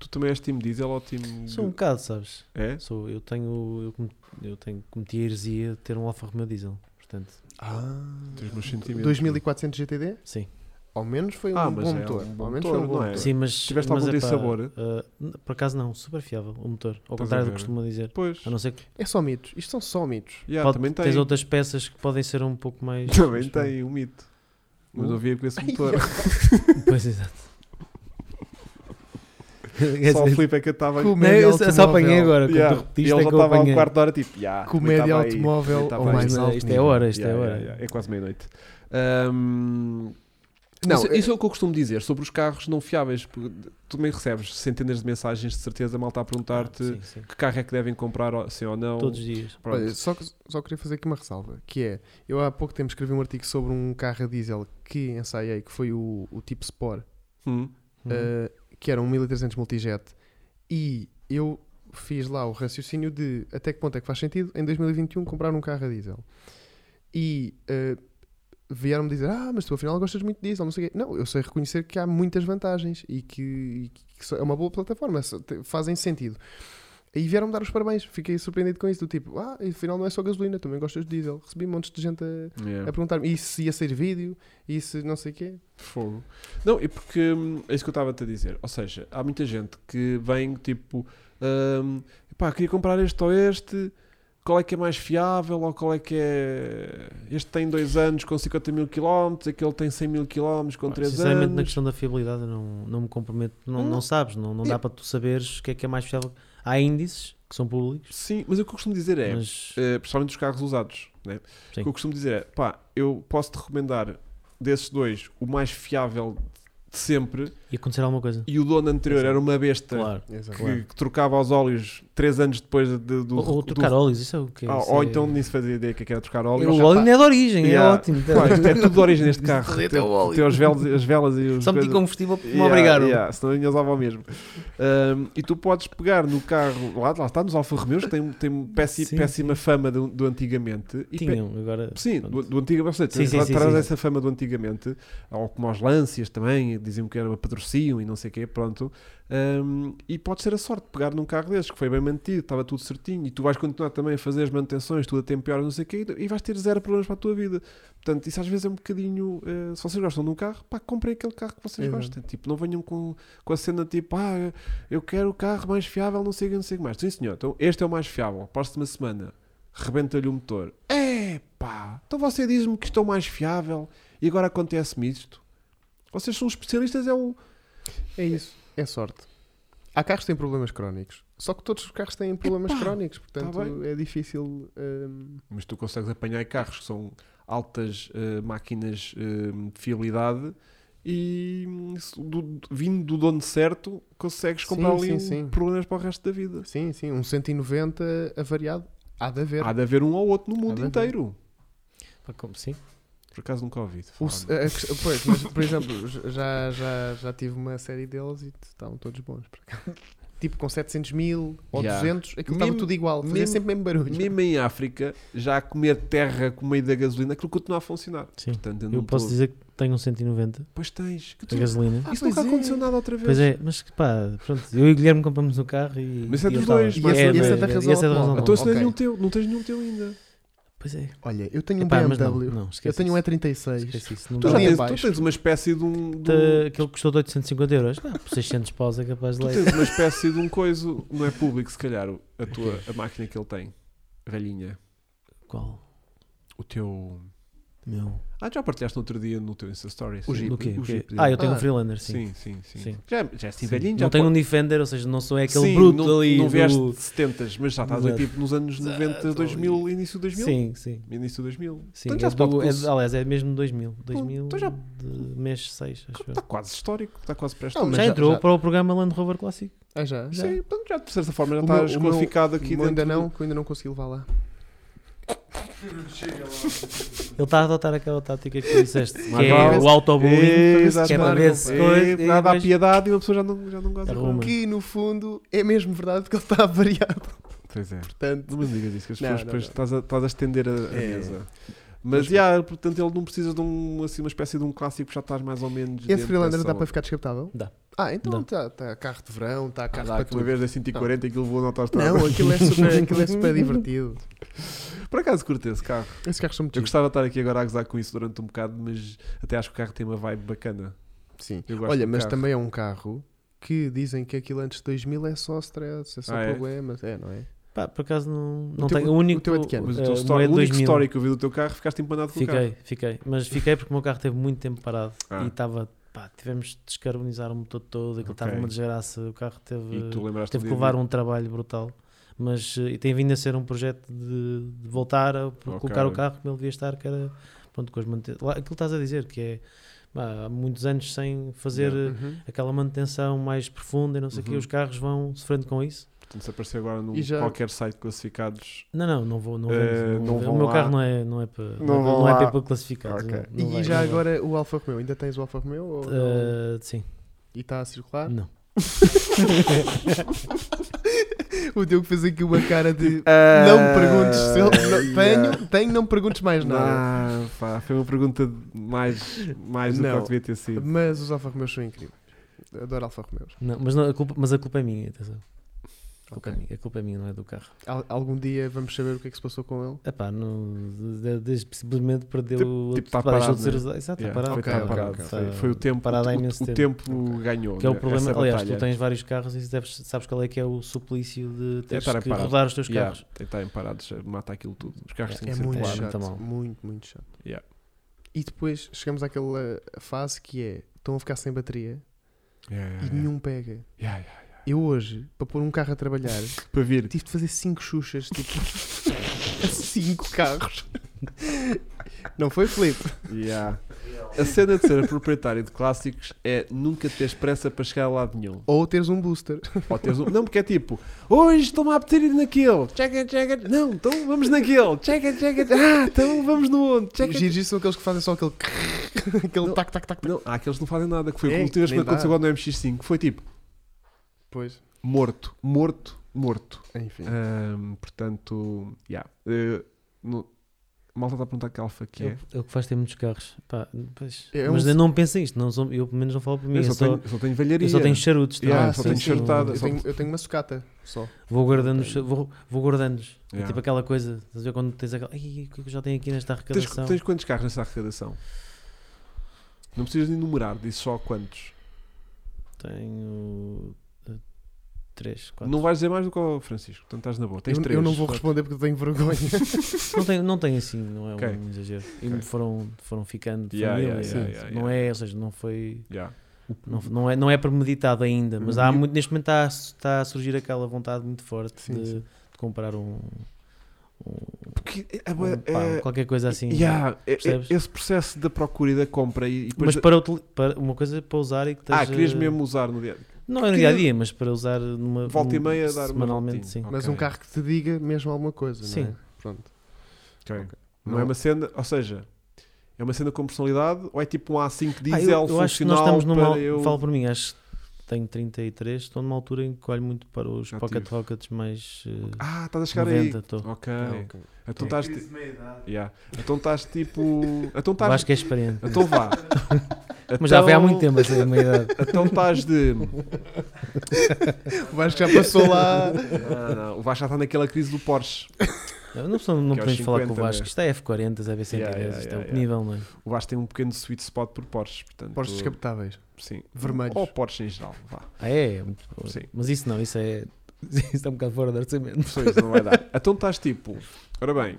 S1: Tu também és time diesel ou time.
S3: Sou um bocado, sabes?
S1: É?
S3: Sou, eu tenho, eu, com- eu tenho, cometi a heresia de ter um Alfa Romeo diesel, portanto,
S2: Ah,
S1: Tens meus sentimentos.
S2: 2400 GTD?
S3: sim.
S2: Ao menos foi um
S1: Ah, mas
S2: bom
S1: é um
S2: motor.
S1: bom
S2: Ao menos
S1: motor,
S2: foi um bom
S1: não é?
S2: motor.
S3: Sim, mas...
S1: Tiveste
S3: mas,
S1: algum
S3: epá,
S1: dissabor?
S3: ah, n- por acaso não, super fiável o motor, ao
S1: Estás a
S3: contrário do
S1: ver?
S3: que costuma dizer.
S1: Pois.
S3: A não ser que
S2: É só mitos. Isto são só mitos.
S1: Yeah,
S3: pode-
S1: também
S3: tens
S1: tem.
S3: outras peças que podem ser um pouco mais...
S1: Também
S3: mais-
S1: tem, um mito. Mas
S3: Hum?
S2: Um?
S1: não via com esse
S2: Ai,
S1: motor.
S3: Pois, exato. Quer
S1: Só o
S3: dizer,
S1: Filipe é que eu estava.
S2: Com-
S3: não, eu só- só
S2: automóvel.
S3: apanhei agora, quando
S1: Yeah. E
S3: tu repetiste
S1: ele
S3: é
S1: já
S3: que eu
S1: estava a um
S3: apanhei.
S1: quarto de hora, tipo. Yeah, também
S2: Comédia
S1: estava aí,
S2: automóvel
S1: também
S2: ao
S1: estava
S2: mais
S1: aí.
S2: alto
S3: Isto é
S2: nível.
S3: hora, isto
S1: Yeah,
S3: é hora.
S1: yeah, yeah. É quase meia-noite. Ahm,
S2: Não,
S1: isso,
S2: é-
S1: isso é o que eu costumo dizer sobre os carros não fiáveis. porque Tu também recebes centenas de mensagens de certeza, a malta a perguntar-te
S3: Ah, Sim, sim.
S1: que carro é que devem comprar, ou- sim ou não.
S3: Todos os dias.
S1: Pronto.
S2: Olha, só, que- só queria fazer aqui uma ressalva, que é, eu há pouco tempo escrevi um artigo sobre um carro a diesel que ensaiei, que foi o, o tipo Sport,
S1: Hum.
S3: Uhum.
S2: eh, que era um 1300 multijet, e eu fiz lá o raciocínio de um até que ponto é que faz sentido em 2021 comprar um carro a diesel. E eh, vieram-me dizer: Ah, mas tu afinal gostas muito disso, ou não sei o quê. Não, eu sei reconhecer que há muitas vantagens e que, e que isso é uma boa plataforma, se- te- fazem sentido. E vieram-me dar os parabéns, fiquei surpreendido com isso. Do tipo, ah, afinal não é só gasolina, também gostas de diesel. Recebi montes de gente a,
S1: Yeah.
S2: a perguntar-me: e se ia sair vídeo? E se não sei o quê?
S1: Fogo. Não, é porque hum, é isso que eu estava a te dizer. Ou seja, há muita gente que vem tipo, hum, pá, queria comprar este ou este, qual é que é mais fiável ou qual é que é. Este tem 2 anos com 50 mil km, aquele tem 100 mil km com
S3: Pá,
S1: 3
S3: Uhum. Sinceramente, na
S1: anos. Hum.
S3: questão da fiabilidade, eu não, não me comprometo, não,
S1: Não.
S3: não sabes, não, não dá para tu saberes o que é que é mais fiável. Há índices que são públicos,
S1: Sim, mas o que eu costumo dizer é,
S3: mas
S1: eh, principalmente os carros usados, né?
S3: Sim.
S1: o que eu costumo dizer é, pá, eu posso te recomendar desses dois o mais fiável de sempre
S3: ia acontecer alguma coisa.
S1: e o dono anterior era uma besta.
S3: Claro.
S2: Exato.
S1: que, que trocava os óleos 3 anos depois de- do.
S3: ou, ou
S1: do-
S3: trocar óleos, isso é o que
S1: Ah, ou então nem se fazia ideia que era trocar óleos.
S3: O óleo não é de origem,
S1: Yeah.
S3: é ótimo.
S1: Pá, isto é tudo de origem neste carro. Tem- Tem os velos, as velas e os.
S3: Só meti
S1: coisas.
S3: combustível porque me um
S1: Yeah,
S3: obrigaram.
S1: yeah, senão eu usava o mesmo. Ahm, e tu podes pegar no carro, lá, lá está, nos Alfa Romeos, que tem, tem péssima,
S3: Sim,
S1: péssima fama do, do antigamente. e pe-
S3: Tinham, agora.
S1: Sim, do, do antigo, ou seja,
S3: Sim, sim,
S1: tra-
S3: sim,
S1: traz
S3: sim,
S1: essa fama do antigamente, ou como aos Lancias também, diziam que era patrocínio e não sei o quê, pronto. Hum, e pode ser a sorte de pegar num carro desses, que foi bem mantido, estava tudo certinho, e tu vais continuar também a fazer as manutenções, tudo a tempo e horas, não sei o quê, e vais ter zero problemas para a tua vida. Portanto, isso às vezes é um bocadinho. eh, se vocês gostam de um carro, pá, comprem aquele carro que vocês
S2: Exato.
S1: gostam. Tipo, não venham com, com a cena tipo, ah, eu quero o carro mais fiável, não sei o que, não sei o que mais. Sim, senhor, então este é o mais fiável. Próxima semana, rebenta-lhe o motor. É pá, então você diz-me que estou mais fiável e agora acontece-me isto. Vocês são especialistas, é o.
S2: É isso, é sorte. Há carros que têm problemas crónicos. Só que todos os carros têm problemas
S1: Epá,
S2: crónicos, portanto
S1: tá bem.
S2: é difícil. hum,
S1: Mas tu consegues apanhar carros que são altas eh, máquinas eh, de fiabilidade e hum, se do- vindo do dono certo, consegues
S2: Sim,
S1: comprar ali
S2: sim,
S1: um-
S2: sim.
S1: problemas para o resto da vida.
S2: Sim, sim, um 190 avariado. Há de haver.
S1: Há de haver um ou outro no
S2: Há
S1: mundo
S2: de haver.
S1: inteiro.
S3: Pá, como- Sim.
S1: Por acaso nunca ouvi.
S2: O
S1: falar.
S2: se- a- a quest- pois, mas, por exemplo, j- já, já, já tive uma série deles e t- estavam todos bons. por acaso. Tipo com 700 mil ou
S1: Yeah.
S2: 200, aquilo
S1: Mesmo-
S2: estava tudo igual, fazia
S1: mesmo-
S2: sempre o mesmo barulho.
S1: Mesmo em África, já a comer terra com meio da gasolina, aquilo continua a funcionar.
S3: Sim.
S1: Portanto, eu não
S3: Eu posso
S1: tô-
S3: dizer que tenho um 190
S1: Pois tens. Que
S3: de
S1: tu...
S3: gasolina.
S2: Ah,
S1: Isso
S2: pois
S1: nunca
S2: é.
S1: aconteceu nada outra vez.
S3: Pois é, mas que pá, pronto, eu e o Guilherme compramos um carro e.
S1: Mas é
S3: e eu
S1: dos
S3: tava-
S1: dois,
S3: é,
S1: mas-
S3: é,
S1: E essa é da
S3: é,
S2: razão
S3: essa é
S2: atual.
S3: da razão
S1: Então,
S3: atual.
S1: se não tens
S2: Ok.
S1: nenhum teu, não tens nenhum teu ainda.
S3: Pois é.
S2: Olha, eu tenho um
S3: Epá, mas não,
S2: BMW,
S3: não,
S2: eu
S3: esquece
S2: tenho um
S3: isso.
S2: E36.
S3: Esquece isso, não
S1: Tu
S2: Tá
S1: já
S3: dá.
S2: ali
S1: tens,
S2: em baixo.
S1: tu tens uma espécie de um. de um-
S3: Te- Aquele custou de 850 euros. Pá, por 600 paus é capaz de
S1: Tu
S3: ler.
S1: tens uma espécie de um coiso, não é público, se calhar, o- a tua a máquina que ele tem, velhinha.
S3: Qual?
S1: O teu.
S3: Meu.
S1: Ah, já partilhaste no outro dia no teu Insta Stories.
S2: O Jeep.
S3: Do quê?
S1: O
S3: O quê?
S1: Jeep.
S3: Ah, eu tenho
S2: Ah.
S3: um Freelander, sim.
S1: Sim, sim, sim.
S3: Sim.
S1: Já, é, já estive
S3: Sim.
S1: velhinho, já
S3: não tenho
S1: po-
S3: um Defender, ou seja, não sou é aquele
S1: Sim,
S3: bruto
S1: não,
S3: ali.
S1: Não
S3: do-
S1: vieste de 70, mas já estás ali
S3: Exato.
S1: tipo nos anos 90,
S3: Exato,
S1: 2000, início 2000.
S3: Sim, sim.
S1: Início 2000.
S3: Sim,
S1: então
S3: é
S1: já se pode
S3: do, é,
S1: cons-
S3: aliás, é mesmo 2000. 2000
S1: então já-
S3: de mês 6, acho eu.
S1: Está quase histórico, está quase
S2: Não,
S1: pré-histórico.
S2: mas
S3: Já
S2: já-
S3: entrou
S2: já-
S3: para o programa Land Rover Clássico.
S2: Ah, já? já.
S1: Sim, portanto, já de certa forma já
S2: O meu-
S1: estás
S2: o meu-
S1: qualificado aqui
S2: Mas
S1: dentro.
S2: ainda
S1: do-
S2: não, que eu ainda não consegui levar lá.
S4: Chega lá.
S3: Ele está a adotar aquela tática que tu disseste, que
S1: Mas
S3: é
S1: vale.
S3: o autobullying,
S1: então, Exato,
S3: que é para
S1: claro.
S3: ver se coisa.
S1: É, Nada à
S3: mas- um
S1: piedade e uma pessoa já não, já não gosta.
S3: Arruma.
S2: Que no fundo é mesmo verdade porque ele está avariado.
S1: Pois é.
S2: Portanto,
S1: Não me digas isso, que as
S2: Não,
S1: pessoas
S2: não,
S1: depois
S2: não.
S1: Estás, a, estás a estender a, a
S2: É.
S1: mesa. Mas,
S2: Mas
S1: já, portanto, ele não precisa de um, assim, uma espécie de um clássico, já estás mais ou menos.
S2: esse Freelander dá para ficar descapotável?
S3: Dá.
S2: Ah, então
S3: Dá.
S2: está tá carro de verão, está carro
S1: Carro
S2: para
S1: uma
S2: tudo.
S1: vez da 140 aquilo voou na autostrada.
S2: Não, aquilo é, super, aquilo é super divertido.
S1: Por acaso curto esse carro.
S2: Esses carros são muito
S1: Eu
S2: giros.
S1: gostava de estar aqui agora a gozar com isso durante um bocado, mas até acho que o carro tem uma vibe bacana.
S2: Sim.
S1: Eu gosto
S2: Olha,
S1: do
S2: mas
S1: carro.
S2: também é um carro que dizem que aquilo antes de 2000 é só stress, é só
S1: Ah, é?
S2: problemas. É, não é?
S3: Pá, por acaso não, não
S2: teu-
S3: tenho. O
S2: o
S3: único.
S2: teu é de que ano?
S1: Mas o
S3: eh,
S1: teu
S3: meu
S1: histórico-
S3: é
S1: o
S3: de
S1: único
S3: 2000.
S1: histórico que eu vi do teu carro, ficaste empanado com o carro.
S3: Fiquei, fiquei. Mas fiquei porque o meu carro teve muito tempo parado
S1: Ah.
S3: e estava. Pá, tivemos de descarbonizar o motor todo, aquilo estava
S1: Ok.
S3: uma desgraça. O carro teve,
S1: E tu lembraste
S3: teve que levar um trabalho brutal. Mas eh, e tem vindo a ser um projeto de, de voltar a p-
S1: Ok.
S3: colocar o carro como ele devia estar, que era pronto, com as manten... Lá, Aquilo que estás a dizer, que é pá, há muitos anos sem fazer eh,
S2: Uhum.
S3: aquela manutenção mais profunda e não sei o que,
S1: Uhum.
S3: os carros vão sofrendo com isso.
S1: Portanto, se aparecer agora num
S2: E já-
S1: qualquer site de classificados.
S3: Não, não, não vou. Não
S1: Eh,
S3: vendo,
S1: não
S3: não-
S1: vão
S3: o meu
S1: lá.
S3: carro não é, não é para não,
S1: Não vão
S3: é
S1: lá.
S3: para- para classificados.
S1: Ok.
S3: não- não
S2: E,
S3: vai,
S2: já
S3: não vai.
S2: agora o Alfa Romeo, ainda tens o Alfa Romeo? Ou não?
S3: Eh, sim,
S2: E está a circular?
S3: não.
S2: O Diogo fez aqui uma cara de.
S1: Ah,
S2: Não me perguntes se eu.
S1: eh,
S2: não-
S1: yeah.
S2: Tenho, tenho, não me perguntes mais nada.
S1: Ah, pá, foi uma pergunta de mais, mais do que
S2: Não.
S1: eu devia ter sido.
S2: Mas os Alfa Romeos são incríveis. Adoro Alfa Romeos.
S3: Não, mas, não, a culpa, mas a culpa é minha, atenção. A culpa,
S2: Ok.
S3: é minha, a culpa é minha, não é do carro.
S2: Al- algum dia vamos saber o que é que se passou com ele.
S3: Epá, não, de- de- simplesmente perdeu
S1: Tipo-
S3: o.
S1: tipo, tá
S3: pá, deixou
S1: parado,
S3: de ser
S1: né?
S3: usado. Exato,
S1: Yeah,
S3: está parado.
S1: foi,
S2: Ok,
S1: tá
S2: ok,
S1: parado,
S3: ok.
S1: foi- foi o tempo,
S3: Parado há
S1: o,
S3: imenso
S1: o
S3: tempo.
S1: tempo ganhou.
S3: Que é o
S1: né,
S3: problema.
S1: essa
S3: Aliás, tu
S1: batalha.
S3: tens vários carros e deves- sabes qual é que é o suplício de teres
S1: estarem
S3: que
S1: parados.
S3: rodar os teus
S1: É Yeah,
S3: carros.
S1: tem- Tem parado, já mata aquilo tudo. Os carros
S3: Yeah.
S1: têm
S2: É
S1: que ser
S2: muito
S3: claro.
S1: parados.
S3: muito
S2: chato.
S3: mal.
S2: Muito, muito chato.
S1: Yeah.
S2: E depois chegamos àquela fase que é: estão a ficar sem bateria
S1: Yeah, yeah,
S2: e
S1: yeah.
S2: nenhum pega.
S1: Yeah, yeah.
S2: Eu hoje, para pôr um carro a trabalhar,
S1: Para vir.
S2: tive de fazer 5 xuxas, tipo. 5 carros. Não foi, Felipe?
S1: Yeah. A cena de ser proprietário de clássicos é nunca teres pressa para chegar a lado nenhum.
S2: Ou teres um booster.
S1: Ou teres um- Não, porque é tipo, hoje estou-me a apetecer ir naquele, checa, checa, não, então vamos naquele, checa, checa, ah, então vamos no outro, checa,
S2: Os giros são aqueles que fazem só aquele. aquele
S1: Não.
S2: tac, tac, tac, tac.
S1: Não, há aqueles que não fazem nada, que foi
S2: É,
S1: o último que
S2: nem
S1: me
S2: dá.
S1: aconteceu agora no MX5, foi tipo,
S2: Pois.
S1: morto, morto, morto.
S2: Enfim.
S1: Ahm, portanto, yeah. Eh, no- a malta está a perguntar que alfa que
S3: É.
S1: é.
S3: o- É o que faz ter muitos carros. Pá, pois.
S2: É um-
S3: mas eu não penso isto, não sou, eu pelo menos não falo por mim.
S1: Eu
S3: Eu
S1: só,
S3: só,
S1: tenho, só tenho velharia.
S3: eu só tenho charutos,
S1: Yeah,
S2: Ah,
S3: também,
S1: só
S3: sim,
S1: tenho
S3: sim.
S1: charutada,
S2: Eu
S1: só-
S2: tenho, eu tenho uma sucata só.
S3: Vou guardando, os- vou, vou guardando. os É
S1: Yeah.
S3: tipo aquela coisa, estás a ver quando tens aquela. Ai, o que é que eu já tenho aqui nesta
S1: Tens,
S3: arrecadação?
S1: tens quantos carros nessa arrecadação? Não precisas de enumerar, diz só quantos.
S3: Tenho. eh, Três, quatro.
S1: Não vais dizer mais do que o Francisco, portanto estás na boa. Tens
S2: eu,
S1: três.
S2: eu não vou responder porque tenho vergonha.
S3: Não tenho, não tenho assim, não é
S1: Ok.
S3: um exagero.
S1: Ok.
S3: E foram, foram ficando de
S1: Yeah, yeah,
S3: família.
S1: yeah,
S3: sim.
S1: yeah,
S3: não é, ou seja, não foi.
S1: Yeah.
S3: Não, não, é, não é premeditado ainda, mas há
S1: Uhum.
S3: muito, neste momento está, a- está a surgir aquela vontade muito forte
S2: Sim,
S3: de,
S2: sim.
S3: de comprar um. um-
S1: Porque é,
S3: um pá,
S1: é,
S3: qualquer coisa assim.
S1: yeah, é- é-
S3: percebes?
S1: esse processo da procura e da compra e, e depois
S3: Mas para, eh, utili- para uma coisa para usar e que
S1: Ah,
S3: esteja,
S1: querias mesmo usar no dia.
S3: Não é no dia
S1: queria-
S3: a dia, mas para usar numa.
S1: Volta e meia dar uma
S3: Hum, Semanalmente,
S1: voltinha.
S3: sim.
S1: Ok.
S2: Mas um carro que te diga mesmo alguma coisa, não é?
S3: Sim.
S2: Pronto.
S1: Ok.
S2: Ok.
S1: Não,
S2: Não.
S1: é uma cena, ou seja, é uma cena com personalidade ou é tipo um A5
S3: Ah,
S1: diesel
S3: eu, eu acho que nós
S1: funcional
S3: estamos numa.
S1: para eu...
S3: Falo por mim, acho que tenho 33, estou numa altura em que olho muito para os
S1: Ativo.
S3: pocket rockets mais. eh,
S1: Ah, estás a chegar
S3: 90,
S1: aí.
S3: estou.
S1: Ok.
S2: Ah, ok.
S1: Então estás
S4: Crise
S1: ti-
S4: de meia-idade.
S1: yeah. Então estás tipo. Então
S3: Eu
S1: estás.
S3: acho que é experiente.
S1: Então vá.
S3: Mas já
S1: Então-
S3: foi há muito tempo assim, a minha idade.
S1: Então estás de.
S2: O Vasco já passou lá.
S1: Não, não, o Vasco já está naquela crise do Porsche.
S3: Não, não, não
S1: Que é os
S3: podemos falar com
S1: 50,
S3: o Vasco.
S1: né?
S3: Isto é F40, é B110,
S1: Yeah, yeah,
S3: isto é
S1: yeah,
S3: outro
S1: yeah.
S3: nível, mano.
S1: O Vasco tem um pequeno sweet spot por Porsche. Portanto,
S2: Postos descapotáveis.
S1: Sim.
S2: Vermelhos.
S1: Ou Porsche em geral. Vá.
S3: Ah, é, é muito bom.
S1: Sim.
S3: Mas isso não, isso é. Isso é um bocado fora de orçamento.
S1: Só isso não vai dar. Então estás tipo. Ora bem.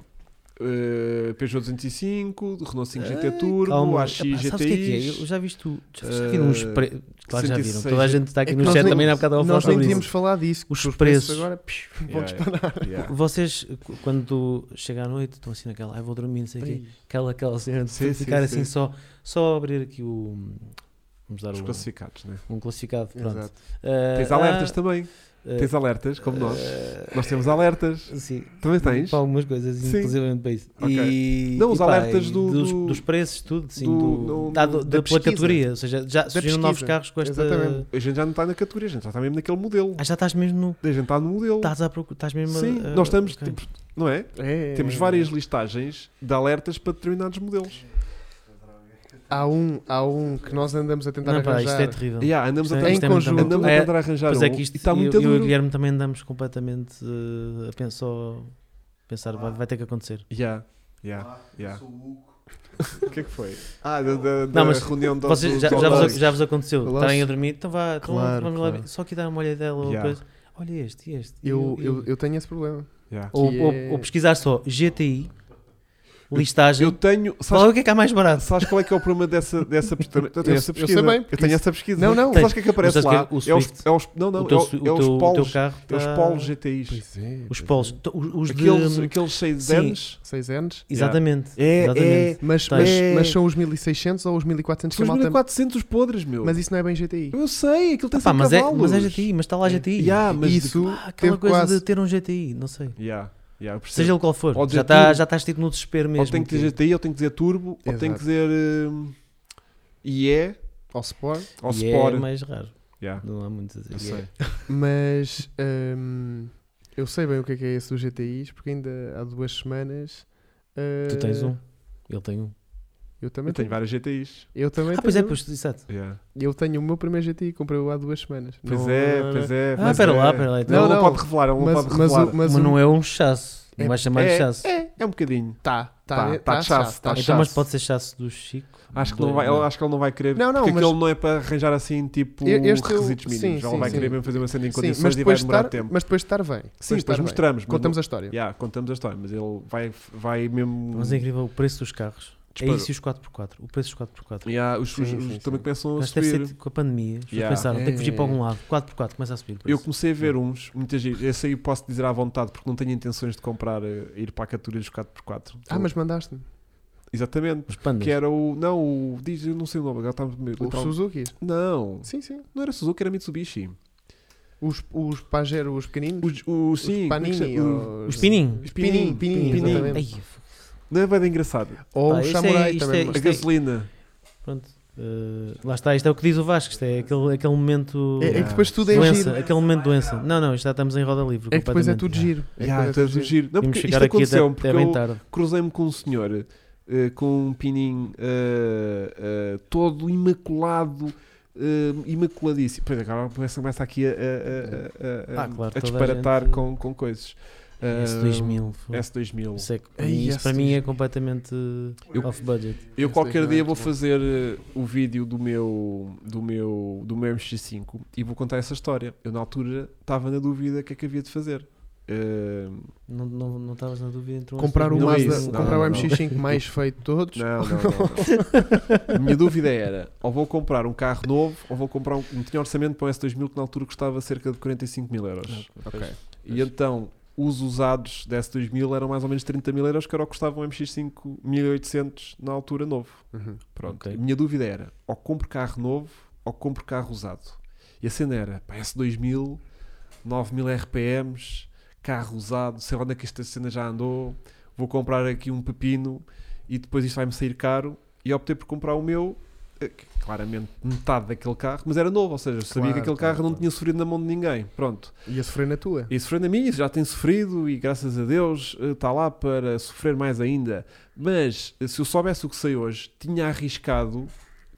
S1: eh, Peugeot 205, Renault 5 GT é Turbo,
S3: Calma.
S1: AX
S3: Epá, sabes o que é que é?
S1: GTI.
S3: Eu já viste tu. Já, já viram uns
S1: Eh,
S3: preços. Claro, já viram.
S1: 106.
S3: Toda a gente está aqui
S2: É que
S3: no
S2: nós
S3: chat
S2: nem-
S3: também, há bocado estava a falar
S2: Nós nem
S3: sobre
S2: tínhamos
S3: isso.
S2: falado disso. que
S3: Os preços.
S2: agora psh, vão
S1: Yeah,
S2: disparar.
S1: yeah.
S3: Vocês, cu- quando chega à noite, estão assim naquela, ai vou dormir, não sei o quê. Aquela, aquela cena de
S1: Sim, sim,
S3: ficar
S1: sim.
S3: assim só, só abrir aqui o. Vamos dar
S1: Os
S3: o,
S1: classificados, né?
S3: um classificado. Pronto.
S2: Exato.
S3: Ah,
S1: Tens alertas
S3: ah,
S1: também.
S3: ah,
S1: Tens alertas, como nós.
S3: ah,
S1: Nós temos alertas.
S3: Sim.
S1: Também tens.
S3: Para algumas coisas,
S1: Sim.
S3: inclusive para isso. E,
S1: Não, os
S3: e pá,
S1: alertas
S3: e
S1: do-
S3: dos,
S1: do-
S3: dos preços, tudo, sim.
S1: do-
S3: Do,
S1: não-
S3: da, do-
S2: da
S3: da pela
S2: pesquisa.
S3: categoria. Ou seja, já surgiram novos
S2: pesquisa.
S3: carros com esta.
S2: Exatamente.
S1: A gente já não está na categoria, a gente já está mesmo naquele modelo.
S3: Ah, já estás mesmo no.
S1: A gente está no modelo.
S3: Estás, à procura, estás mesmo a-
S1: Sim,
S3: a-
S1: nós estamos,
S3: ok. Eh,
S1: tipo, não é?
S2: É, é,
S1: Temos
S2: é.
S1: várias listagens de alertas para determinados modelos.
S2: Há um, há um que nós andamos a tentar
S3: Não, pá, isto
S2: arranjar.
S3: é terrível.
S1: Yeah, andamos
S3: Isto
S1: a tentar-
S3: é- isto é
S2: em
S3: muito
S2: conjunto.
S1: andamos
S3: É,
S1: a tentar arranjar
S3: Pois é
S1: um,
S3: que
S1: e
S3: isto,
S1: está
S3: eu,
S1: muito
S3: eu e o
S1: duro.
S3: Guilherme também andamos completamente eh, a pensar, só- pensar
S1: Ah.
S3: vai, vai ter que acontecer.
S1: Yeah, yeah.
S4: Olá,
S1: yeah.
S4: sou o Hugo.
S1: O que é que foi? Ah, da, da, da
S3: Não, mas
S1: reunião do,
S3: Vocês-
S1: do,
S3: já,
S1: do
S3: já vos,
S1: Alex.
S3: já vos aconteceu
S2: Nós-
S3: estarem a dormir, então vá, então
S2: Claro,
S3: vamos lá,
S2: claro.
S3: só aqui dar uma olhadela ou
S1: Yeah.
S3: coisa. Olha este, este. e
S2: Eu,
S3: o- e-
S2: eu, eu tenho esse problema.
S1: Yeah.
S3: ou,
S2: que
S3: ou-
S2: é-
S3: ou pesquisar só GTI, listagem,
S1: Eu tenho.
S3: Fala
S1: Sabes,
S3: o que é que há mais barato.
S1: sabes qual é que é o problema dessa, dessa pesquisa? Eu tenho
S2: Eu-
S1: essa
S2: eu sei
S1: pesquisa.
S2: bem,
S1: eu
S2: porque
S1: tenho
S2: isso-
S1: essa pesquisa.
S2: Não, não.
S1: Sabes o que é que aparece
S3: Mas sabes
S1: lá?
S3: que é o
S1: é, os,
S3: Swift?
S1: é os. Não, não.
S3: o teu,
S1: é, o-
S3: su- o
S1: é
S3: teu-
S1: os
S3: o
S1: polos.
S3: teu carro
S1: É os
S3: tá-
S1: polos GTIs.
S2: Pois é.
S3: Os polos. Então, os- Os de-
S1: Aqueles, aqueles cheios de
S3: Sim.
S1: anos.
S2: 6 anos.
S3: Exatamente.
S1: É, é.
S3: exatamente.
S2: Mas,
S3: Tá.
S2: mas,
S1: É.
S2: mas são os 1600 ou os 1400 que
S1: São
S2: a
S1: os
S2: malta... é
S1: 1400 podres, meu.
S2: Mas isso não é bem GTI.
S1: Eu sei, aquilo tem
S3: Pá,
S1: 100
S3: mas, é,
S1: Tá cavalos.
S3: mas é GTI, mas está lá GTI.
S1: Yeah, mas
S2: isso
S3: Ah,
S2: teve
S3: aquela coisa
S2: quase...
S3: de ter um GTI, não sei.
S1: Yeah, yeah, eu percebo.
S3: Seja ele qual for,
S1: Ou dizer
S3: já, tá,
S1: tudo.
S3: já estás tipo no desespero mesmo.
S1: ou tem que dizer GTI, ou tem que dizer Turbo, ou tem que
S2: Exato.
S1: dizer hum, IE,
S2: Ao Sport.
S1: ou
S3: E
S1: Sport.
S3: É mais raro.
S1: Yeah,
S3: Não há muito a dizer.
S1: eu sei.
S2: Mas hum, eu sei bem o que é, que é esse do GTIs, porque ainda há duas semanas. eh,
S3: Tu
S1: É.
S3: tens um, ele tem um.
S2: Eu também
S1: Eu tenho várias GTIs.
S2: Eu também
S3: Ah,
S2: tenho.
S3: pois é, pois, exato.
S1: Yeah.
S2: Eu tenho o meu primeiro GTI, comprei-o há duas semanas.
S1: Pois
S2: Não-
S1: é,
S2: não-
S1: pois é.
S3: Ah,
S1: pois
S3: pera lá,
S1: é.
S3: pera lá, então.
S1: Ele não,
S2: Não, não,
S1: pode revelar, ele não
S2: Mas,
S1: pode
S2: mas,
S1: revelar.
S2: o- mas,
S3: Mas,
S2: o-
S3: não é um chasso.
S2: É-
S3: Não vais chamar de chasso.
S1: é, é um bocadinho.
S2: Tá,
S1: Tá,
S2: tá,
S1: tá de chasse, tá de
S3: então, mas
S1: chasse.
S3: pode ser chasso do Chico. é.
S1: Acho que, não
S3: Do-
S1: vai, ele, acho que ele não vai querer.
S2: Não, não,
S1: porque
S2: mas-
S1: aquilo não é para arranjar assim, tipo,
S2: E- este eu-
S1: requisitos
S2: sim,
S1: mínimos. ele
S2: sim,
S1: vai querer
S2: sim.
S1: mesmo fazer uma cena em
S2: Sim,
S1: condições
S2: mas
S1: e vai
S2: depois, de
S1: demorar
S2: estar,
S1: tempo.
S2: mas depois de estar bem.
S1: Sim,
S2: Depois de estar
S1: depois
S2: bem.
S1: mostramos. mas
S2: Contamos a história.
S1: não- Yeah, contamos a história, mas ele vai, vai mesmo.
S3: Mas é incrível o preço dos carros.
S1: Disparou.
S3: É isso e os 4x4. O preço dos 4x4.
S1: Yeah, os, os-
S2: Sim, sim,
S1: os também
S2: sim.
S1: começam a
S3: Acho que deve
S1: subir.
S3: ser com a pandemia. As pessoas
S1: Yeah.
S3: pensaram, tem que fugir
S2: É.
S3: para algum lado. 4x4, começa a subir. o preço.
S1: Eu comecei a ver uns, muitas vezes. Esse aí posso dizer à vontade, porque não tenho intenções de comprar, eh, ir para a categoria dos 4x4.
S2: Ah, mas mandaste-me.
S1: Exatamente.
S3: Os pandas.
S1: Que é era o. Não, o. Diz, eu não sei o nome, agora está
S2: Os Suzuki.
S1: Não,
S2: Sim, sim.
S1: não era Suzuki, era Mitsubishi.
S2: Os, os Pajero, os pequeninos.
S1: Os, o, sim, como é que
S2: Panini.
S1: chama? O-
S3: Os Pinin.
S1: os
S2: Pinin, Pinin,
S1: Pinin.
S2: exatamente.
S3: Ai, f-
S1: Não é bem engraçado.
S2: Ou
S3: Pá,
S2: os
S3: isto é-
S2: Samurai
S3: isto
S2: também.
S3: é-
S1: A
S3: isto
S1: gasolina.
S3: pronto. Eh, lá está, isto é o que diz o Vasco. Isto é aquele, aquele momento.
S2: É, é que depois tudo é
S3: doença,
S2: giro.
S3: aquele momento doença. Não, não, isto já estamos em roda livre.
S2: É que depois é tudo
S3: tipo,
S2: giro.
S3: completamente.
S2: É que
S1: Yeah,
S2: depois
S1: tu
S2: é
S1: és
S2: tudo
S1: um
S2: giro.
S1: giro. Não,
S3: Temos
S1: porque
S3: que
S1: isto
S3: chegar aqui tá- até,
S1: aconteceu,
S3: até bem
S1: porque eu
S3: tarde.
S1: cruzei-me com um senhor eh, com um pininho eh, eh, todo imaculado, eh, imaculadíssimo. Pois é, agora começa, começa aqui a, a- a- a- a-
S3: Ah, claro,
S1: a
S3: toda a
S1: disparatar
S3: gente-
S1: com, com coisas. eh,
S3: S2000. foi.
S1: Ah, S2000.
S3: Isso, é que-
S2: Ai,
S3: isso para mim é
S2: S2000.
S3: completamente eh,
S1: Eu-
S3: off budget.
S1: Eu
S2: Esse
S1: qualquer
S2: daqui não é
S1: dia vou
S2: muito bom.
S1: fazer eh, o vídeo do meu, do meu, do meu MX5 e vou contar essa história. Eu na altura estava na dúvida o que é que havia de fazer. Eh,
S3: Não, não, não estavas na dúvida entre um
S2: Comprar o
S1: Não é
S2: Mazda,
S1: isso, não,
S2: comprar um
S1: não,
S2: o
S1: não.
S2: MX5 mais feio de todos.
S1: não, não, não, não. A minha dúvida era: ou vou comprar um carro novo, ou vou comprar um. Não tinha orçamento para um S2000 que na altura custava cerca de 45 mil euros.
S2: Ok.
S1: E então os usados da S2000 eram mais ou menos 30 mil euros, que era o que custava um MX5 1800 na altura novo.
S2: Uhum.
S1: Pronto.
S3: Ok.
S1: A minha dúvida era: ou compro carro novo ou compro carro usado. E a cena era: pá, S2000, 9000 RPMs, carro usado, sei lá onde é que esta cena já andou, vou comprar aqui um pepino e depois isto vai-me sair caro. E optei por comprar o meu, eh, que claramente metade daquele carro, mas era novo, ou seja, eu sabia que
S2: Claro,
S1: aquele
S2: claro,
S1: carro não
S2: claro.
S1: tinha sofrido na mão de ninguém. Pronto.
S2: E a sofrer na tua.
S1: E sofreu na minha, já tem sofrido e graças a Deus eh, está lá para sofrer mais ainda. Mas eh, se eu soubesse o que sei hoje, tinha arriscado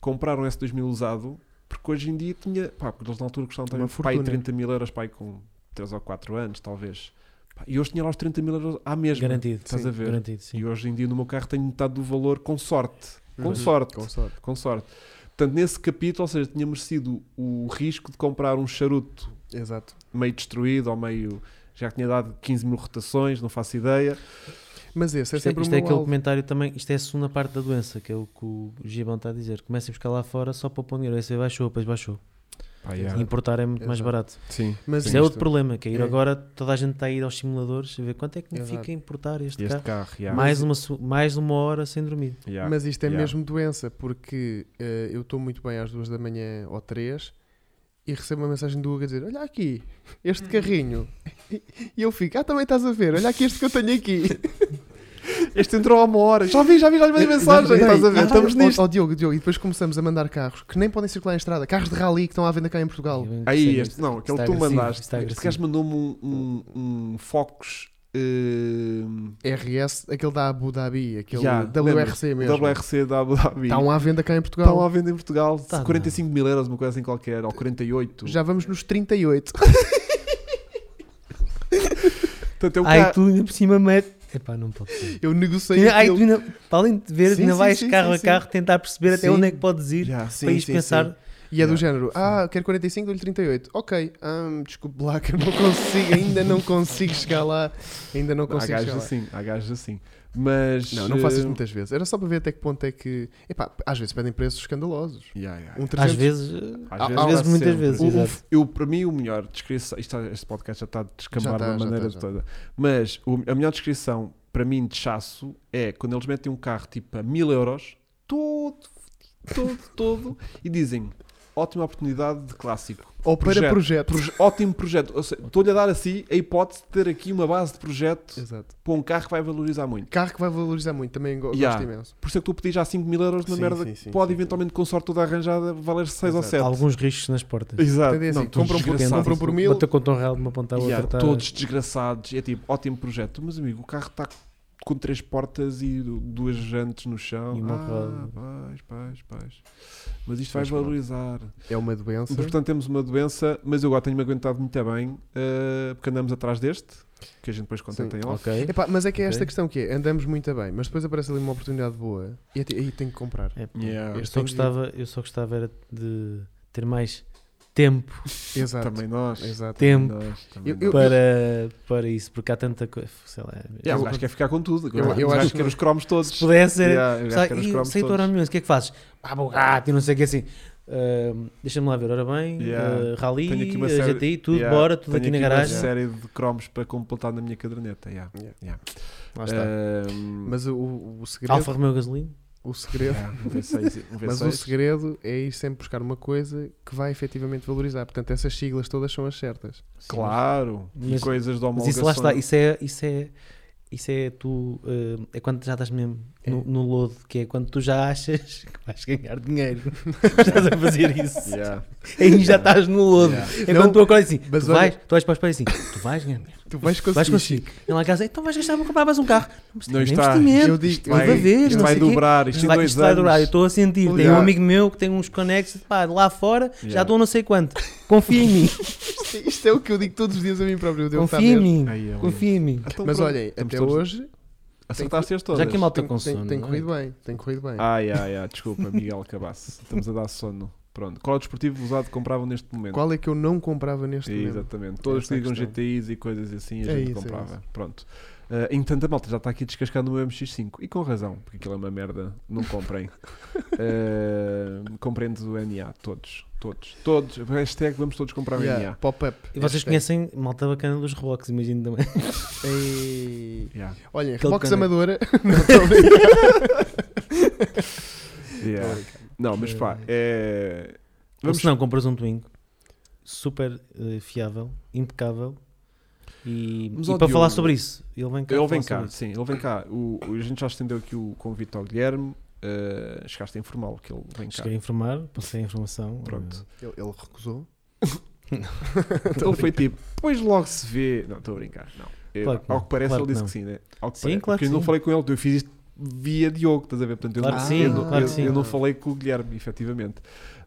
S1: comprar um S2000 usado, porque hoje em dia tinha. Pá, porque eles na altura custavam também
S2: Uma
S1: pai
S2: fortuna.
S1: 30 mil euros, pai com 3 ou 4 anos, talvez. Pá, E hoje tinha lá os 30 mil euros à mesma.
S3: Garantido.
S1: Estás
S3: sim,
S1: a ver?
S3: Garantido, sim.
S1: E hoje em dia no meu carro tenho metade do valor com sorte. Com
S2: Uhum.
S1: sorte.
S2: Com sorte.
S1: Com sorte. Portanto, nesse capítulo, ou seja, tinha merecido o risco de comprar um charuto
S2: Exato.
S1: meio destruído ou meio. Já tinha dado 15 mil rotações, não faço ideia.
S2: Mas esse é
S3: Isto é,
S2: sempre
S3: isto
S2: o
S3: é
S2: meu
S3: aquele
S2: alvo.
S3: comentário também, isto é a segunda parte da doença, que é o que o Gibão está a dizer. Começa a buscar lá fora só para pôr dinheiro. Esse aí baixou, depois baixou.
S1: tipo
S3: E Importar é muito mais
S2: Exato.
S3: barato.
S1: Sim.
S2: Mas
S3: Isso é outro
S2: isto-
S3: problema, que é ir
S2: É.
S3: agora toda a gente está a ir aos simuladores a ver quanto é que me
S2: Exato.
S3: fica a importar este,
S1: Este
S3: carro.
S1: carro, yeah.
S3: Mais, um uma, su- mais uma hora sem dormir.
S1: Yeah.
S2: Mas isto é
S1: Yeah.
S2: mesmo doença, porque eh, eu estou muito bem às duas da manhã ou três e recebo uma mensagem do Hugo a dizer: Olha aqui,
S1: Hum.
S2: este carrinho. E eu fico: Ah, também estás a ver, olha aqui este que eu tenho aqui.
S1: Este entrou há uma hora. Já vi, já vi, já lhe mandei mensagem.
S2: Bem,
S1: Estás a ver?
S2: ah,
S1: Estamos
S2: ó-
S1: nisto.
S2: ó, Diogo, Diogo, e depois começamos a mandar carros que nem podem circular em estrada, carros de rally que estão à venda cá em Portugal.
S3: Eu
S1: Aí,
S3: percebo
S1: este,
S3: isto.
S1: não, aquele
S3: Está
S1: que tu
S3: agressivo,
S1: mandaste.
S3: está
S1: Este gajo
S3: agressivo.
S1: mandou-me um, um, um Focus ehm,
S2: RS, aquele da Abu Dhabi, aquele
S1: Yeah,
S2: WRC mesmo. Tá um
S1: WRC da Abu Dhabi.
S2: Estão à venda cá em Portugal.
S1: Estão à venda em Portugal.
S3: Tá, não.
S1: 45 mil euros, uma coisa assim qualquer. Ou 48.
S2: Já vamos nos 38.
S1: Portanto, é um
S3: Ai,
S1: carro.
S3: tu ainda por cima mete. Epá, não pode ser.
S2: Eu negociei.
S3: Ai, tu
S2: aquilo.
S3: ainda, para além de ver,
S2: Sim,
S3: ainda
S2: sim,
S3: vais
S2: sim,
S3: carro
S2: sim,
S3: a
S2: sim.
S3: carro tentar perceber até
S2: Sim.
S3: onde é que podes ir
S1: Yeah.
S2: Sim,
S3: para ires
S2: sim,
S3: pensar.
S2: sim. E é do
S1: Yeah.
S2: género, ah, quero 45, dou-lhe 38. Ok, hum, desculpe lá que eu não consigo, ainda não consigo chegar lá. Ainda não
S1: Há
S2: consigo
S1: gajos
S2: chegar lá.
S1: assim. Há gajos assim. Mas.
S2: Não, não faço
S1: eh,
S2: isso muitas vezes. Era só para ver até que ponto é que. Epá, às vezes pedem preços escandalosos.
S1: yeah, yeah,
S2: Um 300,
S3: Às vezes,
S1: Às
S2: Há-
S1: vezes,
S2: há-
S1: dá
S3: vezes, muitas
S1: sempre.
S3: vezes,
S1: Ah, O- o-
S3: exato.
S1: eu, para mim, o melhor descrição. Isto, é, este podcast já está a descambar
S2: Já está,
S1: de uma
S2: já
S1: maneira
S2: está, já.
S1: toda. Mas o- a melhor descrição, para mim, de chasso é quando eles metem um carro tipo a mil euros, todo, todo, todo, e dizem: ótima oportunidade de clássico.
S2: Ou para projeto.
S1: Proje- ótimo projeto. Ou seja, Estou-lhe a dar assim a hipótese de ter aqui uma base de projeto
S2: Exato.
S1: para um carro que vai valorizar muito.
S2: Carro que vai valorizar muito, também go-
S1: Yeah.
S2: gosto imenso.
S1: Por isso é que tu pedis já 5 mil euros na
S2: Sim,
S1: merda
S2: sim,
S1: que
S2: sim,
S1: pode
S2: sim,
S1: eventualmente, com sorte toda arranjada, valer 6 ou
S2: Exato.
S1: 7.
S3: Alguns riscos nas portas.
S1: Exato. um
S2: Então é assim,
S1: tu
S2: compram por-
S1: desgraçado.
S2: compram por mil.
S3: Bater contra um real de uma ponta à outra.
S1: Yeah,
S3: tá-
S1: Todos desgraçados. É tipo, ótimo projeto. Mas amigo, o carro está com três portas e du- duas jantes no chão.
S3: E uma
S1: ah, paz, paz, paz. Mas isto vai
S2: Mas pronto.
S1: valorizar.
S2: É uma doença.
S1: Mas, portanto, temos uma doença, mas eu agora tenho-me aguentado muito bem, eh, porque andamos atrás deste, que a gente depois contenta em off.
S3: Ok.
S2: Epá, mas é que é esta
S3: Ok.
S2: questão que é, andamos muito bem, mas depois aparece ali uma oportunidade boa e aí- aí tem que comprar.
S3: É,
S1: Yeah.
S3: Eu
S2: Este
S3: só,
S2: tem que-
S3: gostava, eu só gostava era de ter mais tempo,
S2: Exato.
S1: Também nós.
S2: Exato.
S3: tempo
S1: Nós, também
S2: Eu-
S1: nós.
S2: eu-
S3: para, para isso, porque há tanta coisa. Sei lá.
S1: Yeah, o
S3: eu-
S1: gajo quer ficar com tudo.
S2: eu
S1: Eu,
S2: acho
S1: acho
S2: que
S1: que quer os cromos todos.
S3: se pudesse, era,
S1: Yeah, o gajo
S3: Sai,
S1: quer os
S3: e
S1: cromos
S3: sei tu
S1: todos.
S3: ora milhões, o que é que fazes? Ah, bom gato, e não sei o que assim. Ahm, Deixa-me lá ver, ora bem,
S1: Yeah.
S3: eh, Rally,
S1: Tenho aqui uma
S3: eh,
S1: série-
S3: GTI, tudo,
S1: Yeah,
S3: bora, tudo
S1: tenho
S3: aqui na
S1: uma
S3: garagem.
S1: série de cromos para completar na minha caderneta. yeah.
S2: Yeah.
S1: Yeah.
S2: Lá
S1: Eh,
S2: está.
S1: Ahm,
S2: Mas o- o, o segredo,
S3: Alfa Romeo gasolina,
S2: o segredo,
S1: yeah, um V6, um
S2: mas
S1: V6.
S2: o segredo é ir sempre buscar uma coisa que vai efetivamente valorizar. Portanto, essas siglas todas são as certas.
S1: Claro, e
S3: Mas-
S1: coisas de
S3: mas
S1: homologação.
S3: isso lá está, isso é, isso é, isso é tu, eh, é quando já estás mesmo no,
S2: É.
S3: no lodo, que é quando tu já achas que vais ganhar dinheiro, estás a fazer isso,
S1: Yeah,
S3: aí já estás no lodo,
S1: yeah.
S3: é quando
S2: Não,
S3: tu acordas assim,
S2: mas
S3: tu,
S2: olha-
S3: vais, tu vais para os pais assim, tu vais ganhar dinheiro,
S2: Tu vais conseguir.
S3: vais conseguir, e lá em casa, então vais gastar, vou comprar mais um carro, mas
S1: Não
S3: tem
S1: está.
S3: investimento,
S2: Eu digo,
S1: Isto
S2: eu
S1: vai,
S3: Outra é vez,
S1: isto
S3: não
S1: vai
S3: sei o quê.
S1: dobrar, isto
S3: Isto
S1: em
S3: vai,
S1: dois
S3: isto vai
S1: anos.
S3: durar, eu estou a sentir. Tem
S2: Yeah.
S3: um amigo meu que tem uns conexos pá, lá fora, já
S1: Yeah.
S3: estou a não sei quanto. Confia em mim,
S2: Isto, isto é o que eu digo todos os dias a mim próprio. eu devo estar
S3: confia em
S2: mesmo.
S3: mim,
S1: Ai, é lindo.
S3: confia em mim.
S1: Então,
S2: Mas
S1: pronto,
S2: olhem,
S1: estamos
S2: até
S1: todos-
S2: hoje
S1: Acertaste-as todas.
S3: Já que a malta
S2: tem,
S3: com
S2: tem,
S3: sono,
S2: tem
S3: não é?
S2: corrido bem. Tem corrido bem.
S1: Ai, ai, ai, desculpa, Miguel Cabasso. Estamos a dar sono. Pronto. Qual é o desportivo usado que compravam neste momento?
S2: Qual é que eu não comprava neste momento?
S1: Exatamente. Todos
S2: Essa é a
S1: ligam
S2: questão.
S1: GTIs e coisas assim, a
S2: É
S1: gente
S2: isso, é
S1: comprava. Pronto. Ah, entanto, a malta já está aqui descascando o meu MX5. E com razão, porque aquilo é uma merda. Não comprem. Ah, comprem do NA, todos. Todos. Todos. Hashtag vamos todos comprar o
S2: Yeah,
S1: NA.
S2: Pop-up.
S3: E vocês
S2: Hashtag.
S3: conhecem malta bacana dos Roblox, imagino também.
S2: Ei.
S1: Yeah.
S2: Olhem,
S3: Aquele
S2: Rebox
S3: cano-
S2: Amadora. Não, estou a brincar.
S1: Yeah. Não, mas pá, é...
S3: Ou
S1: Vamos
S3: se não, compras um Twingo super eh, fiável, impecável. E,
S1: Mas,
S3: e
S1: ó,
S3: para falar
S1: Diogo,
S3: sobre isso, ele vem cá.
S1: Ele
S3: falar
S1: vem
S3: sobre
S1: cá,
S3: isso.
S1: sim, ele vem cá. O, o- a gente já estendeu aqui o convite ao Guilherme. eh, chegaste a informá-lo que ele vem cá.
S3: Cheguei a informar, passei a informação. Eh,
S1: Pronto.
S2: ele, ele recusou.
S1: Então foi tipo, pois logo se vê. Não, estou a brincar. Não. Eh,
S3: Claro que
S1: ao
S3: não,
S1: que parece,
S3: claro
S1: ele disse
S3: que não.
S1: que sim, né? Ao que
S3: Sim,
S1: parece.
S3: claro que
S1: Porque eu não
S3: sim.
S1: falei com ele, eu fiz isto via Diogo, estás a ver? Portanto, eu,
S3: Claro
S1: não,
S3: que
S1: eu
S3: sim,
S1: não-
S3: claro
S1: eu-
S3: que sim.
S1: eu não falei com o Guilherme, efetivamente.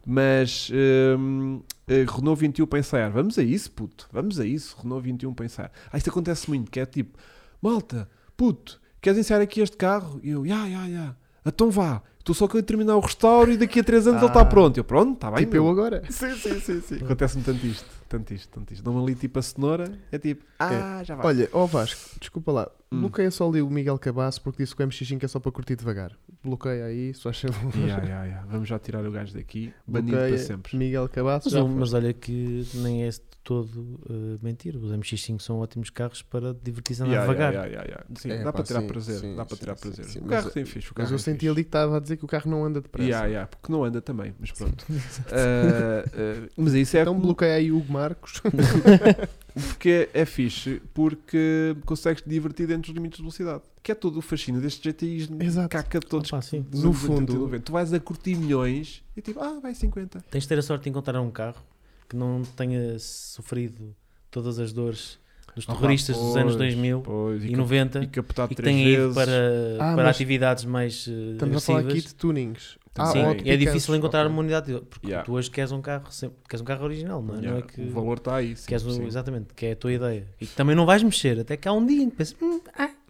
S1: Mas hum, eh, Renault 21 para ensaiar, vamos a isso, puto, vamos a isso, Renault 21 para ensaiar. Ah, isto acontece muito, que é tipo, malta, puto, queres ensaiar aqui este carro? E eu, ya, ya, ya, então vá, estou só que eu terminar o restauro e daqui a 3 anos ele
S2: Ah.
S1: está pronto. Eu, pronto, está bem.
S2: tipo
S1: meu."
S2: eu agora.
S1: Sim, sim, sim, sim. Acontece-me tanto isto, tanto isto, tanto isto. Dão-me ali tipo a cenoura, é tipo, ah, já vai.
S2: Olha, ó Vasco, desculpa lá.
S1: Hum.
S2: Bloqueia só ali o Miguel Cabasso porque disse que o MX5 é só para curtir devagar. Bloqueia aí, só acha bom.
S1: Ya, ya, ya, Vamos já tirar o gajo daqui, banido
S2: Bloqueia
S1: para sempre.
S2: Miguel Cabasso.
S3: Mas,
S2: já
S3: eu-
S2: foi.
S3: mas olha que nem é de todo eh, mentira. Os MX5 são ótimos carros para divertir-se a andar
S1: Yeah,
S3: devagar.
S1: yeah, yeah, yeah. Sim,
S2: É,
S1: dá
S2: pá,
S1: para tirar
S2: sim,
S1: prazer.
S2: sim,
S1: dá para
S2: sim,
S1: tirar
S2: sim,
S1: prazer.
S2: sim,
S1: o
S2: mas
S1: carro
S2: eu-
S1: tem fixe. O carro
S2: Mas eu
S1: é
S2: senti
S1: fixe.
S2: ali que estava a dizer que o carro não anda depressa.
S1: Yeah, yeah, porque não anda também, mas pronto. Ah, ah, mas isso é
S2: Então
S1: como-
S2: bloqueia aí o Hugo Marcos.
S1: porque é fixe, porque consegues te divertir dentro dos limites de velocidade. Que é todo o fascínio destes GTIs
S2: Exato.
S1: caca de todos.
S3: Opa, sim.
S1: dos
S2: No
S1: anos 80 e
S2: fundo-
S1: 90. tu vais a curtir milhões e tipo, ah, vai 50.
S3: Tens de ter a sorte de encontrar um carro que não tenha sofrido todas as dores dos
S1: Ah, pá,
S3: terroristas dos anos
S1: pois,
S3: 2000
S1: Pois,
S3: e
S1: cap-
S3: 90
S1: e
S3: e,
S1: captado
S3: que
S1: três
S3: tenha ido
S1: vezes.
S3: para,
S2: Ah,
S3: para
S2: mas
S3: atividades mais eh,
S2: Estamos a falar aqui
S3: agressivas.
S2: de tunings. Ah,
S1: Sim,
S2: ou
S1: e
S2: de
S3: Sim, é difícil
S2: picantes.
S3: encontrar
S2: Ok.
S3: uma unidade porque
S1: Yeah.
S3: tu hoje queres um carro sempre, queres um carro original, não é? Não
S1: Yeah,
S3: é que
S1: O valor está aí. Sim,
S3: queres um-
S1: sim.
S3: exatamente, que é a tua ideia. E que também não vais mexer, até que há um dia em que pensas, "Hum,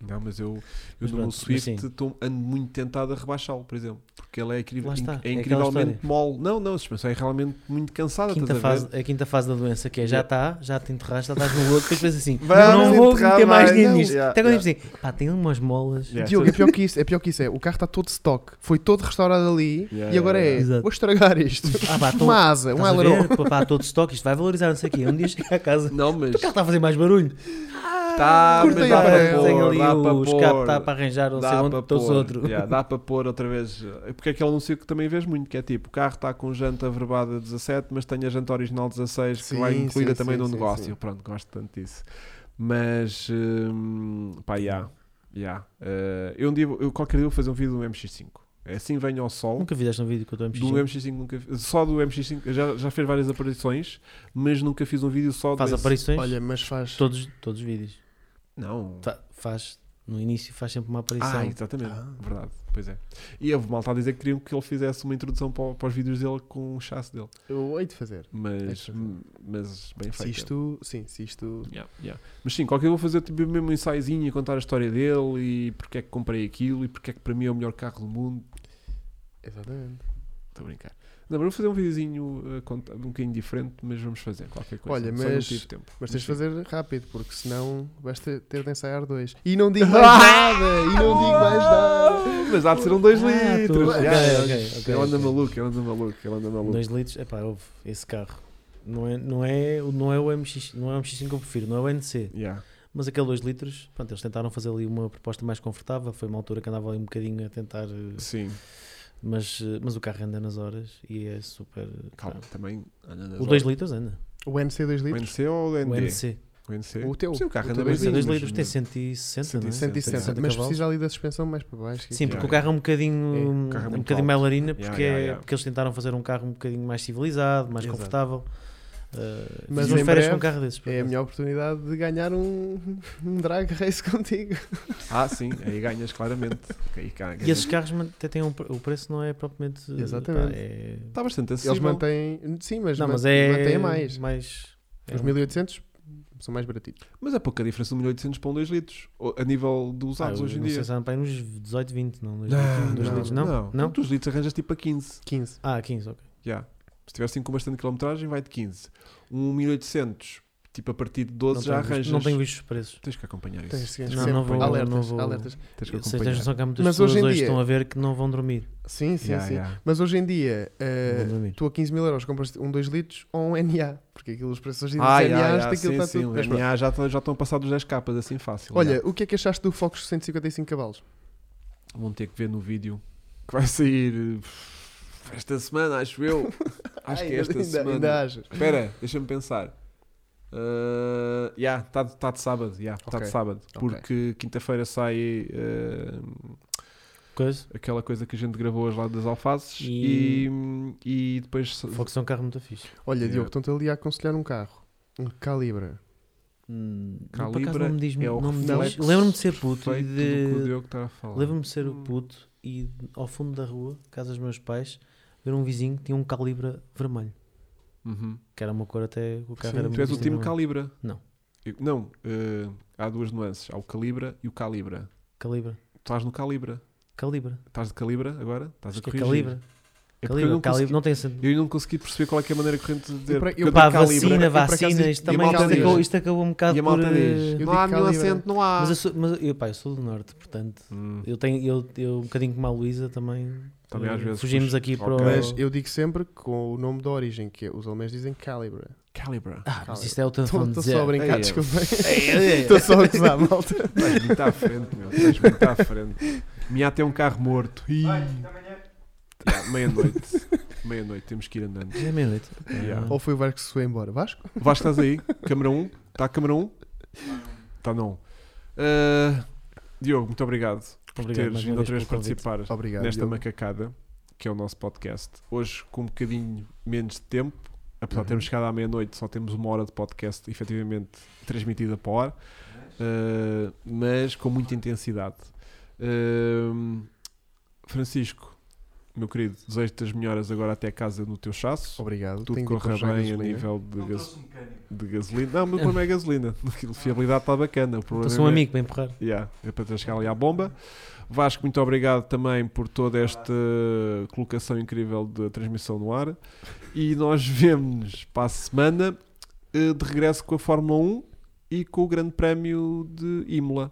S1: Não, mas eu, eu
S3: Mas
S1: no meu
S3: pronto, mas
S1: Swift
S3: sim.
S1: tô- ando muito tentado a rebaixá-lo, por exemplo. Porque ele é, incrível,
S3: Lá está,
S1: inc- é
S3: é aquela
S1: incrivelmente
S3: história.
S1: mole. Não, não, a suspensão é realmente muito cansada.
S3: quinta
S1: estás a ver?
S3: fase, a quinta fase da doença, que é já está, já te enterraste, já estás no outro, depois pensas assim,
S1: Vamos
S3: não vou
S1: enterrar
S3: meter mais
S1: mais,
S3: dinheiro
S1: não.
S3: nisto.
S1: Yeah,
S3: até quando
S1: yeah.
S3: dizem, pá, tem umas molas.
S1: Yeah.
S2: Diogo, é pior que isso, é pior que isso é. O carro está todo stock, foi todo restaurado ali
S1: Yeah,
S2: e
S1: yeah,
S2: agora é,
S3: yeah. Exato.
S2: vou estragar isto.
S3: Ah, pá, então,
S2: uma asa, um aileron.
S3: estás a ver? Pá, pá, todo estoque, isto vai valorizar, não sei o quê. Um dia chega a casa,
S1: Não, mas
S3: o carro está a fazer mais barulho.
S1: Tá,
S2: Curtem
S1: mas
S2: a
S1: dá para
S2: praia.
S3: tem
S1: pôr,
S3: ali
S1: dá para
S3: o escape tá, está
S1: pôr.
S3: para arranjar não sei
S1: Dá
S3: onde
S1: para
S3: todos
S1: pôr.
S3: outro.
S1: Yeah, dá para pôr outra vez. Porque é aquele anúncio que também vês muito, que é tipo, o carro está com janta verbada 17, mas tem a janta original 16, que
S2: Sim,
S1: vai incluída
S2: sim,
S1: também
S2: sim,
S1: no
S2: sim,
S1: negócio.
S2: sim.
S1: Pronto, gosto tanto disso. Mas, hum, pá, já. já. Eh, eu, um dia, vou- eu qualquer dia vou fazer um vídeo do MX-5. É Assim venho ao sol.
S3: Nunca fizeste um vídeo com o teu
S1: Do
S3: MX.
S1: MX5 nunca fiz. Só do MX5, eu já, já fiz várias aparições, mas nunca fiz um vídeo só
S3: Faz
S1: desse.
S3: aparições?
S2: Olha, mas faz.
S3: Todos, todos os vídeos.
S1: Não.
S3: Fa- faz, no início faz sempre uma aparição.
S1: Ah, exatamente.
S2: Ah.
S1: Verdade. Pois é. E eu vou malta a dizer que queriam que ele fizesse uma introdução para, o- para os vídeos dele com o chasse dele.
S2: Eu hei de fazer.
S1: Mas,
S2: Extra.
S1: mas
S3: É
S1: bem
S2: É Se
S1: feito.
S2: isto. Sim, se isto.
S1: Yeah, yeah. Mas sim, qualquer dia vou fazer tipo mesmo um ensaiozinho a contar a história dele e porque é que comprei aquilo e porque é que para mim é o melhor carro do mundo.
S2: Exatamente.
S1: Estou a brincar. Não, mas vou fazer um videozinho a contar- um bocadinho diferente, mas vamos fazer qualquer coisa.
S2: Olha,
S1: Só não
S2: mas-
S1: tive tempo.
S2: Mas tens de fazer rápido, porque senão vais ter, ter de ensaiar dois. E não digo mais nada! E não digo mais nada!
S1: Mas há de ser um 2
S3: Ah,
S1: litros.
S3: tu-
S1: já,
S2: ok,
S1: já.
S3: ok, ok,
S1: ele anda
S3: ok.
S1: maluco, ele anda maluco, ele anda maluco.
S3: 2 litros, epá, houve esse carro. Não é, não, é, o- não é o MX, não é o MX5 que eu prefiro, não é o NC.
S1: Yeah.
S3: Mas aquele 2 litros, pronto, eles tentaram fazer ali uma proposta mais confortável. Foi uma altura que andava ali um bocadinho a tentar, eh,
S1: Sim,
S3: mas, eh, mas o carro anda nas horas e é super. eh,
S1: calma,
S2: Ah.
S3: pá.
S1: também
S2: Um
S1: anda nas
S3: O 2
S1: horas.
S3: litros anda.
S2: O NC 2
S1: O
S2: litros?
S1: NC ou o
S3: O
S1: ND?
S3: NC.
S1: O NC?
S2: O teu.
S1: Sim, é o carro
S2: O
S1: anda
S2: teu
S1: bem. assim.
S3: O NC 2
S2: mas-
S3: é, litros tem 160, não é?
S2: 160.
S1: 160
S2: Mas
S3: cavalos.
S2: precisa ali da suspensão mais para baixo.
S3: Sim, porque
S1: Yeah,
S3: o carro é um bocadinho,
S2: É,
S1: o carro é
S3: um
S1: muito
S3: bocadinho
S1: alto.
S3: bailarina
S1: Yeah,
S3: porque,
S1: yeah,
S3: é-
S1: yeah.
S3: porque eles tentaram fazer um carro um bocadinho mais civilizado, mais
S1: Exato.
S3: confortável. Uh,
S2: Mas
S3: mas umas
S2: em
S3: férias
S2: breve
S3: com um carro desses. por
S2: É a
S3: acaso.
S2: minha oportunidade de ganhar um, um drag race contigo.
S1: Ah, sim, aí ganhas claramente. Aí cá-
S3: E esses carros man- até têm um, pre- o preço não é propriamente. uh,
S2: Exatamente.
S3: pá, é-
S1: Está Tá bastante
S2: Eles
S1: acessível.
S2: mantêm. Sim, mas,
S3: Não,
S2: man-
S3: mas é.
S2: mantêm mais.
S3: mais é
S2: Os
S3: um-
S2: 1800 são mais baratitos.
S1: Mas é pouca diferença de 1800 para um 2 litros, ou- a nível dos
S3: Ah,
S1: usados
S3: eu
S1: hoje em
S3: não
S1: dia.
S3: Sei se há, pá, aí uns 18, 20, não. 2 litros, um,
S2: não,
S3: litros, não?
S1: Não,
S3: Não?
S1: Tu os litros arranjas tipo a 15.
S2: 15.
S3: Ah, 15, ok.
S1: já Se tiver assim com bastante quilometragem, vai de 15. Um 1800, tipo a partir de
S3: não
S1: 12, já
S3: tenho visto-
S1: arranjas.
S3: Não tenho visto os preços.
S1: Tens que acompanhar isso.
S2: Tens, tens
S3: Não,
S2: sempre
S3: não vou-
S2: alertas,
S3: não vou-
S2: alertas.
S1: Tens que
S3: Eu sei,
S1: acompanhar.
S3: tens noção que há muitas
S2: Mas
S3: pessoas
S2: hoje
S3: hoje,
S2: em dia-
S3: estão a ver que não vão dormir.
S2: Sim, sim,
S1: Yeah,
S2: sim.
S1: yeah.
S2: Mas hoje em dia, eh,
S1: Uhum.
S3: Não vou dormir.
S2: tu a 15 mil euros compras um 2 litros ou um NA. Porque aquilo os preços hoje em dia
S1: Ah,
S2: dos
S1: yeah,
S2: NAs,
S1: yeah,
S2: daquilo
S1: sim,
S2: está
S1: sim,
S2: tudo.
S1: os
S2: Mas pronto.
S1: NA já, tá- já estão a passar dos 10 capas, assim fácil.
S2: Olha,
S1: já.
S2: o que é que achaste do Focus 155 cavalos?
S1: vão ter que ver no vídeo que vai sair eh, esta semana, acho eu. Acho
S2: Ai,
S1: que é esta
S2: ainda,
S1: semana.
S2: Ainda achas?
S1: Espera, deixa-me pensar. Uh, yeah, tá, de- tá de sábado, yeah, tá de
S2: Ok,
S1: sábado. Porque quinta-feira sai uh,
S3: Coisa?
S1: aquela coisa que a gente gravou hoje lá das alfaces e,
S3: E-
S1: e depois sa-
S3: Fox é um carro muito fixe.
S2: Olha,
S1: Yeah.
S2: Diogo, estão-te ali a aconselhar um carro. Um Calibra.
S3: Hum,
S1: Calibra
S3: por acaso não me diz
S1: é o
S3: não me diz.
S1: reflexo
S3: Lembro-me de ser puto e
S1: perfeito do que o
S3: de.
S1: Diogo está a falar.
S3: Lembro-me de ser
S1: Hum.
S3: puto e ao fundo da rua, casa dos meus pais, ver um vizinho que tinha um calibra vermelho.
S1: Uhum.
S3: Que era uma cor até que o carro
S2: Sim,
S3: era
S1: Tu és o
S3: muito
S1: time
S3: cinema.
S1: Calibra.
S3: Não.
S1: Eu- não, uh, há duas nuances. Há o Calibra e o Calibra.
S3: Calibra.
S1: Tu estás no Calibra.
S3: Calibra.
S1: Estás de Calibra agora? Estás a
S3: Acho que é
S1: corrigir.
S3: calibra.
S1: É porque
S3: calibra.
S1: eu não
S3: Não, calibra.
S1: consegui-
S3: não tem sentido.
S1: Eu ainda não consegui perceber qual é, que é a maneira corrente de dizer.
S2: Eu pra-
S1: porque
S2: eu
S1: digo
S3: Pá,
S1: Calibra
S3: vacina,
S2: por acaso
S3: vacina,
S2: digo-
S3: isto
S1: e a
S3: também
S1: malta
S3: isto
S1: diz.
S3: acabou, isto acabou um bocado
S1: E a
S3: por...
S1: malta diz: Ah.
S3: eh,
S2: Eu
S1: Não
S2: digo
S1: há nenhum
S2: Calibra.
S1: acento, não há.
S3: Mas, eu sou, mas eu, pá, eu sou do Norte, portanto,
S1: Hum,
S3: eu tenho, eu, eu um bocadinho como a Luísa também,
S1: Também
S3: eh,
S1: às vezes
S3: fugimos
S1: puxa.
S3: aqui
S1: Ok.
S3: para o...
S2: Mas eu digo sempre com o nome da origem, que é- os alemães dizem Calibra.
S1: Calibra.
S3: Ah, mas isto é o tanto
S2: Estou
S3: de dizer.
S2: só a brincar,
S1: Ei,
S2: desculpa.
S3: ei, ei.
S2: Estou só a gozar, malta.
S1: Estás muito à frente, meu. Estás muito à frente. Minha até um carro morto. Ih.
S4: Olha, da manhã.
S1: Yeah, meia-noite. Meia-noite, temos que ir andando.
S3: É meia-noite.
S1: Yeah.
S2: Ou foi o Vasco que se foi embora? Vasco?
S1: O Vasco, estás aí? Câmara 1? Está a câmara 1? Está não. Ah, Diogo, muito obrigado por
S3: Obrigado
S1: teres
S3: mais uma
S1: vindo
S3: vez
S1: outra vez
S3: pelo convite.
S1: participar
S2: Obrigado.
S1: nesta
S2: Diogo.
S1: macacada, que é o nosso podcast. Hoje, com um bocadinho menos de tempo, apesar de
S2: Uhum.
S1: termos chegado à meia-noite, só temos uma hora de podcast efetivamente transmitida para a hora,
S4: né?
S1: eh, mas com muita intensidade. Ehm, Francisco, meu querido, desejo-te as melhoras agora até casa no teu chasso.
S2: Obrigado.
S1: Tudo
S2: Tenho que
S1: corra
S2: comprar
S1: bem a
S2: gasolina.
S1: nível de,
S4: Não
S1: gas-
S4: trouxe um mecânico.
S1: de gasolina. Não, o meu problema é a gasolina. A fiabilidade está bacana. O
S3: Eu
S1: problema
S3: sou um
S1: é-
S3: amigo para empurrar.
S1: Yeah, é para ter chegar ali à bomba. Vasco, muito obrigado também por toda esta colocação incrível de transmissão no ar. E nós vemos para a semana eh, de regresso com a Fórmula 1 e com o Grande Prémio de Imola,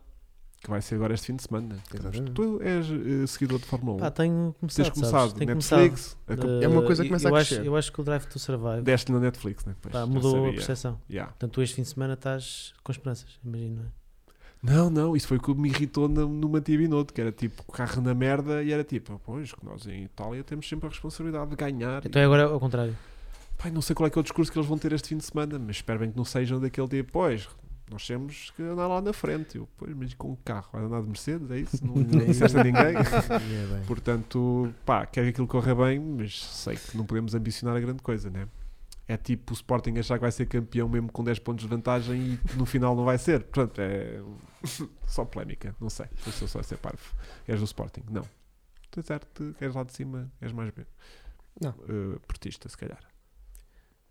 S1: que vai ser agora este fim de semana.
S2: Exatamente.
S1: Tu és eh, seguidor de Fórmula 1.
S3: Pá, tenho começado,
S1: Tens começado
S3: sabes? Tenho
S1: Netflix, acom-
S3: começado.
S2: É uma coisa que
S3: Eh,
S2: começa a
S3: eu acho,
S2: crescer.
S3: eu acho que o Drive to Survive
S1: deste na Netflix, né? Pois,
S3: pá,
S1: já
S3: mudou a
S1: sabia.
S3: percepção.
S1: Yeah.
S3: Portanto, tu este fim de semana estás com esperanças, imagino, não é?
S1: Não, não, isso foi o que me irritou na- numa Tibinoto, que era tipo carro na merda e era tipo, pois, que nós em Itália temos sempre a responsabilidade de ganhar.
S3: Então é agora ao contrário.
S1: Pai, não sei qual é que é o discurso que eles vão ter este fim de semana, mas espero bem que não sejam daquele tipo, pois, nós temos que andar lá na frente. Eu, pois, mas com que carro? Vai andar de Mercedes, é isso? Não, não disseste a ninguém?
S2: É bem.
S1: Portanto, pá, quero que aquilo corra bem, mas sei que não podemos ambicionar a grande coisa, né? É tipo o Sporting achar que vai ser campeão mesmo com 10 pontos de vantagem e no final não vai ser. Portanto, é só polémica, não sei. Eu sou só a ser parvo. És do Sporting? Não. Tu és arte, és lá de cima, és mais bem.
S2: Não.
S1: Eh, portista, se calhar.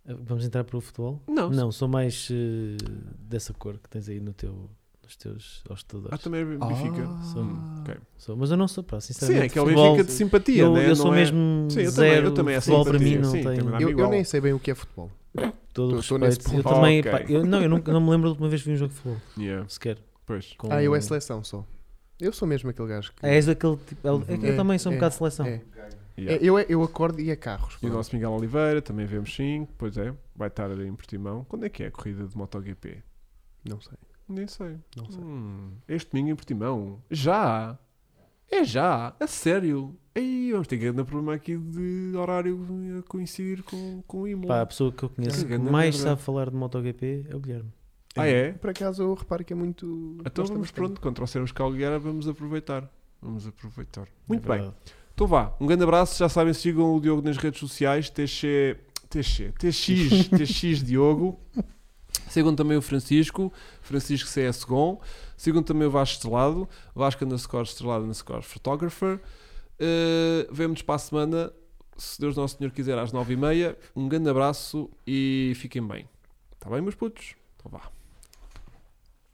S3: Eh, Vamos entrar para o futebol?
S1: Não.
S3: Não, sou mais eh, dessa cor que tens aí no teu, nos teus
S1: Ah,
S3: hostadores.
S1: também é Benfica.
S2: Ah.
S3: Sou-
S1: Hum, ok.
S3: sou, mas eu não sou, pá,
S1: Sim,
S3: sinceramente.
S1: é que é o
S3: futebol-
S1: Benfica de simpatia,
S3: eu,
S1: né?
S3: eu sou
S1: não é?
S3: mesmo
S1: Sim, eu também-
S3: zero.
S1: eu também é
S3: futebol para mim
S1: simpatia,
S3: não
S1: sim,
S3: tem
S1: também dá-me
S2: Eu, eu
S1: igual.
S2: nem sei bem o que é futebol.
S3: todo o
S2: eu estou nesse
S3: respeito. Eu
S2: ponto.
S3: também,
S1: Ok.
S3: pá, eu, não, eu nunca, não me lembro da última vez que vi um jogo de futebol,
S1: Yeah,
S3: sequer.
S1: pois.
S3: Com-
S2: Ah, eu é seleção só. Eu sou mesmo aquele gajo que.
S3: Ah, És aquele tipo. é- é que eu
S2: É,
S3: também sou um
S2: é,
S3: bocado de seleção.
S2: é.
S1: Yeah.
S2: É, eu, é- eu acordo e é carros.
S1: E o nosso Miguel Oliveira, também vemos 5, pois é, vai estar em Portimão. Quando é que é a corrida de MotoGP?
S2: Não sei,
S1: Nem sei.
S2: não sei.
S1: Hum, este domingo em Portimão. Já! É já! A sério! Aí vamos ter grande problema aqui de horário a coincidir com, com o Imola.
S3: Pá, a pessoa que eu conheço
S1: Ah,
S3: que
S1: grande
S3: mais
S1: merda.
S3: sabe falar de MotoGP é o Guilherme.
S1: Ah, é?
S2: Por acaso eu reparo que é muito.
S1: Então
S2: nós
S1: vamos
S2: estamos
S1: pronto, contra o Servos Calgueira vamos aproveitar. Vamos aproveitar. Muito
S3: É
S1: bem.
S3: verdade.
S1: Então vá, um grande abraço. Já sabem, sigam o Diogo nas redes sociais, TX, TX, TX, TX Diogo. Sigam também o Francisco, Francisco CS Gon. Sigam também o Vasco Estrelado, Vasco underscore Estrelado underscore Photographer. Eh, Vemo-nos para a semana, se Deus Nosso Senhor quiser, às 9h30. Um grande abraço e fiquem bem. Está bem, meus Tá putos? Então vá.